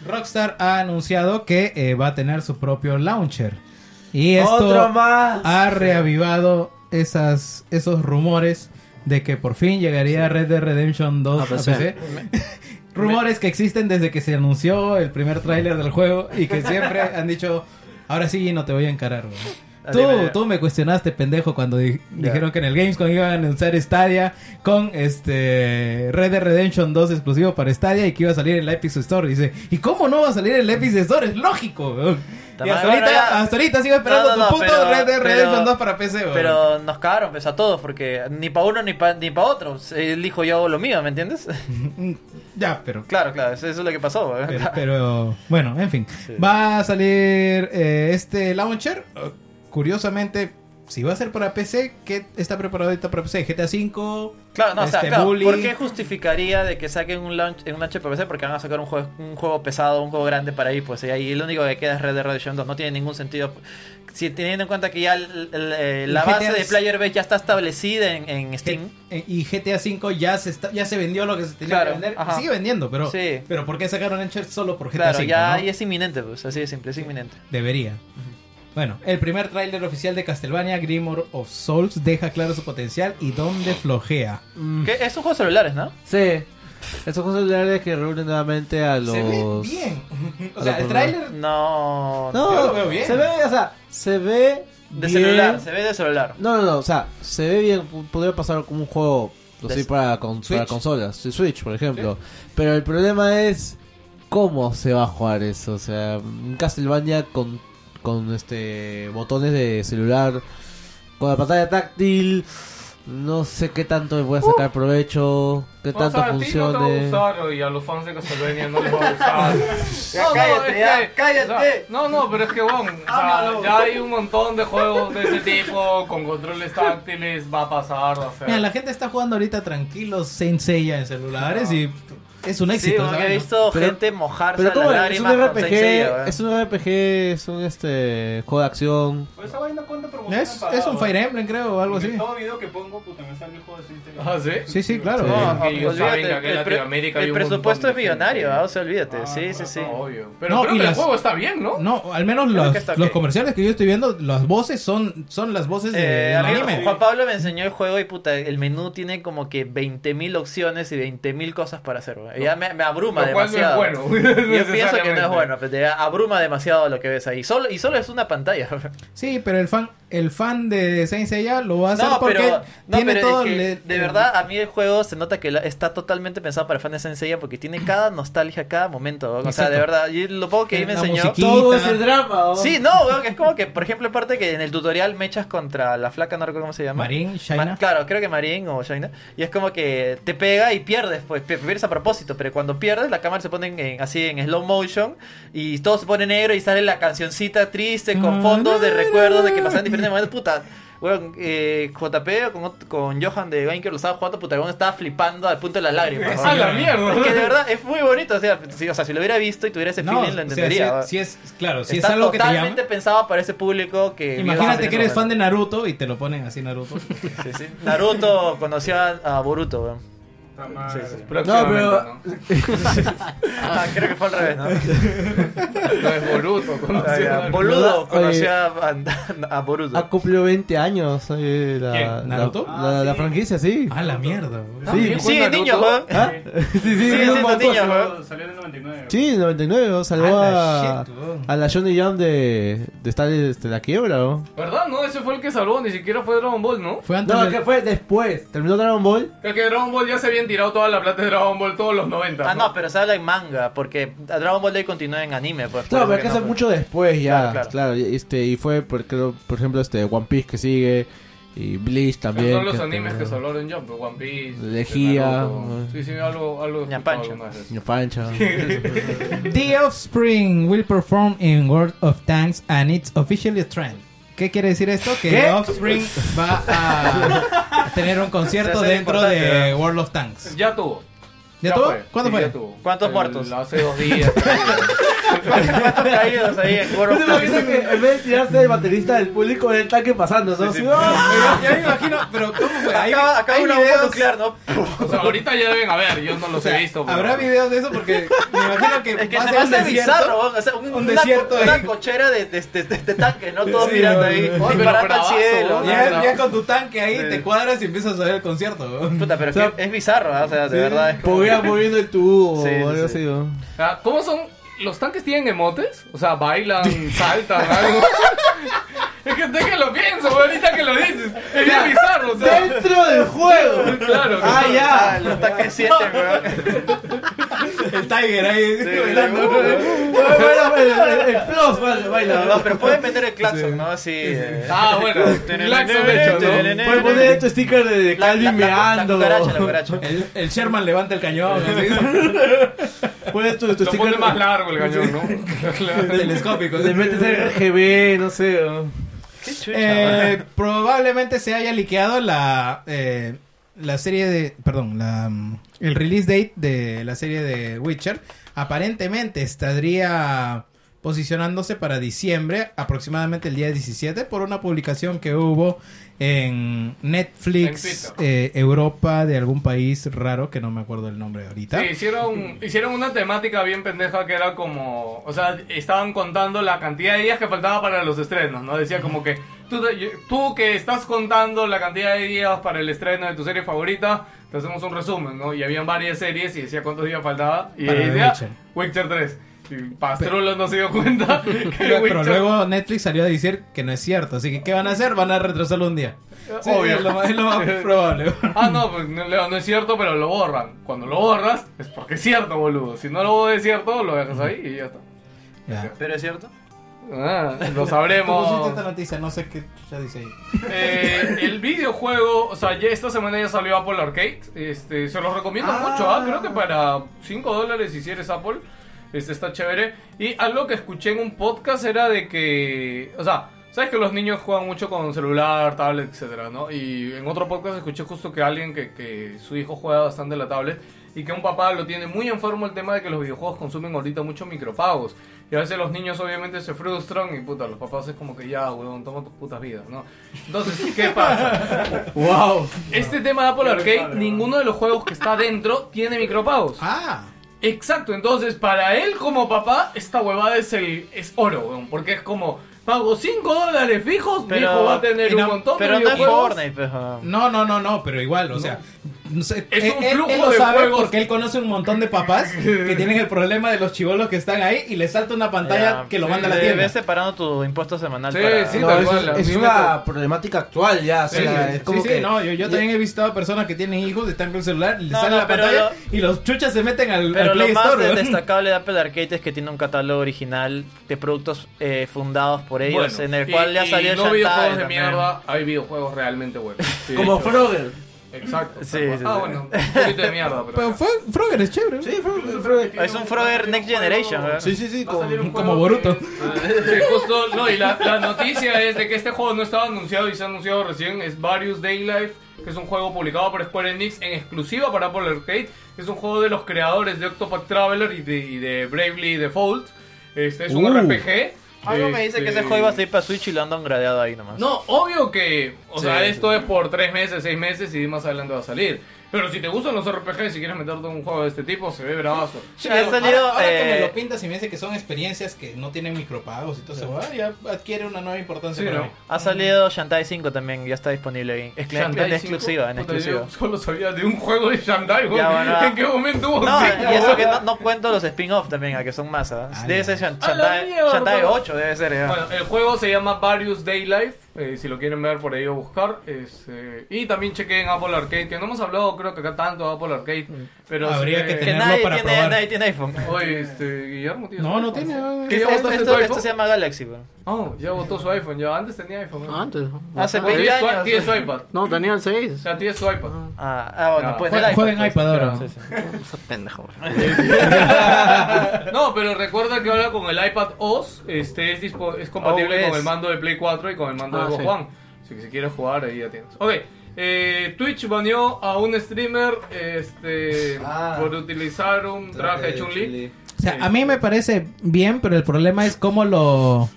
D: Rockstar ha anunciado que eh, va a tener su propio launcher. Y esto
I: ¡Otro más!
D: ha reavivado esas, esos rumores de que por fin llegaría Red Dead Redemption
Q: Ah,
D: 2 a
Q: pues
I: PC.
D: PC. rumores que existen desde que se anunció el primer tráiler del juego y que siempre han dicho, ahora sí no te voy a encarar. güey".
Q: Ah,
D: Tú,
Q: dime, ya.
D: tú me cuestionaste, pendejo, cuando di-
Q: Ya.
D: dijeron que en el Gamescom iban a anunciar Stadia con este Red Dead Redemption 2 exclusivo para Stadia y que iba a salir en la Epic Store. Dice, ¿y cómo no va a salir en la Epic Store? Es lógico, weón". Y
C: mal,
D: hasta
C: bueno,
D: ahorita,
C: ya.
D: hasta ahorita sigo esperando
C: No, no,
D: tu
C: no,
D: puto
C: pero-
D: Red Dead
C: pero-
D: Redemption 2 para PC, weón.
C: Pero nos cagaron, pues a todos, porque ni para uno ni para ni pa otro. Él dijo yo hago lo mío, ¿me entiendes?
D: ya, pero.
C: Claro, claro, eso, eso es lo que pasó. ¿verdad?
D: Pero, pero, bueno, en fin. Va a salir eh, este launcher. Eh, Curiosamente, si va a ser para PC, ¿qué está preparado ahorita para PC? GTA V.
C: Claro, no, o sea,
D: este,
C: claro,
D: Bully.
C: ¿por qué justificaría de que saquen un launch en un launch para PC? Porque van a sacar un juego, un juego pesado, un juego grande para ahí, pues y ahí lo único que queda es Red Dead Redemption 2. No tiene ningún sentido si teniendo en cuenta que ya el- el- eh, la
D: El GTA
C: base de
D: es-
C: Player Base ya está establecida en, en Steam.
D: Eh, Y GTA V ya se, está- ya se vendió lo que se tenía
C: Claro,
D: que vender.
C: ajá.
D: Sigue vendiendo, pero,
C: Sí.
D: pero ¿por qué sacaron Uncharted solo por GTA
C: Claro,
D: V?
C: ya
D: no?
C: y es inminente, pues, así de simple, es inminente.
D: Debería. Bueno, el primer tráiler oficial de Castlevania, Grimor of Souls, deja claro su potencial y dónde flojea.
C: Que es un juego de celulares, ¿no?
I: Sí. Esos juegos celulares que reúnen nuevamente a los.
C: Se ve
D: bien.
I: a
C: O sea,
I: los
C: el
I: programas.
C: tráiler no,
I: No, se ve, o sea, se ve.
C: de
I: bien.
C: celular, se ve de celular.
I: No, no, no, o sea, se ve bien, p- podría pasar como un juego así
C: De-
I: para, con, para
C: Switch.
I: consolas, sí, Switch, por ejemplo. Pero el problema es cómo se va a jugar eso, o sea, un Castlevania con, con este botones de celular, con la pantalla táctil, no sé qué tanto le voy a sacar provecho, qué
B: O
I: tanto
B: sea, Uh. a ti no te va a
I: funcione.
B: gustar y a los fans de Castlevania no les va a gustar.
C: Ya cállate,
B: es
C: ya,
B: que-
C: cállate.
B: o sea, no, no, pero es que, bon, o
D: Ah,
B: sea,
C: Háblalo.
B: ya hay un montón de juegos de ese tipo con controles táctiles, va a pasar, va a ser.
D: Mira, la gente está jugando ahorita tranquilos Sensei en celulares y es un éxito.
C: porque
D: ¿sabes?
C: he visto gente mojarse
I: Pero
C: las
I: cómo es un
C: lágrimas con ¿eh?
I: RPG,
C: Saint Seiya, weón.
I: es un RPG, es un este juego de acción.
F: Pues esa vaina cuenta promoción.
D: Es, es un Fire Emblem, creo, o algo así.
F: Todo video que pongo, puta, me sale el juego de Saint Seiya.
B: Ah, ¿sí?
D: Sí, sí, claro.
C: No,
B: Ellos
C: olvídate,
B: saben que aquí en
C: el, pre-
B: Latinoamérica hay
C: el
B: un
C: presupuesto es
B: montón de gente.
C: millonario, ¿ah? o sea, olvídate, sí, sí, sí.
B: Pero creo
D: y
B: que el
D: las-
B: juego está bien, ¿no?
D: No, al menos los,
C: que está
D: los
C: ok.
D: comerciales que yo estoy viendo, las voces son, son las voces de-
C: Eh,
D: del
C: a mí
D: anime.
C: Juan Pablo me enseñó el juego y puta, el menú tiene como que 20.000 opciones y 20.000 cosas para hacer. weón. Ya me, me abruma
B: Lo cual no es
C: demasiado.
B: bueno,
C: Yo pienso que no es
B: necesariamente.
C: bueno, pero te abruma demasiado lo que ves ahí. Solo, y solo es una pantalla.
D: Sí, pero el fan, el fan de Saint Seiya lo va a hacer
C: No,
D: porque
C: pero, no,
D: tiene
C: pero es
D: todo
C: que,
D: le-
C: de verdad, a mí el juego se nota que la- está totalmente pensado para fans de Saint Seiya porque tiene cada nostalgia, cada momento. weón. O sea,
D: Exacto. Eh,
C: de verdad, y lo poco que ahí me
D: La
C: enseñó.
D: musiquita. Todo ese
I: drama.
C: Sí, no, weón, que es como que, por ejemplo, parte que en el tutorial me echas contra la flaca, no recuerdo cómo se llama.
D: Marín, Shaina.
C: Ma- claro, creo que Marín o Shaina. Y es como que te pega y pierdes, pues pe- pierdes a propósito. Pero cuando pierdes, la cámara se pone en- en- así en slow motion y todo se pone negro y sale la cancioncita triste con fondos de recuerdos de que pasaron diferentes momentos. Puta, weón, eh, JP o con, ot- con Johan de Banker lo estaba jugando, puta, weón, estaba flipando al punto de las lágrimas.
B: ¡A la mierda!
C: Es que de verdad es muy bonito. O sea, si, o sea, si lo hubiera visto y tuviera ese
D: No,
C: feeling, lo
D: o sea, si-
C: entendería. weón.
D: si es, claro, si
C: Está
D: es algo que te llama.
C: totalmente pensado para ese público que...
D: Imagínate que eres fan de Naruto y te lo ponen así Naruto.
C: Sí, sí. Naruto conoció a, a Boruto, weón. Sí, sí.
B: Próximamente,
I: No,
C: Ah, creo que fue al revés, ¿no?
B: No es Boruto,
C: Ah,
B: conoció
C: ya.
B: a-
C: Boludo
I: Oye.
C: conoció a, a- a Boruto.
I: Ha cumplido 20 años eh, la,
D: ¿Quién?
I: la-
D: ¿Naruto?
I: La, la franquicia, Ah, sí.
D: A la mierda. bro.
I: Sí,
C: Sí, niño, weón.
I: ¿Ah? sí, sí,
C: Sigue
I: sí, un
C: siendo
I: montón.
C: niño, weón.
F: Salió en el 99.
I: Sí, 99, ¿no? salvó
D: A
I: a,
D: la shit, weón.
I: a Ah, la Johnny Jam de, de estar este, la quiebra. ¿no?
B: ¿Verdad? No, ese fue el que salvó, ni siquiera fue Dragon Ball, ¿no?
D: Fue antes
I: no,
D: del-
I: que fue después. Terminó Dragon Ball.
B: Creo que Dragon Ball ya se habían tirado toda la plata de Dragon Ball todos los 90.
C: Ah, no, pero se habla en manga, porque a Dragon Ball Day continúa en anime, pues. por
I: Claro,
C: eso
I: pero es que
C: no,
I: hace
C: pues.
I: mucho después ya. Claro,
C: Claro, claro.
I: y, este, y fue, por, creo, por ejemplo, este One Piece que sigue. Y Bleach también. este,
B: Son los animes
I: terminó.
B: que se hablaron en Jump, One Piece,
I: Lejía,
B: Naruto.
I: eh.
B: Sí, sí, algo, algo. he
C: Ña
B: escuchado
C: Pancho.
B: alguna vez.
I: Niño Pancha.
D: The Offspring will perform in World of Tanks and it's officially a trend. ¿Qué quiere decir esto? Que The Offspring va a tener un
C: Se
D: concierto
C: hace
D: dentro
C: importante,
D: de World of Tanks.
B: Ya tuvo.
D: ¿Ya tuvo?
B: fue.
D: ¿Cuándo
B: Sí,
D: fue?
B: ya tuvo.
C: ¿Cuántos
B: El-
C: muertos?
B: Hace dos días.
C: ¿Cuántos caídos pues. ahí en World
I: ¿Te
C: of Tanks?
I: imaginas que en vez de tirarse el baterista del público del tanque pasando, ¿no? Así, ¡ah!
D: Ya me imagino, pero ¿cómo fue? Hay-
C: Acaba, acaba
D: hay
C: una bomba
D: videos-
C: nuclear, ¿no?
B: o sea, ahorita ya deben haber, yo no los
D: o sea,
B: he visto. pero-
D: Habrá videos de eso porque me imagino que
C: Es que
D: va a
C: se
D: ser
C: me
D: un
C: hace
D: desierto.
C: bizarro, weón. o sea, un,
D: un
C: una,
D: desierto
C: una
D: ahí.
C: cochera de, de, de, de- de tanques, ¿no? Todos mirando ahí,
B: pero
C: disparando al
B: bravazo,
C: cielo.
B: weón.
C: ¿no?
B: Ya-
D: Llegas llegas con tu tanque ahí,
C: Sí.
D: te cuadras y empiezas a ver el concierto. weón.
C: Puta, pero es que es bizarro, ¿ah? o sea, de verdad es como...
I: Podía moviendo el tubo
C: Sí, sí,
I: o algo
C: sí.
I: así, ¿no?
B: Ah, ¿Cómo son? ¿Los tanques tienen emotes? O sea, bailan, saltan, algo. es que es que lo pienso, güey, ahorita que lo dices. Es bien bizarro, o sea.
I: ¡Dentro del juego!
B: Claro,
I: ¡Ah,
C: Ah,
I: ya!
C: los tanques sienten, weón.
D: El Tiger ahí bailando.
C: Uh,
I: Bueno, bueno, el- el- el plus, vale, baila.
C: No, no, pero pueden meter el claxon, ¿no? Así. eh.
B: Ah, bueno, Glaxon, de hecho, ¿no?
I: Puedes poner tu sticker de, de
C: La, la,
I: Calvin
C: la, la
I: meando.
C: cucaracha, la cucaracha.
D: El, el Sherman levanta el cañón, Pues así,
I: Pones tu, tu
B: Lo pone
I: sticker
B: más largo el cañón, ¿no?
D: telescópico.
I: Le metes el RGB, no sé. ¿no?
C: Qué chucha, weón.
D: Eh, probablemente se haya liqueado la eh, la serie de, perdón, la, mm, el release date de la serie de Witcher. Aparentemente estaría posicionándose para diciembre, aproximadamente el día 17, por una publicación que hubo en Netflix eh, Europa de algún país raro que no me acuerdo el nombre ahorita.
B: Sí, hicieron, hicieron una temática bien pendeja que era como. O sea, estaban contando la cantidad de días que faltaba para los estrenos, ¿no? Decía como que. Tú, te- tú que estás contando la cantidad de días para el estreno de tu serie favorita, te hacemos un resumen, ¿no? Y habían varias series y decía cuántos días faltaba. Y
D: Para
B: ahí decía
D: Witcher.
B: Witcher 3. Y Pastrulo no se dio cuenta que
D: Pero, pero
B: Witcher-
D: luego Netflix salió a decir que no es cierto, así que ¿qué van a hacer? Van a retrasarlo un día. Sí,
B: Obvio.
D: Es lo, más- es lo más probable.
B: Ah, no, pues no, Leo, no es cierto, pero lo borran. Cuando lo borras, es porque es cierto, boludo. Si no lo es cierto, lo dejas ahí y ya está.
C: ¿Pero es cierto?
B: Ah, lo
D: Tú
B: sabremos.
D: pusiste esta noticia, no sé qué ya dice ahí.
B: Eh, el videojuego, o sea, ya esta semana ya salió Apple Arcade. Este, se los recomiendo mucho, ah, creo que para 5 dólares si eres Apple. Este está chévere. Y algo que escuché en un podcast era de que. O sea, sabes que los niños juegan mucho con celular, tablet, etcétera, ¿no? Y en otro podcast escuché justo que alguien que, que su hijo juega bastante la tablet y que un papá lo tiene muy enfermo el tema de que los videojuegos consumen ahorita muchos micropagos. Y a veces los niños obviamente se frustran y puta, los papás es como que ya, weón, toma tus putas vidas, ¿no? Entonces, ¿qué pasa?
D: ¡Wow!
B: Este tema de Apple Arcade, ninguno de los juegos que está dentro tiene micropagos.
D: Ah.
B: Exacto, entonces para él como papá, esta huevada es el es oro, weón, porque es como pago 5 dólares fijos, mi hijo va a tener
D: y no-
B: un montón de
D: No, no, no, no, pero igual, o sea. no sé, eh,
B: Es
D: él,
B: un
D: él- él
B: flujo
D: lo
B: de
D: sabe
B: juegos.
D: porque él conoce un montón de papás que tienen el problema de los chivolos que están ahí y les salta una pantalla
C: Ya,
D: que lo
C: sí,
D: manda a la
C: de-
D: tienda.
C: Ves separando tu impuesto semanal
D: Sí,
C: para...
D: sí, No, tal eso cual, es- a
I: Es
D: mí
I: una
D: me-
I: problemática actual ya, o
D: Sí,
I: sea,
D: sí,
I: es como
D: sí,
I: que...
D: no, yo, yo
I: ya-
D: también he visto a personas que tienen hijos, están con el celular, les
C: No,
D: sale
C: no,
D: la
C: pero
D: pantalla y los chuchas se meten al,
C: Pero
D: al
C: lo
D: Play
C: más
D: Store.
C: de-
D: weón.
C: destacable de Apple Arcade es que tiene un catálogo original de productos eh, fundados por ellos,
B: Bueno,
C: en el
B: y-
C: cual le ha
B: y
C: salido
B: no videojuegos de
C: también.
B: mierda, hay videojuegos realmente buenos. Sí,
C: Como
B: de hecho.
C: Frogger.
B: Exacto.
C: Sí,
B: tal cual.
C: sí,
B: ah,
C: sí.
B: bueno, un poquito de mierda, pero.
D: Pero fue, Frogger es chévere. Sí,
C: Es un Frogger Next Generation, ¿verdad?
I: Sí, sí, sí,
D: como Boruto.
B: Ah, Sí, justo, no, y la, la noticia es de que este juego no estaba anunciado y se ha anunciado recién, es Various Daylife, que es un juego publicado por Square Enix en exclusiva para Apple Arcade, es un juego de los creadores de Octopath Traveler y de, y de Bravely Default, este es un
C: Uh.
B: RPG.
C: Algo me dice que ese
B: este,
C: juego iba a salir para Switch y lo han gradeado ahí nomás.
B: no, obvio que. O
C: Sí,
B: sea,
C: sí,
B: esto es por 3 meses, 6 meses y más adelante va a salir. Pero si te gustan los RPGs y quieres meterte en un juego de este tipo, se ve bravazo.
D: Ahora- ahora, que me lo pintas y me dice que son experiencias que no tienen micropagos y todo eso, ah, ya adquiere una nueva importancia para mí.
C: Ha salido Shantae 5 también, ya está disponible ahí. Es en
B: Shantae 5,
C: exclusiva, en
B: puta,
C: exclusiva.
B: yo Solo sabía de un juego de Shantae,
C: Ya, bueno,
B: ¿En qué momento hubo
C: No,
B: cinco,
C: y eso
B: weón?
C: que no, no cuento los spin-off también, a que son más. ¿ah? Debe ser Shan-
B: A la
C: Shantae,
B: mierda.
C: Shantae 8, debe ser. ya.
B: Bueno, el juego se llama Various Daylife. eh, si lo quieren ver por ahí o buscar. es, eh, y también chequen Apple Arcade. Que no hemos hablado, creo que acá tanto de Apple Arcade. Pero
D: Mm. Habría
B: sí,
D: que
B: eh,
D: tenerlo Que nadie para tiene- probar.
C: nadie tiene iPhone.
B: Oye, este, Guillermo tiene.
D: No, no tiene.
B: ¿Qué, ya
C: Esto-
B: botaste
C: esto-
B: tu
C: esto
B: iPhone?
C: se llama Galaxy, weón.
B: Oh, ya votó su iPhone. Ya antes tenía iPhone. ¿no?
E: Antes.
C: Hace
B: Ah,
C: 20
B: tienes tu-
C: años.
B: Tienes su iPad.
E: No, tenía el 6.
B: Ya tienes su iPad.
C: Ah, ah, bueno,
B: Ya.
C: pues
E: Jue-
C: el
E: juega en
C: pues.
I: Ah,
E: iPad ahora.
C: Sí, sí.
E: Ese pendejo.
B: No, pero recuerda que ahora con el iPad OS este, es, dispo- es compatible
C: OS.
B: con el mando de Play 4 y con el mando
C: Ah,
B: de Xbox
C: sí.
B: One. Así que si quieres jugar, ahí ya tienes. Ok, eh, Twitch baneó a un streamer este, por utilizar un traje de Chun-Li.
D: O sea, a mí me parece bien, pero el problema es cómo lo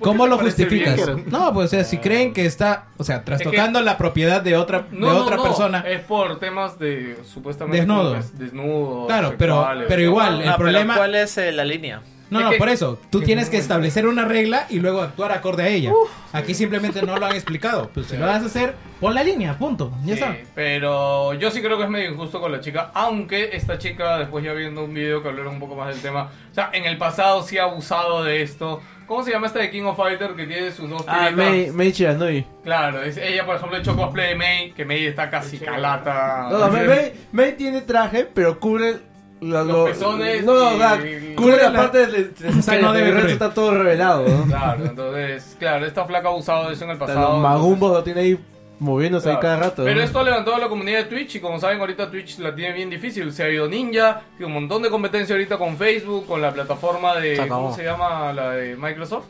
D: cómo
B: te
D: lo
B: parece
D: justificas.
B: bien?
D: No, pues o sea, si creen que está, o sea, trastocando la propiedad de otra
B: No,
D: de
B: no,
D: otra
B: no, Eh,
D: persona.
B: Es por temas de supuestamente.
D: Desnudo.
B: como que Desnudo.
D: Claro, pero-
B: sexuales.
D: pero igual, el
C: Ah, pero
D: problema-
C: ¿Cuál es eh, la línea?
D: No, no, por eso. Tú tienes que establecer una regla y luego actuar acorde a ella. Aquí simplemente no lo han explicado. Pues si lo vas a hacer, pon la línea, punto. Ya está.
B: Sí, pero yo sí creo que es medio injusto con la chica, aunque esta chica, después ya viendo un video que hablara un poco más del tema, o sea, en el pasado sí ha abusado de esto. ¿Cómo se llama esta de King of Fighter que tiene sus dos
I: Ah,
B: tiritas?
I: Mei, Mei Shiranui.
B: Claro, es- ella por ejemplo echó cosplay de May, que May está casi calata.
I: No, no, Mei, Mei- Mei tiene traje, pero cubre... la- lo-
B: pezones
I: no, no,
B: y-
I: la- cubre la parte de- de-
B: O sea, no
I: de-
B: debe
I: el resto
B: cubrir.
I: está todo revelado. ¿no?
B: Claro, entonces, claro, esta flaca ha abusado de eso en el
I: Hasta Los
B: pasado.
I: magumbos lo tiene ahí moviéndose ahí
B: Claro.
I: cada rato.
B: Pero
I: ¿no?
B: esto ha levantado a la comunidad de Twitch y como saben ahorita Twitch la tiene bien difícil. Se ha ido Ninja, tiene un montón de competencia ahorita con Facebook, con la plataforma de...
I: Se acabó.
B: ¿Cómo se llama? La de Microsoft.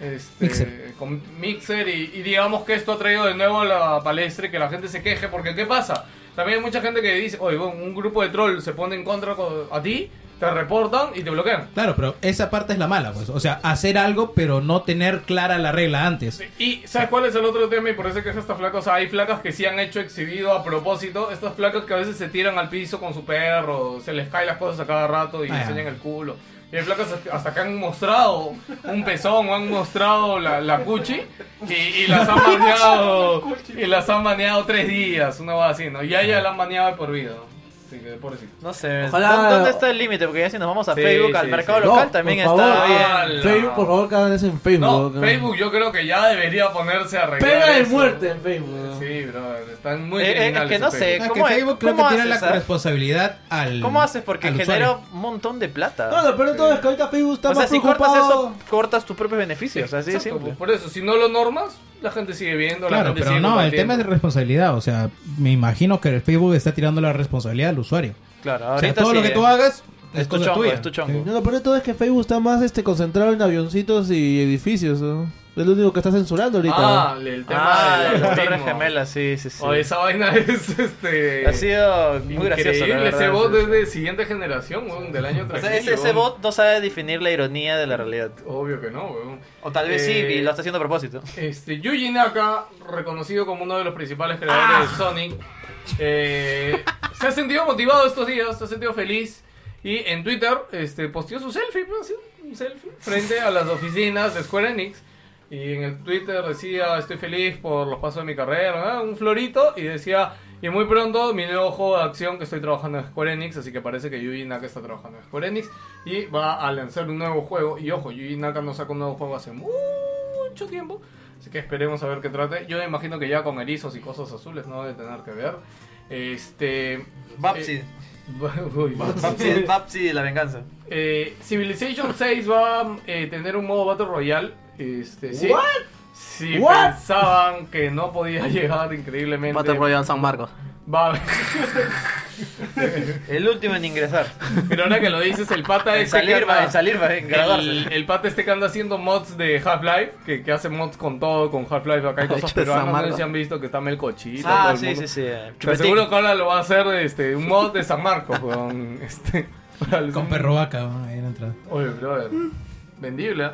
B: Este,
I: Mixer.
B: Con Mixer y, y digamos que esto ha traído de nuevo a la palestra y que la gente se queje porque ¿qué pasa? También hay mucha gente que dice, oye, bueno, un grupo de trolls se pone en contra co- a ti te reportan y te bloquean.
D: Claro, pero esa parte es la mala, pues. O sea, hacer algo, pero no tener clara la regla antes.
B: Y ¿sabes cuál es el otro tema? Y por eso es que es esta flaca. O sea, hay flacas que sí han hecho exhibido a propósito. Estas flacas que a veces se tiran al piso con su perro, se les caen las cosas a cada rato y
D: Ah, ya.
B: enseñan el culo. Y hay flacas hasta que han mostrado un pezón o han mostrado la, la cuchi y, y las han baneado y las han baneado tres días, una va así, ¿no? Y a ella la han baneado de por vida. Así que, pobrecito.
C: No sé.
B: Ojalá-
C: ¿dó- ¿Dónde está el límite? Porque ya si nos vamos a
B: Sí,
C: Facebook,
B: sí,
C: al
B: sí.
C: mercado
B: No,
C: local
B: por
C: también
B: favor.
C: está
B: Ah,
C: bien.
I: Facebook, por favor, cada vez en Facebook.
B: Facebook yo creo que ya debería ponerse a arreglar
I: Pega de
B: eso.
I: muerte en Facebook.
B: Sí, bro, están muy
C: Eh, eh,
B: criminales
C: es que no
B: en
C: sé,
B: Facebook.
D: O sea,
C: ¿Cómo
D: que
C: es-
D: Facebook creo que
C: cómo
D: tiene la
C: haces, ah?
D: responsabilidad al.
C: ¿Cómo haces? Porque
D: al
C: genera
D: usuario.
C: un montón de plata.
I: No, lo peor de todo es que ahorita Facebook está
C: o sea,
I: más
C: si cortas
I: preocupado.
C: eso, cortas tus propios beneficios. Así de
B: Exacto, pues,
C: simple.
B: Por eso, si no lo normas, la gente sigue viendo. la
D: Claro,
B: gente
D: pero
B: sigue
D: no, el tema
B: compartiendo.
D: es de responsabilidad. O sea, me imagino que Facebook está tirando la responsabilidad al usuario.
C: Claro,
D: O sea,
C: ahorita
D: todo lo
C: sí,
D: que
C: eh.
D: tú hagas es,
C: Es tu
D: cosa
C: chongo,
D: tuya.
C: es tu chongo.
I: No, lo peor de todo es que Facebook está más este, concentrado en avioncitos y edificios. ¿no? Es lo único que está censurando ahorita.
B: Ah, el tema
C: Ah,
B: del
C: las torres
B: algoritmo.
C: gemelas, sí, sí, sí.
B: O esa vaina es este.
C: Ha sido muy gracioso, la
B: Increíble, ese
C: verdad.
B: bot es de siguiente generación, weón, del año
C: O
B: 3000.
C: sea, ese, ese bot no sabe definir la ironía de la realidad. Eh,
B: Obvio que no, weón. Eh,
C: O tal vez sí, y lo está haciendo a propósito.
B: Este, Yuji Naka, reconocido como uno de los principales creadores de Sonic, eh, se ha sentido motivado estos días, se ha sentido feliz y en Twitter este, posteó su selfie, pues, sí, un selfie frente a las oficinas de Square Enix. Y en el Twitter decía, estoy feliz por los pasos de mi carrera, ¿no? un florito, y decía, y muy pronto mi nuevo juego de acción que estoy trabajando en Square Enix, así que parece que Yuji Naka está trabajando en Square Enix y va a lanzar un nuevo juego. Y ojo, Yuji Naka no saca un nuevo juego hace mucho tiempo, Así que esperemos a ver qué trate. Yo me imagino que ya con erizos y cosas azules no debe tener que ver. Este.
C: Bapsi.
B: eh, uy,
C: Babsi,
B: Bapsi.
C: Babsi de la venganza.
B: Eh, Civilization 6 va a eh, tener un modo Battle Royale. Este, sí.
C: What?
B: Si
C: What?
B: pensaban que no podía llegar increíblemente.
E: Battle Royale San Marcos.
B: Va a-
C: El último en ingresar.
B: Pero ahora que lo dices, el pata
C: En
B: este
C: salir
B: que
C: va-
B: anda-
C: en salir va, en graduarse.
B: El, el pata este que anda haciendo mods de Half-Life, que, que hace mods con todo, con Half-Life. Acá hay cosas
C: Hecho esa
B: peruanas, no sé
C: mala.
B: si han visto que está Melcochita.
C: Ah,
B: todo el
C: sí,
B: mundo.
C: sí, sí.
B: Te aseguro que ahora lo va a hacer este, un mod de San Marcos, weón. Este,
D: Con perro vaca, ¿no? ahí en la entrada.
B: Oye, brother. Vendible. ¿eh?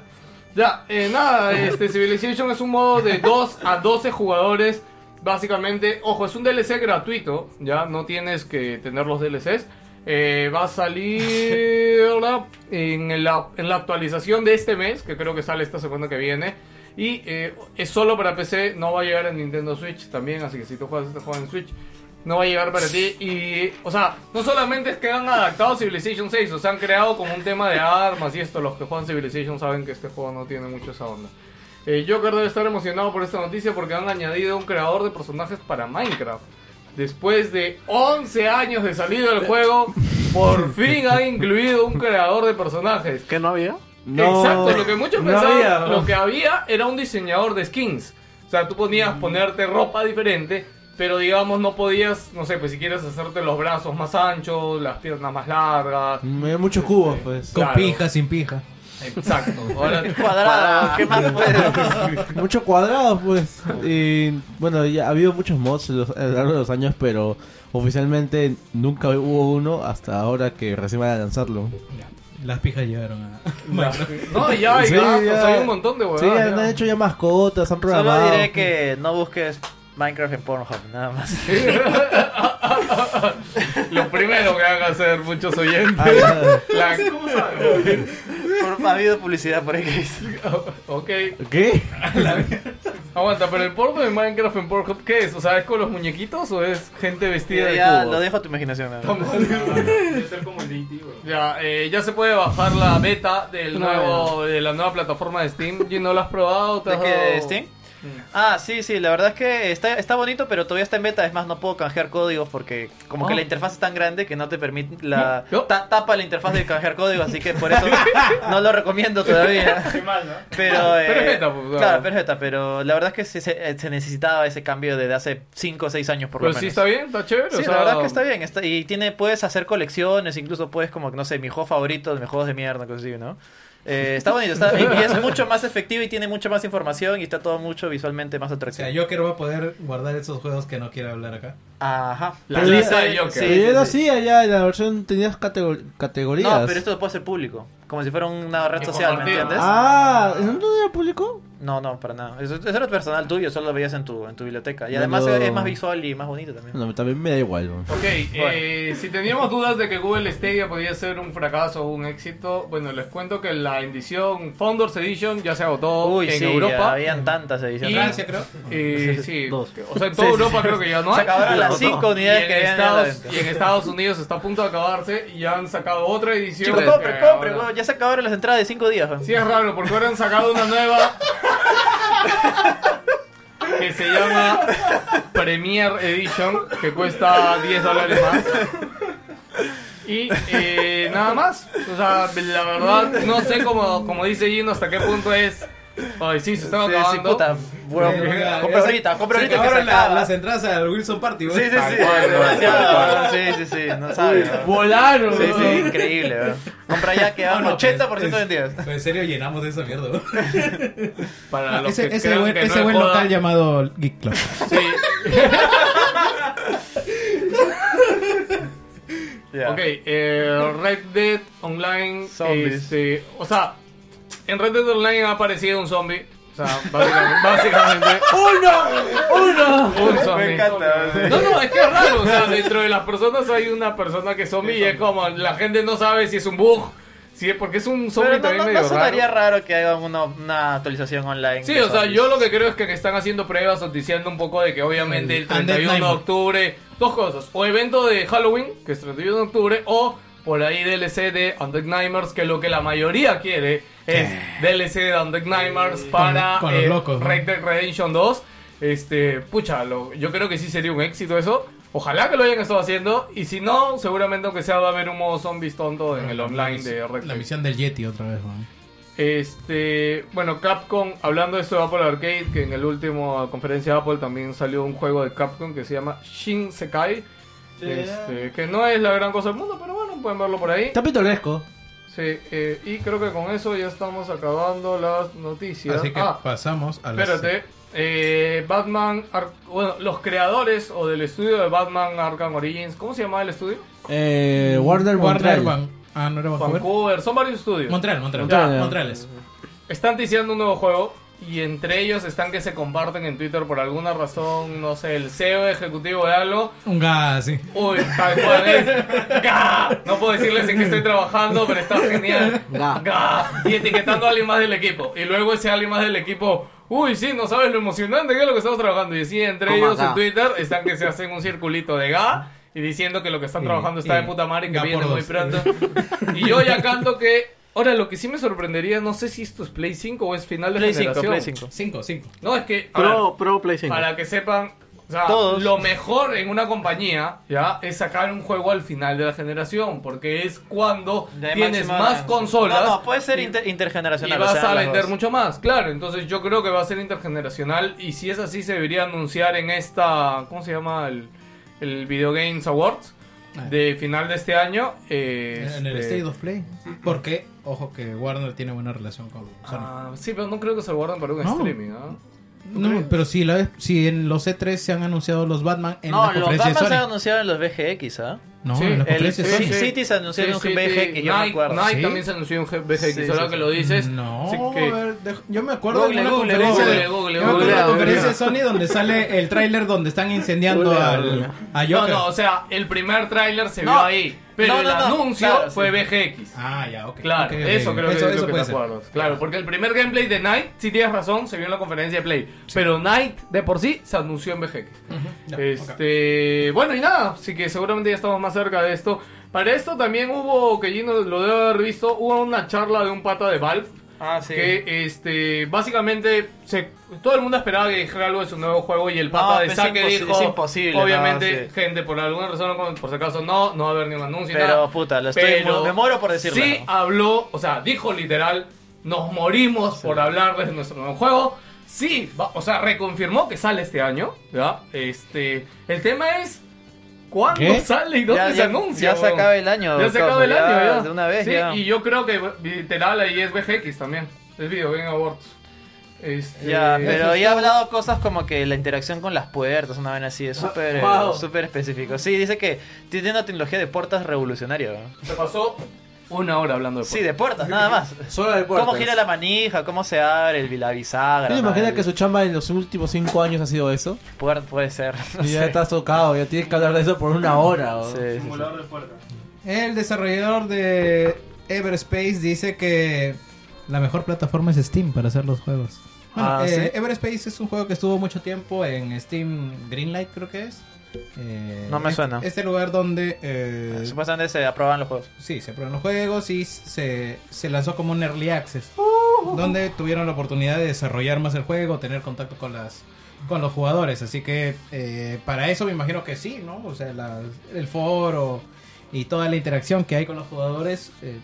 B: Ya, eh, nada, este Civilization es un modo de 2 a 12 jugadores. Básicamente, ojo, es un DLC gratuito, ya no tienes que tener los DLCs. Eh, va a salir la- en la, en la actualización de este mes, que creo que sale esta semana que viene. Y eh, es solo para PC, no va a llegar en Nintendo Switch también, así que si tú juegas este juego en Switch, no va a llegar para ti. Y, o sea, no solamente es que han adaptado Civilization 6, o sea, han creado como un tema de armas y esto. Los que juegan Civilization saben que este juego no tiene mucho esa onda. Eh, Joker debe estar emocionado por esta noticia porque han añadido un creador de personajes para Minecraft. Después de 11 años de salido del juego, por fin han incluido un creador de personajes.
E: ¿Qué no había?
B: Ah, Exacto, lo que muchos
I: no
B: pensaban,
I: había, ¿no?
B: lo que había era un diseñador de skins. O sea, tú podías
I: Mm.
B: ponerte ropa diferente, pero digamos no podías, no sé, pues si quieres hacerte los brazos más anchos, las piernas más largas.
I: Me da muchos cubos, pues.
D: Con
B: Claro.
D: pija, sin pija.
B: Exacto. Ahora
C: Cuadrada, ¿qué más puedes?
I: Muchos cuadrados, pues. Y bueno, ya ha habido muchos mods los- a lo largo de los años, pero oficialmente nunca hubo uno hasta ahora que recién van a lanzarlo.
D: Las pijas llegaron a.
B: No, ya hay
I: Sí,
B: gatos,
I: ya.
B: hay un montón de
I: Sí,
B: huevadas.
I: han
B: ya.
I: hecho ya mascotas, han programado.
C: Solo diré que no busques Minecraft en Pornhub, nada más.
B: Lo primero que haga hacer muchos oyentes.
I: Ah, ya.
B: La-
C: Por- Ha habido publicidad por ahí que dice.
B: ok,
I: ¿Qué?
B: aguanta, pero el porno de Minecraft en Pornhub, ¿qué es? O sea, ¿es con los muñequitos o es gente vestida
C: Ya
B: de cubo?
C: lo dejo a tu imaginación. nada más.
B: Debe ser como el DT, bro. Ya, eh, ya se puede bajar la beta del
C: No,
B: nuevo, de la nueva plataforma de Steam. ¿Y no la has probado? ¿Te
C: ¿De
B: has
C: qué?
B: dado-
C: ¿De Steam?
B: Mm.
C: Ah, sí, sí, la verdad es que está, está bonito, pero todavía está en beta. Es más, no puedo canjear códigos porque, como que
B: Oh.
C: la interfaz es tan grande que no te permite. la
B: Yo-
C: ta- Tapa la interfaz de canjear código, así que por eso no lo recomiendo todavía. Pero, eh,
B: Pero es beta, pues, claro.
C: claro, pero es beta, pero la verdad es que sí se, se necesitaba ese cambio desde hace 5 o 6 años por
B: Pero Pues
C: lo menos.
B: sí está bien, está chévere.
C: Sí,
B: o sea, um,
C: la verdad es que está bien. está- y tiene, puedes hacer colecciones, incluso puedes como, que, no sé, mi juego favorito de mis juegos de mierda, cosas así, ¿no? Eh, está bonito, está, y, y es mucho más efectivo y tiene mucha más información y está todo mucho visualmente más
D: O
C: atractivo.
D: sea, Joker va a poder guardar esos juegos que no quiere hablar acá.
C: Ajá.
I: Pero ya- pero ya lo hacía ya en la versión tenías catego- categorías.
C: No, pero esto lo puede hacer público. Como si fuera una red social, ¿me
I: compartido.
C: entiendes?
I: Ah, ¿eso no era público?
C: No, no, para nada. Eso, eso era personal tuyo, solo lo veías en tu, en tu biblioteca. Y
I: No
C: además
I: lo-
C: es más visual y más bonito también.
I: No, también me da igual. weón.
B: Ok, eh, si teníamos dudas de que Google Stadia podía ser un fracaso o un éxito, bueno, les cuento que la edición Founders Edition ya se agotó
C: Uy,
B: en
C: sí,
B: Europa.
C: habían tantas ediciones.
B: Francia, creo. Eh, sí,
C: Dos.
B: o sea, en toda
C: Sí, sí,
B: Europa
C: sí.
B: creo que ya no hay.
C: Se acabaron las
B: No.
C: cinco unidades
B: y en
C: que habían en la
B: Estados,
C: venta.
B: Y en Estados Unidos está a punto de acabarse y ya han sacado otra edición.
C: Chicos, compre,
B: Eh,
C: compre,
B: ahora-
C: huevón, ya se acabaron las entradas de 5 días.
B: Sí, es raro, porque ahora han sacado una nueva. que se llama Premier Edition, que cuesta 10 dólares más. Y eh, nada más. O sea, la verdad, no sé cómo, como dice Gino hasta qué punto es. Ay, sí, se están
C: Sí, sí,
B: acabando.
C: puta, huevón.
B: Verga,
C: Compra
B: ya se-
C: ahorita, compra
B: se
C: ahorita que se
B: acabaron la-
C: acaba.
D: Las entradas al Wilson Party,
C: Sí, sí, sí. Demasiado, sí, sí, sí. No sabes. huevón.
B: Volaron.
C: Sí, sí,
D: huevón.
C: increíble. huevón. Compra ya que van 80%
B: pues.
C: vendidas.
D: pues, En serio, llenamos de esa mierda. huevón.
B: Para
D: ese
B: que
D: ese
B: crean
D: buen,
B: que no
D: ese
B: es
D: buen
B: joda.
D: local llamado Geek Club.
C: Ya.
B: Ok, eh, Red Dead Online.
C: Zombies.
B: este, o sea, en Red Dead Online ha aparecido un zombie. O sea, básicamente. básicamente-
C: ¡Uno!
B: Un zombie.
C: Me encanta. sí.
B: No, no, es que es raro. O sea, dentro de las personas hay una persona que es zombie y es como la gente no sabe si es un bug. Si es porque es un zombie
C: Pero no,
B: también
C: no, no
B: medio raro.
C: sonaría raro que haga una, una actualización online.
B: Sí,
C: de
B: o sea,
C: zombies.
B: yo lo que creo es que están haciendo pruebas o diciendo un poco de que obviamente el
D: Undead
B: 31 de
D: Nightmare.
B: octubre, dos cosas, o evento de Halloween, que es 31 de octubre, o por ahí DLC de Undead Nightmares, que lo que la mayoría quiere es DLC de Undead Nightmares para
D: Eh. con los
B: eh,
D: locos, ¿no?
B: Red Dead Redemption 2. Este, pucha, lo- yo creo que sí sería un éxito eso. Ojalá que lo hayan estado haciendo, y si no, seguramente aunque sea va a haber un modo zombies tonto en el online de Red
D: Ah, La
B: Dead.
D: misión del Yeti otra vez, weón.
B: Este, bueno, Capcom, hablando de esto de Apple Arcade, que en el último conferencia de Apple también salió un juego de Capcom que se llama Shin Sekai. Este, que no es la gran cosa del mundo, pero bueno, pueden verlo por ahí.
I: Está pintoresco.
B: Sí, eh, y creo que con eso ya estamos acabando las noticias.
D: Así que
B: Ah,
D: pasamos a las...
B: espérate. eh, Batman, Ar- bueno, los creadores o del estudio de Batman Arkham Origins, ¿cómo se llamaba el estudio?
I: Eh, Warner Montreal.
D: Van- Ah, no era Vancouver.
B: Vancouver, son varios estudios.
D: Montreal, Montreal.
I: Montreal.
D: Montreal es.
B: Están diciendo un nuevo juego y entre ellos están que se comparten en Twitter por alguna razón, no sé, el CEO ejecutivo de algo.
D: Un gas, sí.
B: Uy, tal cual es. ¡Ga! No puedo decirles en qué estoy trabajando, pero está genial.
E: Ga.
B: ¡Ga! Y etiquetando a alguien más del equipo. Y luego ese alguien más del equipo. Uy, sí, no sabes lo emocionante que es lo que estamos trabajando. Y sí, entre
E: Coma
B: ellos
E: ga.
B: en Twitter están que se hacen un circulito de ga y diciendo que lo que están trabajando está
D: y
B: de puta madre y que
D: ga
B: viene
D: por
B: muy
D: dos.
B: pronto. Y yo ya canto que. Ahora, lo que sí me sorprendería, no sé si esto es Play 5 o es final de
C: Play 5,
B: generación.
C: Play 5.
D: Cinco, cinco.
B: No, es que. a ver,
E: Pro, Pro Play 5.
B: para que sepan, o sea,
C: Todos.
B: lo mejor en una compañía ya es sacar un juego al final de la generación, porque es cuando
C: Ya hay
B: tienes
C: máxima-
B: más consolas
C: No, no, puede ser inter-
B: y
C: intergeneracional. o
B: vas
C: sea,
B: a
C: las
B: vender
C: dos.
B: mucho más. Claro, entonces yo creo que va a ser intergeneracional y si es así se debería anunciar en esta, ¿cómo se llama? El, el Video Games Awards de final de este año. eh,
D: Ah. En el
B: este-
D: State of Play. Porque, ojo, que Warner tiene buena relación con Sony.
B: Ah, sí, pero no creo que se lo guarden para un
D: No.
B: streaming. ¿ah?
D: No, pero si, la, vez- si en los E3 se han anunciado los Batman en
C: No,
D: la
C: los
D: conferencia
C: Batman se
D: de
C: han
D: Sony.
C: anunciado en los VGX, ¿ah?
D: No,
B: Sí.
D: en la
B: El-
C: El
D: conferencia de
C: City
D: Sony.
B: sí, sí.
C: se anunció en un VGX, yo me
B: Nike,
C: acuerdo.
B: Nike
D: ¿Sí?
B: también se anunció en VGX,
C: Sí,
B: ahora
C: sí,
B: que
C: sí.
B: lo dices.
D: No,
B: sí
D: a
B: que-
D: ver, dej- yo me acuerdo
C: Google,
D: de una
C: Google,
D: conferencia,
B: Google,
D: de,
B: Google,
D: yo me acuerdo de una
B: Google.
D: conferencia de Sony donde sale el tráiler donde están incendiando al, a Joker.
B: No, no, o sea, el primer tráiler se
C: No.
B: vio ahí, pero
C: No, no,
B: el
C: no,
B: anuncio
C: claro,
B: fue
C: sí.
B: VGX.
D: Ah, ya, ok.
B: Claro,
D: ok, ok,
B: eso
D: ok.
B: creo que
D: eso,
B: es lo
D: eso
B: que
D: puede
B: te
D: ser.
B: acuerdas. Claro, porque el primer gameplay de Night, si tienes razón, se vio en la conferencia de Play. Pero Night, de por sí, se anunció en VGX.
D: Ya,
B: este,
D: ok.
B: Bueno, y nada, así que seguramente ya estamos más cerca de esto. Para esto también hubo, que Gino lo debe haber visto, hubo una charla de un pata de Valve.
C: Ah, sí.
B: Que este, básicamente se, todo el mundo esperaba que dijera algo de su nuevo juego y el
C: No,
B: pata de
C: es
B: saque
C: imposi-
B: dijo:
C: es imposible,
B: Obviamente,
C: no, sí.
B: gente, por alguna razón, no- por si acaso, no, no va a haber ningún anuncio.
C: Pero,
B: nada.
C: puta, lo estoy- me muero por decirlo,
B: Sí, ah,
C: ¿no?
B: habló, o sea, dijo literal: Nos morimos por hablarles de nuestro nuevo juego. Sí, va- o sea, reconfirmó que sale este año. ¿ya? Este, el tema es:
F: ¿Cuándo sale y dónde se anuncia?
C: Ya se
F: weón?
C: acaba el año.
F: Ya se acaba
C: causa,
F: el año,
C: ya,
F: ya.
C: De una vez,
F: Sí,
C: ya.
F: y yo creo que literal ahí es BGX también. Es video, bien abortos. Este,
C: Ya,
B: eh,
C: pero ya he hablado cosas como que la interacción con las puertas, una vez así, es súper eh,
F: Wow.
C: súper específico. Sí, dice que tiene una tecnología de puertas revolucionaria. ¿no?
F: Se pasó una hora hablando de
C: Sí, de puertas, nada más.
I: Solo de
C: ¿Cómo gira la manija? ¿Cómo se abre el, la bisagra?
I: ¿Tú te
C: ¿no?
I: imaginas
C: El
I: que su chamba en los últimos cinco años ha sido eso?
C: puer- Puede ser. no
I: Y ya
C: sé.
I: estás tocado, ya tienes que hablar de eso por una hora. o-
H: de puertas.
P: El
D: desarrollador de Everspace dice que
P: La mejor plataforma es Steam para hacer los juegos.
D: Bueno,
P: Ah,
D: eh,
P: ¿sí?
D: Everspace es un juego que estuvo mucho tiempo en Steam Greenlight, creo que es. Eh,
C: No me
D: es-
C: suena.
D: Este lugar donde
B: Ah,
D: eh,
C: Supuestamente se aprueban los juegos.
D: sí, se prueban los juegos y se, se lanzó como un early access. Donde tuvieron la oportunidad de desarrollar más el juego, tener contacto con las con los jugadores. Así que eh, para eso me imagino que sí, ¿no? O sea, la- el foro y toda la interacción que hay con los jugadores eh,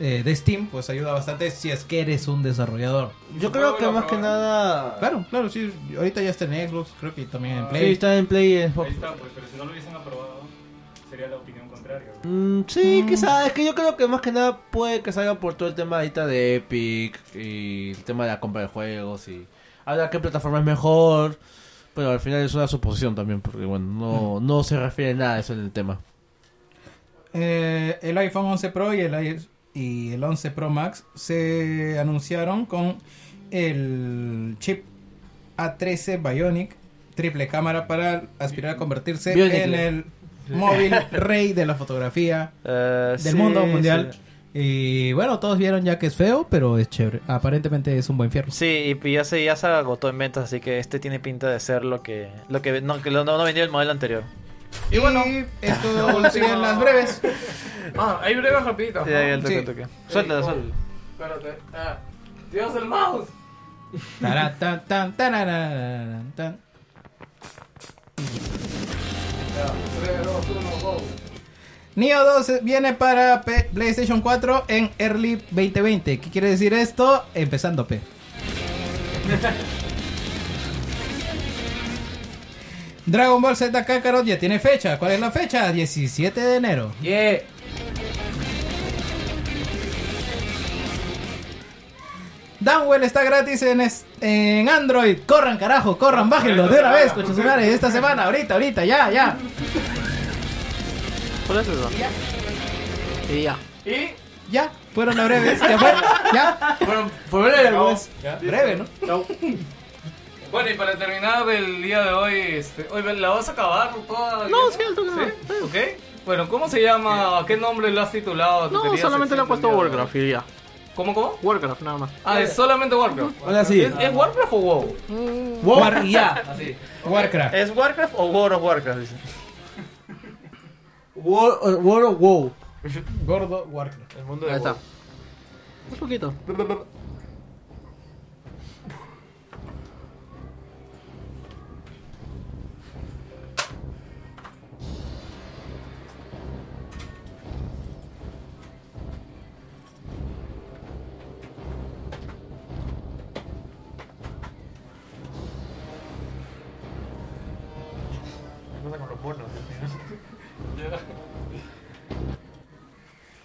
D: eh, de Steam, pues ayuda bastante si es que eres un desarrollador.
I: Yo creo que más que nada.
D: Claro, claro, sí. Ahorita ya está en Xbox, creo que también en Play.
I: Sí, está en Play. en Xbox.
R: Ahí está, pues, pero si no lo hubiesen aprobado, sería la opinión contraria.
I: Mm, sí, quizás. Es que yo creo que más que nada puede que salga por todo el tema ahorita de Epic y el tema de la compra de juegos y hablar qué plataforma es mejor. Pero al final es una suposición también, porque bueno, no, no se refiere nada a eso en el tema.
D: Eh, el iPhone 11 Pro y el, i- y el 11 Pro Max se anunciaron con el chip A13 Bionic, triple cámara para aspirar a convertirse
P: Bionic.
D: en el móvil rey de la fotografía
C: Eh,
D: del
C: sí,
D: mundo mundial.
C: sí.
D: Y bueno, todos vieron ya que es feo, pero es chévere. Aparentemente es un buen fierro.
C: Sí, y ya se, ya se agotó en ventas, así que este tiene pinta de ser lo que lo que no, que lo- no, no vendió el modelo anterior.
D: Y bueno, esto serían las breves.
F: Ah, hay breves rapiditas.
C: Sí, Eh,
F: ¿no?
C: ahí el toque, toque. Suéltalo,
F: Ey,
C: suéltalo.
F: Espérate. Ah, Dios, el mouse.
D: Tará, tan, tan, tarararán, tan. Neo 2 viene para P- PlayStation 4 en Early 2020. ¿Qué quiere decir esto? Empezando P. Dragon Ball Z Kakarot ya tiene fecha. ¿Cuál es la fecha? 17 de enero.
I: Yeah.
D: Downwell está gratis en, es- en Android. Corran, carajo, corran, bájenlo de una vez, cochinares. Esta semana, ahorita, ahorita, ya, ya.
E: ¿Cuál es eso? Y ya.
F: Y
D: ya, fueron las breves. Ya fue, ya.
I: Fueron,
F: Chao.
D: breves.
F: Ya.
D: Breve, ¿no?
F: Bueno, y para terminar el día de hoy, este, hoy la vas a acabar toda. No, sí,
E: el toque.
F: ¿Ok? Bueno, ¿cómo se llama? ¿A qué nombre lo has titulado? ¿Te
E: No,
F: tenías
E: solamente le he puesto
F: extendido?
E: Warcraft y ya.
F: ¿Cómo, cómo?
E: Warcraft, nada más.
F: Ah, es solamente Warcraft.
I: Ahora sí.
F: ¿Es, es Warcraft o WoW?
I: War y ya.
D: Warcraft.
C: ¿Es Warcraft o World of Warcraft? Dice.
I: War, War eh, of WoW.
D: Gordo Warcraft.
C: El mundo
E: Ahí está. Un poquito.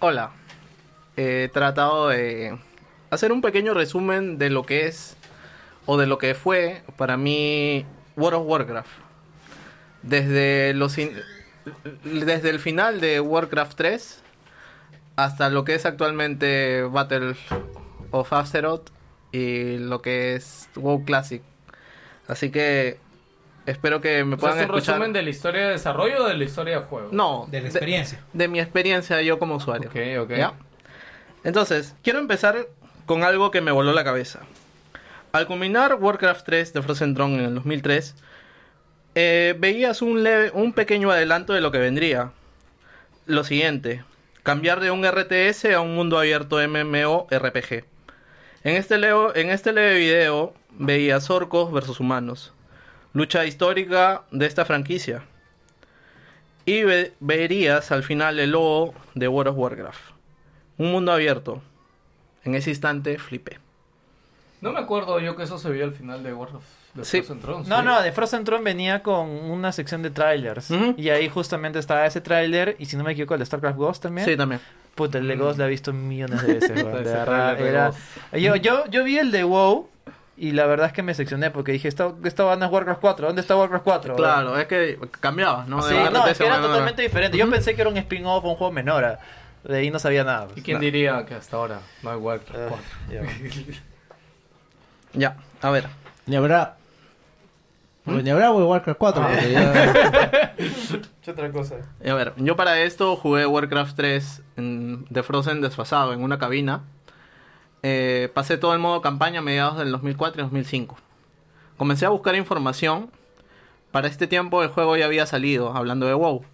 E: Hola. He tratado de hacer un pequeño resumen de lo que es o de lo que fue para mí World of Warcraft. Desde los in- desde el final de Warcraft 3 hasta lo que es actualmente Battle of Azeroth y lo que es WoW Classic. Así que espero que me
F: O sea,
E: puedan
F: ¿Es un
E: escuchar
F: resumen de la historia de desarrollo o de la historia de juego?
E: no.
D: De la experiencia.
E: De, mi experiencia yo como usuario.
F: Ok, ok.
E: ¿Ya? Entonces, quiero empezar con algo que me voló la cabeza. Al culminar Warcraft 3 de Frozen Throne en el 2003, eh, veías un, leve- un pequeño adelanto de lo que vendría. Lo siguiente, cambiar de un RTS a un mundo abierto MMORPG. En este, leo, en este leve video veías orcos versus humanos, lucha histórica de esta franquicia. Y ve- verías al final el logo de World of Warcraft. Un mundo abierto. En ese instante flipé.
F: No me acuerdo yo que eso se vio al final de Warcraft.
S: De
C: Sí.
S: Frozen Throne,
C: No,
S: sí.
C: no, de Frozen Throne venía con una sección de trailers. Y ahí justamente estaba ese trailer. Y si no me equivoco, el de StarCraft Ghost también.
E: Sí, también.
C: Puta, el de Ghost la he visto millones de veces. weón. De
E: Ese
C: verdad,
E: trailer de
C: era-
E: Ghost.
C: yo, yo, yo vi el de WoW. Y la verdad es que me seccioné porque dije, esta, esta banda es Warcraft 4. ¿Dónde está Warcraft 4?
E: Claro, es que cambiabas, ¿no?
C: Ah, Sí,
E: De
C: no,
E: repente
C: es que
E: se
C: era
E: van a-
C: totalmente diferente. Yo pensé que era un spin-off o un juego menor. ah. De ahí no sabía nada. pues. Eh,
S: ¿Y quién diría que hasta ahora no hay Warcraft 4?
E: Ya, a ver.
I: Ni habrá. Pues ni habrá, güey, Warcraft 4. porque ya-
C: otra cosa.
E: Y Eh, A ver, yo para esto jugué Warcraft 3 en- de Frozen desfasado en una cabina. Eh, pasé todo el modo campaña a mediados del 2004 y 2005. Comencé a buscar información. Para este tiempo el juego ya había salido, hablando de WoW.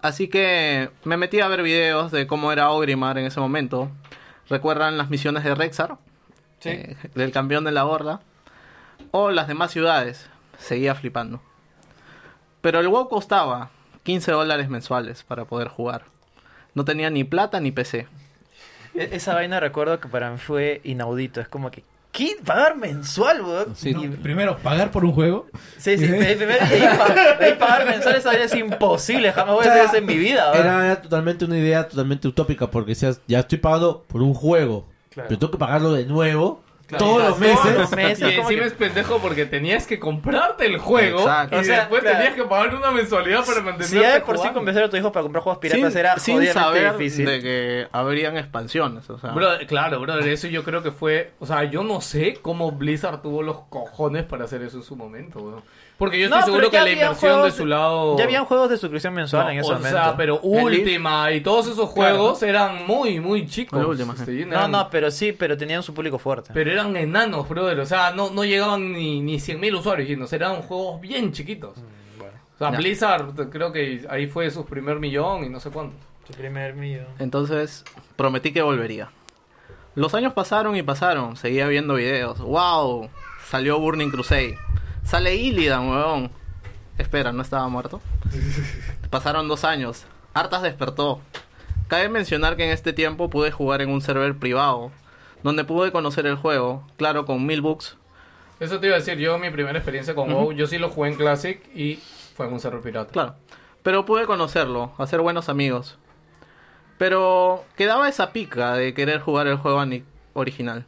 E: Así que me metí a ver videos de cómo era Ogrimar en ese momento. ¿Recuerdan las misiones de Rexar? Eh, del campeón de la horda. O las demás ciudades. Seguía flipando. Pero el WoW costaba 15 dólares mensuales para poder jugar. No tenía ni plata ni PC.
C: E- Esa vaina recuerdo que para mí fue inaudito. Es como que, ¿qué? ¿Pagar mensual, weón? Y-
D: Primero, pagar por un juego.
C: Sí, sí, de- de- de- de pa- de pagar mensual esa vaina es imposible. Jamás voy a hacer eso en mi vida, weón.
I: Era, era totalmente una idea totalmente utópica porque decías, ya estoy pagado por un juego,
B: Claro.
I: pero tengo que pagarlo de nuevo
B: Claro.
I: todos los meses.
B: Todos los meses. Y encima es pendejo porque tenías que comprarte el juego
I: Exacto.
B: y
I: O sea,
B: después
I: claro.
B: tenías que pagar una mensualidad para mantenerte
C: Si ya de por sí
B: jugando.
C: convencer a tu hijo para comprar juegos piratas
B: Sin-
C: era
B: sin
C: jodidamente
B: saber
C: difícil.
E: De que habrían expansiones, o sea.
B: Bro, claro, bro, eso yo creo que fue. O sea, yo no sé cómo Blizzard tuvo los cojones para hacer eso en su momento, weón. Porque yo estoy
C: No, pero
B: seguro
C: ya
B: que la
C: habían
B: inversión de
C: juegos-
B: su lado.
C: Ya habían juegos de suscripción mensual
B: No,
C: en ese
B: o
C: momento.
B: sea, pero Ultima y todos esos juegos eran muy, muy chicos. Este, y
C: No,
B: eran-
C: no, pero sí, pero tenían su público
E: Ah.
C: fuerte.
B: Pero eran enanos, brother. O sea, no, no llegaban ni, ni 100.000 usuarios, llenos. Eran juegos bien chiquitos. O sea,
E: Mm, Ya.
B: Blizzard, creo que ahí fue su primer millón y no sé cuánto. Su primer millón.
E: Entonces, prometí que volvería. Los años pasaron y pasaron, seguía viendo videos. ¡Wow! Salió Burning Crusade. Sale Illidan, weón. Espera, ¿no estaba muerto? pasaron dos años. Artas despertó. Cabe mencionar que en este tiempo pude jugar en un server privado, donde pude conocer el juego, claro, con mil bugs.
B: Eso te iba a decir, yo mi primera experiencia con
E: Ujú.
B: WoW, yo sí lo jugué en Classic y fue en un server pirata.
E: Claro. Pero pude conocerlo, hacer buenos amigos. Pero quedaba esa pica de querer jugar el juego ani- original.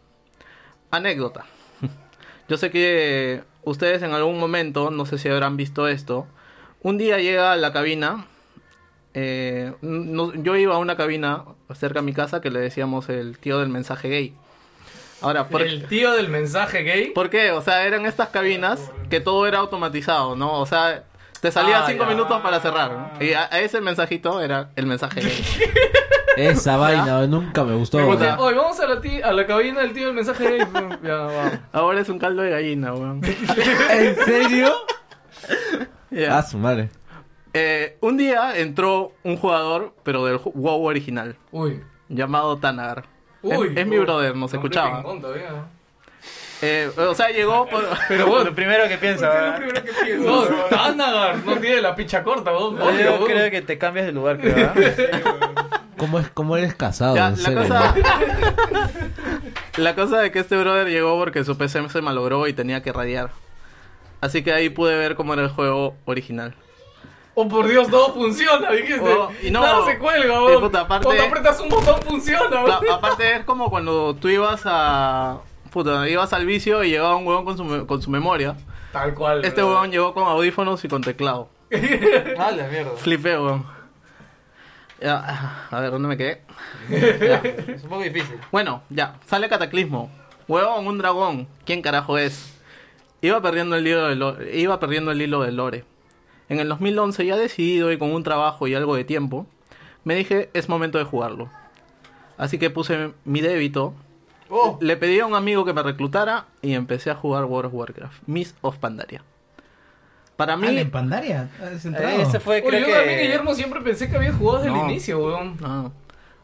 E: Anécdota. Yo sé que ustedes en algún momento, no sé si habrán visto esto, un día llega a la cabina, eh, no- yo iba a una cabina cerca de mi casa que le decíamos el tío del mensaje gay. Ahora, por,
B: El tío del mensaje gay.
E: ¿Por qué? O sea, eran estas cabinas que todo era automatizado, ¿no? O sea, te salía
B: Ah,
E: cinco
B: ya.
E: minutos para cerrar. ¿no? Y a, a ese mensajito era el mensaje. gay.
I: Esa vaina nunca me gustó.
B: Me
I: güey.
B: gusta, Hoy vamos a la, ti- a la cabina del tío del mensaje gay. ya, vamos.
E: Ahora es un caldo de gallina, weón.
I: ¿En serio?
E: Ya.
I: Ah, su madre.
E: Eh, un día entró un jugador, pero del ju- WoW original.
B: Uy.
E: Llamado Tanagar.
B: Uy.
E: es, es mi brother, nos
B: Hombre,
E: escuchaba.
B: pingón todavía.
E: Eh, o sea, llegó por...
B: Pero vos- Lo
C: primero que piensa, ¿Por qué lo ¿verdad?
E: primero que
B: Vos, Tanagar, no tiene la picha corta, vos.
C: Yo
B: obvio, vos.
C: creo que te cambias de lugar, creo. ¿ah?
I: ¿Cómo, es, ¿Cómo eres casado?
E: Ya,
I: en
E: la
I: serio?
E: cosa- La cosa de que este brother llegó porque su PC se malogró y tenía que radiar. Así que ahí pude ver cómo era el juego original.
B: Oh, por Dios, todo funciona, dijiste.
E: Oh, y no.
B: Nada se cuelga,
E: Y
B: vos.
E: puta, aparte-
B: Cuando apretas un botón funciona, vos.
E: Claro, aparte es como cuando tú ibas a... Puta, ibas al vicio y llegaba un huevón con su, me- con su memoria.
B: Tal cual.
E: Este
B: brother.
E: huevón llegó con audífonos y con teclado.
C: Ah, la mierda.
E: Flipé, huevón. Ya, a ver, ¿dónde me quedé? Ya.
C: Es un poco difícil.
E: Bueno, ya, sale Cataclismo. Huevón, un dragón. ¿Quién carajo es? Iba perdiendo el hilo de lo- iba perdiendo el hilo del lore. En el 2011 ya decidido y con un trabajo y algo de tiempo, me dije, es momento de jugarlo. Así que puse mi débito, le pedí a un amigo que me reclutara y empecé a jugar World of Warcraft, Miss of Pandaria. Para mí, Eh,
D: Ah, en Pandaria. has
C: Eh,
D: entrado.
B: Oye, yo también, Guillermo, siempre pensé que había jugado desde
E: No.
B: el inicio, weón.
E: No.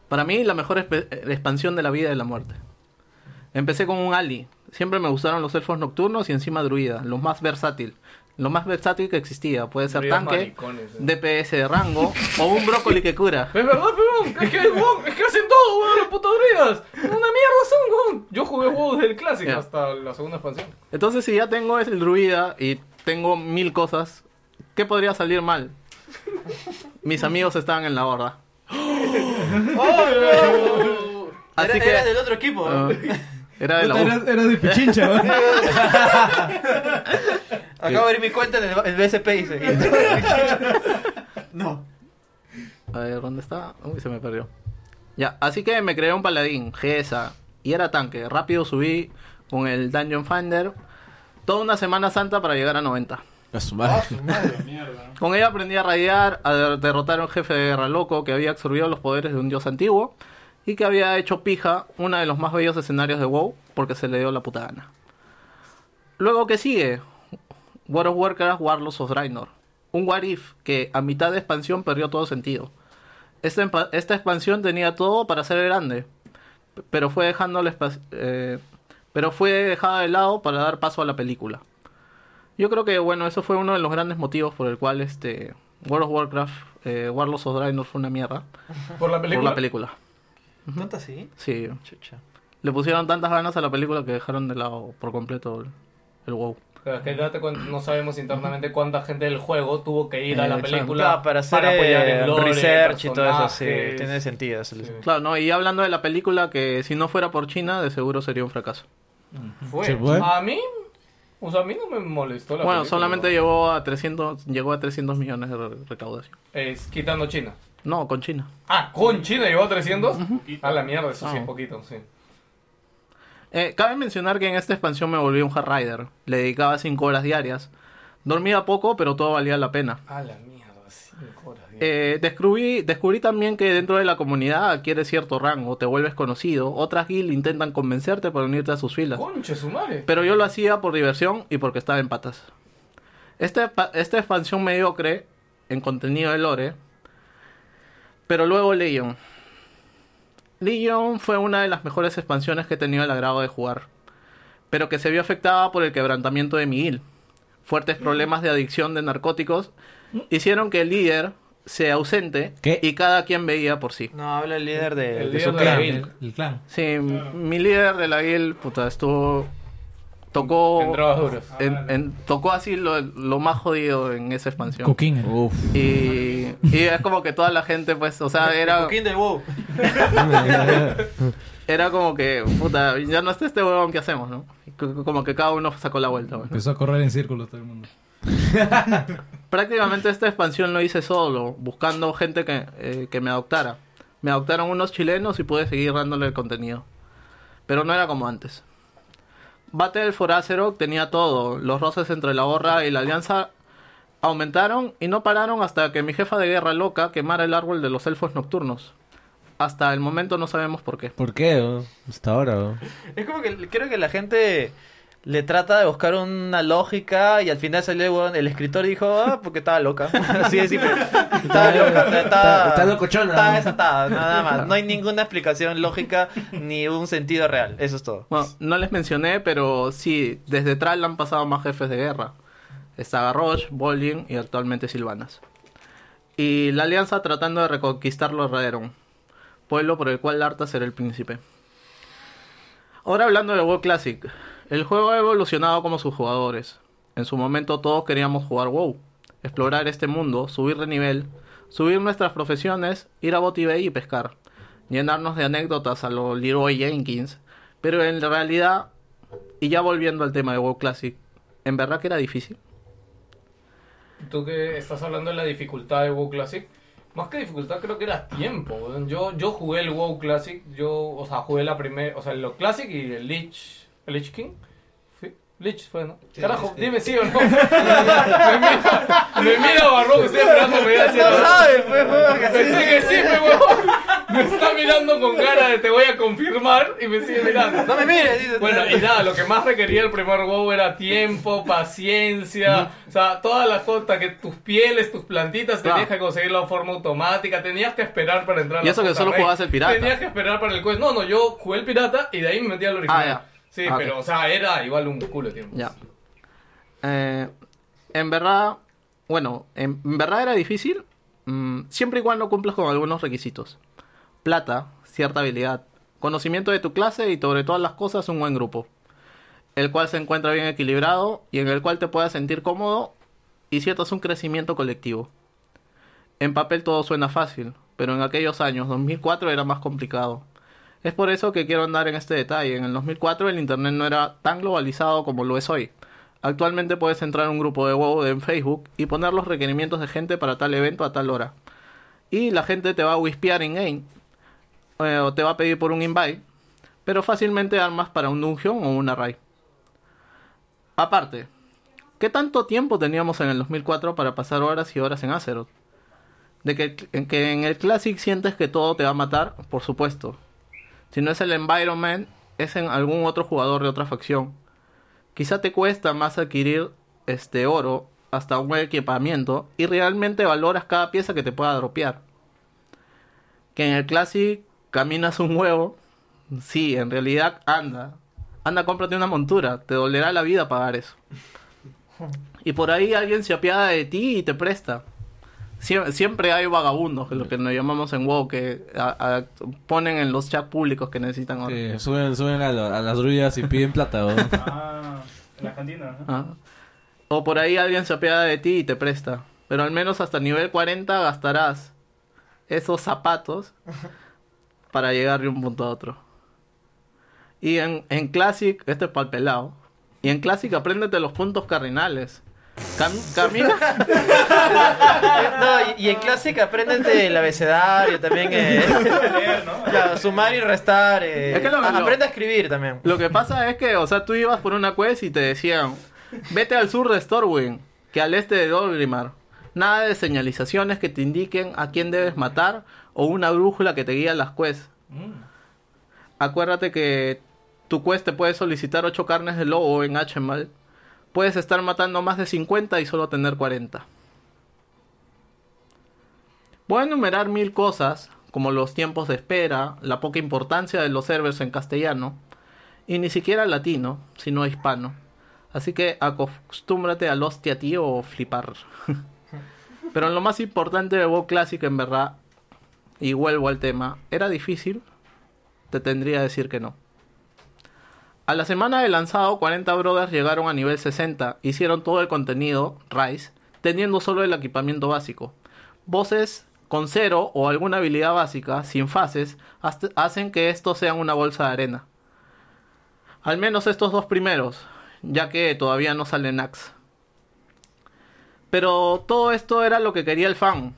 E: Para mí, la mejor espe- eh, expansión de la vida y de la muerte. Empecé con un Ali. Siempre me gustaron los elfos nocturnos y encima druida, los más versátil. Lo más versátil que existía. Puede ser
B: Ríos
E: tanque,
B: maricones, eh.
E: DPS de rango o un brócoli que cura.
B: Es verdad, peón. Es que, weón, es que hacen todo, weón, los putos druidas. Una mierda son, weón. Yo jugué juegos del clásico
E: Ya.
B: hasta la segunda expansión.
E: Entonces, si ya tengo el druida y tengo mil cosas, ¿qué podría salir mal? Mis amigos estaban en la horda. ¡Oh, Así
C: Era-
E: que-
C: era del otro equipo.
E: Ah, era de la
C: Puta,
E: U.
C: era- era de Pichincha, ¿no? Acabo de
E: ¿Qué?
C: abrir mi cuenta en el, el BSP y se-
E: No. A ver, ¿dónde está? Uy, se me perdió. Ya, así que me creé un paladín, GESA, y era tanque. Rápido subí con el Dungeon Finder. Toda una semana santa para llegar a 90.
I: A Ah, su madre.
E: Con ella aprendí a radiar, a der- derrotar a un jefe de guerra loco que había absorbido los poderes de un dios antiguo y que había hecho pija uno de los más bellos escenarios de WoW porque se le dio la puta gana. Luego, ¿qué sigue? World of Warcraft Warlords of Draenor. Un What If que a mitad de expansión perdió todo sentido. Esta, empa- esta expansión tenía todo para ser grande, p- pero fue, dejando el espa- eh, pero fue dejada de lado para dar paso a la película. Yo creo que, bueno, eso fue uno de los grandes motivos por el cual este World of Warcraft, eh, Warlords of Draenor fue una mierda.
B: ¿Por la
E: Por
B: película?
E: la película.
C: ¿Tanto así?
E: Sí. Le pusieron tantas ganas a la película que dejaron de lado por completo el, el WoW.
B: Claro, es que date cuenta, no sabemos internamente cuánta gente del juego tuvo que ir a la
E: Eh,
B: película
E: claro.
C: para hacer
B: apoyar
C: eh,
B: el lore,
C: research y todo eso, sí,
B: personajes.
C: tiene sentido. eso le-
E: Claro, no, y hablando de la película, que si no fuera por China, de seguro sería un fracaso.
B: Fue.
E: Sí, fue.
B: A mí, o sea, a mí no me molestó la
E: bueno,
B: película.
E: solamente llegó a 300, llegó a 300 millones de re- recaudación.
B: Es quitando China.
E: No, con China.
B: Ah, con China llegó a 300. A la mierda, eso sí
E: Ah.
B: es poquito, sí.
E: Eh, cabe mencionar que en esta expansión me volví un hard rider. Le dedicaba 5 horas diarias. Dormía poco, pero todo valía la pena.
B: A la mierda, 5 horas.
E: Eh, descubrí, descubrí también que dentro de la comunidad adquieres cierto rango, te vuelves conocido. Otras guild intentan convencerte para unirte a sus filas.
B: Conche su madre.
E: Eh, Pero yo lo hacía por diversión y porque estaba en patas. Este pa- esta expansión mediocre en contenido de lore. Pero luego Legion. Legion fue una de las mejores expansiones que he tenido el agrado de jugar. Pero que se vio afectada por el quebrantamiento de mi guild. Fuertes problemas de adicción de narcóticos hicieron que el líder se ausente y cada quien veía por sí.
C: No, Ah, habla el líder de,
E: El
C: de
E: líder
C: su
E: de
C: clan.
E: la guild. Sí, m- mi líder de la guild, puta, estuvo. Tocó.
B: En drogas duras.
E: en- en- tocó así lo, lo más jodido en esa expansión.
D: Coquín.
E: Y, y es como que toda la gente, pues, o sea, era.
C: Coquín del WoW.
E: Era como que, puta, ya no está este huevón que hacemos, ¿no? C- Como que cada uno sacó la vuelta, pues, bueno.
D: Empezó a correr en círculos todo el mundo.
E: Prácticamente esta expansión lo hice solo, buscando gente que, eh, que me adoptara. Me adoptaron unos chilenos y pude seguir dándole el contenido. Pero no era como antes. Battle for Azeroth tenía todo. Los roces entre la borra y la alianza aumentaron y no pararon hasta que mi jefa de guerra loca quemara el árbol de los elfos nocturnos. Hasta el momento no sabemos por qué.
I: ¿Por qué? weón? Hasta ahora. weón.
C: Es como que creo que la gente le trata de buscar una lógica y al final salió el huevón, el escritor dijo, ah, porque estaba loca. Así de simple. Estaba loca, estaba,
I: Está- está locochona.
C: Estaba desatada, nada más. No hay ninguna explicación lógica ni un sentido real. Eso es todo.
E: Bueno, no les mencioné, pero sí, desde Tral han pasado más jefes de guerra. Estaba Roche, Bolin y actualmente Silvanas. Y la alianza tratando de reconquistar Lordaeron, pueblo por el cual Arta será el príncipe. Ahora hablando de WoW Classic, el juego ha evolucionado como sus jugadores. En su momento todos queríamos jugar WoW, explorar este mundo, subir de nivel, subir nuestras profesiones, ir a Boty Bay y pescar, llenarnos de anécdotas a lo Leroy Jenkins, pero en realidad, y ya volviendo al tema de WoW Classic, en verdad que era difícil.
B: Tú que estás hablando de la dificultad de WoW Classic, más que dificultad creo que era tiempo. weón. Yo, yo jugué el WoW Classic, yo, o sea, jugué la primera, o sea, el Classic y el Lich, el Lich King. ¿Sí? Lich fue, ¿no? Carajo, dime sí o no. me mira, me mira Barroco, estoy esperando que me diga sí o
C: No sabe, pues, huevón, que
B: Pensé
C: sí.
B: que sí, pues, huevón. Me está mirando con cara de te voy a confirmar y me sigue mirando.
C: No me mires, dice.
B: Bueno, y nada, lo que más requería el primer WoW era tiempo, paciencia, o sea, todas las cosas que tus pieles, tus plantitas tenías que conseguirlo de forma automática, tenías que esperar para entrar a
E: Y
B: la
E: eso que
B: puta
E: solo
B: raid,
E: jugabas el pirata.
B: Tenías que esperar para el quest. No, no, yo jugué el pirata y de ahí me metí al original.
E: Ah, ya.
B: Sí,
E: Ah,
B: pero
E: ok.
B: o sea, era igual un culo de tiempo.
E: Ya. Eh, en verdad, bueno, en, en verdad era difícil, mm, siempre y cuando cumplas con algunos requisitos. Plata, cierta habilidad, conocimiento de tu clase y sobre todas las cosas un buen grupo, el cual se encuentra bien equilibrado y en el cual te puedas sentir cómodo y ciertas un crecimiento colectivo. En papel todo suena fácil, pero en aquellos años, 2004, era más complicado. Es por eso que quiero andar en este detalle. En el 2004 el Internet no era tan globalizado como lo es hoy. Actualmente puedes entrar a un grupo de WoW en Facebook y poner los requerimientos de gente para tal evento a tal hora. Y la gente te va a whispear in-game eh, o te va a pedir por un invite, pero fácilmente armas para un dungeon o un array. Aparte, ¿qué tanto tiempo teníamos en el 2004 para pasar horas y horas en Azeroth? De que, en que en el Classic sientes que todo te va a matar, por supuesto. Si no es el environment, es en algún otro jugador de otra facción. Quizá te cuesta más adquirir este oro hasta un equipamiento y realmente valoras cada pieza que te pueda dropear. Que en el Classic caminas un huevo. Sí, en realidad anda. Anda, cómprate una montura. Te dolerá la vida pagar eso. Y por ahí alguien se apiada de ti y te presta. Sie- siempre hay vagabundos, que es lo que nos llamamos en WoW, que a- a- ponen en los chats públicos que necesitan oro.
I: Sí, suben, suben a, lo- a las grullas y piden plata, weón.
R: Ah, en la cantina. ¿no?
E: Ah. O por ahí alguien se apiada de ti y te presta. Pero al menos hasta nivel 40 gastarás esos zapatos para llegar de un punto a otro. Y en, en Classic, este es para pelado. Y en Classic apréndete los puntos cardinales. Cam- camina.
C: No, y- y en Classic apréndete el abecedario también. Eh. Claro, sumar y restar. eh.
E: Es que lo-
C: Ah,
E: lo-
C: aprende a escribir también.
E: Lo que pasa es que, o sea, tú ibas por una quest y te decían, vete al sur de Storwing, que al este de Dolgrimar. Nada de señalizaciones que te indiquen a quién debes matar o una brújula que te guía en las quests. Acuérdate que tu quest te puede solicitar 8 carnes de lobo en HML. Puedes estar matando más de 50 y solo tener 40. Voy a enumerar mil cosas, como los tiempos de espera, la poca importancia de los servers en castellano, y ni siquiera latino, sino hispano. Así que acostúmbrate al hostia tío o flipar. Pero lo más importante de WoW Classic, en verdad, y vuelvo al tema, ¿era difícil? Te tendría que decir que no. A la semana de lanzado, 40 brothers llegaron a nivel 60, hicieron todo el contenido, Rise, teniendo solo el equipamiento básico. Voces con cero o alguna habilidad básica, sin fases, hasta- hacen que estos sean una bolsa de arena. Al menos estos dos primeros, ya que todavía no salen Axe. Pero todo esto era lo que quería el fan.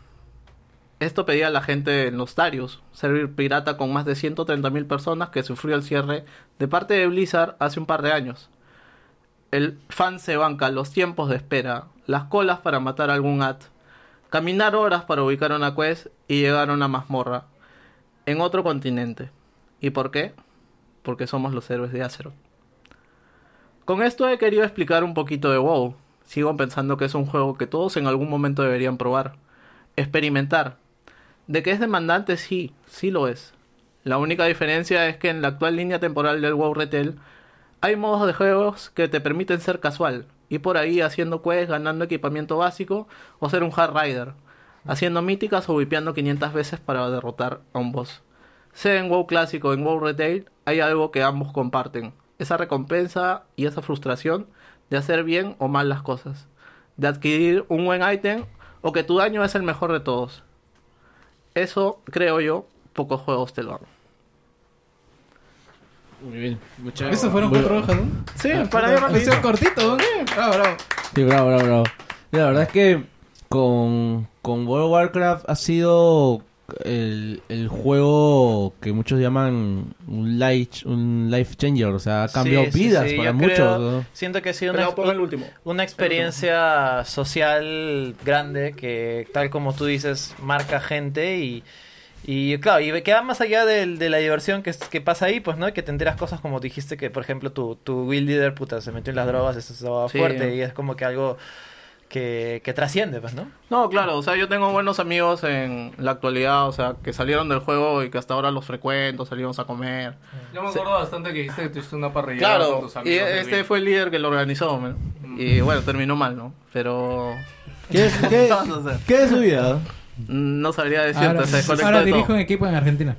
E: Esto pedía la gente en los Darius, servir pirata con más de 130.000 personas que sufrió el cierre de parte de Blizzard hace un par de años. El fan se banca los tiempos de espera, las colas para matar algún ad, caminar horas para ubicar una quest y llegar a una mazmorra en otro continente. ¿Y por qué? Porque somos los héroes de Azeroth. Con esto he querido explicar un poquito de WoW. Sigo pensando que es un juego que todos en algún momento deberían probar. Experimentar. De que es demandante, sí, sí lo es. La única diferencia es que en la actual línea temporal del WoW Retail hay modos de juegos que te permiten ser casual, ir por ahí haciendo quests, ganando equipamiento básico o ser un hard rider, haciendo míticas o wipeando 500 veces para derrotar a un boss. Sea en WoW clásico o en WoW Retail, hay algo que ambos comparten, esa recompensa y esa frustración de hacer bien o mal las cosas, de adquirir un buen ítem o que tu daño es el mejor de todos. Eso, creo yo, pocos juegos te lo dan.
I: Muy bien, muchas
P: Esos fueron cuatro hojas, ¿no?
E: Sí,
P: Ah,
E: para
P: puta,
E: ir rapidito.
P: ese es cortito, ¿no?
D: Ah,
P: Bravo, bravo.
I: Sí, bravo, bravo, bravo. La verdad es que con, con World of Warcraft ha sido el, el juego que muchos llaman un life, un life changer. O sea, ha cambiado
C: Sí, sí,
I: vidas
C: sí,
I: para
C: yo
I: muchos.
C: creo-
I: ¿no?
C: Siento que ha sido
E: Pero
C: una,
E: pon el último.
C: una experiencia social grande que, tal como tú dices, marca gente y, y claro, y que va más allá del- de, la diversión que, es- que pasa ahí, pues, ¿no? Que te enteras cosas como dijiste que, por ejemplo, tu, tu guild leader, puta, se metió en las drogas, eso estaba
E: Sí.
C: fuerte y es como que algo que, que trasciende, pues, ¿no?
E: No, claro, o sea, yo tengo buenos amigos en la actualidad, o sea, que salieron del juego y que hasta ahora los frecuento, salimos a comer.
F: Yo me acuerdo bastante que dijiste que tuviste una parrilla
E: claro,
F: con tus
E: y
F: amigos. de
E: este
F: Wii.
E: fue el líder que lo organizó, man. Y bueno, terminó mal, ¿no? Pero...
I: ¿Qué, qué-
E: vamos a hacer?
I: qué de su vida?
E: No sabría decirte,
D: Ahora,
E: se desconectó
D: ahora
E: de todo.
D: dirijo un equipo en Argentina.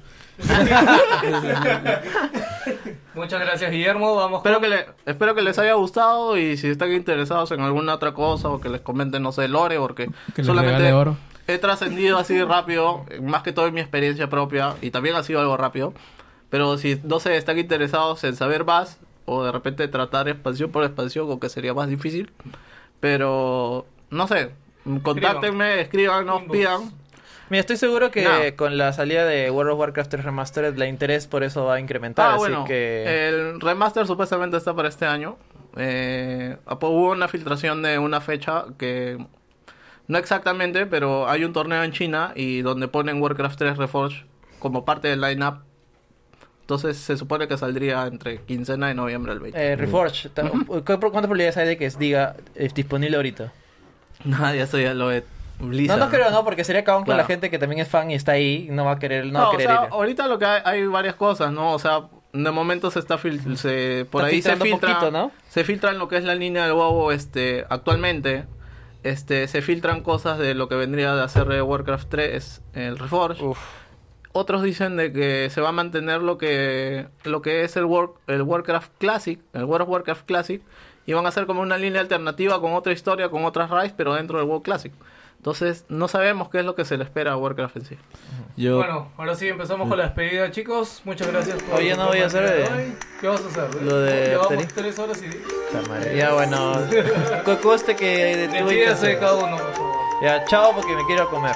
B: Muchas gracias, Guillermo. Vamos
E: Espero que, le- espero que les haya gustado y si están interesados en alguna otra cosa o que les comenten, no sé, lore, porque
D: Que les
E: solamente
D: regale oro.
E: he trascendido así rápido, más que todo en mi experiencia propia y también ha sido algo rápido. Pero si, no sé, están interesados en saber más o de repente tratar expansión por expansión, o que sería más difícil. Pero, no sé, contáctenme, escriban, nos pidan.
C: Mira, estoy seguro que
E: No.
C: con la salida de World of Warcraft 3 Remastered, la interés por eso va a incrementar.
E: Ah,
C: así
E: bueno,
C: que.
E: el remaster supuestamente está para este año. Eh, apo- hubo una filtración de una fecha que no exactamente, pero hay un torneo en China y donde ponen Warcraft 3 Reforged como parte del lineup. Entonces se supone que saldría entre quincena y noviembre del 20.
C: Eh, Reforge, ta- ¿cu- ¿cuántas probabilidades hay de que diga es disponible ahorita?
E: Nada, eso ya lo he. Blizzard.
C: No, no creo, no, porque sería cagón con la
E: Claro.
C: gente que también es fan y está ahí y no va a querer, no,
E: No,
C: va a
E: o
C: querer
E: sea,
C: ir.
E: ahorita lo que hay, hay varias cosas, ¿no? O sea, de momento se está fil- se, por
C: Está
E: ahí se
C: filtrando
E: filtra,
C: poquito, ¿no?
E: se filtra en lo que es la línea del WoW este actualmente. Este, se filtran cosas de lo que vendría de hacer de Warcraft 3, el Reforge. Otros dicen de que se va a mantener lo que lo que es el War- el Warcraft Classic, el World of Warcraft Classic y van a hacer como una línea alternativa con otra historia, con otras raids, pero dentro del WoW Classic. Entonces, no sabemos qué es lo que se le espera a Warcraft en sí.
I: Yo...
B: Bueno, ahora sí empezamos con la despedida, chicos. Muchas gracias por.
E: Oye, no voy a hacer, eh,
B: acompañarnos hoy. ¿Qué vas a hacer?
C: lo de
B: Llevamos
C: After Effects.
B: tres horas y.
C: Puta madre, Ya bueno, cu- cueste que tuve que
B: Despídase
C: hacer.
B: cada uno, por favor.
C: Ya, chao porque me quiero a comer.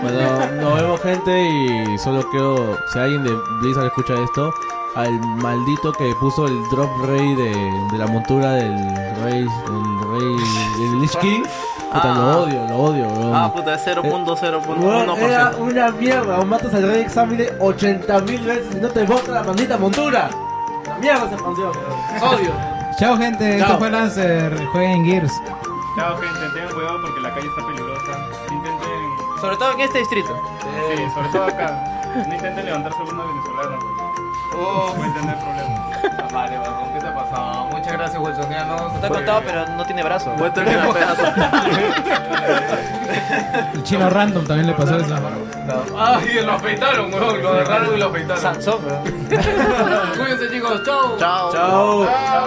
I: Bueno, nos vemos gente y solo quiero, si alguien de Blizzard escucha esto, al maldito que puso el drop rey de, de la montura del rey, el rey, el Lich King, puta, lo odio, lo odio, bro.
E: Ah, puta, es
I: Bueno, era
E: 0.0.1%.
I: una mierda, o matas al rey exámine 80 mil veces y no te bota la maldita montura. La mierda esa canción, odio.
D: Chao, gente. Esto
I: Chao.
D: fue Lancer. Jueguen Gears.
F: Chao, gente, tengan cuidado porque la calle está peligrosa. Intenten.
C: Sobre todo en este distrito.
F: Sí, sobre todo acá. No intenten levantarse alguna venezolana.
B: Oh,
F: pueden tener problemas.
B: Ah, Vale, Balcón, ¿qué te ha pasado? Muchas gracias, Wilsonianos.
C: Está cortado, pero no tiene brazo.
D: El chino random también le pasó eso.
B: Ay, lo afeitaron, weón. Lo agarraron y lo afeitaron.
C: Sansón,
B: Cuídense, chicos. Chao.
E: Chao.
I: Chao.